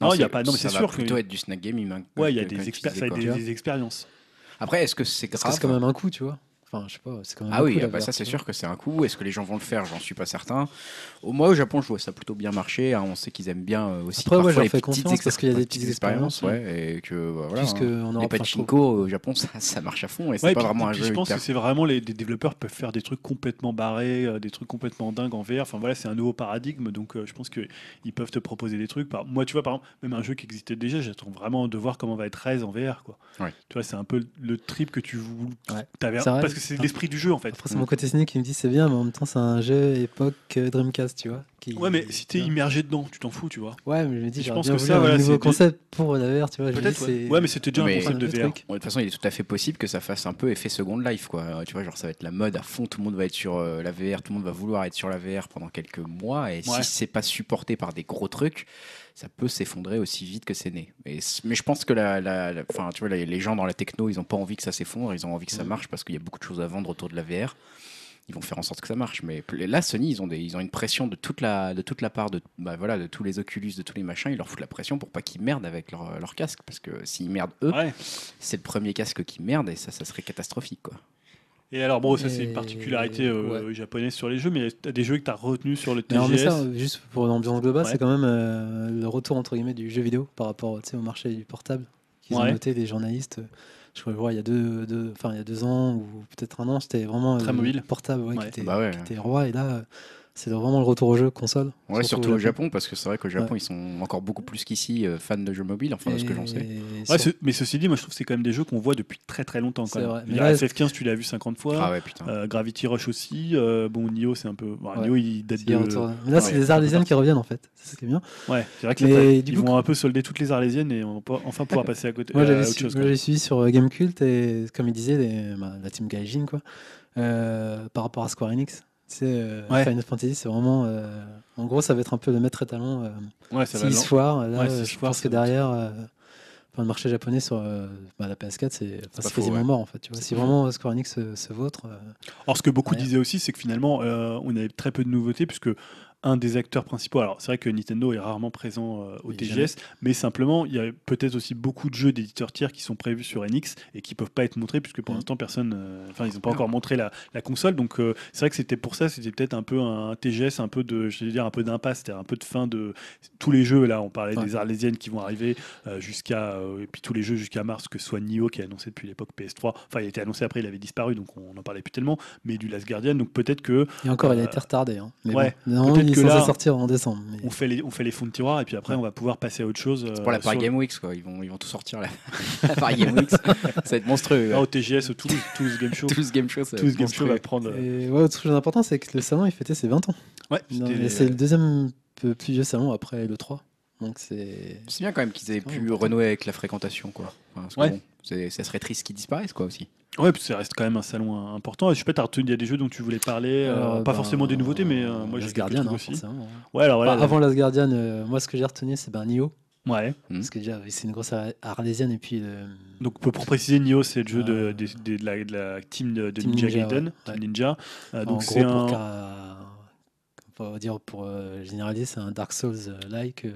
Speaker 2: Non, il y a
Speaker 1: c'est-
Speaker 2: pas- non, mais
Speaker 1: ça
Speaker 2: c'est
Speaker 1: va
Speaker 2: sûr que-
Speaker 1: plutôt être du snack gaming. hein,
Speaker 2: Ouais, il y a
Speaker 1: que- comme
Speaker 2: des,
Speaker 1: tu
Speaker 2: expé-
Speaker 1: disais,
Speaker 2: ça a
Speaker 1: quoi.
Speaker 2: des-
Speaker 3: tu vois.
Speaker 2: des expériences.
Speaker 1: Après, est-ce que c'est
Speaker 3: Parce que
Speaker 1: grave
Speaker 3: c'est quand même un coup, tu vois. Enfin, je sais pas, c'est quand même.
Speaker 1: Ah
Speaker 3: un
Speaker 1: oui,
Speaker 3: coup, la
Speaker 1: ah bah
Speaker 3: VR,
Speaker 1: ça c'est
Speaker 3: tu
Speaker 1: sûr que c'est un coup. Est-ce que les gens vont le faire J'en suis pas certain. Au moins au Japon, je vois ça plutôt bien marcher. hein. On sait qu'ils aiment bien euh, aussi
Speaker 3: Après, ouais,
Speaker 1: parfois
Speaker 3: je leur
Speaker 1: les
Speaker 3: fais
Speaker 1: petites
Speaker 3: confiance parce qu'il y a des petites expériences,
Speaker 1: ouais, et que bah,
Speaker 3: vois.
Speaker 1: voilà.
Speaker 3: Plus
Speaker 1: hein.
Speaker 3: que en
Speaker 1: Les
Speaker 3: Europe, enfin, je trouve-
Speaker 1: pachinko au Japon, ça, ça marche à fond et c'est
Speaker 2: Ouais,
Speaker 1: pas
Speaker 2: puis-
Speaker 1: vraiment un
Speaker 2: puis
Speaker 1: jeu.
Speaker 2: Je pense
Speaker 1: hyper-
Speaker 2: que c'est vraiment les, des développeurs peuvent faire des trucs complètement barrés, euh, des trucs complètement dingues en VR. Enfin voilà, c'est un nouveau paradigme, donc euh, je pense que ils peuvent te proposer des trucs. Par- Moi, tu vois, par exemple, même un jeu qui existait déjà, j'attends vraiment de voir comment va être Rez en VR, quoi.
Speaker 1: Ouais.
Speaker 2: Tu vois, c'est un peu le- le trip que tu voulais.
Speaker 3: Ouais. C'est vrai.
Speaker 2: Parce que c'est l'esprit du jeu en fait.
Speaker 3: Après, c'est mon côté cynique qui me dit c'est bien, mais en même temps, c'est un jeu époque euh, Dreamcast, tu vois. qui-
Speaker 2: Ouais, mais si t'es
Speaker 3: tu vois.
Speaker 2: immergé dedans, tu t'en fous, tu vois.
Speaker 3: Ouais, mais je me dis,
Speaker 2: Je
Speaker 3: j'aurais
Speaker 2: pense
Speaker 3: bien
Speaker 2: que
Speaker 3: voulu
Speaker 2: ça,
Speaker 3: un
Speaker 2: voilà,
Speaker 3: nouveau
Speaker 2: c'est-
Speaker 3: concept pour la VR, tu vois. je me dis,
Speaker 2: Peut-être. Ouais.
Speaker 3: c'est-
Speaker 2: Ouais, mais c'était déjà
Speaker 1: Mais-
Speaker 2: un concept de
Speaker 3: c'est un
Speaker 2: VR.
Speaker 3: truc.
Speaker 1: Bon, de toute façon, il est tout à fait possible que ça fasse un peu effet second life, quoi. Euh, Tu vois, genre ça va être la mode à fond. Tout le monde va être sur euh, la VR, tout le monde va vouloir être sur la VR pendant quelques mois. Et si
Speaker 2: Ouais.
Speaker 1: c'est pas supporté par des gros trucs, ça peut s'effondrer aussi vite que c'est né. Et c- mais je pense que la, la- la- enfin, tu vois, les, les gens dans la techno, ils ont pas envie que ça s'effondre. Ils ont envie que ça
Speaker 3: Mhm.
Speaker 1: marche parce qu'il y a beaucoup de choses à vendre autour de la VR. Ils vont faire en sorte que ça marche. Mais pl- là, Sony, ils ont, des, ils ont une pression de toute la, de toute la part de, bah, voilà, de tous les Oculus, de tous les machins. Ils leur foutent la pression pour pas qu'ils merdent avec leur, leur casque. Parce que s'ils merdent eux,
Speaker 2: Ouais.
Speaker 1: c'est le premier casque qui merde et ça, ça serait catastrophique quoi.
Speaker 2: Et alors, bon, ça, c'est
Speaker 3: Et-
Speaker 2: une particularité euh, japonaise sur les jeux, mais t'as des jeux que t'as retenu sur le TGS.
Speaker 3: Non, mais ça, juste pour l'ambiance globale,
Speaker 2: Ouais.
Speaker 3: c'est quand même euh, le retour entre guillemets du jeu vidéo par rapport tu sais, au marché du portable. Ils ont
Speaker 2: Ouais.
Speaker 3: noté des journalistes. euh, Je crois voir il y a deux, deux- enfin il y a deux ans ou peut-être un an, c'était vraiment
Speaker 2: Très
Speaker 3: euh,
Speaker 2: mobile.
Speaker 3: portable, ouais,
Speaker 2: Ouais.
Speaker 3: qui était,
Speaker 1: Bah ouais.
Speaker 3: qui était roi. Et là, euh, c'est vraiment le retour au jeu console.
Speaker 1: Ouais, surtout, au Japon, parce que c'est vrai qu'au Japon, ils sont encore beaucoup plus qu'ici euh, fans de jeux mobiles, enfin de ce que j'en sais.
Speaker 3: Et
Speaker 2: Ouais,
Speaker 3: sur-
Speaker 2: ce- mais ceci dit, moi je trouve que c'est quand même des jeux qu'on voit depuis très très longtemps. Quand
Speaker 3: C'est
Speaker 2: même.
Speaker 3: vrai.
Speaker 2: Je veux
Speaker 3: Mais
Speaker 2: dire,
Speaker 3: là,
Speaker 2: FF15, tu l'as vu 50 fois.
Speaker 1: Ah ouais, putain.
Speaker 2: Euh, Gravity Rush aussi. Euh, bon, Nioh, c'est un peu. bon,
Speaker 3: Ouais.
Speaker 2: Nioh, il date
Speaker 3: il y
Speaker 2: de.
Speaker 3: a un retour- Mais là,
Speaker 2: ouais,
Speaker 3: c'est
Speaker 2: c'est
Speaker 3: les
Speaker 2: un peu
Speaker 3: Arlésiennes
Speaker 2: parti.
Speaker 3: qui reviennent en fait. C'est ce qui est bien.
Speaker 2: Ouais, c'est vrai que
Speaker 3: Mais
Speaker 2: là,
Speaker 3: du
Speaker 2: ils
Speaker 3: coup-
Speaker 2: vont un peu solder toutes les Arlésiennes et on va pas- enfin pouvoir passer à côté.
Speaker 3: Moi,
Speaker 2: à
Speaker 3: j'avais
Speaker 2: autre
Speaker 3: su-
Speaker 2: chose,
Speaker 3: moi,
Speaker 2: quoi.
Speaker 3: j'avais suivi sur euh, Gamecult et comme il disait, les- bah, la team Gaijin, quoi, euh, par rapport à Square Enix. C'est euh,
Speaker 2: Ouais.
Speaker 3: Final Fantasy, c'est vraiment. euh, en gros, ça va être un peu le maître étalon. Euh,
Speaker 2: Ouais, ça va
Speaker 3: S'il
Speaker 2: lent.
Speaker 3: se foire, là,
Speaker 2: Ouais, s'il
Speaker 3: euh,
Speaker 2: se
Speaker 3: je
Speaker 2: foire,
Speaker 3: pense
Speaker 2: ça
Speaker 3: que
Speaker 2: va
Speaker 3: derrière, euh, enfin, le marché japonais sur euh, bah, la PS4, c'est enfin,
Speaker 1: pas
Speaker 3: c'est
Speaker 1: faux,
Speaker 3: quasiment
Speaker 1: ouais.
Speaker 3: mort en fait. Tu vois. Si vraiment euh, Square Enix se, se vautre, euh,
Speaker 2: Alors, ce que beaucoup
Speaker 3: Ouais.
Speaker 2: disaient aussi, c'est que finalement, euh, on avait très peu de nouveautés, puisque un des acteurs principaux, alors c'est vrai que Nintendo est rarement présent euh, au
Speaker 3: Oui,
Speaker 2: TGS, mais simplement, il y a peut-être aussi beaucoup de jeux d'éditeurs tiers qui sont prévus sur NX et qui peuvent pas être montrés, puisque pour
Speaker 3: Mhm.
Speaker 2: l'instant, personne. euh, Enfin, ils n'ont pas
Speaker 1: Ah.
Speaker 2: encore montré la, la console, donc euh, c'est vrai que c'était pour ça, c'était peut-être un peu un TGS, un peu de, je vais dire, un peu d'impasse, c'était un peu de fin de tous les jeux. Là, on parlait
Speaker 3: Ouais.
Speaker 2: des Arlésiennes qui vont arriver euh, jusqu'à. euh, et puis tous les jeux jusqu'à mars, que ce soit Nioh qui est annoncé depuis l'époque PS3. Enfin, il a été annoncé après, il avait disparu, donc on n'en parlait plus tellement mais du Last Guardian. Donc peut-être que
Speaker 3: et encore, il a
Speaker 2: Euh,
Speaker 3: été retardé. hein. Mais
Speaker 2: ouais.
Speaker 3: bon, normalement,
Speaker 2: Peut-être
Speaker 3: il est
Speaker 2: que
Speaker 3: censé
Speaker 2: là-
Speaker 3: sortir en décembre. mais-
Speaker 2: on fait les, on fait les fonds de tiroir et puis après on va pouvoir passer à autre chose. euh,
Speaker 1: C'est pour la Paris Game Week, quoi. Ils vont, ils vont tout sortir là. la Paris Game Week, ça va être monstrueux. ouais.
Speaker 2: Ah, au TGS, au Toulouse, Toulouse Game Show.
Speaker 1: Tous Game Show, ça va
Speaker 2: Toulouse
Speaker 1: être
Speaker 2: Game Show
Speaker 1: monstrueux.
Speaker 2: va prendre. euh,
Speaker 3: Et ouais, autre chose importante, c'est que le salon, il fêtait ses 20 ans.
Speaker 2: Ouais,
Speaker 3: Non,
Speaker 2: c'était- euh,
Speaker 3: mais C'est le deuxième peu plus vieux salon après le 3. Donc c'est.
Speaker 1: C'est bien quand même qu'ils aient
Speaker 3: Oh,
Speaker 1: pu
Speaker 3: putain.
Speaker 1: renouer avec la fréquentation, quoi. Enfin, parce que
Speaker 2: Ouais.
Speaker 1: bon, c'est- ça serait triste qu'ils disparaissent, quoi, aussi.
Speaker 2: ouais, puis ça reste quand même un salon euh, important. Je sais pas, t'as retenu, il y a des jeux dont tu voulais parler, euh,
Speaker 3: Alors,
Speaker 2: pas
Speaker 3: ben,
Speaker 2: forcément des nouveautés, mais euh, moi j'ai
Speaker 3: Last
Speaker 2: quelques
Speaker 3: Guardian,
Speaker 2: trucs
Speaker 3: hein,
Speaker 2: aussi.
Speaker 3: forcément.
Speaker 2: Ouais, Hmm. alors voilà.
Speaker 3: Enfin, avant Last Guardian, euh, moi ce que j'ai retenu, c'est ben Nioh.
Speaker 2: Ouais.
Speaker 1: Mhm.
Speaker 3: Parce que déjà, c'est une grosse ar- arlésienne et puis. le-
Speaker 2: Donc pour pour préciser, Nioh, c'est le jeu de,
Speaker 3: Euh,
Speaker 2: des- des- de la, de la team de, de
Speaker 3: Team
Speaker 2: Ninja,
Speaker 3: Ninja,
Speaker 2: Gaiden,
Speaker 3: ouais.
Speaker 2: Team
Speaker 3: Ouais.
Speaker 2: Ninja. Euh,
Speaker 3: en
Speaker 2: donc
Speaker 3: gros,
Speaker 2: c'est
Speaker 3: pour
Speaker 2: un.
Speaker 3: qu'un- on va dire pour euh, généraliser, c'est un Dark euh, Souls-like.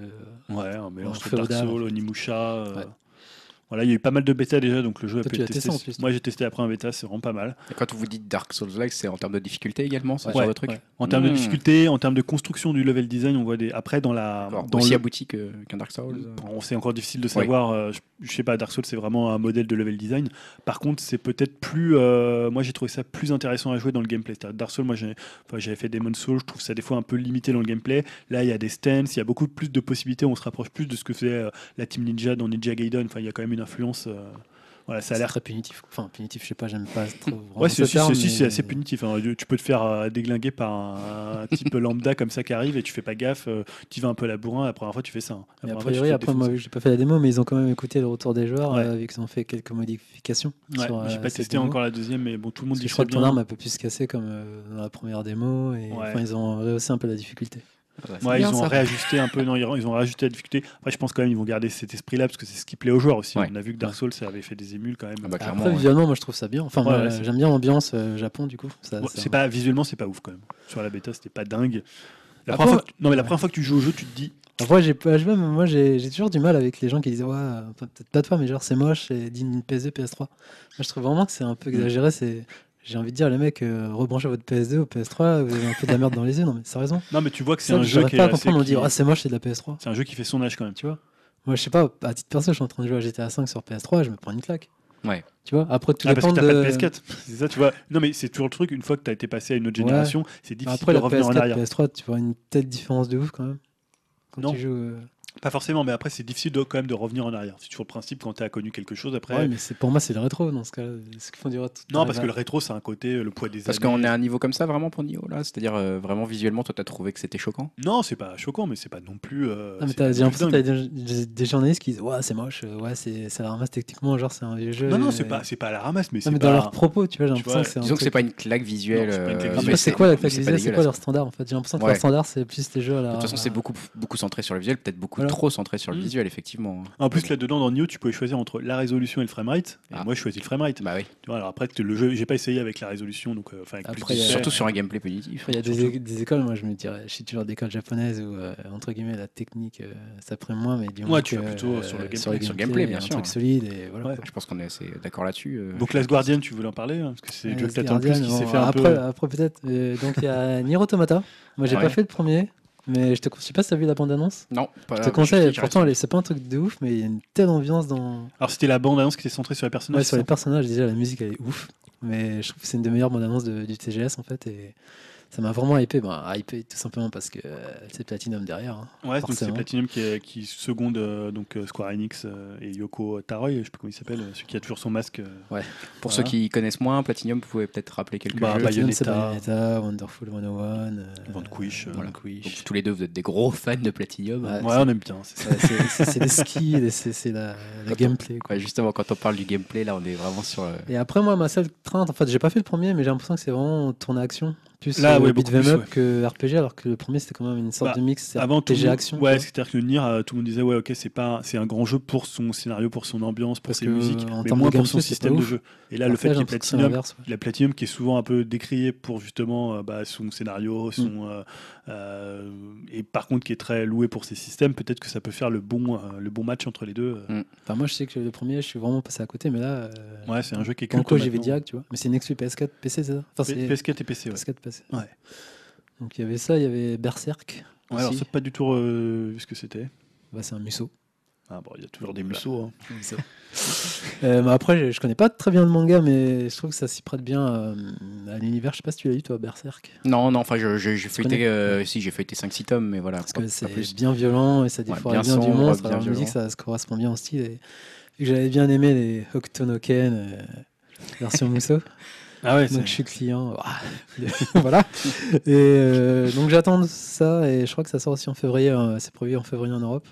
Speaker 2: Ouais, un mélange entre Dark
Speaker 3: féodal, en
Speaker 2: Souls,
Speaker 3: fait.
Speaker 2: Onimusha. euh,
Speaker 3: Ouais.
Speaker 2: Voilà, il y a eu pas mal de bêta déjà, donc le jeu a
Speaker 3: Toi,
Speaker 2: pu
Speaker 3: tu
Speaker 2: être
Speaker 3: l'as testé en
Speaker 2: testé.
Speaker 3: plus, toi.
Speaker 2: Moi, j'ai testé après un bêta, c'est vraiment pas mal.
Speaker 1: Et quand vous dites Dark Souls-like, c'est en termes de difficulté également, c'est sur le truc
Speaker 2: En termes de
Speaker 1: Hmm.
Speaker 2: difficulté, en termes de construction du level design, on voit des. Après, dans la.
Speaker 1: D'accord.
Speaker 2: Dans
Speaker 1: Aussi
Speaker 2: le-
Speaker 1: abouti que- qu'un Dark Souls euh.
Speaker 2: Bon, c'est encore difficile de savoir. euh, je, je sais pas, Dark Souls, c'est vraiment un modèle de level design. Par contre, c'est peut-être plus. euh, moi, j'ai trouvé ça plus intéressant à jouer dans le gameplay. C'est-à-dire, Dark Souls, moi, j'ai- enfin, j'avais fait Demon's Souls. Je trouve ça des fois un peu limité dans le gameplay. Là, il y a des stances, il y a beaucoup plus de possibilités. On se rapproche plus de ce que faisait euh, la Team Ninja dans Ninja Gaiden. Enfin, il y a quand même une influence. euh, voilà, ça a
Speaker 3: c'est
Speaker 2: l'air.
Speaker 3: très punitif. Enfin, punitif, je sais pas, j'aime pas trop. vraiment
Speaker 2: Ouais,
Speaker 3: ce
Speaker 2: c'est si- c'est-
Speaker 3: terme,
Speaker 2: si,
Speaker 3: mais-
Speaker 2: c'est assez punitif. hein. Tu peux te faire euh, déglinguer par un, un type lambda comme ça qui arrive et tu fais pas gaffe. euh, tu vas un peu à la bourrin. La première fois, tu fais ça. hein. La
Speaker 3: Mais
Speaker 2: première
Speaker 3: a
Speaker 2: fois, tu te
Speaker 3: priori,
Speaker 2: fais
Speaker 3: après,
Speaker 2: défoncer.
Speaker 3: moi, j'ai pas fait la démo, mais ils ont quand même écouté le retour des joueurs,
Speaker 2: Ouais.
Speaker 3: euh, vu qu'ils ont fait quelques modifications.
Speaker 2: Ouais,
Speaker 3: sur,
Speaker 2: j'ai
Speaker 3: euh,
Speaker 2: pas
Speaker 3: cette
Speaker 2: testé
Speaker 3: démo.
Speaker 2: encore la deuxième, mais bon, tout le monde
Speaker 3: Parce
Speaker 2: dit que
Speaker 3: que je crois
Speaker 2: c'est
Speaker 3: que ton
Speaker 2: bien.
Speaker 3: arme a peu pu se casser comme euh, dans la première démo, et
Speaker 2: Ouais.
Speaker 3: enfin, ils ont rehaussé un peu la difficulté.
Speaker 1: Ouais,
Speaker 2: Ouais, ils
Speaker 1: bien,
Speaker 2: ont
Speaker 1: ça.
Speaker 2: réajusté un peu, non, ils ont- ils ont réajusté la difficulté. Après, je pense quand même ils vont garder cet esprit-là parce que c'est ce qui plaît aux joueurs aussi.
Speaker 1: Ouais.
Speaker 2: On a vu que Dark Souls ça avait fait des émules quand même.
Speaker 1: Ah bah, clairement,
Speaker 3: Après,
Speaker 1: ouais.
Speaker 3: visuellement, moi, je trouve ça bien. Enfin,
Speaker 2: Ouais,
Speaker 3: moi,
Speaker 2: ouais, c'est-
Speaker 3: j'aime bien l'ambiance euh, Japon, du coup. Ça,
Speaker 2: Ouais,
Speaker 3: ça-
Speaker 2: c'est pas visuellement, c'est pas ouf quand même. Sur la bêta, c'était pas dingue. La
Speaker 3: Après,
Speaker 2: première fois que, non, mais la
Speaker 3: ouais.
Speaker 2: première fois que tu joues au jeu, tu te dis
Speaker 3: Après, j'ai pas- je sais pas, mais moi, j'ai j'ai toujours du mal avec les gens qui disent, ouais, enfin, peut-être pas toi, mais genre, c'est moche, c'est digne d'une PS2, PS3. Moi, je trouve vraiment que c'est un
Speaker 2: Mm.
Speaker 3: peu exagéré. C'est, j'ai envie de dire, les mecs, euh, rebranchez votre PS2 ou PS3, vous avez un peu de la merde dans les yeux. Non, mais sérieusement.
Speaker 2: non, mais tu vois que c'est
Speaker 3: Ça,
Speaker 2: un jeu
Speaker 3: j'arrive
Speaker 2: qui est
Speaker 3: pas à
Speaker 2: assez-
Speaker 3: comprendre. On
Speaker 2: qui-
Speaker 3: dit, ah, c'est moche, c'est de la PS3.
Speaker 2: c'est un jeu qui fait son âge quand même.
Speaker 3: Tu vois Moi, je sais pas, à titre perso, je suis en train de jouer à GTA 5 sur PS3, je me prends une claque.
Speaker 1: Ouais.
Speaker 3: Tu vois Après, tout
Speaker 2: Ah, parce
Speaker 3: dépend
Speaker 2: que t'as pas de
Speaker 3: de.
Speaker 2: PS4. C'est ça, tu vois. Non, mais c'est toujours le truc. Une fois que t'as été passé à une autre
Speaker 3: Ouais.
Speaker 2: génération, c'est
Speaker 3: Bah,
Speaker 2: difficile
Speaker 3: Après,
Speaker 2: de
Speaker 3: la
Speaker 2: revenir en
Speaker 3: PS4,
Speaker 2: arrière.
Speaker 3: PS3, tu vois une telle différence de ouf quand même. Quand
Speaker 2: Non.
Speaker 3: tu joues. euh,
Speaker 2: Pas forcément, mais après, c'est difficile de, quand même de revenir en arrière. C'est toujours le principe quand t'as connu quelque chose. Après,
Speaker 3: Ouais, mais c'est- pour moi, c'est le rétro dans ce cas-là. Ce qu'ils font du rétro.
Speaker 2: Non, parce que le rétro, c'est un côté, euh, le poids des
Speaker 1: Parce
Speaker 2: années.
Speaker 1: qu'on est à un niveau comme ça vraiment pour Nioh là, c'est-à-dire euh, vraiment visuellement, toi t'as trouvé que c'était choquant.
Speaker 2: Non, c'est pas choquant, mais c'est pas non plus. euh,
Speaker 3: Ah, mais
Speaker 2: c'est pas
Speaker 3: t'as, j'ai
Speaker 2: non plus
Speaker 3: l'impression que
Speaker 2: dingue.
Speaker 3: t'as des, des- des journalistes qui disent Ouais, c'est moche, euh, ouais, c'est, ça la ramasse techniquement, genre c'est un vieux jeu.
Speaker 2: Non, non,
Speaker 3: euh,
Speaker 2: c'est pas, c'est pas à la ramasse, mais
Speaker 3: Non,
Speaker 2: c'est
Speaker 3: mais
Speaker 2: pas.
Speaker 3: dans leurs propos, tu vois, j'ai
Speaker 2: Tu
Speaker 3: l'impression
Speaker 2: vois,
Speaker 3: que c'est un.
Speaker 1: Disons que c'est
Speaker 3: truc-
Speaker 1: pas une claque visuelle.
Speaker 2: Non, c'est pas une claque
Speaker 1: euh,
Speaker 2: visuelle.
Speaker 1: mais
Speaker 3: Après, c'est quoi la
Speaker 1: mais
Speaker 3: claque
Speaker 1: c'est pas
Speaker 3: visuelle C'est quoi
Speaker 1: dégueulasse,
Speaker 3: leur standard en fait J'ai l'impression que
Speaker 1: Ouais.
Speaker 3: leur standard, c'est plus les jeux à la.
Speaker 1: De toute façon, c'est beaucoup, beaucoup centré sur le visuel, peut-être beaucoup
Speaker 3: Voilà.
Speaker 1: trop centré sur le
Speaker 2: Mm.
Speaker 1: visuel, effectivement. hein.
Speaker 2: En plus, là-dedans, dans Nioh, tu pouvais choisir entre la résolution et le framerate. Et
Speaker 1: Ah.
Speaker 2: moi, je choisis le framerate.
Speaker 1: Bah oui.
Speaker 2: Tu vois, alors après, tu- le jeu, j'ai pas essayé avec la résolution, donc. euh, Enfin, avec plus
Speaker 3: Après,
Speaker 2: de
Speaker 3: il y a-
Speaker 2: pixels.
Speaker 1: Surtout sur un gameplay punitif.
Speaker 3: Après, il y a des,
Speaker 2: Surtout.
Speaker 3: é- des écoles, moi je me dirais, je suis toujours d'école japonaise où, euh, entre guillemets, la technique, euh, ça prime moins, mais du
Speaker 2: Ouais,
Speaker 3: moins
Speaker 2: tu
Speaker 3: que, euh,
Speaker 2: vas plutôt sur le
Speaker 1: gameplay. Sur le gameplay, bien
Speaker 3: un
Speaker 1: sûr,
Speaker 3: truc
Speaker 1: ouais.
Speaker 3: solide et voilà.
Speaker 2: Ouais.
Speaker 3: quoi.
Speaker 1: Je pense qu'on est assez d'accord là-dessus. euh.
Speaker 2: Donc, Last Guardian, tu voulais en parler hein, Parce que c'est le
Speaker 3: Ouais,
Speaker 2: jeu que
Speaker 3: Last
Speaker 2: t'attends le plus
Speaker 3: Guardian,
Speaker 2: qui s'est
Speaker 3: bon,
Speaker 2: fait un
Speaker 3: après,
Speaker 2: peu. Ah
Speaker 3: Après, peut-être. euh, donc, il y a Nier Automata. Moi, j'ai
Speaker 1: Ouais.
Speaker 3: pas fait le premier, mais je te conseille pas si t'as vu la bande-annonce.
Speaker 1: Non, pas-
Speaker 2: Ah,
Speaker 3: Je te conseille,
Speaker 1: je-
Speaker 3: pourtant elle est- c'est pas un truc de ouf, mais il y a une telle ambiance dans
Speaker 2: Alors, c'était la bande-annonce qui était centrée sur les personnages.
Speaker 3: ouais, sur
Speaker 2: c'est
Speaker 3: les personnages. Déjà, la musique elle est ouf, mais je trouve que c'est une des meilleures bandes annonces de- du TGS en fait. Et ça m'a vraiment hypé. Ben, hypé tout simplement parce que euh, c'est Platinum derrière. hein.
Speaker 2: ça Ouais, donc c'est
Speaker 3: forcément.
Speaker 2: Platinum qui, est- qui seconde euh, donc, euh, Square Enix euh, et Yoko Taro, je sais pas comment il s'appelle, euh, celui qui a toujours son masque. euh,
Speaker 1: Pour
Speaker 2: Voilà.
Speaker 1: ceux qui connaissent moins, Platinum, vous pouvez peut-être rappeler quelques
Speaker 2: Bah,
Speaker 1: jeux.
Speaker 2: bah,
Speaker 3: Platinum, c'est
Speaker 2: Bayonetta.
Speaker 3: Bayonetta, Wonderful 101, euh,
Speaker 2: Vanquish, euh,
Speaker 1: Donc,
Speaker 3: Vanquish.
Speaker 1: tous les deux, vous êtes des gros fans de Platinum.
Speaker 3: Ouais.
Speaker 2: Ouais, on aime bien, c'est ça.
Speaker 3: Ouais, c'est- c'est c'est les skills, et c'est c'est la, la gameplay. Quoi.
Speaker 1: Ouais, justement, quand on parle du gameplay, là, on est vraiment sur. euh,
Speaker 3: Et après, moi, ma seule crainte, en fait, j'ai pas fait le premier, mais j'ai l'impression que c'est vraiment tourné action. plus
Speaker 2: Là,
Speaker 3: euh,
Speaker 2: ouais,
Speaker 3: beat
Speaker 2: beaucoup
Speaker 3: 'em
Speaker 2: plus,
Speaker 3: up
Speaker 2: ouais.
Speaker 3: que RPG, alors que le premier c'était quand même une sorte
Speaker 2: Bah,
Speaker 3: de mix c'est
Speaker 2: Avant tout, le
Speaker 3: RPG
Speaker 2: monde-
Speaker 3: action.
Speaker 2: ouais,
Speaker 3: quoi.
Speaker 2: c'est-à-dire que Nier, euh, tout le monde disait ouais, ok, c'est pas, c'est un grand jeu pour son scénario, pour son ambiance, pour
Speaker 3: Parce
Speaker 2: ses
Speaker 3: que, euh,
Speaker 2: musiques,
Speaker 3: en
Speaker 2: mais
Speaker 3: termes
Speaker 2: moins
Speaker 3: de
Speaker 2: pour son
Speaker 3: gameplay, c'est pas
Speaker 2: système de
Speaker 3: ouf.
Speaker 2: jeu. Et là,
Speaker 3: Alors
Speaker 2: le
Speaker 3: que
Speaker 2: fait qu'il y ait
Speaker 3: j'ai l'impression que c'est
Speaker 2: Platinum,
Speaker 3: l'inverse, ouais.
Speaker 2: la Platinum qui est souvent un peu décriée pour justement euh, bah, son
Speaker 3: Mm.
Speaker 2: scénario, son euh, euh, et par contre qui est très loué pour ses systèmes, peut-être que ça peut faire le bon, euh, le bon match entre les deux. euh.
Speaker 1: Mm.
Speaker 3: Enfin, moi je sais que le premier, je suis vraiment passé à côté, mais là. euh,
Speaker 2: Ouais, c'est un jeu qui est
Speaker 3: Dans
Speaker 2: culte
Speaker 3: quoi j'y vais
Speaker 2: maintenant.
Speaker 3: direct, tu vois. Mais c'est une exclu PS4, PC, c'est ça Enfin, c'est
Speaker 2: P- PS4 et PC. Ouais.
Speaker 3: PS4, PC.
Speaker 2: Ouais.
Speaker 3: Donc il y avait ça, il y avait Berserk.
Speaker 2: Ouais, alors
Speaker 3: aussi.
Speaker 2: c'est pas du tout euh, vu ce que c'était.
Speaker 3: Bah, c'est un musso.
Speaker 2: Ah bon, il y a toujours des museaux. hein.
Speaker 3: Euh, bah, après, je, je connais pas très bien le manga, mais je trouve que ça s'y prête bien euh, à l'univers. Je sais pas si tu l'as lu, toi, Berserk.
Speaker 1: Non, non, enfin, je- je- j'ai feuilleté,
Speaker 3: connais
Speaker 1: euh, si, j'ai feuilleté 5-6 tomes, mais voilà.
Speaker 3: Parce
Speaker 1: pas-
Speaker 3: que
Speaker 1: pas plus.
Speaker 3: c'est bien violent et ça
Speaker 1: Ouais,
Speaker 3: défoire
Speaker 1: bien
Speaker 3: bien, du
Speaker 1: sombre,
Speaker 3: monstre.
Speaker 1: bien
Speaker 3: alors la musique,
Speaker 1: violent.
Speaker 3: ça se correspond bien au style. Et, vu que j'avais bien aimé les Hokutonoken euh, version musso.
Speaker 2: Ah ouais,
Speaker 3: Donc
Speaker 2: c'est-
Speaker 3: je suis client. voilà. Et euh, donc j'attends ça et je crois que ça sort aussi en février. hein, C'est prévu en février en Europe.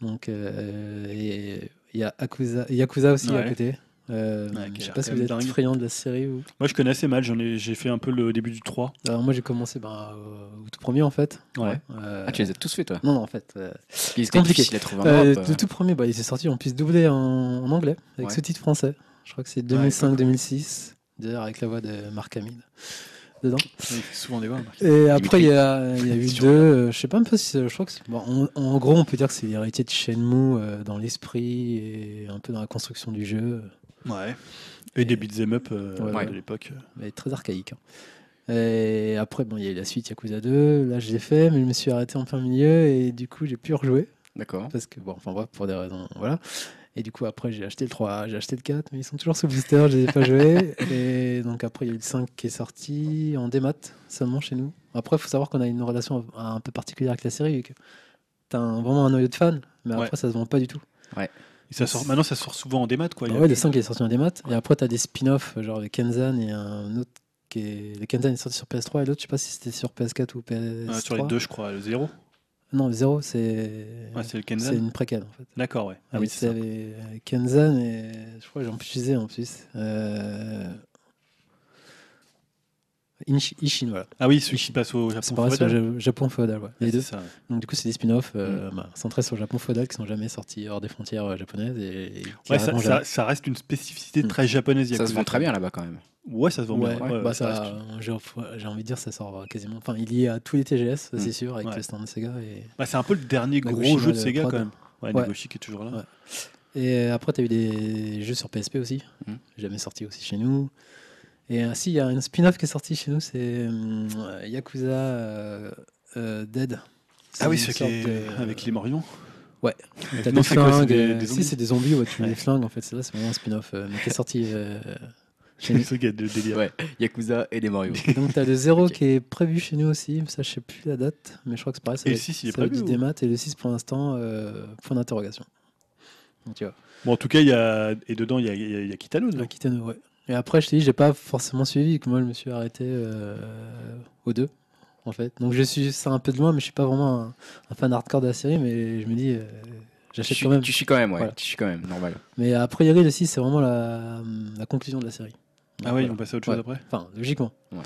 Speaker 3: Donc euh, et il y a Akuza- Yakuza aussi
Speaker 2: Ouais.
Speaker 3: à côté. Euh,
Speaker 2: Ouais, qui a
Speaker 3: je sais
Speaker 2: l'air
Speaker 3: pas si
Speaker 2: quand
Speaker 3: vous
Speaker 2: même
Speaker 3: êtes
Speaker 2: dingue.
Speaker 3: friand de la série ou.
Speaker 2: Moi, je connais assez mal. J'en ai, j'ai fait un peu le début du 3.
Speaker 3: Alors moi j'ai commencé ben, au au tout premier en fait.
Speaker 2: Ouais.
Speaker 3: Euh,
Speaker 1: Ah, tu les as tous faits, toi
Speaker 3: Non, non en fait. euh,
Speaker 1: Ils étaient
Speaker 3: compliqué.
Speaker 1: difficiles à trouver en
Speaker 3: euh,
Speaker 1: Europe.
Speaker 3: le tout premier, bah, il s'est sorti en plus doublé en, en anglais avec
Speaker 1: Ouais. Ah,
Speaker 3: ce titre français. Je crois que c'est 2005-2006. D'ailleurs avec la voix de Marc Hamill dedans.
Speaker 1: Ah,
Speaker 2: Il fait souvent des voix.
Speaker 3: Et après, il y a, il y a eu
Speaker 1: Sur-
Speaker 3: deux. euh, je sais pas un peu si. c'est- Je crois que c'est- bon, en, en gros, on peut dire que c'est l'héritier de Shenmue euh, dans l'esprit et un peu dans la construction du jeu. euh,
Speaker 2: Ouais. Et des beat'em up euh,
Speaker 3: Ouais, ouais.
Speaker 2: de l'époque.
Speaker 3: Mais très archaïque. hein. Et après, bon, il y a eu la suite Yakuza 2. Là, je l'ai fait, mais je me suis arrêté en plein milieu et du coup, j'ai pu rejouer.
Speaker 1: euh, D'accord.
Speaker 3: Parce que, bon, enfin, bref, pour des raisons. Voilà. Et du coup, après, j'ai acheté le 3, j'ai acheté le 4, mais ils sont toujours sous booster, je les ai pas joués. Et donc, après, il y a eu le 5 qui est sorti en démat seulement chez nous. Après, il faut savoir qu'on a une relation un peu particulière avec la série, vu que t'as un- vraiment un noyau de fans, mais après,
Speaker 2: Ouais.
Speaker 3: ça se vend pas du tout. Ah
Speaker 2: Et ça sort, maintenant, ça sort souvent en démat, quoi. Il y a-
Speaker 3: ouais, le 5 il est sorti en démat, et après, t'as des spin-offs, genre le Kenzan et un autre qui est. Le Kenzan est sorti sur PS3, et l'autre, je sais pas si c'était sur PS4 ou PS3.
Speaker 2: euh, sur les deux, je crois, le 0.
Speaker 3: Non, le 0, c'est.
Speaker 2: Ouais, c'est le
Speaker 3: c'est
Speaker 2: Kenzen.
Speaker 3: une préquelle, en fait.
Speaker 2: D'accord, ouais. Ah
Speaker 3: Ah
Speaker 2: oui, c'est
Speaker 3: c'est
Speaker 2: ça.
Speaker 3: Kenzan et je crois que j'en puisais en plus. Euh... Inchi- Ishin, voilà.
Speaker 2: Ah oui, celui qui passe au
Speaker 3: C'est
Speaker 2: Japon.
Speaker 3: pareil sur
Speaker 2: feudal.
Speaker 3: le Ja- Japon féodal. Ouais.
Speaker 2: Ouais,
Speaker 3: Les
Speaker 2: c'est
Speaker 3: deux.
Speaker 2: ça, Mm. ouais.
Speaker 3: Donc du coup, c'est des spin-offs euh, bah, centrés sur le Japon féodal qui sont jamais sortis hors des frontières euh, japonaises. Et, et qui
Speaker 2: Ouais, ça,
Speaker 3: arriveront
Speaker 2: ça,
Speaker 3: jamais.
Speaker 2: ça reste une spécificité
Speaker 3: Mm.
Speaker 2: très japonaise.
Speaker 1: Ça se
Speaker 2: Yakuza.
Speaker 1: vend très bien là-bas quand même.
Speaker 2: Ouais, ça se vend
Speaker 3: Ouais,
Speaker 2: bien. ouais,
Speaker 3: bah,
Speaker 2: ouais, ça
Speaker 3: ça,
Speaker 2: reste-
Speaker 3: euh, j'ai j'ai envie de dire, ça sort euh, quasiment. Enfin, il y a tous les TGS, ça, c'est
Speaker 1: Mm.
Speaker 3: sûr, avec
Speaker 2: Ouais.
Speaker 3: le stand de Sega. Et,
Speaker 2: Bah, c'est un peu le dernier gros
Speaker 3: Nagoshima
Speaker 2: jeu de
Speaker 3: de
Speaker 2: Sega,
Speaker 3: prod.
Speaker 2: quand même. Ouais,
Speaker 3: Ouais.
Speaker 2: Nagoshi qui est toujours là.
Speaker 3: Ouais. Et euh, après, tu as eu des jeux sur PSP aussi,
Speaker 1: Mhm.
Speaker 3: jamais sortis aussi chez nous. Et ainsi, il y a une spin-off qui est sortie chez nous, c'est hum, euh, Yakuza euh, euh, Dead.
Speaker 2: Ah oui,
Speaker 3: une
Speaker 2: c'est
Speaker 3: sorte
Speaker 2: qui est-
Speaker 3: de-
Speaker 2: avec les Morions.
Speaker 3: Ouais.
Speaker 2: Avec-
Speaker 3: T'as
Speaker 2: Non,
Speaker 3: des
Speaker 2: c'est quoi C'est
Speaker 3: flingues,
Speaker 2: des,
Speaker 3: euh,
Speaker 2: des
Speaker 3: si,
Speaker 2: zombies
Speaker 3: c'est des zombies, ouais, tu mets
Speaker 2: Ouais.
Speaker 3: des flingues en fait, c'est là, c'est vraiment un spin-off, euh, mais qui est sorti euh,
Speaker 2: C'est
Speaker 3: chez nous.
Speaker 2: ce gars de délire.
Speaker 1: Ouais, Yakuza et des Mario.
Speaker 3: Et donc t'as le 0
Speaker 1: Ok.
Speaker 3: qui est prévu chez nous aussi, ça je sais plus la date, mais je crois que c'est pareil. Ça
Speaker 2: Et
Speaker 3: va
Speaker 2: le
Speaker 3: être-
Speaker 2: 6, il est
Speaker 3: ça va être
Speaker 2: prévu,
Speaker 3: du
Speaker 2: ou
Speaker 3: démat, et le 6 pour l'instant, euh, point d'interrogation. Donc tu vois.
Speaker 2: Bon, en tout cas, il y a... et dedans, il y a, il y a- il y a Kitano. dedans.
Speaker 3: La Kitano, ouais. Et après, je t'ai dit, j'ai pas forcément suivi, que moi, je me suis arrêté euh, aux deux, en fait. Donc, je suis ça un peu de loin, mais je suis pas vraiment un, un fan hardcore de la série, mais je me dis, euh,
Speaker 1: Tu,
Speaker 3: j'achète
Speaker 1: suis-
Speaker 3: quand même.
Speaker 1: tu suis quand même, ouais.
Speaker 3: Voilà.
Speaker 1: Tu suis quand même, normal.
Speaker 3: Mais a priori, le 6, c'est vraiment la, la conclusion de la série.
Speaker 2: Ah ouais,
Speaker 3: Donc,
Speaker 2: ils vont
Speaker 3: voilà.
Speaker 2: passer à autre chose après
Speaker 3: Enfin, logiquement.
Speaker 1: Ouais.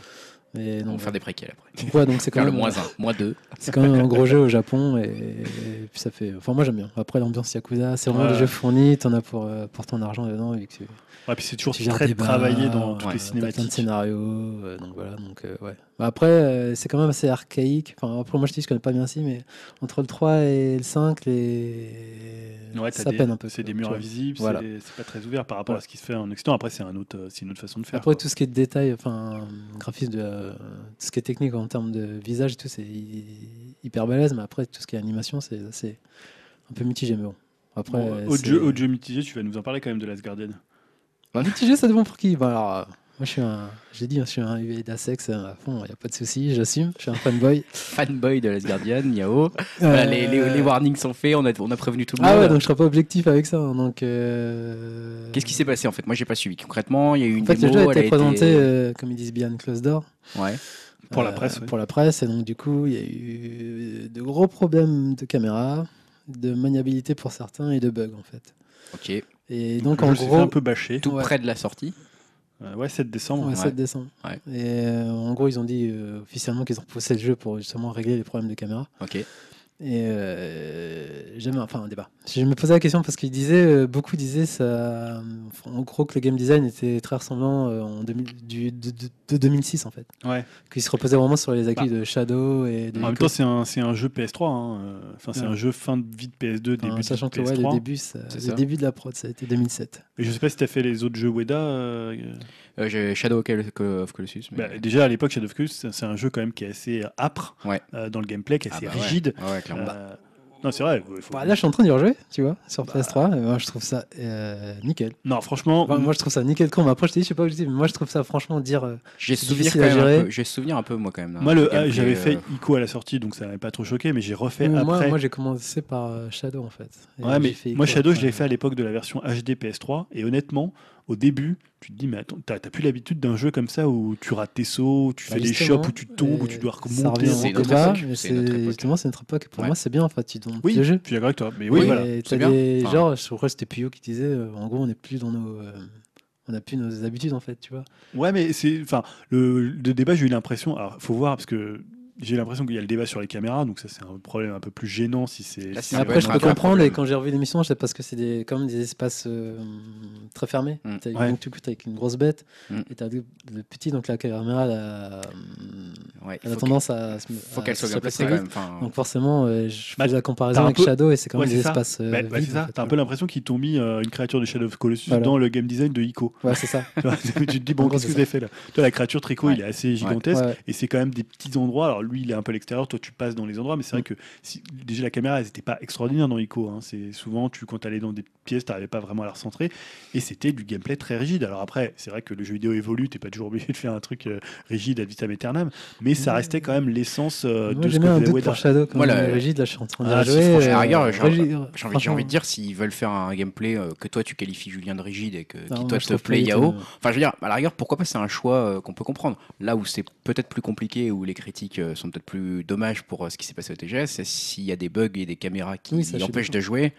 Speaker 3: Mais
Speaker 1: On
Speaker 3: non,
Speaker 1: va faire des préquels après.
Speaker 3: donc, euh, ouais, donc c'est quand
Speaker 1: Faire le
Speaker 3: même
Speaker 1: moins 1, moins 2.
Speaker 3: c'est quand même un gros jeu au Japon et, et puis ça fait enfin moi j'aime bien après l'ambiance Yakuza c'est vraiment
Speaker 2: Ouais.
Speaker 3: des jeux fournis t'en as pour, euh, pour ton argent dedans vu que tu-
Speaker 2: Ouais, puis c'est toujours
Speaker 3: Tu viens
Speaker 2: très
Speaker 3: débat,
Speaker 2: travaillé dans toutes
Speaker 1: ouais,
Speaker 2: les
Speaker 3: Euh, t'as plein de
Speaker 2: cinématiques.
Speaker 3: scénarios, euh, donc voilà. Donc, euh, ouais. Bah après, euh, c'est quand même assez archaïque. Enfin, après, moi, je dis, je connais pas bien si, mais entre le 3 et le 5, les...
Speaker 2: Ouais, t'as
Speaker 3: ça
Speaker 2: des-
Speaker 3: peine un peu.
Speaker 2: C'est des
Speaker 3: quoi, tu
Speaker 2: murs
Speaker 3: vois.
Speaker 2: invisibles, c'est
Speaker 3: Voilà.
Speaker 2: des- c'est pas très ouvert par rapport
Speaker 3: Ouais.
Speaker 2: à ce qui se fait en Occident. Après, c'est un autre, euh, c'est une autre façon de faire.
Speaker 3: Après,
Speaker 2: quoi.
Speaker 3: tout ce qui est détail, enfin, graphisme, de, euh, tout ce qui est technique en termes de visage et tout, c'est hy- hyper balèze, mais après, tout ce qui est animation, c'est assez un peu mitigé, mais bon. Après,
Speaker 2: Bon,
Speaker 3: euh,
Speaker 2: autre,
Speaker 3: c'est-
Speaker 2: jeu, autre jeu mitigé, tu vas nous en parler quand même de Last Guardian.
Speaker 3: Mitigé, ça dépend pour qui. Bah, alors, euh, moi, je suis un, j'ai dit, hein, je suis un UV d'Asex euh, à fond, il a pas de souci, j'assume, je suis un fanboy.
Speaker 1: Fanboy de Last Guardian, Yao. Voilà, les, les- les
Speaker 3: Euh,
Speaker 1: warnings sont faits, on a, on a prévenu tout le monde.
Speaker 3: Ah ouais, donc je serai pas objectif avec ça. hein, Donc, euh,
Speaker 1: Qu'est-ce qui s'est passé en fait Moi j'ai pas suivi concrètement, il y a eu une
Speaker 3: En fait, le
Speaker 1: démo,
Speaker 3: jeu a
Speaker 1: elle
Speaker 3: été présenté, euh, comme ils disent, behind closed door.
Speaker 1: Ouais.
Speaker 2: Pour la
Speaker 3: euh,
Speaker 2: presse, ouais.
Speaker 3: Pour la presse, et donc du coup, il y a eu de gros problèmes de caméra, de maniabilité pour certains et de bugs en fait.
Speaker 1: OK.
Speaker 3: Et
Speaker 2: Donc,
Speaker 3: donc,
Speaker 2: le
Speaker 3: en
Speaker 2: jeu s'est fait
Speaker 3: gros,
Speaker 2: un peu bâché.
Speaker 1: Tout
Speaker 3: Ouais.
Speaker 1: près de la sortie.
Speaker 2: Euh, ouais, 7 décembre.
Speaker 1: Ouais.
Speaker 3: Ouais, 7 décembre.
Speaker 1: Ouais.
Speaker 3: Et euh, en gros, ils ont dit euh, officiellement qu'ils ont repoussé le jeu pour justement régler les problèmes de caméra.
Speaker 1: Ok.
Speaker 3: Et euh, j'aime, enfin, un débat. Je me posais la question parce qu'ils disaient, euh, beaucoup disaient ça, euh, en gros que le game design était très ressemblant euh, en 2000 du- de, de- de 2006 en fait.
Speaker 2: Ouais. Bah.
Speaker 3: Qu'il se reposait vraiment sur les acquis de Shadow et de
Speaker 2: En même
Speaker 3: Ico.
Speaker 2: temps, c'est un, c'est un jeu PS3. hein, euh, Enfin, c'est
Speaker 3: Ouais.
Speaker 2: un jeu fin de vie de PS2,
Speaker 3: Enfin,
Speaker 2: début de
Speaker 3: sachant que ouais,
Speaker 2: PS3.
Speaker 3: le début, ça-
Speaker 1: C'est ça.
Speaker 3: le début de la prod, ça a été 2007.
Speaker 2: Et je sais pas si t'as fait les autres jeux Weda. euh,
Speaker 1: Euh, j'ai Shadow of Colossus. mais-
Speaker 2: bah, déjà, à l'époque, Shadow of Colossus, c'est- c'est un jeu quand même qui est assez âpre
Speaker 1: Ouais.
Speaker 2: euh, dans le gameplay, qui est
Speaker 1: Ah
Speaker 2: assez
Speaker 1: bah ouais.
Speaker 2: rigide.
Speaker 1: Ouais, ouais, clairement.
Speaker 2: Euh, Non, c'est vrai. ouais, faut-
Speaker 3: Bah, là, je suis en train d'y rejouer, tu vois, sur
Speaker 2: Bah.
Speaker 3: PS3. et moi, je trouve ça euh, nickel.
Speaker 2: Non, franchement,
Speaker 3: Enfin, moi, je trouve ça nickel. Quand on m'approche, je te dis, je sais pas où je dis, mais moi, je trouve ça franchement dire. euh,
Speaker 1: J'ai
Speaker 3: c'est
Speaker 1: souvenir
Speaker 3: difficile
Speaker 1: quand
Speaker 3: à
Speaker 1: même un
Speaker 3: gérer.
Speaker 1: peu. J'ai souvenir un peu moi quand même. d'un
Speaker 2: moi, le, ah,
Speaker 1: gameplay,
Speaker 2: j'avais
Speaker 1: euh,
Speaker 2: fait Ico à la sortie, donc ça m'avait pas trop choqué, mais j'ai refait
Speaker 3: Moi,
Speaker 2: après.
Speaker 3: moi, j'ai commencé par euh, Shadow en fait. Et
Speaker 2: Ouais,
Speaker 3: j'ai
Speaker 2: mais
Speaker 3: fait
Speaker 2: moi,
Speaker 3: Ico
Speaker 2: Shadow, je
Speaker 3: après.
Speaker 2: l'ai fait à l'époque de la version HD PS3. Et honnêtement, au début, tu te dis, mais attends, t'as t'as plus l'habitude d'un jeu comme ça où tu rates tes sauts, où tu
Speaker 3: Bah,
Speaker 2: fais des
Speaker 3: justement, euh,
Speaker 2: chops, où tu tombes, où tu dois
Speaker 3: Ça
Speaker 2: remonter.
Speaker 3: revient
Speaker 1: C'est
Speaker 3: au
Speaker 1: une autre
Speaker 3: débat,
Speaker 1: époque,
Speaker 3: mais
Speaker 1: c'est une autre
Speaker 3: c'est-
Speaker 1: époque.
Speaker 3: justement c'est notre époque. Pour
Speaker 1: Ouais.
Speaker 3: moi, c'est bien. Enfin, tu domptes
Speaker 2: Oui,
Speaker 3: le
Speaker 2: je
Speaker 3: jeu.
Speaker 2: suis d'accord avec toi. Mais oui,
Speaker 1: Oui,
Speaker 2: voilà.
Speaker 3: Et
Speaker 1: c'est
Speaker 3: t'as
Speaker 1: bien.
Speaker 3: des-
Speaker 1: Enfin-
Speaker 3: Genre, je crois que c'était Puyo qui disait, euh, en gros, on n'est plus dans nos, euh, on n'a plus nos habitudes en fait, tu vois.
Speaker 2: Ouais, mais c'est. Enfin, le, le débat, j'ai eu l'impression. Alors, faut voir, parce que j'ai l'impression qu'il y a le débat sur les caméras, donc ça, c'est un problème un peu plus gênant si c'est.
Speaker 1: Là,
Speaker 2: si
Speaker 1: c'est
Speaker 2: c'est
Speaker 1: un
Speaker 3: Après,
Speaker 1: ouais, un
Speaker 2: vraiment-
Speaker 3: je peux
Speaker 1: vrai
Speaker 3: comprendre,
Speaker 1: problème.
Speaker 3: et quand j'ai revu l'émission, c'est parce que c'est des, quand même des espaces euh, très fermés.
Speaker 1: Mm.
Speaker 3: T'as
Speaker 2: Ouais.
Speaker 3: une tu avec une grosse bête,
Speaker 1: Mm.
Speaker 3: et t'as des des petits, donc la caméra, elle a, euh,
Speaker 1: Ouais,
Speaker 3: elle a
Speaker 1: faut
Speaker 3: tendance à se
Speaker 1: qu'elle- faut
Speaker 3: à
Speaker 1: qu'elle
Speaker 3: se
Speaker 1: soit bien placée
Speaker 3: déplacer
Speaker 1: quand
Speaker 3: vite.
Speaker 1: même. enfin,
Speaker 3: Donc forcément, euh, je
Speaker 2: Bah,
Speaker 3: fais la comparaison
Speaker 2: un
Speaker 3: avec
Speaker 2: peu-
Speaker 3: Shadow, et c'est quand même
Speaker 2: Ouais,
Speaker 3: des
Speaker 2: c'est ça.
Speaker 3: espaces euh,
Speaker 2: Bah, bah, c'est
Speaker 3: vides. en
Speaker 2: ça,
Speaker 3: fait.
Speaker 2: t'as un peu l'impression qu'ils t'ont mis euh, une créature de Shadow of Colossus
Speaker 3: Voilà.
Speaker 2: dans le game design de Ico.
Speaker 3: Ouais, c'est ça.
Speaker 2: tu vois, tu te dis, bon,
Speaker 3: gros,
Speaker 2: qu'est-ce que
Speaker 3: c'est
Speaker 2: vous avez fait là Toi, la créature tricot,
Speaker 1: Ouais.
Speaker 2: il est assez
Speaker 3: Ouais,
Speaker 2: gigantesque.
Speaker 3: ouais.
Speaker 2: Et c'est quand même des petits endroits. Alors lui, il est un peu à l'extérieur, toi tu passes dans les endroits, mais
Speaker 3: Mm.
Speaker 2: c'est vrai que si, déjà la caméra, elle n'était pas extraordinaire dans Ico. hein. C'est souvent, tu, quand tu allais dans des pièces, tu n'arrivais pas vraiment à la recentrer. Et c'était du gameplay très rigide. Alors après, c'est vrai que le jeu vidéo évolue, tu n'es pas toujours obligé de faire un truc euh, rigide à vitam aeternam, mais ça
Speaker 3: Ouais.
Speaker 2: restait quand même l'essence euh,
Speaker 3: Mm. Moi,
Speaker 2: de ce
Speaker 3: j'ai
Speaker 2: que
Speaker 3: mis un
Speaker 2: faisait
Speaker 3: doute
Speaker 2: Weta.
Speaker 3: pour Shadow quand
Speaker 1: Moi,
Speaker 3: même,
Speaker 1: la-
Speaker 3: la régie de la je suis en train de
Speaker 2: Ah,
Speaker 3: la
Speaker 2: si,
Speaker 3: jouer.
Speaker 2: franchement,
Speaker 1: à la rigueur, j'ai-
Speaker 3: régie-
Speaker 1: J'ai envie, j'ai envie de
Speaker 3: euh, franchement,
Speaker 1: dire, s'ils veulent faire un gameplay euh, que toi tu qualifies Julien de rigide et que
Speaker 3: non,
Speaker 1: qui
Speaker 3: moi,
Speaker 1: toi
Speaker 3: je
Speaker 1: te
Speaker 3: trouve
Speaker 1: plaît
Speaker 3: limite,
Speaker 1: Yao,
Speaker 3: euh,
Speaker 1: Enfin, je veux dire, à la rigueur, pourquoi pas, c'est un choix euh, qu'on peut comprendre. Là où c'est peut-être plus compliqué, où les critiques euh, sont peut-être plus dommages pour euh, ce qui s'est passé au TGS, c'est s'il y a des bugs et des caméras qui
Speaker 3: Oui, ça, je suis
Speaker 1: empêchent de
Speaker 3: d'accord.
Speaker 1: jouer.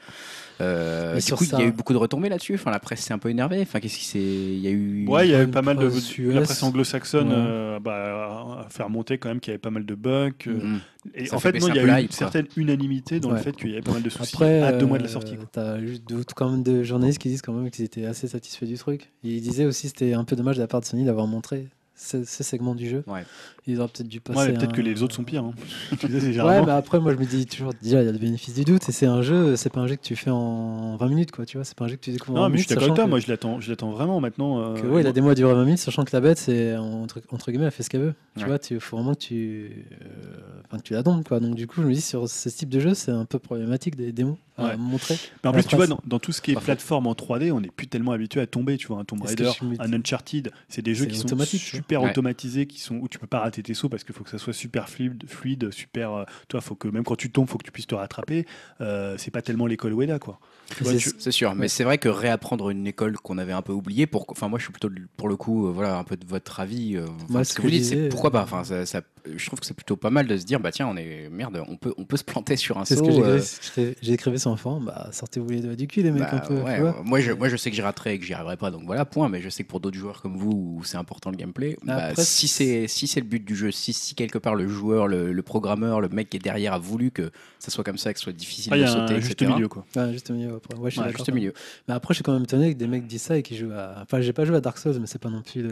Speaker 1: Euh,
Speaker 3: Mais
Speaker 1: du
Speaker 3: sur
Speaker 1: coup, il y
Speaker 3: ça-
Speaker 1: a eu beaucoup de retombées là-dessus. Enfin, la presse s'est un peu énervée. Enfin, qu'est-ce qui s'est. Il y a eu.
Speaker 2: Ouais, il y avait
Speaker 3: Une
Speaker 2: pas mal de,
Speaker 3: presse
Speaker 2: de la
Speaker 3: US.
Speaker 2: presse anglo-saxonne
Speaker 3: Ouais.
Speaker 2: euh, bah, à faire monter quand même qu'il y avait pas mal de bugs. euh, que-
Speaker 1: Mhm.
Speaker 2: Et
Speaker 1: Ça
Speaker 2: en
Speaker 1: fait
Speaker 2: fait,
Speaker 1: baisser
Speaker 2: non, il y
Speaker 1: un peu
Speaker 2: a eu
Speaker 1: le
Speaker 2: une
Speaker 1: hype, quoi.
Speaker 2: certaine unanimité dans le
Speaker 3: Ouais.
Speaker 2: fait qu'il y avait pas mal de soucis
Speaker 3: Après,
Speaker 2: à deux mois de la sortie.
Speaker 3: euh,
Speaker 2: quoi.
Speaker 3: T'as eu de- quand même des journalistes qui disent quand même qu'ils étaient assez satisfaits du truc. Ils disaient aussi que c'était un peu dommage de la part de Sony d'avoir montré ce, ce segment du jeu.
Speaker 1: Ouais.
Speaker 3: Ils auraient peut-être dû passer.
Speaker 2: Ouais, mais peut-être
Speaker 3: un-
Speaker 2: que les autres sont pires. hein. Tu sais, c'est
Speaker 3: Ouais, bah,
Speaker 2: généralement-
Speaker 3: mais après, moi, je me dis toujours, déjà, il y a le bénéfice du doute. Et c'est un jeu, c'est pas un jeu que tu fais en 20 minutes, quoi. Tu vois, c'est pas un jeu que tu découvres en
Speaker 2: Non,
Speaker 3: 20
Speaker 2: mais je suis
Speaker 3: minutes.
Speaker 2: d'accord avec toi,
Speaker 3: sachant
Speaker 2: moi
Speaker 3: que-
Speaker 2: je l'attends, je l'attends vraiment maintenant. euh,
Speaker 3: que, ouais, il a des mois duré 20 minutes, sachant que la bête, c'est entre, entre guillemets, elle fait ce qu'elle veut. Tu
Speaker 1: Ouais.
Speaker 3: vois, il faut vraiment que tu, euh, enfin, que tu la domptes, quoi. Donc, du coup, je me dis, sur ce type de jeu, c'est un peu problématique des démos
Speaker 2: Ouais.
Speaker 3: à montrer.
Speaker 2: Mais en
Speaker 3: la
Speaker 2: plus, tu vois,
Speaker 3: presse.
Speaker 2: dans, dans tout ce qui est
Speaker 3: Parfait.
Speaker 2: plateforme en 3D, on n'est plus tellement habitué à tomber. Tu vois, un Tomb
Speaker 3: Est-ce que
Speaker 2: Raider,
Speaker 3: je me dis-
Speaker 2: un Uncharted, c'est des jeux
Speaker 3: C'est
Speaker 2: qui sont
Speaker 3: automatique, tu vois.
Speaker 2: super
Speaker 1: Ouais.
Speaker 2: automatisés, qui sont où tu peux pas rater tes sauts parce qu'il faut que ça soit super fluide, fluide, super. euh, toi, faut que même quand tu tombes, faut que tu puisses te rattraper. Euh, c'est pas tellement l'école Weda, quoi.
Speaker 3: Et
Speaker 2: vois,
Speaker 3: c'est-
Speaker 2: tu-
Speaker 1: C'est sûr, mais
Speaker 3: Bah, Ouais.
Speaker 1: c'est vrai que réapprendre une école qu'on avait un peu oubliée, pour... enfin moi je suis plutôt de- pour le coup, euh, voilà, un peu de votre avis, euh, enfin,
Speaker 3: Moi,
Speaker 1: ce
Speaker 3: ce
Speaker 1: que
Speaker 3: que
Speaker 1: vous
Speaker 3: je
Speaker 1: dites, c'est
Speaker 3: disais,
Speaker 1: pourquoi pas,
Speaker 3: euh,
Speaker 1: enfin, ça, ça- je trouve que c'est plutôt pas mal de se dire, bah tiens, on est, merde, on peut, on peut se planter sur un
Speaker 3: C'est ce
Speaker 1: saut,
Speaker 3: que
Speaker 1: euh,
Speaker 3: j'écrivais- j'écrivais- j'ai écrit sur un forum, bah, sortez-vous les doigts du cul, les mecs,
Speaker 1: Bah,
Speaker 3: un peu. tu
Speaker 1: ouais,
Speaker 3: vois.
Speaker 1: moi, je, moi, je sais que j'y raterai et que j'y arriverai pas, donc voilà, point. Mais je sais que pour d'autres joueurs comme vous, où c'est important le gameplay, bah,
Speaker 3: Après,
Speaker 1: si c'est si c'est le but du jeu, si, si quelque part le joueur, le, le programmeur, le mec qui est derrière a voulu que ça soit comme ça, que ce soit difficile
Speaker 2: Ah, Il
Speaker 1: de
Speaker 2: y a un
Speaker 1: sauter,
Speaker 2: juste
Speaker 1: etc.
Speaker 2: milieu, quoi.
Speaker 3: Ouais, juste au milieu, après. Ouais, je suis
Speaker 1: Ouais,
Speaker 3: d'accord.
Speaker 1: juste au milieu.
Speaker 3: Mais après, je suis quand même étonné que des mecs disent ça et qui jouent à. Enfin, j'ai pas joué à Dark Souls, mais c'est pas non plus le.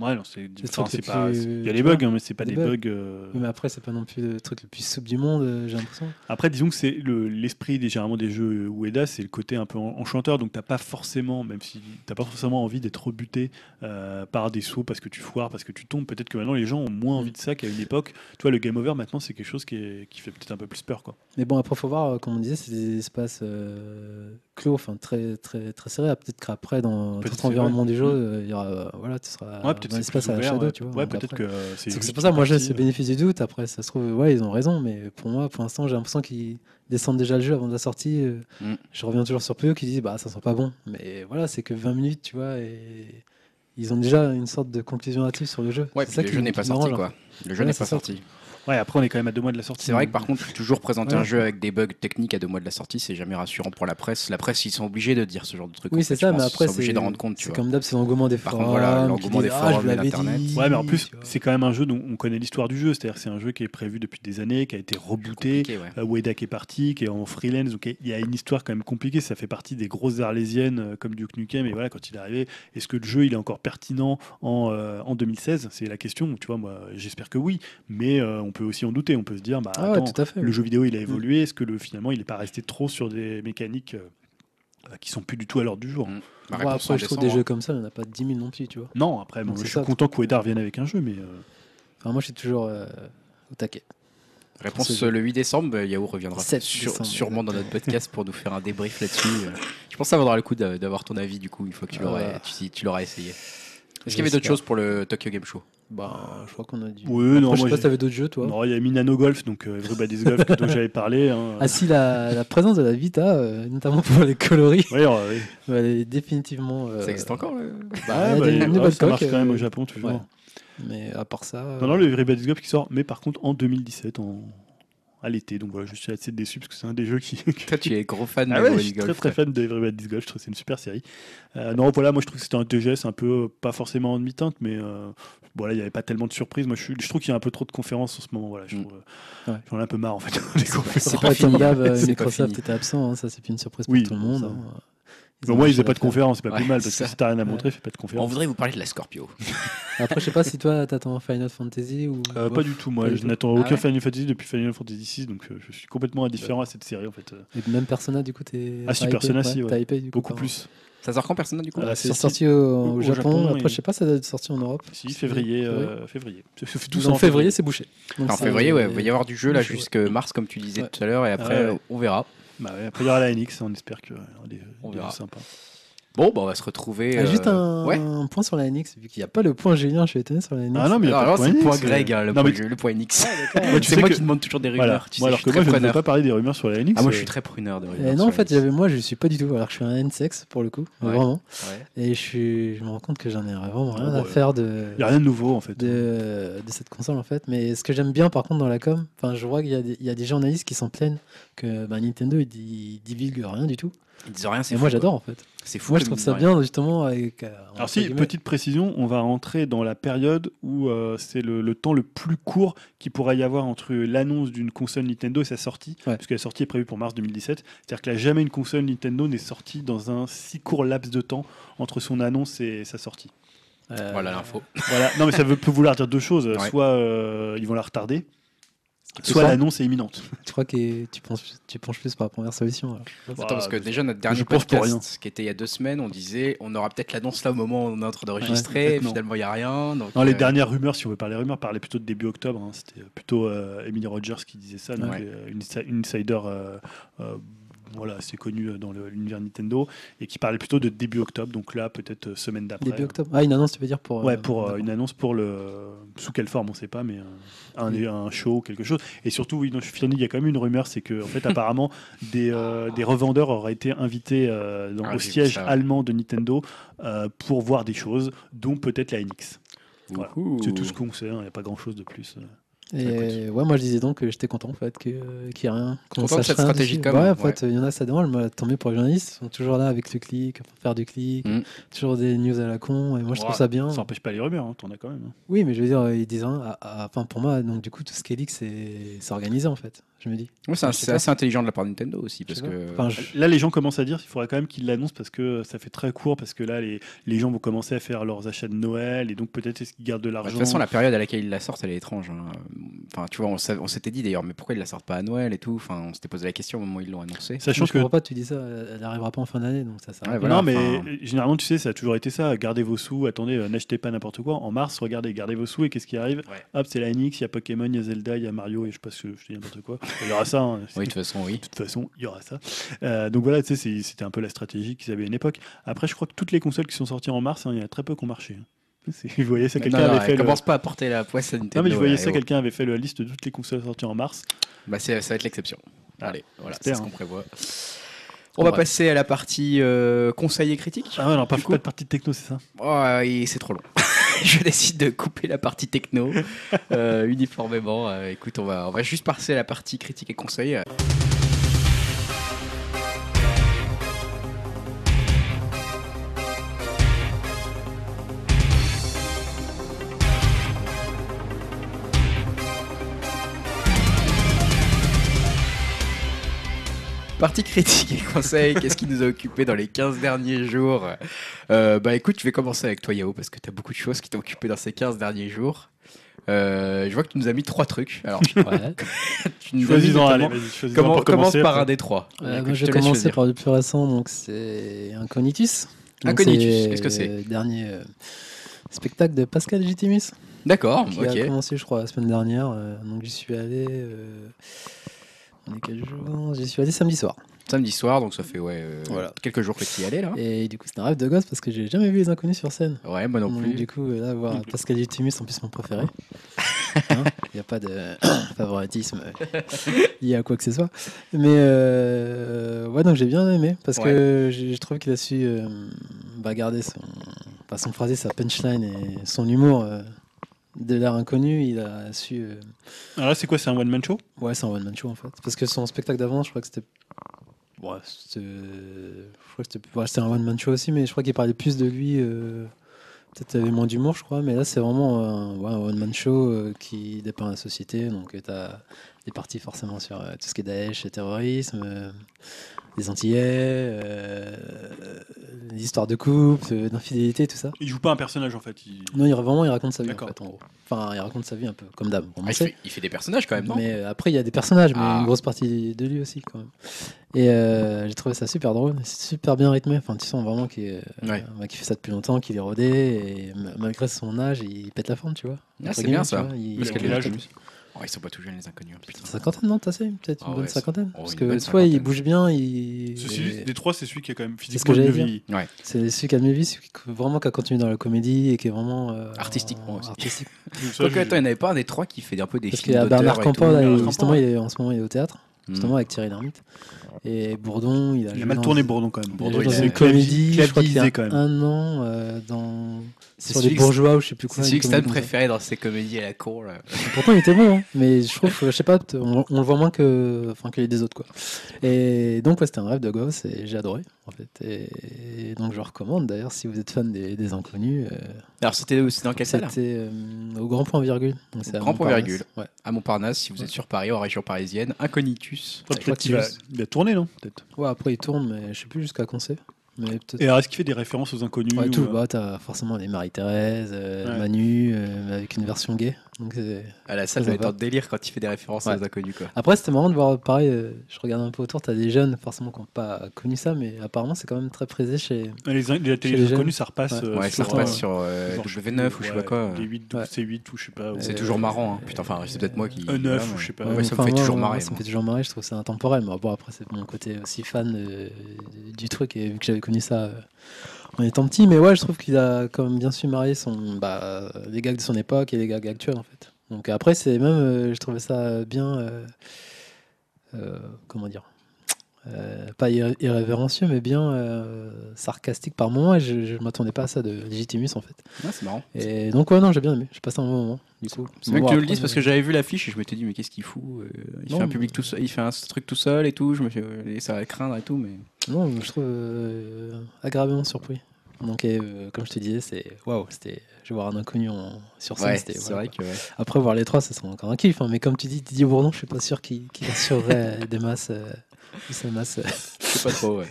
Speaker 2: Ouais, non, c'est.
Speaker 3: trucs
Speaker 2: enfin,
Speaker 3: que
Speaker 2: c'est
Speaker 3: tu-
Speaker 2: pas- c'est- Il y a
Speaker 3: tu
Speaker 2: des
Speaker 3: vois,
Speaker 2: bugs, hein, mais c'est pas des
Speaker 3: des
Speaker 2: bugs. euh,
Speaker 3: Oui, Mais après, c'est pas non plus le truc le plus souple du monde, euh, j'ai l'impression.
Speaker 2: Après, disons que c'est le- l'esprit des, généralement des jeux Ueda, c'est le côté un peu en- enchanteur. Donc, t'as pas forcément, même si t'as pas forcément envie d'être rebuté euh, par des sauts parce que tu foires, parce que tu tombes. Peut-être que maintenant les gens ont moins envie de ça qu'à une époque. Tu vois, le game over maintenant, c'est quelque chose qui, est- qui fait peut-être un peu plus peur, quoi.
Speaker 3: Mais bon, après, faut voir, euh, comme on disait, c'est des espaces euh, clos, enfin très, très, très serrés. Ah, Peut-être qu'après, dans
Speaker 2: Peut-être
Speaker 3: notre
Speaker 2: c'est
Speaker 3: environnement du jeu,
Speaker 2: Mm.
Speaker 3: euh, il y aura, euh, voilà, tu seras
Speaker 2: Ouais,
Speaker 3: dans
Speaker 2: peut-être c'est
Speaker 3: l'espace
Speaker 2: plus
Speaker 3: à la
Speaker 2: ouvert.
Speaker 3: shadow,
Speaker 2: ouais.
Speaker 3: tu vois.
Speaker 2: Ouais,
Speaker 3: donc
Speaker 2: peut-être
Speaker 3: après.
Speaker 2: que euh, c'est.
Speaker 3: Donc, C'est
Speaker 2: juste
Speaker 3: pour ça, moi, j'ai
Speaker 2: parti,
Speaker 3: ce
Speaker 2: euh,
Speaker 3: bénéfice du doute. Après, ça se trouve, ouais, ils ont raison, mais pour moi, pour l'instant, j'ai l'impression qu'ils descendent déjà le jeu avant de la sortie. euh,
Speaker 1: Mm.
Speaker 3: Je reviens toujours sur Puyo qui dit, bah, ça sent pas bon. Mais voilà, c'est que 20 minutes, tu vois, et ils ont déjà une sorte de conclusion hâtive sur le jeu.
Speaker 1: Ouais,
Speaker 3: C'est
Speaker 1: puis
Speaker 3: ça
Speaker 1: le
Speaker 3: qui-
Speaker 1: jeu n'est
Speaker 3: qui
Speaker 1: pas
Speaker 3: me
Speaker 1: sorti,
Speaker 3: dérange, en
Speaker 1: quoi. Le jeu
Speaker 3: Ouais,
Speaker 1: n'est
Speaker 3: c'est
Speaker 1: pas
Speaker 3: ça.
Speaker 1: sorti.
Speaker 2: Ouais, après, on est quand même à deux mois de la sortie.
Speaker 1: C'est vrai
Speaker 3: Mm.
Speaker 1: que par contre, toujours présenter
Speaker 2: Ouais.
Speaker 1: un jeu avec des bugs techniques à deux mois de la sortie, c'est jamais rassurant pour la presse. La presse, ils sont obligés de dire ce genre de truc. en
Speaker 3: Oui,
Speaker 1: fait,
Speaker 3: c'est
Speaker 1: je
Speaker 3: ça,
Speaker 1: pense.
Speaker 3: mais
Speaker 1: Ils
Speaker 3: après,
Speaker 1: sont obligés
Speaker 3: c'est
Speaker 1: d'en rendre compte, tu
Speaker 3: c'est
Speaker 1: vois.
Speaker 3: comme d'hab, c'est l'engouement des
Speaker 1: Par
Speaker 3: forums.
Speaker 1: contre, voilà,
Speaker 3: qui
Speaker 1: l'engouement
Speaker 3: disent,
Speaker 1: des
Speaker 3: Ah,
Speaker 1: forums,
Speaker 3: je l'avais
Speaker 1: l'Internet.
Speaker 3: dit,
Speaker 2: Ouais, mais en plus,
Speaker 3: tu vois.
Speaker 2: c'est quand même un jeu dont on connaît l'histoire du jeu. C'est-à-dire, que c'est un jeu qui est prévu depuis des années, qui a été rebooté.
Speaker 1: Compliqué, ouais.
Speaker 2: Euh, Weda qui est parti, qui est en freelance. donc il y a une histoire quand même compliquée. Ça fait partie des grosses arlésiennes euh, comme Duke Nukem. Et voilà, quand il est arrivé, est-ce que le jeu il est encore pertinent en, euh, en 2016 C'est la question. Tu vois, moi, j'espère que oui. Mais euh, on peut aussi en douter. On peut se dire, bah,
Speaker 3: Ah ouais,
Speaker 2: attends,
Speaker 3: tout à fait. Mm.
Speaker 2: le jeu vidéo il a évolué. Est-ce que le, finalement il n'est pas resté trop sur des mécaniques euh, euh, qui sont plus du tout à hein. l'heure du jour hein
Speaker 1: Mm. Ma
Speaker 3: Bon,
Speaker 1: réponse en
Speaker 3: après, je trouve des
Speaker 1: décembre,
Speaker 3: jeux comme ça, il n'y en a pas 10 000 non plus, tu vois.
Speaker 2: Non, après, bon,
Speaker 3: Donc,
Speaker 2: je
Speaker 3: c'est
Speaker 2: suis
Speaker 3: ça.
Speaker 2: content que Weda revienne avec un jeu, mais euh,
Speaker 3: Enfin, moi, je suis toujours euh, au taquet.
Speaker 1: Réponse
Speaker 3: Ce-
Speaker 1: euh, le 8 décembre, euh, Yahoo reviendra
Speaker 3: 7
Speaker 1: sur-
Speaker 3: décembre.
Speaker 1: sûrement dans notre podcast pour nous faire un débrief là-dessus. Euh, Je pense que ça vaudra le coup d'a- d'avoir ton avis du coup une fois que tu l'auras
Speaker 3: Ah.
Speaker 1: tu- tu l'auras essayé. Est-ce qu'il y avait d'autres
Speaker 3: J'espère.
Speaker 1: choses pour le Tokyo Game Show
Speaker 3: Bah, je crois qu'on a dit.
Speaker 2: ouais, non, moi,
Speaker 3: Après, je sais pas si
Speaker 2: j'ai-
Speaker 3: t'avais d'autres jeux, toi.
Speaker 2: non, il y a Minano Golf, donc euh, Everybody's Golf dont j'avais parlé. hein.
Speaker 3: Ah si, la, la présence de la Vita, euh, notamment pour les coloris,
Speaker 2: Ouais, euh, ouais.
Speaker 3: elle est définitivement... euh,
Speaker 1: Ça existe encore là
Speaker 2: Ouais,
Speaker 3: Bah, il y a
Speaker 2: bah,
Speaker 3: des
Speaker 2: ouais,
Speaker 3: nouvelles
Speaker 2: ça marche
Speaker 3: coques,
Speaker 2: quand même
Speaker 3: euh,
Speaker 2: au Japon toujours.
Speaker 3: ouais. Mais à part ça... euh,
Speaker 2: Non, non, le Everybody's Golf qui sort, mais par contre en 2017, en... à l'été. Donc voilà, je suis assez déçu parce que c'est un des jeux qui.
Speaker 1: Toi, tu es gros fan
Speaker 2: Ah
Speaker 1: de
Speaker 2: ouais,
Speaker 1: Golf.
Speaker 2: je suis très très fan de Everybody's Golf, je trouve que c'est une super série. Euh, non, voilà, moi je trouve que c'était un TGS un peu, euh, pas forcément en demi-teinte, mais euh, voilà, il n'y avait pas tellement de surprises. Moi je, suis- je trouve qu'il y a un peu trop de conférences en ce moment. Voilà, je
Speaker 1: Mm.
Speaker 2: trouve, euh,
Speaker 3: Ouais.
Speaker 2: J'en ai un peu marre en fait. des conférences.
Speaker 1: pas
Speaker 3: après, comme
Speaker 1: fini.
Speaker 3: d'hab, euh,
Speaker 1: C'est pas
Speaker 3: Microsoft
Speaker 1: fini.
Speaker 3: était absent, hein, ça c'est plus une surprise
Speaker 2: Oui,
Speaker 3: pour tout le monde.
Speaker 2: ça.
Speaker 3: hein.
Speaker 2: Mais au
Speaker 3: ont
Speaker 2: moins ils
Speaker 3: marché
Speaker 2: faisaient pas de
Speaker 3: d'affaire.
Speaker 2: conférences, c'est pas
Speaker 1: Ouais,
Speaker 2: plus mal
Speaker 1: c'est
Speaker 2: parce que
Speaker 1: ça.
Speaker 2: si t'as rien à
Speaker 3: Ouais.
Speaker 2: montrer, fais pas de conférences.
Speaker 1: On voudrait vous parler de la Scorpio.
Speaker 3: Après, je sais pas si toi, t'attends Final Fantasy ou...
Speaker 2: Euh, pas du tout, moi
Speaker 3: Pas du
Speaker 2: je
Speaker 3: tout.
Speaker 2: n'attends
Speaker 1: Ah
Speaker 2: aucun
Speaker 1: ouais.
Speaker 2: Final Fantasy depuis Final Fantasy VI, donc euh, je suis complètement indifférent à cette série en fait. euh,
Speaker 3: Et même Persona, du coup, t'es...
Speaker 2: Ah,
Speaker 3: t'as
Speaker 2: si,
Speaker 3: hypé,
Speaker 2: Persona, si, ouais.
Speaker 3: t'as hypé, du coup,
Speaker 2: Beaucoup
Speaker 3: par-
Speaker 2: plus.
Speaker 1: Ça sort quand personne du coup
Speaker 2: Ah,
Speaker 3: C'est sorti au, au
Speaker 2: au
Speaker 3: Japon,
Speaker 2: Japon,
Speaker 3: après
Speaker 2: et-
Speaker 3: je sais pas, ça doit être sorti en Europe.
Speaker 2: Si, février. euh, février. Ça fait tout
Speaker 3: Tout
Speaker 2: ça
Speaker 3: en février, c'est bouché. Donc
Speaker 1: Enfin, en
Speaker 3: c'est-
Speaker 1: février, ouais, il va y avoir du jeu là
Speaker 3: euh, Ouais.
Speaker 1: jusque mars, comme tu disais
Speaker 3: Ouais.
Speaker 1: tout à l'heure, et après,
Speaker 2: Ah ouais.
Speaker 1: euh, on verra.
Speaker 2: Bah ouais, après, il y aura la NX, on espère que. euh, des-
Speaker 1: On
Speaker 2: des
Speaker 1: verra.
Speaker 2: jeux sympas.
Speaker 1: Bon, bah, on va se retrouver.
Speaker 3: Ah, juste
Speaker 1: euh,
Speaker 3: un,
Speaker 1: Ouais.
Speaker 3: un point sur la NX, vu qu'il n'y a pas le point Julien, je suis étonné sur la NX.
Speaker 2: Ah non, mais il y a
Speaker 1: Alors,
Speaker 2: pas
Speaker 1: alors,
Speaker 2: de
Speaker 1: c'est le
Speaker 2: NX,
Speaker 1: point
Speaker 2: euh.
Speaker 1: Greg, hein, le,
Speaker 2: Non,
Speaker 1: point,
Speaker 2: mais
Speaker 1: le point NX.
Speaker 2: Moi, tu
Speaker 1: c'est
Speaker 2: sais
Speaker 1: moi
Speaker 2: que-
Speaker 1: qui demande toujours des rumeurs.
Speaker 2: Voilà.
Speaker 1: tu sais,
Speaker 2: Moi, alors
Speaker 1: je
Speaker 2: que
Speaker 1: suis
Speaker 2: moi, je
Speaker 1: très
Speaker 2: ne veux
Speaker 1: preneur.
Speaker 2: pas parler des rumeurs sur la NX.
Speaker 1: Ah, moi,
Speaker 2: euh,
Speaker 1: je suis très preneur de
Speaker 3: Euh,
Speaker 1: rumeurs.
Speaker 3: non,
Speaker 1: sur
Speaker 3: en
Speaker 1: la
Speaker 3: fait,
Speaker 1: NX.
Speaker 3: j'avais, moi, je suis pas du tout. Alors, que je suis un N-sex pour le coup,
Speaker 1: Ouais.
Speaker 3: vraiment.
Speaker 1: Ouais.
Speaker 3: Et je, suis, je me rends compte que j'en ai vraiment rien
Speaker 2: Ah, Ouais.
Speaker 3: à faire de,
Speaker 2: Il n'y a rien de nouveau en fait.
Speaker 1: euh,
Speaker 3: de, de cette console en fait. Mais ce que j'aime bien par contre dans la com, enfin, je vois qu'il y a des, il y a des journalistes qui s'en plaignent que bah, Nintendo il dit- divulgue rien du tout.
Speaker 1: Ils disent rien, c'est
Speaker 3: Et moi,
Speaker 1: fou,
Speaker 3: j'adore en fait.
Speaker 1: quoi. C'est fou.
Speaker 3: Moi, je
Speaker 1: que
Speaker 3: trouve
Speaker 1: mine
Speaker 3: ça
Speaker 1: de rien.
Speaker 3: bien justement. Avec, euh,
Speaker 2: Alors
Speaker 3: entre
Speaker 2: si,
Speaker 3: guillemets.
Speaker 2: petite précision, on va rentrer dans la période où euh, c'est le, le temps le plus court qu'il pourra y avoir entre l'annonce d'une console Nintendo et sa sortie,
Speaker 3: Ouais.
Speaker 2: puisque la sortie est prévue pour mars 2017. C'est-à-dire que là, jamais une console Nintendo n'est sortie dans un si court laps de temps entre son annonce et sa sortie.
Speaker 3: Euh,
Speaker 1: Voilà l'info.
Speaker 2: Voilà. Non, mais ça veut, peut vouloir dire deux choses.
Speaker 1: Ouais.
Speaker 2: Soit euh, ils vont la retarder,
Speaker 3: C'est
Speaker 2: soit
Speaker 3: ça.
Speaker 2: l'annonce est imminente.
Speaker 3: Je crois que tu penses, tu penches plus par la première solution. alors.
Speaker 1: Attends, parce que
Speaker 2: Bah,
Speaker 1: déjà, notre dernier
Speaker 2: je pense pour
Speaker 1: podcast, qui était il y a deux semaines, on disait on aura peut-être l'annonce là au moment où on est en train
Speaker 2: Ouais,
Speaker 1: d'enregistrer, et
Speaker 2: complètement.
Speaker 1: finalement, il n'y a rien. donc,
Speaker 2: Non, les
Speaker 1: euh,
Speaker 2: dernières rumeurs, si on veut parler rumeurs, parlaient plutôt de début octobre. hein. C'était plutôt euh, Emily Rogers qui disait ça, donc
Speaker 1: Ouais.
Speaker 2: euh, une insi- une insider. euh, euh, voilà, c'est connu euh, dans le- l'univers Nintendo et qui parlait plutôt de début octobre, donc là peut-être euh, semaine d'après.
Speaker 3: Début octobre. Ah, une annonce, tu veux dire pour.
Speaker 2: Ouais,
Speaker 3: euh,
Speaker 2: pour euh,
Speaker 3: d'accord.
Speaker 2: une annonce pour le euh, sous quelle forme on sait pas, mais euh, un, un show quelque chose. Et surtout, oui, non, je finis, il y a quand même une rumeur, c'est que en fait apparemment des, euh, des revendeurs auraient été invités euh, dans-
Speaker 1: Ah,
Speaker 2: au
Speaker 1: j'ai vu
Speaker 2: siège
Speaker 1: ça, ouais.
Speaker 2: allemand de Nintendo euh, pour voir des choses, dont peut-être la NX. Voilà.
Speaker 1: ouhou.
Speaker 2: C'est tout ce qu'on sait, il n'y a pas grand chose de plus. euh.
Speaker 3: Et ouais, moi je disais donc que j'étais content en fait que- qu'il n'y ait rien. qu'on
Speaker 1: Content de
Speaker 3: sache
Speaker 1: cette
Speaker 3: rien
Speaker 1: stratégie
Speaker 3: dessus.
Speaker 1: de com,
Speaker 3: Ouais,
Speaker 1: ouais.
Speaker 3: en fait, il y en a, ça dérange, mais tant mieux pour les journalistes. Ils sont toujours là avec le clic, pour faire du clic,
Speaker 1: Mm.
Speaker 3: toujours des news à la con. Et moi je trouve
Speaker 2: Ouais,
Speaker 3: ça bien.
Speaker 2: Ça n'empêche pas les rumeurs, hein, t'en as quand même. hein.
Speaker 3: Oui, mais je veux dire, euh, ils disent rien. à- à- ah, Enfin, pour moi, donc du coup, tout ce qui est leak, c'est c'est organisé en fait. Je me dis.
Speaker 1: Ouais, c'est
Speaker 3: Je sais
Speaker 1: c'est
Speaker 3: pas.
Speaker 1: assez intelligent de la part de Nintendo aussi,
Speaker 3: Je
Speaker 1: parce
Speaker 3: sais pas.
Speaker 1: que.
Speaker 3: Enfin, je-
Speaker 2: Là, les gens commencent à dire qu'il faudrait quand même qu'ils l'annoncent parce que euh, ça fait très court, parce que là, les, les gens vont commencer à faire leurs achats de Noël et donc peut-être est-ce qu'ils gardent de
Speaker 1: Bah, De
Speaker 2: l'argent.
Speaker 1: toute façon, la période à laquelle ils la sortent, elle est étrange. hein. Enfin, tu vois, on s'a- on s'était dit d'ailleurs, mais pourquoi ils la sortent pas à Noël et tout Enfin, on s'était posé la question au moment où ils l'ont annoncé.
Speaker 2: Sachant
Speaker 3: je
Speaker 2: que.
Speaker 3: comprends pas, tu dis ça, elle n'arrivera pas en fin d'année, donc ça sert à
Speaker 1: Ouais,
Speaker 3: rien.
Speaker 1: voilà,
Speaker 2: non, mais
Speaker 1: enfin-
Speaker 2: généralement, tu sais, ça a toujours été ça. Gardez vos sous, attendez, euh, n'achetez pas n'importe quoi. En mars, regardez, gardez vos sous et qu'est-ce qui arrive
Speaker 1: Ouais.
Speaker 2: Hop, c'est la NX, il y a Pokémon, il y a Zelda, il y a Mario et je sais pas ce que je te dis n'importe quoi. Il y aura ça. hein.
Speaker 1: Oui, de toute façon, oui.
Speaker 2: De toute façon, il y aura ça. Euh, donc voilà, tu sais, c'est- c'était un peu la stratégie qu'ils avaient à une époque. Après, je crois que toutes les consoles qui sont sorties en mars, hein, il y en a très peu qui ont marché. hein. C'est- Vous voyez ça,
Speaker 1: Non,
Speaker 2: quelqu'un
Speaker 1: non,
Speaker 2: avait
Speaker 1: elle
Speaker 2: fait le...
Speaker 1: commence pas à porter la poisse à Nintendo.
Speaker 2: Non, mais je voyais
Speaker 1: là,
Speaker 2: ça,
Speaker 1: eh oh.
Speaker 2: quelqu'un avait fait la liste de toutes les consoles sorties en mars.
Speaker 1: Bah, c'est- ça va être l'exception.
Speaker 2: Ah,
Speaker 1: Allez, voilà, c'est
Speaker 2: j'espère,
Speaker 1: ce
Speaker 2: hein.
Speaker 1: qu'on prévoit. On va
Speaker 2: Ouais.
Speaker 1: passer à la partie euh, conseil et critique.
Speaker 2: Ah ouais, alors, pas,
Speaker 1: Du coup-
Speaker 2: pas de partie de techno, c'est ça
Speaker 1: Oh, euh, et c'est trop long. je décide de couper la partie techno euh, uniformément. Euh, écoute, on va, on va juste passer à la partie critique et conseil. Partie critique et conseil, qu'est-ce qui nous a occupé dans les 15 derniers jours Euh, Bah écoute, je vais commencer avec toi Yao, parce que t'as beaucoup de choses qui t'ont occupé dans ces 15 derniers jours. Euh, je vois que tu nous as mis trois trucs. Alors,
Speaker 3: Ouais.
Speaker 1: tu nous as mis
Speaker 2: Choisis-en, allez,
Speaker 1: notamment-
Speaker 2: vas-y, choisis-en
Speaker 1: Comment-
Speaker 2: pour
Speaker 1: commence
Speaker 2: commencer,
Speaker 1: par
Speaker 2: après.
Speaker 1: un des trois.
Speaker 3: Euh,
Speaker 1: Écoute,
Speaker 3: moi, je
Speaker 1: te
Speaker 3: vais
Speaker 1: laisse
Speaker 3: commencer
Speaker 1: choisir.
Speaker 3: par le plus récent, donc c'est Incognitus. Donc,
Speaker 1: Incognitus, qu'est-ce que c'est
Speaker 3: Le dernier euh, spectacle de Pascal Legitimus
Speaker 1: D'accord,
Speaker 3: qui a
Speaker 1: Oh, ok.
Speaker 3: commencé, je crois, la semaine dernière. euh, donc, j'y suis allé. euh, on est quel jour J'y suis allé samedi soir.
Speaker 1: Samedi soir, donc ça fait ouais, euh,
Speaker 3: Voilà.
Speaker 1: quelques jours que tu y allais là.
Speaker 3: Et du coup, c'est un rêve de gosse parce que j'ai jamais vu les inconnus sur scène.
Speaker 1: Ouais, moi non
Speaker 3: Donc,
Speaker 1: plus.
Speaker 3: du coup, euh, là, voir Pascal Legitimus, en plus, mon préféré. Hein, Il n'y a pas de favoritisme euh, lié à quoi que ce soit. Mais euh, ouais, donc j'ai bien aimé parce que j'ai j'ai trouvé qu'il a su euh, bah, garder son, enfin, son phrasé, sa punchline et son humour euh, de l'air inconnu. Il a su. euh,
Speaker 2: Alors là, c'est quoi C'est un one-man show
Speaker 3: Ouais, c'est un one man show en fait. Parce que son spectacle d'avant, je crois que c'était. Ouais, c'était. Je crois que c'était ouais, c'était un one man show aussi, mais je crois qu'il parlait plus de lui. euh, Peut-être qu'il avait moins d'humour, je crois. Mais là, c'est vraiment un, ouais, un one man show euh, qui dépeint la société. Donc, tu as des parties forcément sur euh, tout ce qui est Daesh, le terrorisme, euh, les Antillais, euh, les histoires de couple, euh, d'infidélité, tout ça.
Speaker 2: Il joue pas un personnage en fait. il-
Speaker 3: Non, il, vraiment, il raconte sa vie en
Speaker 2: D'accord.
Speaker 3: fait, en gros. Enfin, il raconte sa vie un peu, comme d'hab.
Speaker 1: Ah, il,
Speaker 3: romancée.
Speaker 1: fait, il fait des personnages quand même, non
Speaker 3: Mais euh, après, il y a des personnages, mais
Speaker 1: Ah.
Speaker 3: une grosse partie de lui aussi, quand même. Et euh, j'ai trouvé ça super drôle, c'est super bien rythmé. Enfin, tu sens vraiment qu'il est- euh,
Speaker 1: Ouais.
Speaker 3: un mec qui fait ça depuis longtemps, qu'il est rodé, et ma- malgré son âge, il pète la forme, tu vois.
Speaker 1: Ah,
Speaker 3: Entre
Speaker 1: c'est
Speaker 3: guillemets,
Speaker 1: bien
Speaker 3: tu
Speaker 1: ça.
Speaker 3: vois, il-
Speaker 2: Mais
Speaker 1: Parce
Speaker 2: à
Speaker 1: que
Speaker 2: quel
Speaker 1: le-
Speaker 2: âge
Speaker 1: le-
Speaker 2: lui
Speaker 1: Oh, ils sont pas tous jeunes les inconnus, hein, putain.
Speaker 3: Cinquantaine, non, t'as assez Peut-être une
Speaker 1: Ah
Speaker 3: bonne
Speaker 1: ouais, c'est-
Speaker 3: cinquantaine.
Speaker 1: oh,
Speaker 3: Parce
Speaker 1: une
Speaker 3: que
Speaker 1: bonne
Speaker 3: soit il
Speaker 1: cinquantaine.
Speaker 3: bouge bien, il.
Speaker 2: Ceci, des trois, c'est celui qui est quand même
Speaker 3: ce
Speaker 2: physiquement
Speaker 3: que
Speaker 2: le mieux
Speaker 3: j'allais dire.
Speaker 2: vieilli.
Speaker 3: C'est celui qui a le mieux vie, celui qui vraiment qui a continué dans la comédie et qui est vraiment. euh,
Speaker 1: Artistiquement aussi.
Speaker 3: artistique.
Speaker 2: Donc ça,
Speaker 1: Donc
Speaker 2: je-
Speaker 1: attends, il n'y en avait pas un des trois qui fait un peu des
Speaker 3: Parce qu'il
Speaker 1: films
Speaker 3: y a
Speaker 1: d'auteur
Speaker 3: Bernard
Speaker 1: et
Speaker 3: Campan,
Speaker 1: tout. euh,
Speaker 3: là,
Speaker 2: Bernard
Speaker 3: il- justement,
Speaker 2: Campan.
Speaker 3: il est, en ce moment, il est au théâtre.
Speaker 1: Hmm.
Speaker 3: justement avec Thierry Lhermitte. Et Bourdon, il a,
Speaker 2: Il
Speaker 3: joué
Speaker 2: a mal
Speaker 3: dans-
Speaker 2: tourné Bourdon quand même.
Speaker 3: il a joué
Speaker 1: Bourdon, il
Speaker 3: dans
Speaker 1: a-
Speaker 3: une comédie, je crois qu'il y
Speaker 2: claviaisé,
Speaker 3: a
Speaker 2: quand même.
Speaker 3: un an euh, dans
Speaker 1: C'est
Speaker 3: sur les
Speaker 1: celui que-
Speaker 3: bourgeois ou je sais plus
Speaker 1: C'est
Speaker 3: quoi.
Speaker 1: celui
Speaker 3: une
Speaker 1: que Stan
Speaker 3: comédie comme ça.
Speaker 1: préféré dans ses comédies à la con. Là.
Speaker 3: Pourtant, il était bon, hein, mais je trouve, je sais pas, t- on, on le voit moins que, enfin, que les deux autres quoi. Et donc, ouais, c'était un rêve de gosse et j'ai adoré en fait. Et, et donc, je recommande d'ailleurs si vous êtes fan des, des inconnus. euh,
Speaker 1: Alors c'était où C'était dans quelle salle
Speaker 3: c'était euh, au Grand Point Virgule. Donc, c'est à
Speaker 1: Grand Point
Speaker 3: Montparnasse.
Speaker 1: Virgule.
Speaker 3: Ouais.
Speaker 1: À Montparnasse, si vous êtes sur Paris, en région parisienne, Incognitus.
Speaker 2: Après,
Speaker 3: Je crois
Speaker 2: peut-être qu'il
Speaker 3: qu'il
Speaker 2: va-
Speaker 3: est-
Speaker 2: il a tourné, non Peut-être.
Speaker 3: Ouais, Après, il tourne, mais je sais plus jusqu'à quand c'est. Mais peut-être-
Speaker 2: Et alors, est-ce qu'il fait des références aux inconnus
Speaker 3: Ouais,
Speaker 2: ou,
Speaker 3: tout,
Speaker 2: euh,
Speaker 3: bah, t'as forcément les Marie-Thérèse, euh,
Speaker 2: Ouais.
Speaker 3: Manu, euh, mais avec une version gay. Donc, c'est-
Speaker 1: À la salle,
Speaker 3: Ça
Speaker 1: ça va être
Speaker 3: va.
Speaker 1: en délire quand il fait des références
Speaker 3: Ouais.
Speaker 1: aux inconnus. Quoi.
Speaker 3: Après, c'était marrant de voir, pareil, euh, je regarde un peu autour, t'as des jeunes forcément qui n'ont pas connu ça, mais apparemment c'est quand même très prisé chez...
Speaker 2: Les, in- les télé-
Speaker 3: les
Speaker 2: les
Speaker 3: jeunes.
Speaker 2: inconnus, ça repasse.
Speaker 3: Ouais.
Speaker 2: euh,
Speaker 1: Ouais, ça
Speaker 2: sur,
Speaker 1: repasse
Speaker 2: euh,
Speaker 1: sur euh,
Speaker 2: genre, euh,
Speaker 1: W9 ou je sais pas quoi.
Speaker 2: Les 8,
Speaker 3: Ouais.
Speaker 2: c'est 8 ou je sais pas.
Speaker 1: C'est
Speaker 3: Euh,
Speaker 1: toujours marrant. Hein. Putain, enfin, c'est peut-être moi qui.
Speaker 2: Un 9
Speaker 1: Ouais,
Speaker 2: ou je sais pas.
Speaker 1: ouais,
Speaker 3: Ouais,
Speaker 1: ça me
Speaker 3: enfin,
Speaker 1: fait
Speaker 3: moi,
Speaker 1: toujours
Speaker 3: moi,
Speaker 1: marrer.
Speaker 3: ça me
Speaker 1: moi.
Speaker 3: fait toujours marrer, je trouve ça intemporel. Mais bon, après, c'est mon côté aussi fan euh, du truc, et vu que j'avais connu ça euh, en étant petit, mais ouais, je trouve qu'il a quand même bien su marier son, bah, les gags de son époque et les gags actuels, en fait. Donc après, c'est même, euh, je trouvais ça bien, euh, euh, comment dire, euh, pas irré- irrévérencieux, mais bien euh, sarcastique par moment, et je, je m'attendais pas à ça de Legitimus, en fait.
Speaker 1: Ouais, c'est marrant.
Speaker 3: Et donc, ouais, non, j'ai bien aimé, j'ai passé un bon moment, du coup.
Speaker 1: C'est bien que
Speaker 3: Bon,
Speaker 1: tu nous le
Speaker 3: après, euh,
Speaker 1: dises parce que j'avais vu l'affiche et je m'étais dit mais qu'est-ce qu'il fout euh, Il
Speaker 3: Non,
Speaker 1: fait un
Speaker 3: mais-
Speaker 1: public tout seul, il fait un truc tout seul et tout, je me suis et ça va craindre et tout mais
Speaker 3: Non, je trouve euh, agréablement surpris. Donc, et, euh, comme je te disais, c'est waouh, c'était. Je vais voir un inconnu en- sur scène. c'était-
Speaker 1: c'est
Speaker 3: voilà,
Speaker 1: vrai
Speaker 3: quoi.
Speaker 1: que ouais.
Speaker 3: Après, voir les trois, ça sera encore un kiff. hein, mais comme tu dis, Didier Bourdon, je suis pas sûr qu'il qu'il assurerait euh, des masses. euh, ou sa masse. euh.
Speaker 1: je sais pas trop ouais.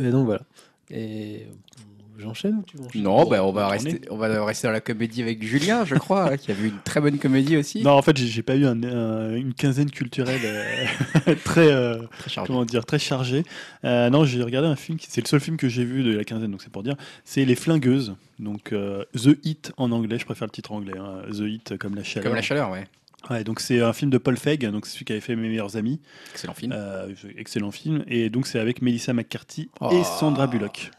Speaker 3: Et donc, voilà. Et euh, j'enchaîne ou tu enchaînes
Speaker 1: Non, bah, on va
Speaker 2: bonne
Speaker 1: rester on va rester dans la comédie avec Julien, je crois, hein, qui a vu une très bonne comédie aussi.
Speaker 2: Non, en fait, j'ai- j'ai pas eu un- un- une quinzaine culturelle euh, très, euh,
Speaker 1: Très chargé.
Speaker 2: comment dire, très chargée. Euh, non, j'ai regardé un film, qui- c'est le seul film que j'ai vu de la quinzaine, donc c'est pour dire. C'est Les Flingueuses, donc euh, The Hit en anglais, je préfère le titre anglais, hein, The Hit euh, comme la chaleur.
Speaker 1: Comme la chaleur, ouais.
Speaker 2: Ouais, donc c'est un film de Paul Feig, donc c'est celui qui avait fait Mes meilleurs amis,
Speaker 1: Excellent film.
Speaker 2: Euh, excellent film, et donc c'est avec Melissa McCarthy
Speaker 1: Oh.
Speaker 2: et Sandra Bullock.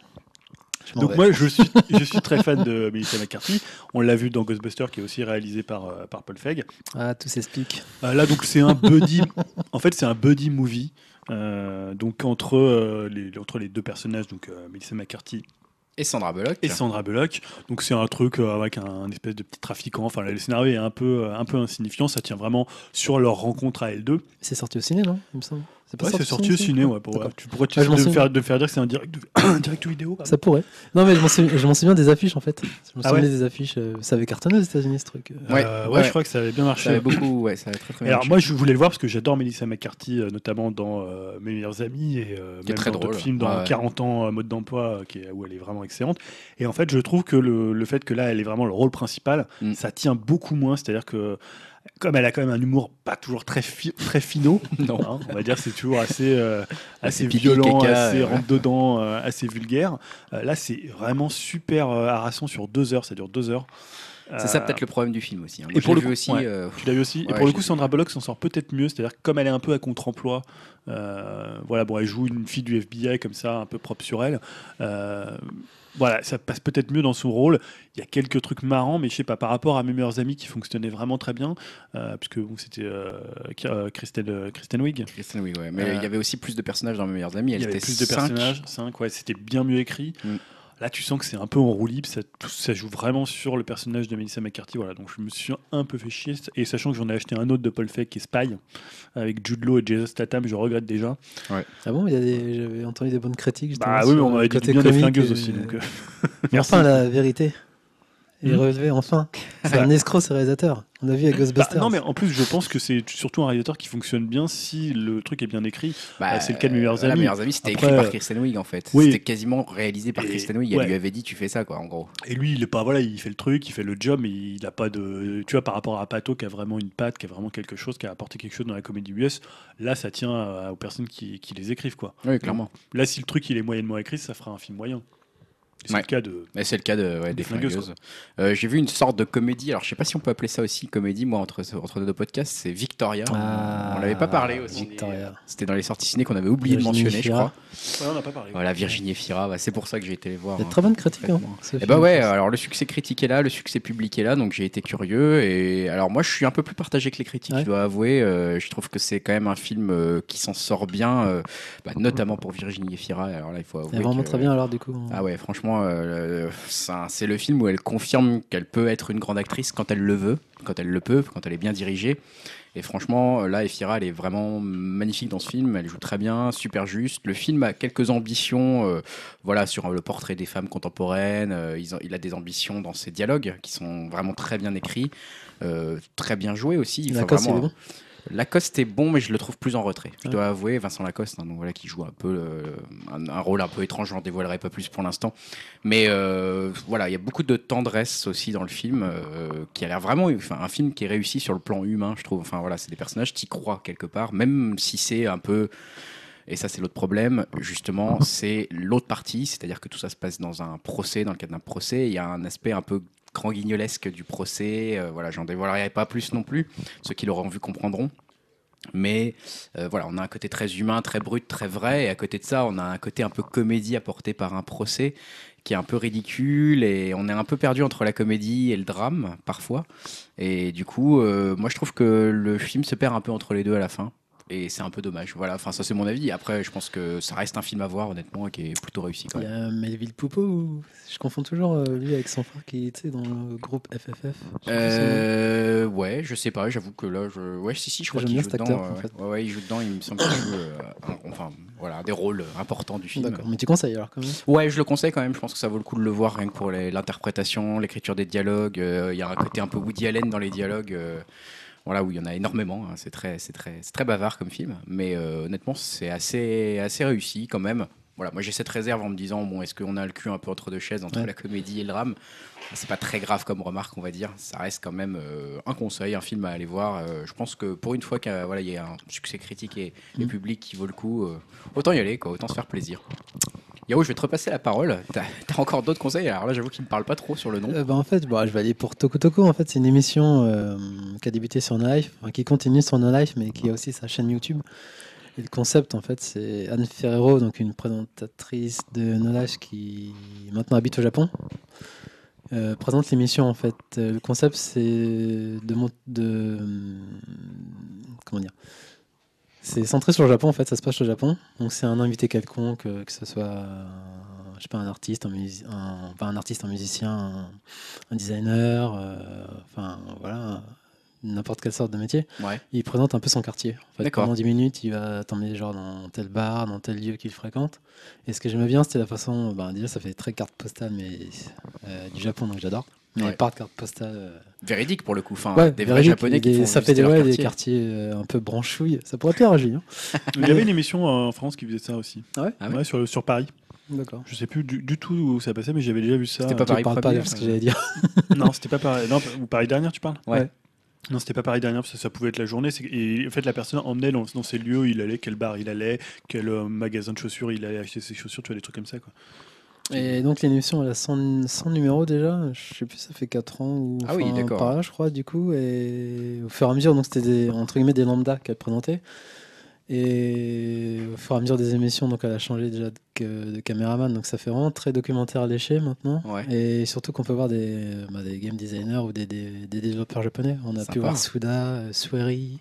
Speaker 3: Je m'en
Speaker 2: Donc
Speaker 3: vais.
Speaker 2: moi je suis, je suis très fan de Melissa McCarthy, on l'a vu dans Ghostbusters qui est aussi réalisé par, euh, par Paul Feig.
Speaker 3: Ah, tout s'explique.
Speaker 2: Euh, là, donc, c'est un buddy. en fait, c'est un buddy movie. Euh, donc, entre, euh, les, entre les deux personnages, donc euh, Melissa McCarthy
Speaker 1: et Sandra Bullock.
Speaker 2: et Sandra Bullock. Donc c'est un truc euh, avec un, un espèce de petit trafiquant. Enfin, le scénario est un peu, euh, un peu insignifiant. Ça tient vraiment sur leur rencontre à L2.
Speaker 3: C'est sorti au ciné, non Il me semble. pas
Speaker 2: Ouais, c'est sorti au ciné. Ouais, pour,
Speaker 3: D'accord.
Speaker 2: tu pourrais
Speaker 3: Ah, je m'en
Speaker 2: de, me
Speaker 3: souviens.
Speaker 2: faire, de me faire dire que c'est un direct, de- direct vidéo.
Speaker 3: Ça pourrait. Non, mais je m'en souviens, je m'en souviens des affiches en fait. Je me
Speaker 2: Ah
Speaker 3: souviens des affiches. euh, ça avait cartonné aux États-Unis ce truc.
Speaker 2: Euh,
Speaker 1: Ouais,
Speaker 2: ouais,
Speaker 1: ouais.
Speaker 2: je crois que ça avait bien
Speaker 1: Ça
Speaker 2: marché.
Speaker 1: avait beaucoup, ouais, ça avait très très
Speaker 2: Et
Speaker 1: bien
Speaker 2: alors
Speaker 1: marché.
Speaker 2: moi je voulais le voir parce que j'adore Melissa McCarthy euh, notamment dans euh, Mes meilleurs amis et euh,
Speaker 1: Qui est
Speaker 2: même
Speaker 1: très
Speaker 2: dans d'autres
Speaker 1: drôle.
Speaker 2: films dans
Speaker 1: Ouais, ouais.
Speaker 2: 40 ans euh, mode d'emploi euh, qui est- où elle est vraiment excellente et en fait je trouve que le, le fait que là elle est vraiment le rôle principal
Speaker 1: Mm.
Speaker 2: ça tient beaucoup moins c'est-à-dire que comme elle a quand même un humour pas toujours très fi- très finot
Speaker 1: non.
Speaker 2: hein, on va dire c'est toujours assez euh, assez
Speaker 1: Assez pipi,
Speaker 2: violent
Speaker 1: caca,
Speaker 2: assez
Speaker 1: euh,
Speaker 2: rentre dedans assez vulgaire euh, là c'est vraiment super euh, harassant sur deux heures ça dure deux heures
Speaker 1: C'est ça
Speaker 2: Euh,
Speaker 1: peut-être le problème du film aussi. hein.
Speaker 2: et
Speaker 1: Moi, je
Speaker 2: pour
Speaker 1: l'ai vu
Speaker 2: le coup,
Speaker 1: aussi.
Speaker 2: ouais.
Speaker 1: euh,
Speaker 2: tu l'as vu aussi.
Speaker 1: Ouais,
Speaker 2: et pour le
Speaker 1: je
Speaker 2: coup,
Speaker 1: l'ai vu.
Speaker 2: Sandra Bullock s'en sort peut-être mieux. C'est-à-dire que comme elle est un peu à contre-emploi, euh, voilà, bon, elle joue une fille du FBI comme ça, un peu propre sur elle. euh, voilà, ça passe peut-être mieux dans son rôle. Il y a quelques trucs marrants, mais je sais pas, par rapport à mes meilleurs amis qui fonctionnaient vraiment très bien, euh, puisque bon, c'était euh, Ki- euh, Kristen, euh, Kristen Wiig.
Speaker 1: Kristen Wiig, ouais. Mais
Speaker 2: Euh,
Speaker 1: il y avait aussi plus de personnages dans Mes meilleurs amis.
Speaker 2: Il
Speaker 1: Elle
Speaker 2: y avait
Speaker 1: était
Speaker 2: plus de
Speaker 1: cinq.
Speaker 2: personnages, 5, ouais, c'était bien mieux écrit.
Speaker 1: Mm.
Speaker 2: Là, tu sens que c'est un peu en roue libre, ça, tout- ça joue vraiment sur le personnage de Melissa McCarthy. Voilà, donc je me suis un peu fait chier. Et sachant que j'en ai acheté un autre de Paul Feig qui est Spy, avec Jude Law et Jason Statham, je regrette déjà.
Speaker 3: Ah bon, il y a des- j'avais entendu des bonnes critiques. justement,
Speaker 2: Bah oui, mais
Speaker 3: sur
Speaker 2: on
Speaker 3: le
Speaker 2: m'avait dit du
Speaker 3: côté
Speaker 2: bien des
Speaker 3: comique,
Speaker 2: flingueuses
Speaker 3: euh,
Speaker 2: aussi. Donc, euh,
Speaker 3: mais
Speaker 2: merci.
Speaker 3: Enfin, la vérité est
Speaker 2: Mhm.
Speaker 3: relevée. Enfin, c'est
Speaker 2: Ouais.
Speaker 3: un escroc, ce réalisateur. On a vu à
Speaker 2: Bah,
Speaker 3: Ghostbusters.
Speaker 2: non, mais en plus, je pense que c'est surtout un réalisateur qui fonctionne bien si le truc est bien écrit.
Speaker 1: Bah,
Speaker 2: Ah, c'est le cas de Mes meilleurs
Speaker 1: euh,
Speaker 2: amis.
Speaker 1: Mes meilleurs amis, c'était
Speaker 2: Après,
Speaker 1: écrit
Speaker 2: euh,
Speaker 1: par Kristen Wiig en fait.
Speaker 2: oui.
Speaker 1: C'était quasiment réalisé par
Speaker 2: Et-
Speaker 1: Kristen Wiig. Elle
Speaker 2: ouais.
Speaker 1: lui avait dit tu fais ça quoi en gros.
Speaker 2: Et lui, il est pas voilà, il fait le truc, il fait le job, mais il n'a pas de, tu vois, par rapport à Pato qui a vraiment une patte, qui a vraiment quelque chose, qui a apporté quelque chose dans la comédie US. Là, ça tient à- aux personnes qui, qui les écrivent quoi.
Speaker 1: Oui clairement.
Speaker 2: Là, si le truc il est moyennement écrit, ça fera un film moyen. Et C'est
Speaker 1: Ouais.
Speaker 2: le cas de.
Speaker 1: Mais c'est le cas de, ouais, des
Speaker 2: Des flingueuses,
Speaker 1: flingueuses. Euh, J'ai vu une sorte de comédie. Alors je sais pas si on peut appeler ça aussi comédie. Moi entre entre nos deux podcasts, c'est Victoria.
Speaker 3: Ah,
Speaker 1: on l'avait pas parlé aussi.
Speaker 3: Victoria.
Speaker 1: C'était dans les sorties ciné qu'on avait oublié de
Speaker 3: Virginie
Speaker 1: mentionner,
Speaker 3: Fira.
Speaker 1: je crois.
Speaker 2: Ouais, on n'a pas parlé.
Speaker 1: Voilà, Virginie Fira, bah, c'est pour ça que j'ai été les voir.
Speaker 3: Il y a
Speaker 1: hein,
Speaker 3: de très bonnes critiques. Hein,
Speaker 1: complètement.
Speaker 3: ce
Speaker 1: Eh
Speaker 3: film,
Speaker 1: bah ouais,
Speaker 3: je pense.
Speaker 1: alors le succès critique est là, le succès public est là, donc j'ai été curieux. Et alors moi, je suis un peu plus partagé que les critiques,
Speaker 3: Ouais.
Speaker 1: je dois avouer. Euh, je trouve que c'est quand même un film euh, qui s'en sort bien, euh, bah, notamment pour Virginie Fira. Alors là, il faut avouer.
Speaker 3: Elle est vraiment
Speaker 1: que-
Speaker 3: très bien alors du coup. hein.
Speaker 1: Ah ouais, franchement, euh, le- c'est un- c'est le film où elle confirme qu'elle peut être une grande actrice quand elle le veut, quand elle le peut, quand elle est bien dirigée. Et franchement, euh, là, Efira, elle est vraiment magnifique dans ce film. Elle joue très bien, super juste. Le film a quelques ambitions, euh, voilà, sur le portrait des femmes contemporaines. Euh, ils ont- il a des ambitions dans ses dialogues qui sont vraiment très bien écrits, euh, très bien joués aussi. Il faut
Speaker 3: Lacoste, il est
Speaker 1: vraiment-
Speaker 3: bon.
Speaker 1: Lacoste est bon, mais je le trouve plus en retrait. Je
Speaker 3: Ouais.
Speaker 1: dois avouer, Vincent Lacoste, hein, donc voilà, qui joue un peu euh, un, un rôle un peu étrange, je n'en dévoilerai pas plus pour l'instant. Mais euh, voilà, il y a beaucoup de tendresse aussi dans le film, euh, qui a l'air vraiment, enfin, un film qui est réussi sur le plan humain, je trouve. Enfin voilà, c'est des personnages qui croient quelque part, même si c'est un peu et ça, c'est l'autre problème, justement, c'est l'autre partie, c'est-à-dire que tout ça se passe dans un procès, dans le cadre d'un procès. Il y a un aspect un peu grand guignolesque du procès. euh, voilà, j'en dévoilerai pas plus non plus. Ceux qui l'auront vu comprendront. Mais euh, voilà, on a un côté très humain, très brut, très vrai. Et à côté de ça, on a un côté un peu comédie apporté par un procès qui est un peu ridicule. Et on est un peu perdu entre la comédie et le drame, parfois. Et du coup, euh, moi, je trouve que le film se perd un peu entre les deux à la fin. Et c'est un peu dommage. Voilà, enfin, ça, c'est mon avis. Après, je pense que ça reste un film à voir, honnêtement, et qui est plutôt réussi quand
Speaker 3: Il y
Speaker 1: même.
Speaker 3: a Melville Poupeau ou... Je confonds toujours euh, lui avec son frère qui était dans le groupe FFF. Je sais plus son nom.
Speaker 1: Euh, ouais, je sais pas, j'avoue que là, je... ouais, si, si, je crois
Speaker 3: J'aime
Speaker 1: qu'il
Speaker 3: bien
Speaker 1: joue
Speaker 3: cet
Speaker 1: dedans.
Speaker 3: acteur, en
Speaker 1: ouais,
Speaker 3: fait.
Speaker 1: ouais, ouais, il joue dedans, il me semble qu'il joue, euh, un- enfin, voilà, un des rôles importants du film.
Speaker 3: D'accord, mais tu conseilles alors quand même.
Speaker 1: Ouais, je le conseille quand même. Je pense que ça vaut le coup de le voir rien que pour les- l'interprétation, l'écriture des dialogues. Euh, Il y a un côté un peu Woody Allen dans les dialogues. euh, voilà, où il y en a énormément. hein. C'est très, c'est très, c'est très bavard comme film. Mais euh, honnêtement, c'est assez, assez réussi quand même. Voilà, moi j'ai cette réserve en me disant bon, est-ce qu'on a le cul un peu entre deux chaises entre
Speaker 3: Ouais.
Speaker 1: la comédie et le drame C'est pas très grave comme remarque, on va dire. Ça reste quand même euh, un conseil, un film à aller voir. Euh, je pense que pour une fois qu'il y a- voilà, il y a un succès critique et, et
Speaker 3: Mhm.
Speaker 1: public qui vaut le coup, euh, autant y aller, quoi, autant se faire plaisir. Yao, je vais te repasser la parole. T'as t'as encore d'autres conseils Alors là, j'avoue qu'il ne me parle pas trop sur le nom.
Speaker 3: Euh, bah, en fait, bon, je vais aller pour Toko Toko. En fait, c'est une émission euh, qui a débuté sur No Life, enfin, qui continue sur No Life, mais qui a aussi sa chaîne YouTube. Et le concept, en fait, c'est Anne Ferrero, donc une présentatrice de No Life qui maintenant habite au Japon, euh, présente l'émission. En fait, Euh, le concept, c'est de, mon- de comment dire. C'est centré sur le Japon, en fait, ça se passe au Japon. Donc c'est un invité quelconque, euh, que ce soit un je sais pas, un artiste, un, musi- un- enfin, un artiste, un musicien, un, un designer, euh, enfin voilà, n'importe quelle sorte de métier.
Speaker 1: Ouais.
Speaker 3: Il présente un peu son quartier. En fait,
Speaker 1: D'accord.
Speaker 3: pendant 10 minutes, il va t'emmener genre dans tel bar, dans tel lieu qu'il fréquente. Et ce que j'aimais bien, c'était la façon, ben, déjà ça fait très carte postale, mais euh, du Japon, donc j'adore. Mais
Speaker 1: Ouais.
Speaker 3: par carte postale. euh,
Speaker 1: Véridique pour le coup. Enfin,
Speaker 3: ouais,
Speaker 1: des vrais
Speaker 3: véridique,
Speaker 1: japonais
Speaker 3: des-
Speaker 1: qui font
Speaker 3: ça fait
Speaker 1: visiter
Speaker 3: des,
Speaker 1: leur
Speaker 3: ouais, des
Speaker 1: quartier.
Speaker 3: quartiers euh, un peu branchouilles. Ça pourrait plaire à Julien.
Speaker 2: Il y avait une émission euh, en France qui faisait ça aussi.
Speaker 3: Ah ouais
Speaker 1: Ah ouais
Speaker 2: Ouais, sur, le- sur Paris.
Speaker 3: D'accord.
Speaker 2: Je sais plus du, du tout où ça passait, mais j'avais déjà vu ça.
Speaker 1: C'était pas
Speaker 3: Je
Speaker 1: Paris
Speaker 3: parle pas de
Speaker 1: Première,
Speaker 3: ce que j'allais dire.
Speaker 2: Non, c'était pas Paris. Non, ou Paris dernière, tu parles
Speaker 1: Ouais.
Speaker 2: Non, c'était pas Paris dernière, parce que ça pouvait être la journée. C'est que- Et en fait, la personne emmenait dans, dans ces lieux où il allait, quel bar il allait, quel euh, magasin de chaussures il allait acheter ses chaussures, tu vois, des trucs comme ça. Quoi.
Speaker 3: Et donc l'émission, elle a 100, 100 numéros déjà. Je sais plus, ça fait 4 ans ou
Speaker 1: Ah oui,
Speaker 3: enfin,
Speaker 1: d'accord.
Speaker 3: par là, je crois, du coup. Et au fur et à mesure, donc c'était des, entre guillemets des lambda qu'elle présentait. Et au fur et à mesure des émissions, donc elle a changé déjà de, que- de caméraman, donc ça fait vraiment très documentaire léché maintenant.
Speaker 1: Ouais.
Speaker 3: Et surtout qu'on peut voir des, bah, des game designers ou des, des- des développeurs japonais. On a
Speaker 1: Sympa.
Speaker 3: pu voir Suda, euh, Sueri,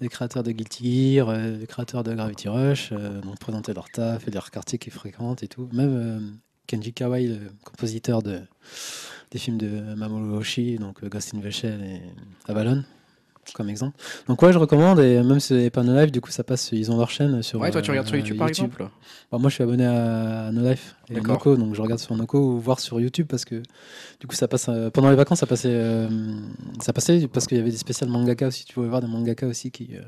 Speaker 3: les créateurs de Guilty Gear, euh, les créateurs de Gravity Rush, euh, donc présenter leur taf et leur quartier qu'ils fréquentent et tout. Même euh, Kenji Kawai, le compositeur de, des films de Mamoru Oshii, donc euh, Ghost in the Shell et Avalon, comme exemple. Donc ouais, je recommande, et même si vous n'avez pas No Life, du coup, ça passe, ils ont leur chaîne sur
Speaker 1: Ouais, toi tu
Speaker 3: euh,
Speaker 1: regardes sur YouTube par
Speaker 3: YouTube.
Speaker 1: exemple
Speaker 3: Bah, moi, je suis abonné à No Life et
Speaker 1: D'accord.
Speaker 3: Noco, donc je regarde sur Noco ou voir sur YouTube parce que du coup, ça passe euh, pendant les vacances, ça passait, euh, ça passait parce qu'il y avait des spéciales mangaka aussi. Tu pouvais voir des mangaka aussi qui, euh,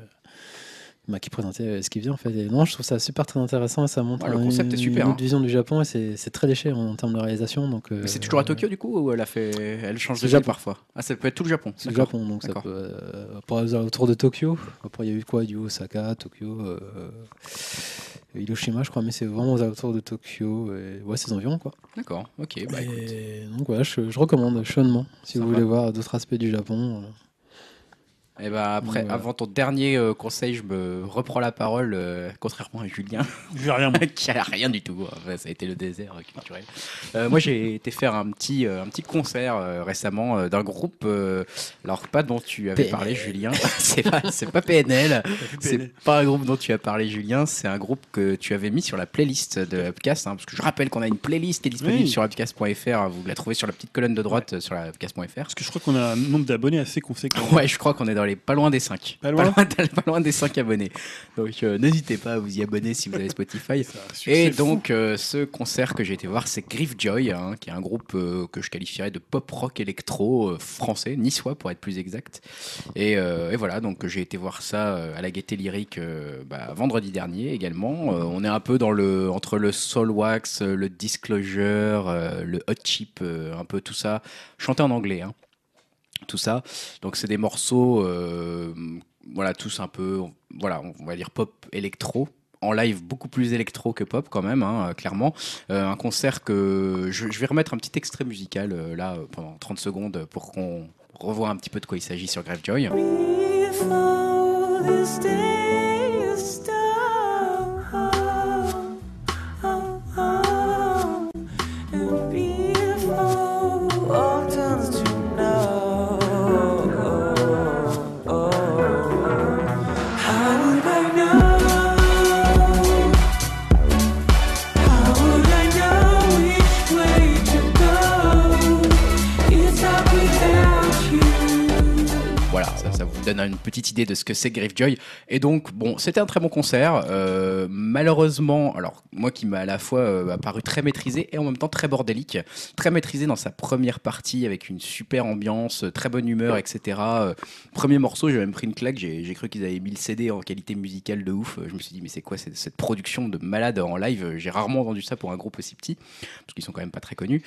Speaker 3: bah, qui présentaient euh, ce qu'ils faisaient en fait. Et non, je trouve ça super très intéressant et ça montre
Speaker 1: Ouais, le concept
Speaker 3: une,
Speaker 1: est super,
Speaker 3: une
Speaker 1: hein.
Speaker 3: autre vision du Japon et c'est c'est très léché en, en termes de réalisation. Donc, euh,
Speaker 1: Mais c'est toujours à Tokyo du coup ou elle a fait elle change
Speaker 3: c'est
Speaker 1: de ville
Speaker 3: Japon.
Speaker 1: parfois Ah ça peut être tout le Japon.
Speaker 3: C'est le
Speaker 1: d'accord.
Speaker 3: Japon, donc ça
Speaker 1: D'accord.
Speaker 3: peut, euh, pour- autour de Tokyo. Après, il y a eu quoi Du Osaka, Tokyo, euh, Hiroshima, je crois, mais c'est vraiment autour de Tokyo. Et, ouais, ces environs, quoi.
Speaker 1: D'accord. OK, bah écoute.
Speaker 3: Et donc voilà, je, je recommande chaudement si vous
Speaker 1: Sympa.
Speaker 3: voulez voir d'autres aspects du Japon. euh.
Speaker 1: Et bah après
Speaker 3: Voilà.
Speaker 1: avant ton dernier euh, conseil, je me reprends la parole euh, contrairement à Julien
Speaker 2: J'ai rien, moi.
Speaker 1: qui a rien du tout. Enfin, ça a été le désert euh, culturel. Euh, moi, j'ai été faire un petit, euh, un petit concert euh, récemment euh, d'un groupe, euh, alors pas dont tu avais
Speaker 3: PNL.
Speaker 1: parlé, Julien. c'est pas, c'est pas PNL. C'est
Speaker 2: PNL.
Speaker 1: pas un groupe dont tu as parlé, Julien. C'est un groupe que tu avais mis sur la playlist de Upcast. hein, parce que je rappelle qu'on a une playlist qui est disponible
Speaker 2: Oui.
Speaker 1: sur upcast.fr. hein, Vous la trouvez sur la petite colonne de droite euh, sur la upcast.fr.
Speaker 2: Parce que je crois qu'on a un nombre d'abonnés assez conséquent.
Speaker 1: Ouais, je crois qu'on est dans les pas loin des 5.
Speaker 2: Pas loin
Speaker 1: pas loin des 5 abonnés. Donc euh, n'hésitez pas à vous y abonner si vous avez Spotify.
Speaker 2: C'est un succès
Speaker 1: Et
Speaker 2: fou.
Speaker 1: donc, euh, ce concert que j'ai été voir, c'est Griffjoy, hein, qui est un groupe euh, que je qualifierais de pop rock électro euh, français, niçois pour être plus exact. Et, euh, et voilà, donc j'ai été voir ça euh, à la Gaieté Lyrique euh, bah, vendredi dernier également. Euh, on est un peu dans le entre le soul wax, euh, le disclosure, euh, le hot chip, euh, un peu tout ça, chanté en anglais. hein. Tout ça, donc c'est des morceaux, euh, voilà, tous un peu, voilà, on va dire pop électro, en live beaucoup plus électro que pop quand même, hein, euh, clairement. Euh, un concert que je, je vais remettre un petit extrait musical euh, là euh, pendant 30 secondes pour qu'on revoie un petit peu de quoi il s'agit sur Gravejoy.
Speaker 4: Before this day is done, and before all turns to no, how would I know? How would I know which way to go? It's up without you.
Speaker 1: Voilà, ça, ça vous donne une petite idée de ce que c'est Gravejoy. Et donc, bon, c'était un très bon concert. Euh, malheureusement, alors moi qui m'a à la fois euh, apparu très maîtrisé et en même temps très bordélique, très maîtrisé dans sa première partie avec une super ambiance, euh, très bonne humeur, etc. Euh, premier morceau, j'ai même pris une claque. J'ai j'ai cru qu'ils avaient mis le CD en qualité musicale de ouf. Euh, Je me suis dit, mais c'est quoi cette, cette production de malade en live Euh, J'ai rarement entendu ça pour un groupe aussi petit, parce qu'ils sont quand même pas très connus.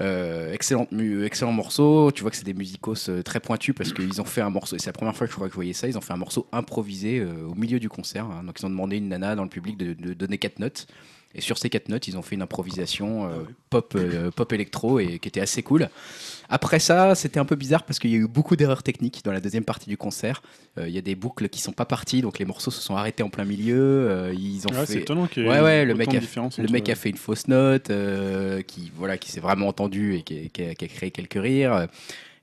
Speaker 1: Euh, excellente mu- excellent morceau. Tu vois que c'est des musicos euh, très pointus parce qu'ils ont fait un morceau. et C'est la première fois que je crois que je voyais ça. Ils ont fait un morceau improvisé euh, au milieu du concert. hein. Donc ils ont demandé à une nana dans le public de, de donner quatre notes. Et sur ces quatre notes, ils ont fait une improvisation euh,
Speaker 2: Ah
Speaker 1: pop, euh, pop électro et qui était assez cool. Après ça, c'était un peu bizarre parce qu'il y a eu beaucoup d'erreurs techniques dans la deuxième partie du concert. Euh, Il y a des boucles qui sont pas parties, donc les morceaux se sont arrêtés en plein milieu. euh, ils ont
Speaker 2: Ouais, c'est
Speaker 1: fait
Speaker 2: étonnant qu'il y ait
Speaker 1: Ouais, ouais, le mec
Speaker 2: autant de
Speaker 1: a-
Speaker 2: différence
Speaker 1: le
Speaker 2: entre-
Speaker 1: mec a fait une fausse note, euh, qui voilà, qui s'est vraiment entendu et qui, qui a, qui a créé quelques rires.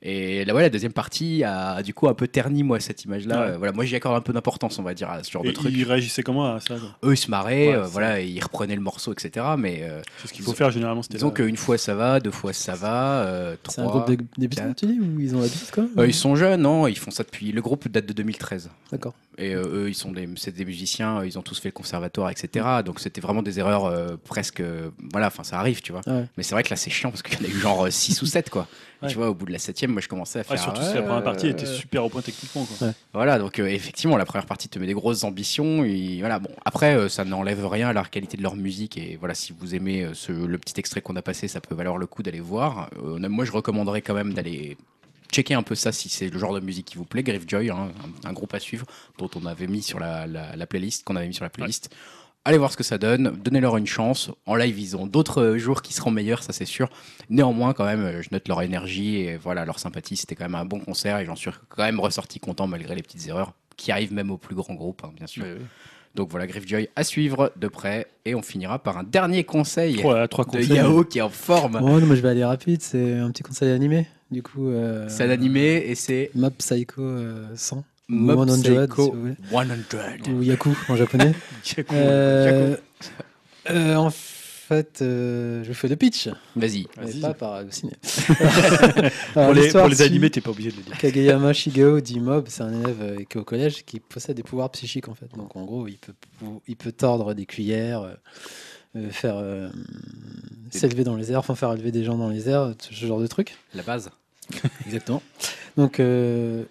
Speaker 1: Et là, ouais, la deuxième partie a du coup un peu terni moi cette image-là.
Speaker 2: Ouais.
Speaker 1: Euh, voilà, moi j'y accorde un peu d'importance, on va dire, à ce genre
Speaker 2: Et
Speaker 1: de truc.
Speaker 2: ils réagissaient comment à ça quoi
Speaker 1: Eux, ils se marraient,
Speaker 2: Ouais,
Speaker 1: euh,
Speaker 2: c'est-
Speaker 1: voilà, et ils reprenaient le morceau, etc. Mais euh,
Speaker 2: C'est ce qu'il faut faire généralement. C'était
Speaker 1: disons
Speaker 2: la-
Speaker 1: qu'une fois ça va, deux fois ça va, euh,
Speaker 3: C'est un
Speaker 1: trois.
Speaker 3: groupe de débutants, tu dis, ou ils ont la bite, quoi
Speaker 1: Euh, ils sont jeunes, non Ils font ça depuis. Le groupe date de 2013.
Speaker 3: D'accord.
Speaker 1: Et euh, eux, ils sont des, c'est des musiciens, euh, ils ont tous fait le conservatoire, etc. Donc c'était vraiment des erreurs euh, presque. euh, voilà, enfin ça arrive, tu vois.
Speaker 3: Ouais.
Speaker 1: Mais c'est vrai que là c'est chiant parce qu'il y en a eu genre 6 ou 7, quoi. Et Tu vois, au bout de la 7 moi je commençais à faire.
Speaker 2: Ah, surtout
Speaker 1: ouais,
Speaker 2: si la première partie
Speaker 1: euh,
Speaker 2: était super au point techniquement. Quoi.
Speaker 1: Voilà, donc euh, effectivement, la première partie te met des grosses ambitions. Et, voilà, bon, après, euh, ça n'enlève rien à la qualité de leur musique. Et voilà, si vous aimez euh, ce- le petit extrait qu'on a passé, ça peut valoir le coup d'aller voir. Euh, on a- moi, je recommanderais quand même d'aller checker un peu ça si c'est le genre de musique qui vous plaît. Griffjoy, hein, un, un groupe à suivre dont on avait mis sur la, la- la playlist, qu'on avait mis sur la playlist. Allez voir ce que ça donne, donnez-leur une chance. En live, ils ont d'autres euh, jours qui seront meilleurs, ça c'est sûr. Néanmoins, quand même, euh, je note leur énergie et voilà leur sympathie. C'était quand même un bon concert et j'en suis quand même ressorti content malgré les petites erreurs qui arrivent même aux plus grands groupes, hein, bien sûr. Donc voilà, Griffjoy à suivre de près et on finira par un dernier conseil
Speaker 2: Trois, euh, trois
Speaker 1: de
Speaker 2: conseils.
Speaker 1: Yao qui est en forme.
Speaker 3: Bon, non, moi, je vais aller rapide, c'est un petit conseil animé. Du coup, euh,
Speaker 1: C'est un animé et c'est
Speaker 3: Mob Psycho euh, 100, ou
Speaker 1: Mob
Speaker 3: 100, si
Speaker 1: Psycho
Speaker 3: vous voulez,
Speaker 1: 100.
Speaker 3: ou Yaku en japonais.
Speaker 1: Jaco,
Speaker 3: Euh,
Speaker 1: Jaco.
Speaker 3: euh, en fait, euh, je vous fais le pitch,
Speaker 1: Vas-y.
Speaker 3: mais
Speaker 2: Vas-y.
Speaker 3: pas par le ciné.
Speaker 2: Pour les, pour les animés, t'es pas obligé de le dire.
Speaker 3: Kageyama Shigeo dit Mob, c'est un élève euh, qui est au collège qui possède des pouvoirs psychiques en fait. Donc en gros, il peut, pou- il peut tordre des cuillères, euh, euh, faire euh, s'élever dans les airs, enfin faire élever des gens dans les airs, ce genre de truc.
Speaker 1: La base.
Speaker 3: Exactement. Donc euh,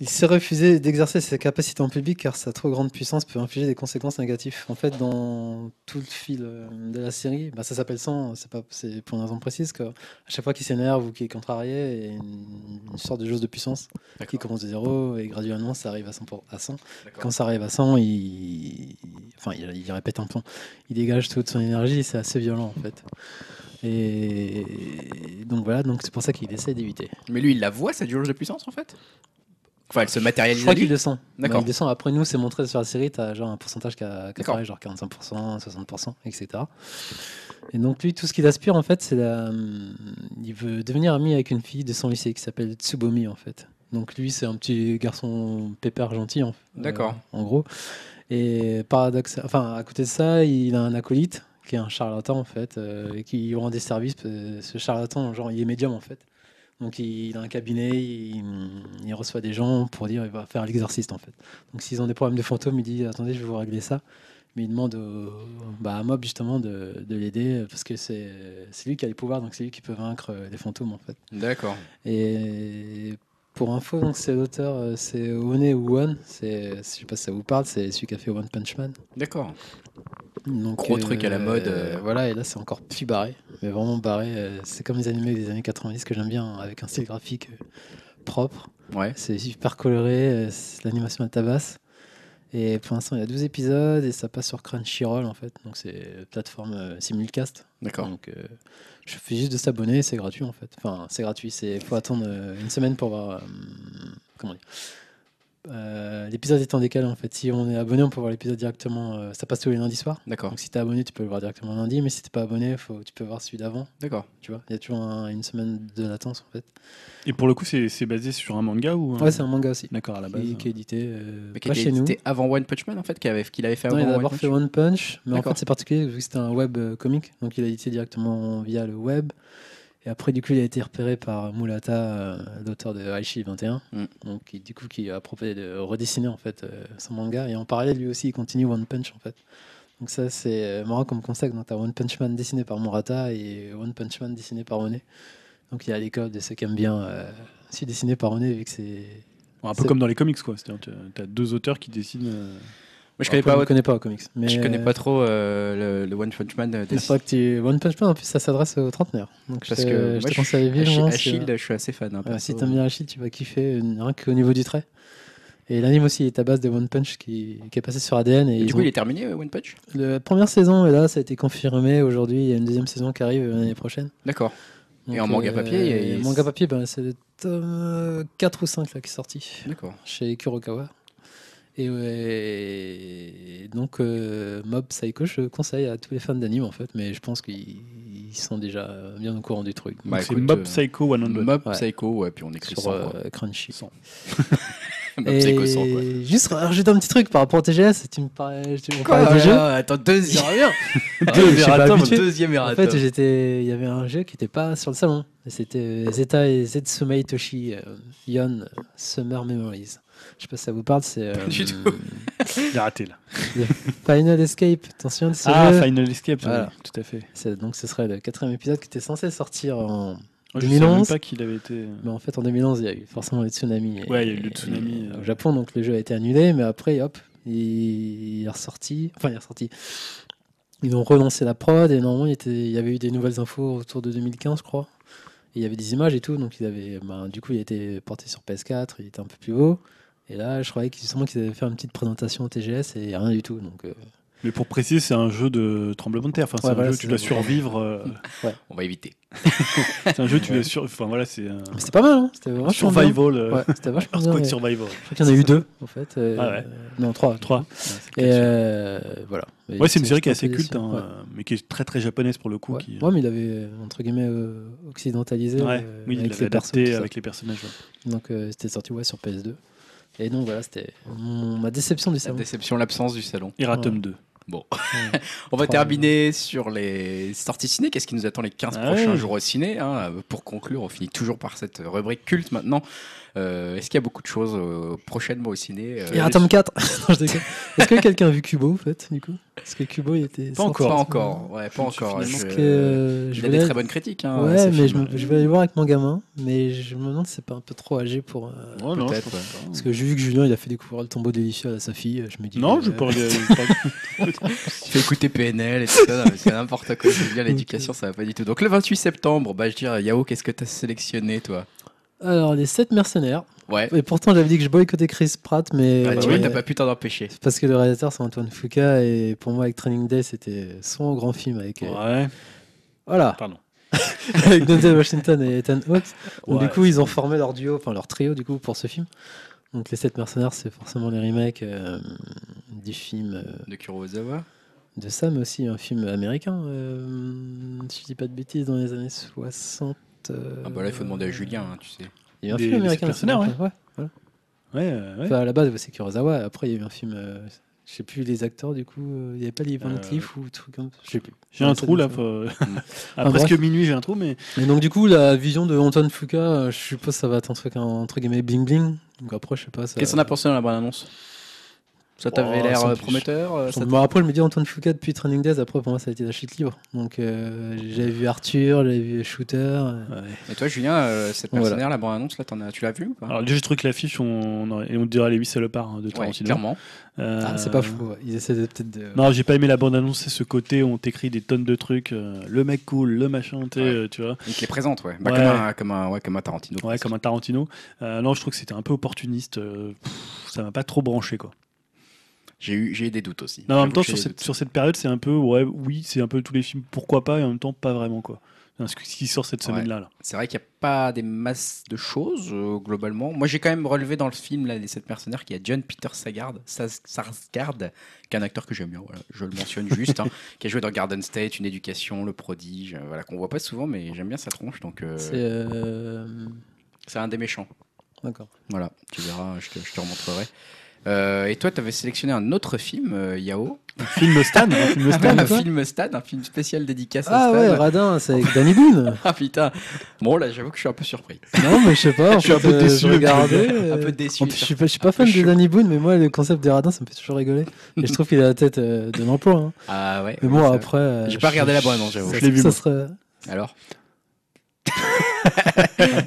Speaker 3: il s'est refusé d'exercer ses capacités en public car sa trop grande puissance peut infliger des conséquences négatives. En fait, dans tout le fil euh, de la série, bah, ça s'appelle 100, c'est pas- c'est pour une raison précise. que À chaque fois qu'il s'énerve ou qu'il est contrarié, il y a une, une sorte de jauge de puissance qui commence de zéro et graduellement ça arrive à 100. pour- à 100. Quand ça arrive à 100, il, enfin, il, il répète un plan. Il dégage toute son énergie, c'est assez violent en fait. Et donc voilà, donc c'est pour ça qu'il essaie d'éviter.
Speaker 1: Mais lui, il la voit, cette jauge de puissance en fait Enfin, elle se
Speaker 3: Je
Speaker 1: matérialise. à
Speaker 3: crois
Speaker 1: lui
Speaker 3: qu'il descend.
Speaker 1: D'accord.
Speaker 3: Bah, il descend. Après, nous, c'est montré sur la série, tu as genre un pourcentage qui a- qui
Speaker 1: D'accord.
Speaker 3: apparaît, genre 45%, 60%, etc. Et donc, lui, tout ce qu'il aspire, en fait, c'est la. euh, Il veut devenir ami avec une fille de son lycée qui s'appelle Tsubomi, en fait. Donc, lui, c'est un petit garçon pépère gentil, en euh,
Speaker 1: D'accord.
Speaker 3: en gros. Et paradoxe. Enfin, à côté de ça, il a un acolyte qui est un charlatan, en fait, euh, et qui lui rend des services. euh, Ce charlatan, genre, il est médium, en fait. Donc il a un cabinet, il, il reçoit des gens pour dire il va faire l'exorciste en fait. Donc s'ils ont des problèmes de fantômes, il dit attendez je vais vous régler ça. Mais il demande au, bah, à Mob justement de, de l'aider parce que c'est c'est lui qui a les pouvoirs donc c'est lui qui peut vaincre euh, les fantômes en fait.
Speaker 1: D'accord.
Speaker 3: Et pour info donc c'est l'auteur euh, c'est One One, c'est je sais pas si ça vous parle c'est celui qui a fait One Punch Man.
Speaker 1: D'accord.
Speaker 3: Donc,
Speaker 1: Gros truc à la mode, euh.
Speaker 3: Voilà, et là c'est encore plus barré. Mais vraiment barré. euh, c'est comme les animés des années 90 que j'aime bien, hein, avec un style graphique euh, propre.
Speaker 1: Ouais.
Speaker 3: C'est super coloré, euh, c'est- l'animation à tabasse. Et pour l'instant, il y a 12 épisodes et ça passe sur Crunchyroll en fait. Donc c'est plateforme euh, simulcast.
Speaker 1: D'accord.
Speaker 3: Donc euh, je fais juste de s'abonner, c'est gratuit en fait. Enfin, c'est gratuit, c'est faut attendre euh, une semaine pour voir. euh, comment dire Euh, L'épisode est en décalé en fait. Si on est abonné, on peut voir l'épisode directement. euh, ça passe tous les lundis soirs.
Speaker 1: D'accord.
Speaker 3: Donc si t'es abonné, tu peux le voir directement lundi, mais si t'es pas abonné, faut, tu peux voir celui d'avant,
Speaker 1: D'accord.
Speaker 3: tu vois. Il y a toujours un- une semaine de latence en fait.
Speaker 2: Et pour le coup, c'est c'est basé sur un manga ou un-
Speaker 3: Ouais, c'est un manga aussi.
Speaker 2: D'accord, à la base.
Speaker 3: Qui, qui est édité euh,
Speaker 1: Mais qui
Speaker 3: pas
Speaker 1: était
Speaker 3: chez nous.
Speaker 1: édité avant One Punch Man en fait, qu'il avait, qu'il avait fait
Speaker 3: Non,
Speaker 1: avant
Speaker 3: il a
Speaker 1: One
Speaker 3: d'abord
Speaker 1: Punch
Speaker 3: fait One Punch, mais en
Speaker 1: D'accord.
Speaker 3: fait c'est particulier vu que c'était un web euh, comic, donc il a édité directement via le web. Et après, du coup, il a été repéré par Mulata, euh, l'auteur de Aichi 21,
Speaker 1: Mm.
Speaker 3: donc qui, du coup qui a proposé de redessiner en fait euh, son manga. Et en parallèle, lui aussi, il continue One Punch en fait. Donc ça, c'est euh, marrant comme concept. Donc t'as One Punch Man dessiné par Murata et One Punch Man dessiné par Oné. Donc il y a l'école de ceux qui aiment bien euh, aussi dessiné par Oné vu que c'est
Speaker 2: Un peu
Speaker 3: c'est-
Speaker 2: comme dans les comics, quoi. C'est-à-dire, t'as- t'as deux auteurs qui dessinent. euh,
Speaker 1: Moi, je connais pas,
Speaker 3: je connais pas aux comics. Mais
Speaker 1: je connais pas trop euh, le, le One Punch Man. euh,
Speaker 3: Je
Speaker 1: des-
Speaker 3: crois que tu... One Punch Man, en plus, ça s'adresse aux trentenaires. Donc, je
Speaker 1: Parce
Speaker 3: te-
Speaker 1: que
Speaker 3: je
Speaker 1: moi,
Speaker 3: te
Speaker 1: je suis-
Speaker 3: conseille
Speaker 1: Ashi-
Speaker 3: vivement. hein, si- euh,
Speaker 1: Achille, je suis assez fan. hein,
Speaker 3: Ouais,
Speaker 1: perso.
Speaker 3: si t'aimes bien Achille, tu vas kiffer, euh, rien qu'au niveau du trait. Et l'anime aussi est à base de One Punch qui, qui est passé sur ADN. Et
Speaker 1: Et
Speaker 3: ils
Speaker 1: du coup,
Speaker 3: ont-
Speaker 1: il est terminé euh, One Punch
Speaker 3: La première saison, et là, ça a été confirmé aujourd'hui. Il y a une deuxième saison qui arrive euh, l'année prochaine.
Speaker 1: D'accord. Et en
Speaker 3: Donc,
Speaker 1: manga papier, il y a-
Speaker 3: et
Speaker 1: il-
Speaker 3: manga papier, ben, c'est le tome 4 ou 5 là, qui est sorti
Speaker 1: D'accord.
Speaker 3: chez Kurokawa. Et, ouais, et donc, euh, Mob Psycho, je conseille à tous les fans d'anime en fait, mais je pense qu'il ils sont déjà euh, bien au courant du truc.
Speaker 2: Donc,
Speaker 1: Bah,
Speaker 2: c'est
Speaker 1: écoute,
Speaker 2: Mob
Speaker 1: euh,
Speaker 2: Psycho 100.
Speaker 1: Mob
Speaker 3: Ouais.
Speaker 1: Psycho, ouais, puis on écrit
Speaker 3: sur
Speaker 1: ça.
Speaker 3: euh,
Speaker 1: quoi.
Speaker 3: Crunchy.
Speaker 1: Mob
Speaker 3: Et
Speaker 1: Psycho 100, quoi.
Speaker 3: juste rajouter un petit truc par rapport au TGS, tu me parlais, tu- on parlait des jeux.
Speaker 1: Ah, Attends, deuxième, Ah,
Speaker 3: je suis pas
Speaker 1: Eratom,
Speaker 3: habitué.
Speaker 1: deuxième
Speaker 3: En fait, j'étais, il y avait un jeu qui n'était pas sur le salon. C'était euh, Zeta et Zetsumei Toshi euh, Yon Summer Memories. Je sais pas si ça vous parle, c'est euh,
Speaker 1: du tout.
Speaker 2: J'ai raté là.
Speaker 3: Final Escape. Attention de ce
Speaker 2: Ah,
Speaker 3: jeu.
Speaker 2: Final Escape, oui,
Speaker 3: Voilà.
Speaker 2: tout à fait.
Speaker 3: C'est- Donc ce serait le quatrième épisode qui était censé sortir en.
Speaker 2: Je savais même
Speaker 3: 2011.
Speaker 2: pas qu'il avait été. euh,
Speaker 3: Mais en fait, en 2011, il y a eu forcément le tsunami. et-
Speaker 2: Ouais, il y a eu le
Speaker 3: et-
Speaker 2: tsunami,
Speaker 3: et-
Speaker 2: euh.
Speaker 3: Au Japon, donc le jeu a été annulé, mais après, hop, il est ressorti. Enfin, il est ressorti. Ils ont relancé la prod et normalement, il, était- il y avait eu des nouvelles infos autour de 2015, je crois. Et il y avait des images et tout, donc ils avaient, ben, du coup, il a été porté sur PS4, il était un peu plus haut. Et là, je croyais qu'ils- justement qu'ils avaient fait une petite présentation au TGS et rien du tout. Donc, euh,
Speaker 2: Mais pour préciser, c'est un jeu de tremblement de terre. Enfin, c'est
Speaker 3: Ouais,
Speaker 2: un
Speaker 3: voilà,
Speaker 2: jeu où tu
Speaker 3: c'est
Speaker 2: dois
Speaker 3: ça.
Speaker 2: survivre. euh,
Speaker 1: On va éviter.
Speaker 2: c'est un jeu où tu dois survivre. Enfin, voilà, c'est un.
Speaker 3: mais c'était pas mal, hein c'était vachement bien.
Speaker 2: Survival. euh,
Speaker 3: Ouais, c'était vachement bien.
Speaker 2: Earthquake
Speaker 3: mais-
Speaker 2: Survival.
Speaker 3: Je crois qu'il y en a eu deux, en fait. euh,
Speaker 2: Ah ouais.
Speaker 3: Non, trois.
Speaker 2: 3.
Speaker 3: Et euh, voilà. Et
Speaker 2: Ouais, c'est une
Speaker 3: ça,
Speaker 2: série qui est
Speaker 3: j'étais
Speaker 2: assez
Speaker 3: un peu
Speaker 2: culte,
Speaker 3: déçu.
Speaker 2: hein,
Speaker 3: Ouais.
Speaker 2: euh, mais qui est très très japonaise pour le coup.
Speaker 3: Ouais.
Speaker 2: qui-
Speaker 3: Ouais, mais il avait, euh, entre guillemets, euh, occidentalisé.
Speaker 2: Ouais,
Speaker 3: euh,
Speaker 2: oui, il
Speaker 3: avec
Speaker 2: l'avait
Speaker 3: ses persos,
Speaker 2: adapté
Speaker 3: tout ça.
Speaker 2: avec les personnages. ouais.
Speaker 3: Donc, euh, c'était sorti ouais, sur PS2. Et donc, voilà, c'était mon- ma déception du
Speaker 1: La
Speaker 3: salon.
Speaker 1: déception, l'absence du salon.
Speaker 2: Eratom
Speaker 3: Ouais.
Speaker 2: 2.
Speaker 1: On va
Speaker 3: Trois,
Speaker 1: terminer sur les sorties ciné. Qu'est-ce qui nous attend les 15
Speaker 2: Ah
Speaker 1: prochains
Speaker 2: ouais.
Speaker 1: jours au ciné hein Pour conclure, on finit toujours par cette rubrique culte maintenant. Euh, Est-ce qu'il y a beaucoup de choses euh, prochainement au ciné euh,
Speaker 3: Et un tome 4 Non, je déconne. Est-ce que quelqu'un a vu Cubo, en fait, du coup Est-ce que Cubo, il était.
Speaker 1: Pas
Speaker 3: sorti
Speaker 1: encore. Pas
Speaker 3: en-
Speaker 1: encore. Ouais, pas encore.
Speaker 3: Parce
Speaker 1: Je-
Speaker 3: que euh,
Speaker 1: Il
Speaker 3: je
Speaker 1: a des
Speaker 3: voulais.
Speaker 1: très bonnes critiques. hein,
Speaker 3: Ouais,
Speaker 1: ce
Speaker 3: mais je,
Speaker 1: film.
Speaker 3: me- je vais aller voir avec mon gamin, mais je me demande si c'est pas un peu trop âgé pour. euh,
Speaker 1: non, je
Speaker 2: Peut-être,
Speaker 1: pense
Speaker 2: ouais.
Speaker 3: Parce que j'ai vu que Julien il a fait découvrir le tombeau délicieux à sa fille, je me dis.
Speaker 2: Non,
Speaker 3: euh,
Speaker 2: je parle. de-
Speaker 1: Tu fais écouter PNL et tout ça, non, mais c'est n'importe quoi. Je veux dire, l'éducation, ça va pas du tout. Donc le 28 septembre, bah, je dirais, Yao, qu'est-ce que t'as sélectionné, toi
Speaker 3: Alors, les 7 mercenaires.
Speaker 1: Ouais.
Speaker 3: Et pourtant, j'avais dit que je boycottais Chris Pratt, mais.
Speaker 1: Ah, tu vois,
Speaker 3: euh,
Speaker 1: t'as pas pu t'en empêcher.
Speaker 3: c'est Parce que le réalisateur, c'est Antoine Fuqua, et pour moi, avec Training Day, c'était son grand film avec. euh,
Speaker 2: Ouais,
Speaker 3: Voilà.
Speaker 2: pardon.
Speaker 3: avec Denzel Washington et Ethan Hawke. Donc,
Speaker 2: Ouais.
Speaker 3: du coup, ils ont formé leur duo, enfin leur trio, du coup, pour ce film. Donc, les 7 mercenaires, c'est forcément les remakes euh, du film euh,
Speaker 1: De Kurosawa
Speaker 3: de Sam aussi, un film américain, euh, si je dis pas de bêtises, dans les années 60. euh,
Speaker 1: Ah bah là, il faut demander à Julien, hein, tu sais.
Speaker 3: Il y a eu un
Speaker 2: Des-
Speaker 3: film
Speaker 2: des
Speaker 3: américain.
Speaker 2: Sept Mercenaires,
Speaker 3: c'est vrai, ouais.
Speaker 2: Ouais, euh, ouais.
Speaker 3: Enfin, à la base, ouais, c'est Kurosawa. Après, il y a eu un film, euh, je sais plus les acteurs, du coup, euh, il n'y avait pas les Van
Speaker 2: Euh,
Speaker 3: Cleef ou truc comme ça. Je sais plus.
Speaker 2: J'ai un
Speaker 3: Ouais,
Speaker 2: trou
Speaker 3: ça
Speaker 2: là.
Speaker 3: doit
Speaker 2: faut- À
Speaker 3: Ah,
Speaker 2: presque
Speaker 3: bref.
Speaker 2: minuit, j'ai un trou, mais.
Speaker 3: Et donc, du coup, la vision de Antoine Fuqua, euh, je suppose, ça va être un truc, un, entre guillemets, bling bling. Donc après, je sais pas. Ça...
Speaker 1: Qu'est-ce qu'on a pensé dans la bonne annonce Ça t'avait
Speaker 2: Oh,
Speaker 1: l'air
Speaker 2: sans
Speaker 1: euh,
Speaker 2: plus.
Speaker 1: prometteur euh, ça
Speaker 3: Bon, après, je me dis Antoine Fuqua depuis Training Days. Après, pour moi, ça a été la chute libre. Donc, euh, j'avais vu Arthur, j'avais vu Shooter. euh,
Speaker 1: Et toi, Julien, euh, cette
Speaker 3: Voilà.
Speaker 1: mercenaire, la bonne annonce, là, t'en as- tu l'as vue ou pas
Speaker 2: Alors déjà, je trouve que l'affiche, on, on, on dirait les 8 salopards hein, de
Speaker 1: Ouais,
Speaker 2: Tarantino.
Speaker 1: clairement.
Speaker 2: Euh,
Speaker 3: Ah, c'est pas fou. ouais. Ils essaient de- peut-être de.
Speaker 2: Non, j'ai pas aimé la bande-annonce, c'est ce côté où on t'écrit des tonnes de trucs, euh, le mec cool, le machin, t'es,
Speaker 1: Ouais.
Speaker 2: euh, tu vois.
Speaker 1: Il te les présente, ouais. Bah,
Speaker 2: Ouais.
Speaker 1: Comme, un, comme, un, ouais, comme un Tarantino.
Speaker 2: Ouais, comme un Tarantino. Euh, non, je trouve que c'était un peu opportuniste. euh, pff, ça m'a pas trop branché, quoi.
Speaker 1: J'ai eu, j'ai eu des doutes aussi.
Speaker 2: Non, en même
Speaker 1: J'avoue
Speaker 2: temps,
Speaker 1: que j'ai
Speaker 2: sur
Speaker 1: des
Speaker 2: cette,
Speaker 1: doutes.
Speaker 2: sur cette période, c'est un peu, ouais, oui, c'est un peu tous les films, pourquoi pas, et en même temps, pas vraiment, quoi. Enfin, Ce qui sort cette
Speaker 1: Ouais.
Speaker 2: semaine-là. Là.
Speaker 1: C'est vrai qu'il n'y a pas des masses de choses, euh, globalement. Moi, j'ai quand même relevé dans le film, là, les sept mercenaires, qu'il y a John Peter Sagard, Sas- Sarsgaard, qui est un acteur que j'aime bien, voilà. je le mentionne juste, hein, qui a joué dans Garden State, Une éducation, Le prodige, euh, voilà, qu'on voit pas souvent, mais j'aime bien sa tronche, donc euh,
Speaker 3: C'est. euh,
Speaker 1: c'est un des méchants.
Speaker 3: D'accord.
Speaker 1: Voilà, tu verras, je te, je te remontrerai. Euh, et toi, tu avais sélectionné un autre film, euh, Yao.
Speaker 2: Film Stan, hein, film Stan.
Speaker 1: un
Speaker 3: quoi
Speaker 1: film Stan, un film spécial dédicace à
Speaker 3: Ah ouais,
Speaker 1: Stan.
Speaker 3: Radin, c'est avec Danny Boone.
Speaker 1: ah putain. Bon, là, j'avoue que je suis un peu surpris.
Speaker 3: Non, mais je sais pas. en
Speaker 2: Je suis un
Speaker 3: fait,
Speaker 2: peu
Speaker 3: euh,
Speaker 2: déçu,
Speaker 3: je
Speaker 2: mais
Speaker 3: regardais,
Speaker 1: Un
Speaker 3: euh,
Speaker 1: peu déçu.
Speaker 3: En plus, je suis pas, je suis pas
Speaker 1: Un peu
Speaker 3: fan de
Speaker 1: chaud.
Speaker 3: Danny Boone, mais moi, le concept des radins, ça me fait toujours rigoler. Et je trouve qu'il a la tête euh, de l'emploi. hein.
Speaker 1: Ah ouais.
Speaker 3: Mais
Speaker 1: oui,
Speaker 3: bon,
Speaker 1: ça-
Speaker 3: après. euh,
Speaker 1: J'ai pas
Speaker 3: je-
Speaker 1: regardé la
Speaker 3: je-
Speaker 1: bande-annonce, j'avoue.
Speaker 3: ça-
Speaker 2: Je l'ai vu,
Speaker 3: ça
Speaker 2: moi.
Speaker 3: serait-
Speaker 1: Alors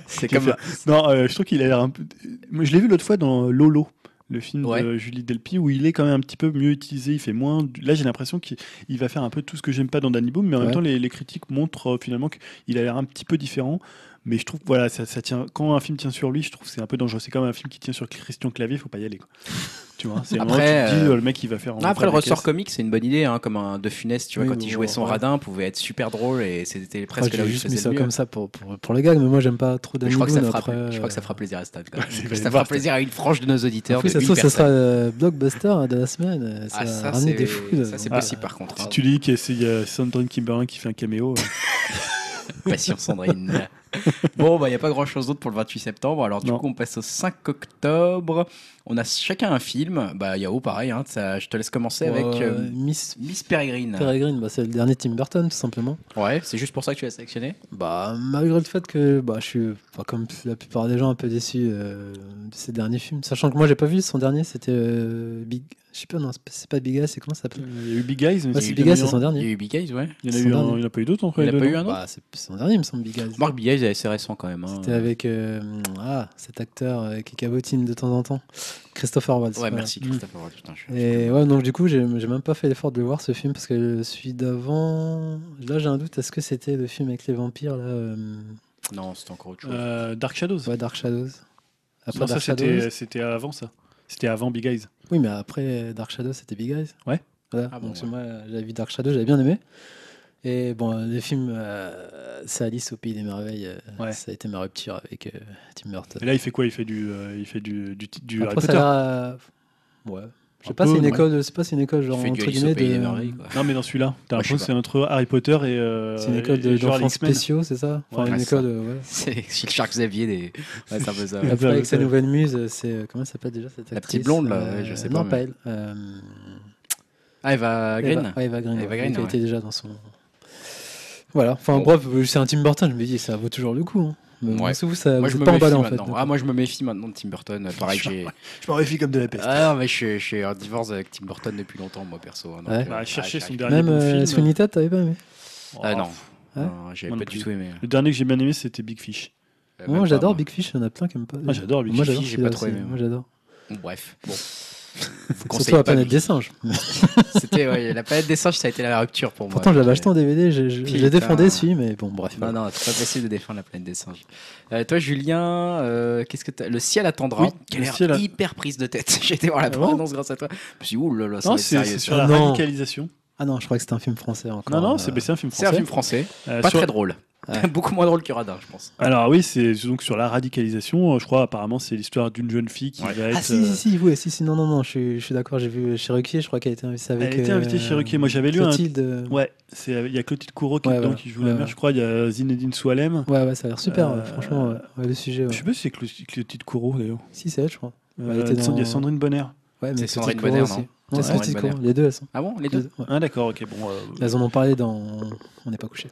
Speaker 1: C'est
Speaker 2: J'ai
Speaker 1: comme.
Speaker 2: Non, euh, je trouve qu'il a l'air un peu. Moi, Je l'ai vu l'autre fois dans Lolo, le film de
Speaker 1: Ouais.
Speaker 2: Julie Delpy, où il est quand même un petit peu mieux utilisé. Il fait moins. du- Là, j'ai l'impression qu'il il va faire un peu tout ce que j'aime pas dans Danny Boom, mais en
Speaker 3: Ouais.
Speaker 2: même temps, les, les critiques montrent euh, finalement qu'il a l'air un petit peu différent. Mais je trouve, voilà, ça, ça tient. Quand un film tient sur lui, je trouve que c'est un peu dangereux. C'est comme un film qui tient sur Christian Clavier, faut pas y aller. quoi. tu vois, c'est vraiment. Tu
Speaker 1: Après,
Speaker 2: te dis,
Speaker 1: euh,
Speaker 2: euh, le mec, il va faire.
Speaker 1: Non, après, le ressort comique, c'est une bonne idée, hein, comme un De Funès, tu vois,
Speaker 2: Oui,
Speaker 1: quand il
Speaker 2: bon,
Speaker 1: jouait son
Speaker 2: ouais.
Speaker 1: radin, pouvait être super drôle et c'était
Speaker 3: Enfin,
Speaker 1: presque là
Speaker 3: j'ai
Speaker 1: où il
Speaker 3: juste mis
Speaker 1: faisait
Speaker 3: ça
Speaker 1: le mieux.
Speaker 3: comme ça pour, pour, pour le gag, mais moi, j'aime pas trop
Speaker 1: Mais
Speaker 3: Danny
Speaker 1: je crois, que ça
Speaker 3: Boone.
Speaker 1: fera,
Speaker 3: après,
Speaker 1: je crois que ça
Speaker 3: euh,
Speaker 1: fera plaisir à Stan. Quand
Speaker 2: c'est
Speaker 1: même.
Speaker 2: bien
Speaker 1: ça
Speaker 2: voir,
Speaker 1: fera
Speaker 2: ça.
Speaker 1: plaisir à une frange de nos auditeurs.
Speaker 3: En plus,
Speaker 1: de
Speaker 3: ça se
Speaker 1: une
Speaker 3: trouve, ça
Speaker 1: personne.
Speaker 3: sera le blockbuster de la semaine. euh, Ça
Speaker 1: Ah,
Speaker 3: va
Speaker 1: ça,
Speaker 3: ramener
Speaker 1: c'est
Speaker 3: des fous. euh,
Speaker 1: ça, c'est
Speaker 2: Ah.
Speaker 1: possible par contre. hein.
Speaker 2: Si tu dis qu'il y a Sandrine Kimberlin qui fait un caméo, euh,
Speaker 1: Patience Sandrine. bon, bah il n'y a pas grand-chose d'autre pour le 28 septembre. Alors du
Speaker 2: Non.
Speaker 1: coup, on passe au 5 octobre. On a chacun un film. Bah Yao, pareil. hein, ça- je te laisse commencer
Speaker 3: Pour,
Speaker 1: avec
Speaker 3: euh,
Speaker 1: euh,
Speaker 3: Miss
Speaker 1: Miss Peregrine.
Speaker 3: Peregrine, bah, c'est le dernier Tim Burton, tout simplement.
Speaker 1: Ouais, c'est juste pour ça que tu l'as sélectionné.
Speaker 3: Bah, malgré le fait que bah, je suis, enfin, comme la plupart des gens, un peu déçu euh, de ses derniers films. Sachant que moi, j'ai pas vu son dernier, c'était euh, Big. Je sais pas, non, c'est pas- c'est pas Big Eye, c'est comment ça s'appelle
Speaker 2: euh, Il y a eu Big Eyes, mais
Speaker 3: Ouais,
Speaker 2: c'est-
Speaker 3: Bah, c'est
Speaker 2: il
Speaker 3: Big
Speaker 2: y en a
Speaker 3: Eyes,
Speaker 2: eu
Speaker 3: c'est son
Speaker 1: Il
Speaker 2: un-
Speaker 1: y
Speaker 3: dernier.
Speaker 1: a eu Big Eyes, ouais.
Speaker 2: il y en a
Speaker 3: son
Speaker 2: eu un-
Speaker 3: dernier.
Speaker 2: il n'y en a pas eu d'autres entre
Speaker 1: Il n'y
Speaker 2: les
Speaker 1: a
Speaker 2: deux.
Speaker 1: pas eu
Speaker 2: non
Speaker 1: un autre
Speaker 3: Bah, c'est c'est son dernier, il me semble, Big Eyes.
Speaker 1: Marc Big Eyes est assez récent quand même. hein.
Speaker 3: C'était avec euh, ah, cet acteur euh, qui cabotine de temps en temps, Christopher Waltz.
Speaker 1: Ouais,
Speaker 3: voilà.
Speaker 1: merci Christopher. Walken. Putain, je suis-
Speaker 3: Et Mm. ouais, donc du coup, j'ai j'ai même pas fait l'effort de le voir ce film parce que celui d'avant. Là, j'ai un doute, est-ce que c'était le film avec les vampires là euh,
Speaker 1: Non, c'était encore autre chose.
Speaker 2: Euh, Dark Shadows.
Speaker 3: Ouais, Dark Shadows. Après
Speaker 2: Non, ça
Speaker 3: Dark
Speaker 2: c'était
Speaker 3: Shadows.
Speaker 2: c'était avant ça. C'était avant Big Eyes.
Speaker 3: Oui, mais après Dark Shadows, c'était Big Eyes.
Speaker 2: Ouais.
Speaker 3: Voilà.
Speaker 1: Ah bon,
Speaker 3: donc
Speaker 1: ouais.
Speaker 3: moi, j'avais vu Dark Shadows, j'avais bien aimé. Et bon, euh, le film, euh, c'est Alice au pays des merveilles. euh,
Speaker 2: Ouais.
Speaker 3: Ça a été ma rupture avec euh, Tim Burton.
Speaker 2: Et là, il fait quoi Il fait du, euh, il fait du, du, du Harry
Speaker 3: Après, ça
Speaker 2: Potter.
Speaker 3: a l'air, euh, Ouais.
Speaker 2: Un
Speaker 3: Je sais pas,
Speaker 2: peu,
Speaker 3: c'est une
Speaker 2: ouais.
Speaker 3: école, c'est pas c'est une école
Speaker 1: Tu
Speaker 3: genre
Speaker 1: fais du
Speaker 3: entre
Speaker 1: Alice au
Speaker 3: guillemets
Speaker 1: Pays des
Speaker 3: de-
Speaker 1: Merveilles, quoi.
Speaker 2: Non, mais dans celui-là, t'as
Speaker 1: Moi, je
Speaker 2: l'impression que
Speaker 1: sais
Speaker 2: c'est entre Harry Potter et. euh,
Speaker 3: C'est une école
Speaker 2: et-
Speaker 3: de-
Speaker 2: et genre les
Speaker 3: d'enfants
Speaker 2: X-Men.
Speaker 3: spéciaux, c'est ça Enfin,
Speaker 2: Ouais,
Speaker 3: une
Speaker 1: c'est ça.
Speaker 3: école, euh, ouais.
Speaker 1: C'est c'est le Shark Xavier des. Ouais, c'est un peu ça. ouais.
Speaker 3: Après,
Speaker 2: Ouais,
Speaker 3: avec sa
Speaker 2: ouais.
Speaker 3: nouvelle muse, euh, c'est euh, comment elle s'appelle déjà cette actrice
Speaker 1: La petite blonde, là,
Speaker 3: Euh,
Speaker 1: ouais, je sais pas,
Speaker 3: Non,
Speaker 1: mais-
Speaker 3: pas elle. Euh,
Speaker 1: Ah, Eva Green Eh,
Speaker 3: Eva, Eh ben, ouais, Eva Green.
Speaker 1: Eva
Speaker 3: ouais,
Speaker 1: Green,
Speaker 3: qui a
Speaker 1: ouais.
Speaker 3: été déjà dans son. Voilà. Enfin,
Speaker 1: Bon.
Speaker 3: bref, euh, c'est un Tim Burton. Je me dis, ça vaut toujours le coup. Hein. Mais bon,
Speaker 1: Ouais.
Speaker 3: ça, vous, ça,
Speaker 1: Moi,
Speaker 3: vous
Speaker 1: je
Speaker 3: êtes
Speaker 1: me
Speaker 3: pas
Speaker 1: méfie
Speaker 3: emballé en fait.
Speaker 1: maintenant. Ah, moi, je me méfie maintenant de Tim Burton. Euh, Pareil, j'ai.
Speaker 2: Je m'en méfie comme de la peste.
Speaker 1: Ah, non, mais je suis- je suis en divorce avec Tim Burton depuis longtemps, moi, perso. hein, donc,
Speaker 3: Ouais.
Speaker 1: euh,
Speaker 2: Bah, chercher
Speaker 1: j'arrive
Speaker 2: son
Speaker 1: pas.
Speaker 2: dernier
Speaker 3: Même
Speaker 2: bon
Speaker 3: euh,
Speaker 2: film.
Speaker 3: Sweeney Todd, t'avais pas aimé
Speaker 1: Ah,
Speaker 2: Oh,
Speaker 1: non.
Speaker 3: Ouais.
Speaker 1: Non, J'avais
Speaker 2: Moi
Speaker 1: pas
Speaker 2: non
Speaker 1: du
Speaker 2: plus.
Speaker 1: tout aimé. hein.
Speaker 2: Le dernier que j'ai bien aimé, c'était Big Fish.
Speaker 1: Euh, même
Speaker 3: Moi,
Speaker 1: pas,
Speaker 3: j'adore
Speaker 1: moi.
Speaker 3: Big Fish. Il y en a plein qui aiment pas.
Speaker 2: Ah, j'adore Big
Speaker 3: Moi,
Speaker 2: Fish.
Speaker 3: j'adore
Speaker 1: j'ai
Speaker 3: celui-là
Speaker 1: pas trop
Speaker 3: aussi,
Speaker 1: aimé,
Speaker 3: Moi, j'adore.
Speaker 1: Bon, Bref. Bon. Vous
Speaker 3: Surtout
Speaker 1: conseillez
Speaker 3: la
Speaker 1: pas.
Speaker 3: planète des singes.
Speaker 1: C'était ouais, la planète des singes, ça a été la rupture pour moi.
Speaker 3: Pourtant, je l'avais acheté en DVD. Je je- je l'ai
Speaker 1: Putain.
Speaker 3: défendu celui, mais bon, bref.
Speaker 1: Non, non, c'est pas possible de défendre la planète des singes. Euh, toi, Julien, euh, qu'est-ce que t'as- Le ciel attendra.
Speaker 2: Oui,
Speaker 1: qui a
Speaker 2: le
Speaker 1: l'air
Speaker 2: ciel a-
Speaker 1: hyper prise de tête. J'ai été voir la
Speaker 2: Ah bon
Speaker 1: bande-annonce grâce à toi. Je me suis dit, ouh là là, ça
Speaker 2: Non,
Speaker 1: va être
Speaker 2: c'est
Speaker 1: sérieux.
Speaker 2: c'est
Speaker 1: ça.
Speaker 2: sur la
Speaker 3: Ah, non.
Speaker 2: radicalisation.
Speaker 3: Ah non, je crois que c'était un film français encore.
Speaker 2: Non, non,
Speaker 3: euh,
Speaker 2: c'est mais c'est un film
Speaker 1: Ah. C'est un
Speaker 2: français.
Speaker 1: film français,
Speaker 2: Euh,
Speaker 1: pas
Speaker 2: sur-
Speaker 1: très drôle.
Speaker 3: Ah, Ouais.
Speaker 1: Beaucoup moins drôle que Radin, je pense.
Speaker 2: Alors oui, c'est donc sur la radicalisation. euh, Je crois apparemment c'est l'histoire d'une jeune fille qui
Speaker 1: Ouais.
Speaker 2: va être.
Speaker 3: Ah si,
Speaker 2: euh,
Speaker 3: si, si, oui, si, si, non, non, non, je suis, je suis d'accord, j'ai vu chez Ruquier, je crois qu'elle a été invitée avec... euh,
Speaker 2: Elle a été invitée chez Ruquier. Moi, j'avais lu un-
Speaker 3: Clotilde, euh, Ouais,
Speaker 2: Ouais, c'est il y a Clotilde Courreau qui, est
Speaker 3: Ouais,
Speaker 2: dedans,
Speaker 3: voilà.
Speaker 2: qui joue la
Speaker 3: Ouais,
Speaker 2: mère.
Speaker 3: ouais.
Speaker 2: Je crois il y a Zinedine Soilem.
Speaker 3: ouais, ça a l'air super,
Speaker 2: Euh,
Speaker 3: ouais, franchement, ouais. Ouais, le sujet, ouais.
Speaker 2: Je sais pas si c'est Clo- Clotilde Courreau d'ailleurs.
Speaker 3: Si, c'est elle, je crois.
Speaker 2: Euh,
Speaker 3: elle était
Speaker 2: Il y
Speaker 3: dans-
Speaker 2: a Sandrine Bonner.
Speaker 3: Ouais,
Speaker 1: C'est
Speaker 3: mais
Speaker 1: Sandrine
Speaker 3: Clotilde
Speaker 1: Bonner,
Speaker 3: Corot
Speaker 1: non
Speaker 3: aussi. Non,
Speaker 1: Ouais,
Speaker 3: c'est
Speaker 1: Sandrine
Speaker 3: Clotilde
Speaker 1: Bonner.
Speaker 3: Corot, les deux, elles sont.
Speaker 1: Ah bon, les
Speaker 3: Les
Speaker 1: deux
Speaker 3: deux, ouais.
Speaker 2: Ah d'accord, ok, bon, euh,
Speaker 3: Elles en ont parlé dans... On n'est pas couché.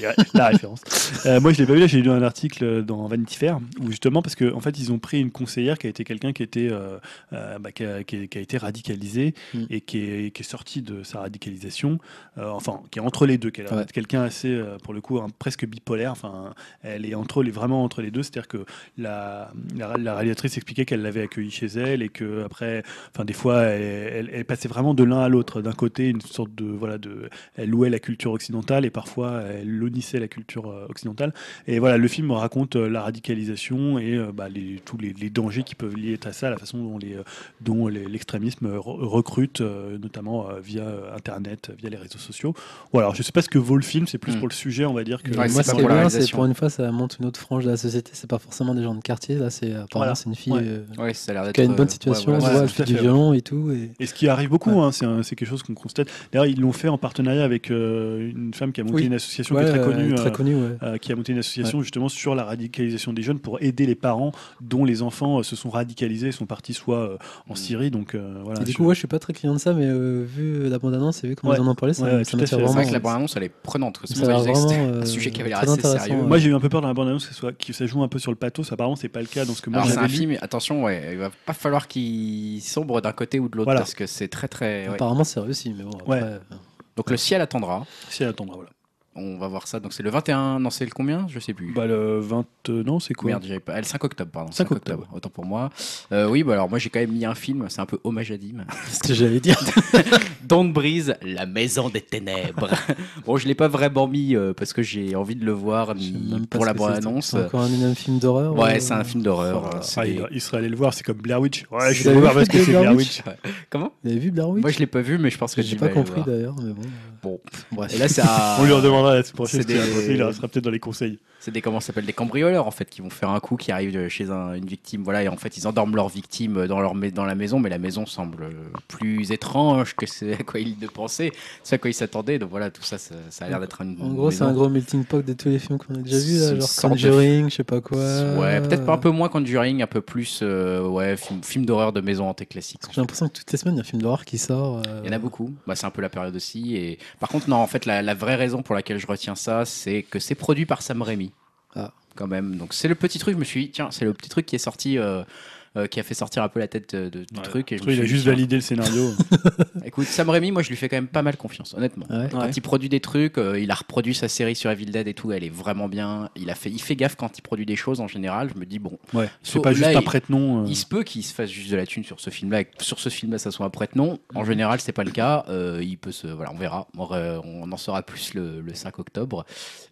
Speaker 2: la référence. Euh, moi je l'ai pas vu là, j'ai lu un article dans Vanity Fair où justement parce que en fait ils ont pris une conseillère qui a été quelqu'un qui était euh, euh, bah, qui, a, qui a- qui a été radicalisé
Speaker 3: Mm.
Speaker 2: et qui est, qui est sorti de sa radicalisation, euh, enfin qui est entre les deux, qui est
Speaker 3: Ouais.
Speaker 2: quelqu'un assez euh, pour le coup un- presque bipolaire, enfin elle est entre les, vraiment entre les deux, c'est-à-dire que la, la, la réalisatrice expliquait qu'elle l'avait accueillie chez elle et que après, enfin des fois, elle, elle- elle passait vraiment de l'un à l'autre. D'un côté, une sorte de voilà de, elle louait la culture occidentale et parfois elle lonnissait la culture euh, occidentale. Et voilà, le film raconte euh, la radicalisation et euh, bah, les, tous les, les dangers qui peuvent lier à ça, la façon dont les euh, dont les- l'extrémisme euh, re- recrute, euh, notamment euh, via euh, Internet, via les réseaux sociaux. Voilà, alors je sais pas ce que vaut le film, c'est plus
Speaker 1: Mm.
Speaker 2: pour le sujet, on va dire que
Speaker 1: Ouais,
Speaker 3: Moi,
Speaker 1: c'est pas
Speaker 3: ce
Speaker 1: pour
Speaker 3: qui est
Speaker 1: la
Speaker 3: bien, c'est
Speaker 1: réalisation.
Speaker 3: pour une fois, ça monte une autre frange de la société, c'est pas forcément des gens de quartier, là, c'est apparemment,
Speaker 2: Voilà.
Speaker 3: c'est une fille...
Speaker 2: Ouais.
Speaker 3: euh,
Speaker 1: Ouais, ça a l'air d'être.
Speaker 3: Qui a une
Speaker 1: euh,
Speaker 3: bonne situation,
Speaker 1: ouais,
Speaker 3: tu
Speaker 1: voilà,
Speaker 3: vois, elle
Speaker 2: tout
Speaker 3: fait
Speaker 2: à
Speaker 3: du
Speaker 2: fait,
Speaker 3: violon et tout. Et...
Speaker 2: Et ce qui arrive beaucoup,
Speaker 3: Ouais.
Speaker 2: hein, c'est un- c'est quelque chose qu'on constate. D'ailleurs, ils l'ont fait en partenariat avec euh, une femme qui a monté
Speaker 3: Oui.
Speaker 2: une association
Speaker 3: Ouais,
Speaker 2: qui est très
Speaker 3: euh,
Speaker 2: connue.
Speaker 3: Très
Speaker 2: euh,
Speaker 3: connue, ouais.
Speaker 2: euh, qui a monté une association justement sur la radicalisation des jeunes pour aider les parents dont les enfants euh, se sont radicalisés et sont partis soit euh, en
Speaker 1: Mm.
Speaker 2: Syrie. Donc euh, voilà.
Speaker 3: Et du
Speaker 2: je-
Speaker 3: coup, ouais, je suis pas très client de ça, mais euh, vu la bande-annonce et vu comment
Speaker 2: Ouais.
Speaker 3: ils en ont parlé, ça,
Speaker 2: Ouais, ouais,
Speaker 3: ça
Speaker 2: tout à
Speaker 3: m'attire
Speaker 2: fait.
Speaker 1: C'est
Speaker 3: vraiment.
Speaker 1: vrai que la bande-annonce, elle est prenante. C'est
Speaker 3: Ça
Speaker 1: pour ça que
Speaker 3: a
Speaker 1: je disais que c'était
Speaker 3: vraiment,
Speaker 1: un
Speaker 3: euh,
Speaker 1: sujet qui avait l'air
Speaker 3: très
Speaker 1: assez
Speaker 3: intéressant,
Speaker 1: sérieux.
Speaker 3: ouais.
Speaker 2: Moi, j'ai eu un peu peur dans la bande-annonce que, ce soit- que ça joue un peu sur le pathos. Apparemment, c'est pas le cas dans ce que moi
Speaker 1: Alors c'est
Speaker 2: j'avais
Speaker 1: un
Speaker 2: lu.
Speaker 1: film, attention, ouais, il va pas falloir qu'il sombre d'un côté ou de l'autre
Speaker 2: Voilà.
Speaker 1: parce que c'est très très. ouais.
Speaker 3: Apparemment, c'est réussi, mais bon. Après,
Speaker 2: Ouais.
Speaker 3: euh,
Speaker 1: Donc le ciel attendra.
Speaker 2: Si, attendra, voilà.
Speaker 1: On va voir ça. Donc c'est le 21, non c'est le combien Je sais plus.
Speaker 2: Bah, le 20. euh, Non, c'est quoi
Speaker 1: Merde, j'avais pas. ah, Le 5 octobre, pardon.
Speaker 2: 5
Speaker 1: autant pour moi. Euh, oui, bah alors moi j'ai quand même mis un film, c'est un peu hommage à Dim.
Speaker 3: ce que j'allais dire.
Speaker 1: Don't Breeze, La Maison des Ténèbres. bon, je l'ai pas vraiment mis euh, parce que j'ai envie de le voir
Speaker 3: Je sais
Speaker 1: ni
Speaker 3: même pas
Speaker 1: pour
Speaker 3: ce
Speaker 1: la
Speaker 3: que c'est.
Speaker 1: bande-annonce.
Speaker 3: C'est encore un énorme film d'horreur.
Speaker 1: Ouais,
Speaker 3: euh,
Speaker 1: c'est un film d'horreur. hein.
Speaker 2: Ah,
Speaker 1: c'est des-
Speaker 2: il, il serait allé le voir, c'est comme Blair Witch. Ouais, je
Speaker 3: Vous
Speaker 2: vais le voir
Speaker 3: avez
Speaker 2: parce que
Speaker 3: vu
Speaker 2: c'est Blair
Speaker 3: Blair
Speaker 2: Witch.
Speaker 1: Comment
Speaker 3: Vous avez vu Blair Witch
Speaker 1: Moi je l'ai pas vu, mais je pense que
Speaker 3: J'ai
Speaker 1: Jim
Speaker 3: pas
Speaker 1: va aller le
Speaker 3: compris
Speaker 1: voir.
Speaker 3: d'ailleurs, mais bon.
Speaker 1: Bon,
Speaker 3: Bref.
Speaker 1: et là, c'est à-
Speaker 2: On lui en demandera la semaine prochaine,
Speaker 1: C'est
Speaker 2: parce que
Speaker 1: des-
Speaker 2: il en sera peut-être dans les conseils.
Speaker 1: C'est des comment ça s'appelle des cambrioleurs en fait qui vont faire un coup qui arrivent euh, chez un- une victime voilà et en fait ils endorment leur victime euh, dans leur mais- dans la maison mais la maison semble euh, plus étrange que c'est à quoi ils ne pensaient c'est à quoi ils s'attendaient donc voilà tout ça ça, ça a l'air d'être une
Speaker 3: En gros, c'est
Speaker 1: maison.
Speaker 3: un gros melting pot de tous les films qu'on a déjà vus,
Speaker 1: C'est
Speaker 3: là,
Speaker 1: une
Speaker 3: genre
Speaker 1: sorte de-
Speaker 3: Conjuring, je sais pas quoi.
Speaker 1: ouais peut-être pas un peu moins Conjuring un peu plus euh, ouais film, film d'horreur de maison hantée classique
Speaker 3: J'ai l'impression que toutes les semaines, il y a un film d'horreur qui sort. euh,
Speaker 1: Il y en a beaucoup. Bah, c'est un peu la période aussi. Et par contre, non, en fait, la, la vraie raison pour laquelle je retiens ça, c'est que c'est produit par Sam Raimi.
Speaker 3: Ah.
Speaker 1: Quand même. Donc c'est le petit truc. Je me suis dit, tiens, c'est le petit truc qui est sorti. euh, euh, qui a fait sortir un peu la tête euh, de, du
Speaker 2: Ouais.
Speaker 1: truc. Et je
Speaker 2: Après,
Speaker 1: me
Speaker 2: il a
Speaker 1: suis dit,
Speaker 2: juste
Speaker 1: tiens,
Speaker 2: validé le scénario.
Speaker 1: Écoute, Sam Raimi, moi je lui fais quand même pas mal confiance, honnêtement.
Speaker 2: Ah
Speaker 3: Ouais.
Speaker 1: Quand
Speaker 5: Ouais.
Speaker 1: il produit des trucs, euh, il a reproduit sa série sur Evil Dead et tout, elle est vraiment bien. Il, a fait, il fait gaffe quand il produit des choses en général. Je me dis, bon,
Speaker 2: ouais.
Speaker 1: So,
Speaker 2: C'est pas juste
Speaker 1: là,
Speaker 2: un
Speaker 1: il-
Speaker 2: prête-nom. euh,
Speaker 1: il se peut qu'il se fasse juste de la thune sur ce film-là, et que sur ce film-là, ça soit un prête-nom. En général, c'est pas le cas. Euh, il peut se, voilà, on verra. On, re- on en saura plus le, le 5 octobre.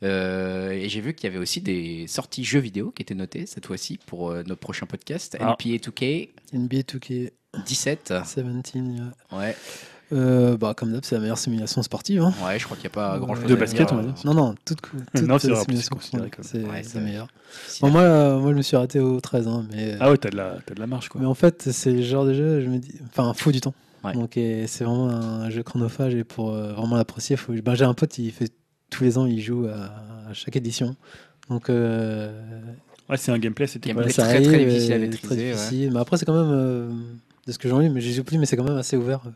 Speaker 1: Euh, et j'ai vu qu'il y avait aussi des sorties jeux vidéo qui étaient notées cette fois-ci pour euh, notre prochain podcast.
Speaker 2: Ah.
Speaker 1: NBA 2K
Speaker 3: NBA 2K
Speaker 1: 17.
Speaker 3: 17. ouais.
Speaker 1: Ouais,
Speaker 3: Euh, bah, comme d'hab, c'est la meilleure simulation sportive. Hein.
Speaker 1: ouais, je crois qu'il n'y a pas
Speaker 3: Euh,
Speaker 1: grand-chose.
Speaker 2: De
Speaker 1: à
Speaker 2: basket,
Speaker 1: dire.
Speaker 2: on va dire.
Speaker 3: Non, non, toute, cou- toute
Speaker 2: Non, c'est
Speaker 3: euh,
Speaker 2: vrai, en plus, c'est
Speaker 3: simulation
Speaker 2: considéré
Speaker 3: sportive.
Speaker 2: comme-
Speaker 3: C'est
Speaker 1: Ouais,
Speaker 3: c'est
Speaker 1: c'est
Speaker 3: la
Speaker 1: vrai.
Speaker 3: meilleure.
Speaker 1: Si,
Speaker 3: Bon, moi, euh, moi, je me suis arrêté au 13, hein, mais.
Speaker 2: Ah ouais, t'as de, la... t'as de la marge, quoi.
Speaker 3: Mais en fait, c'est le genre de jeu, je me dis, enfin, faut du temps.
Speaker 1: Ouais.
Speaker 3: Donc, et c'est vraiment un jeu chronophage et pour euh, vraiment l'apprécier, faut. ben, j'ai un pote, il fait tous les ans, il joue à, à chaque édition. Donc, euh,
Speaker 2: Ouais, c'est un gameplay, c'était pas
Speaker 1: Gameplay.
Speaker 2: la-
Speaker 1: est très, très difficile à maîtriser, ouais.
Speaker 3: difficile. Mais après, c'est quand même euh, de ce que j'en ai, mais j'ai oublié, mais c'est quand même assez ouvert euh,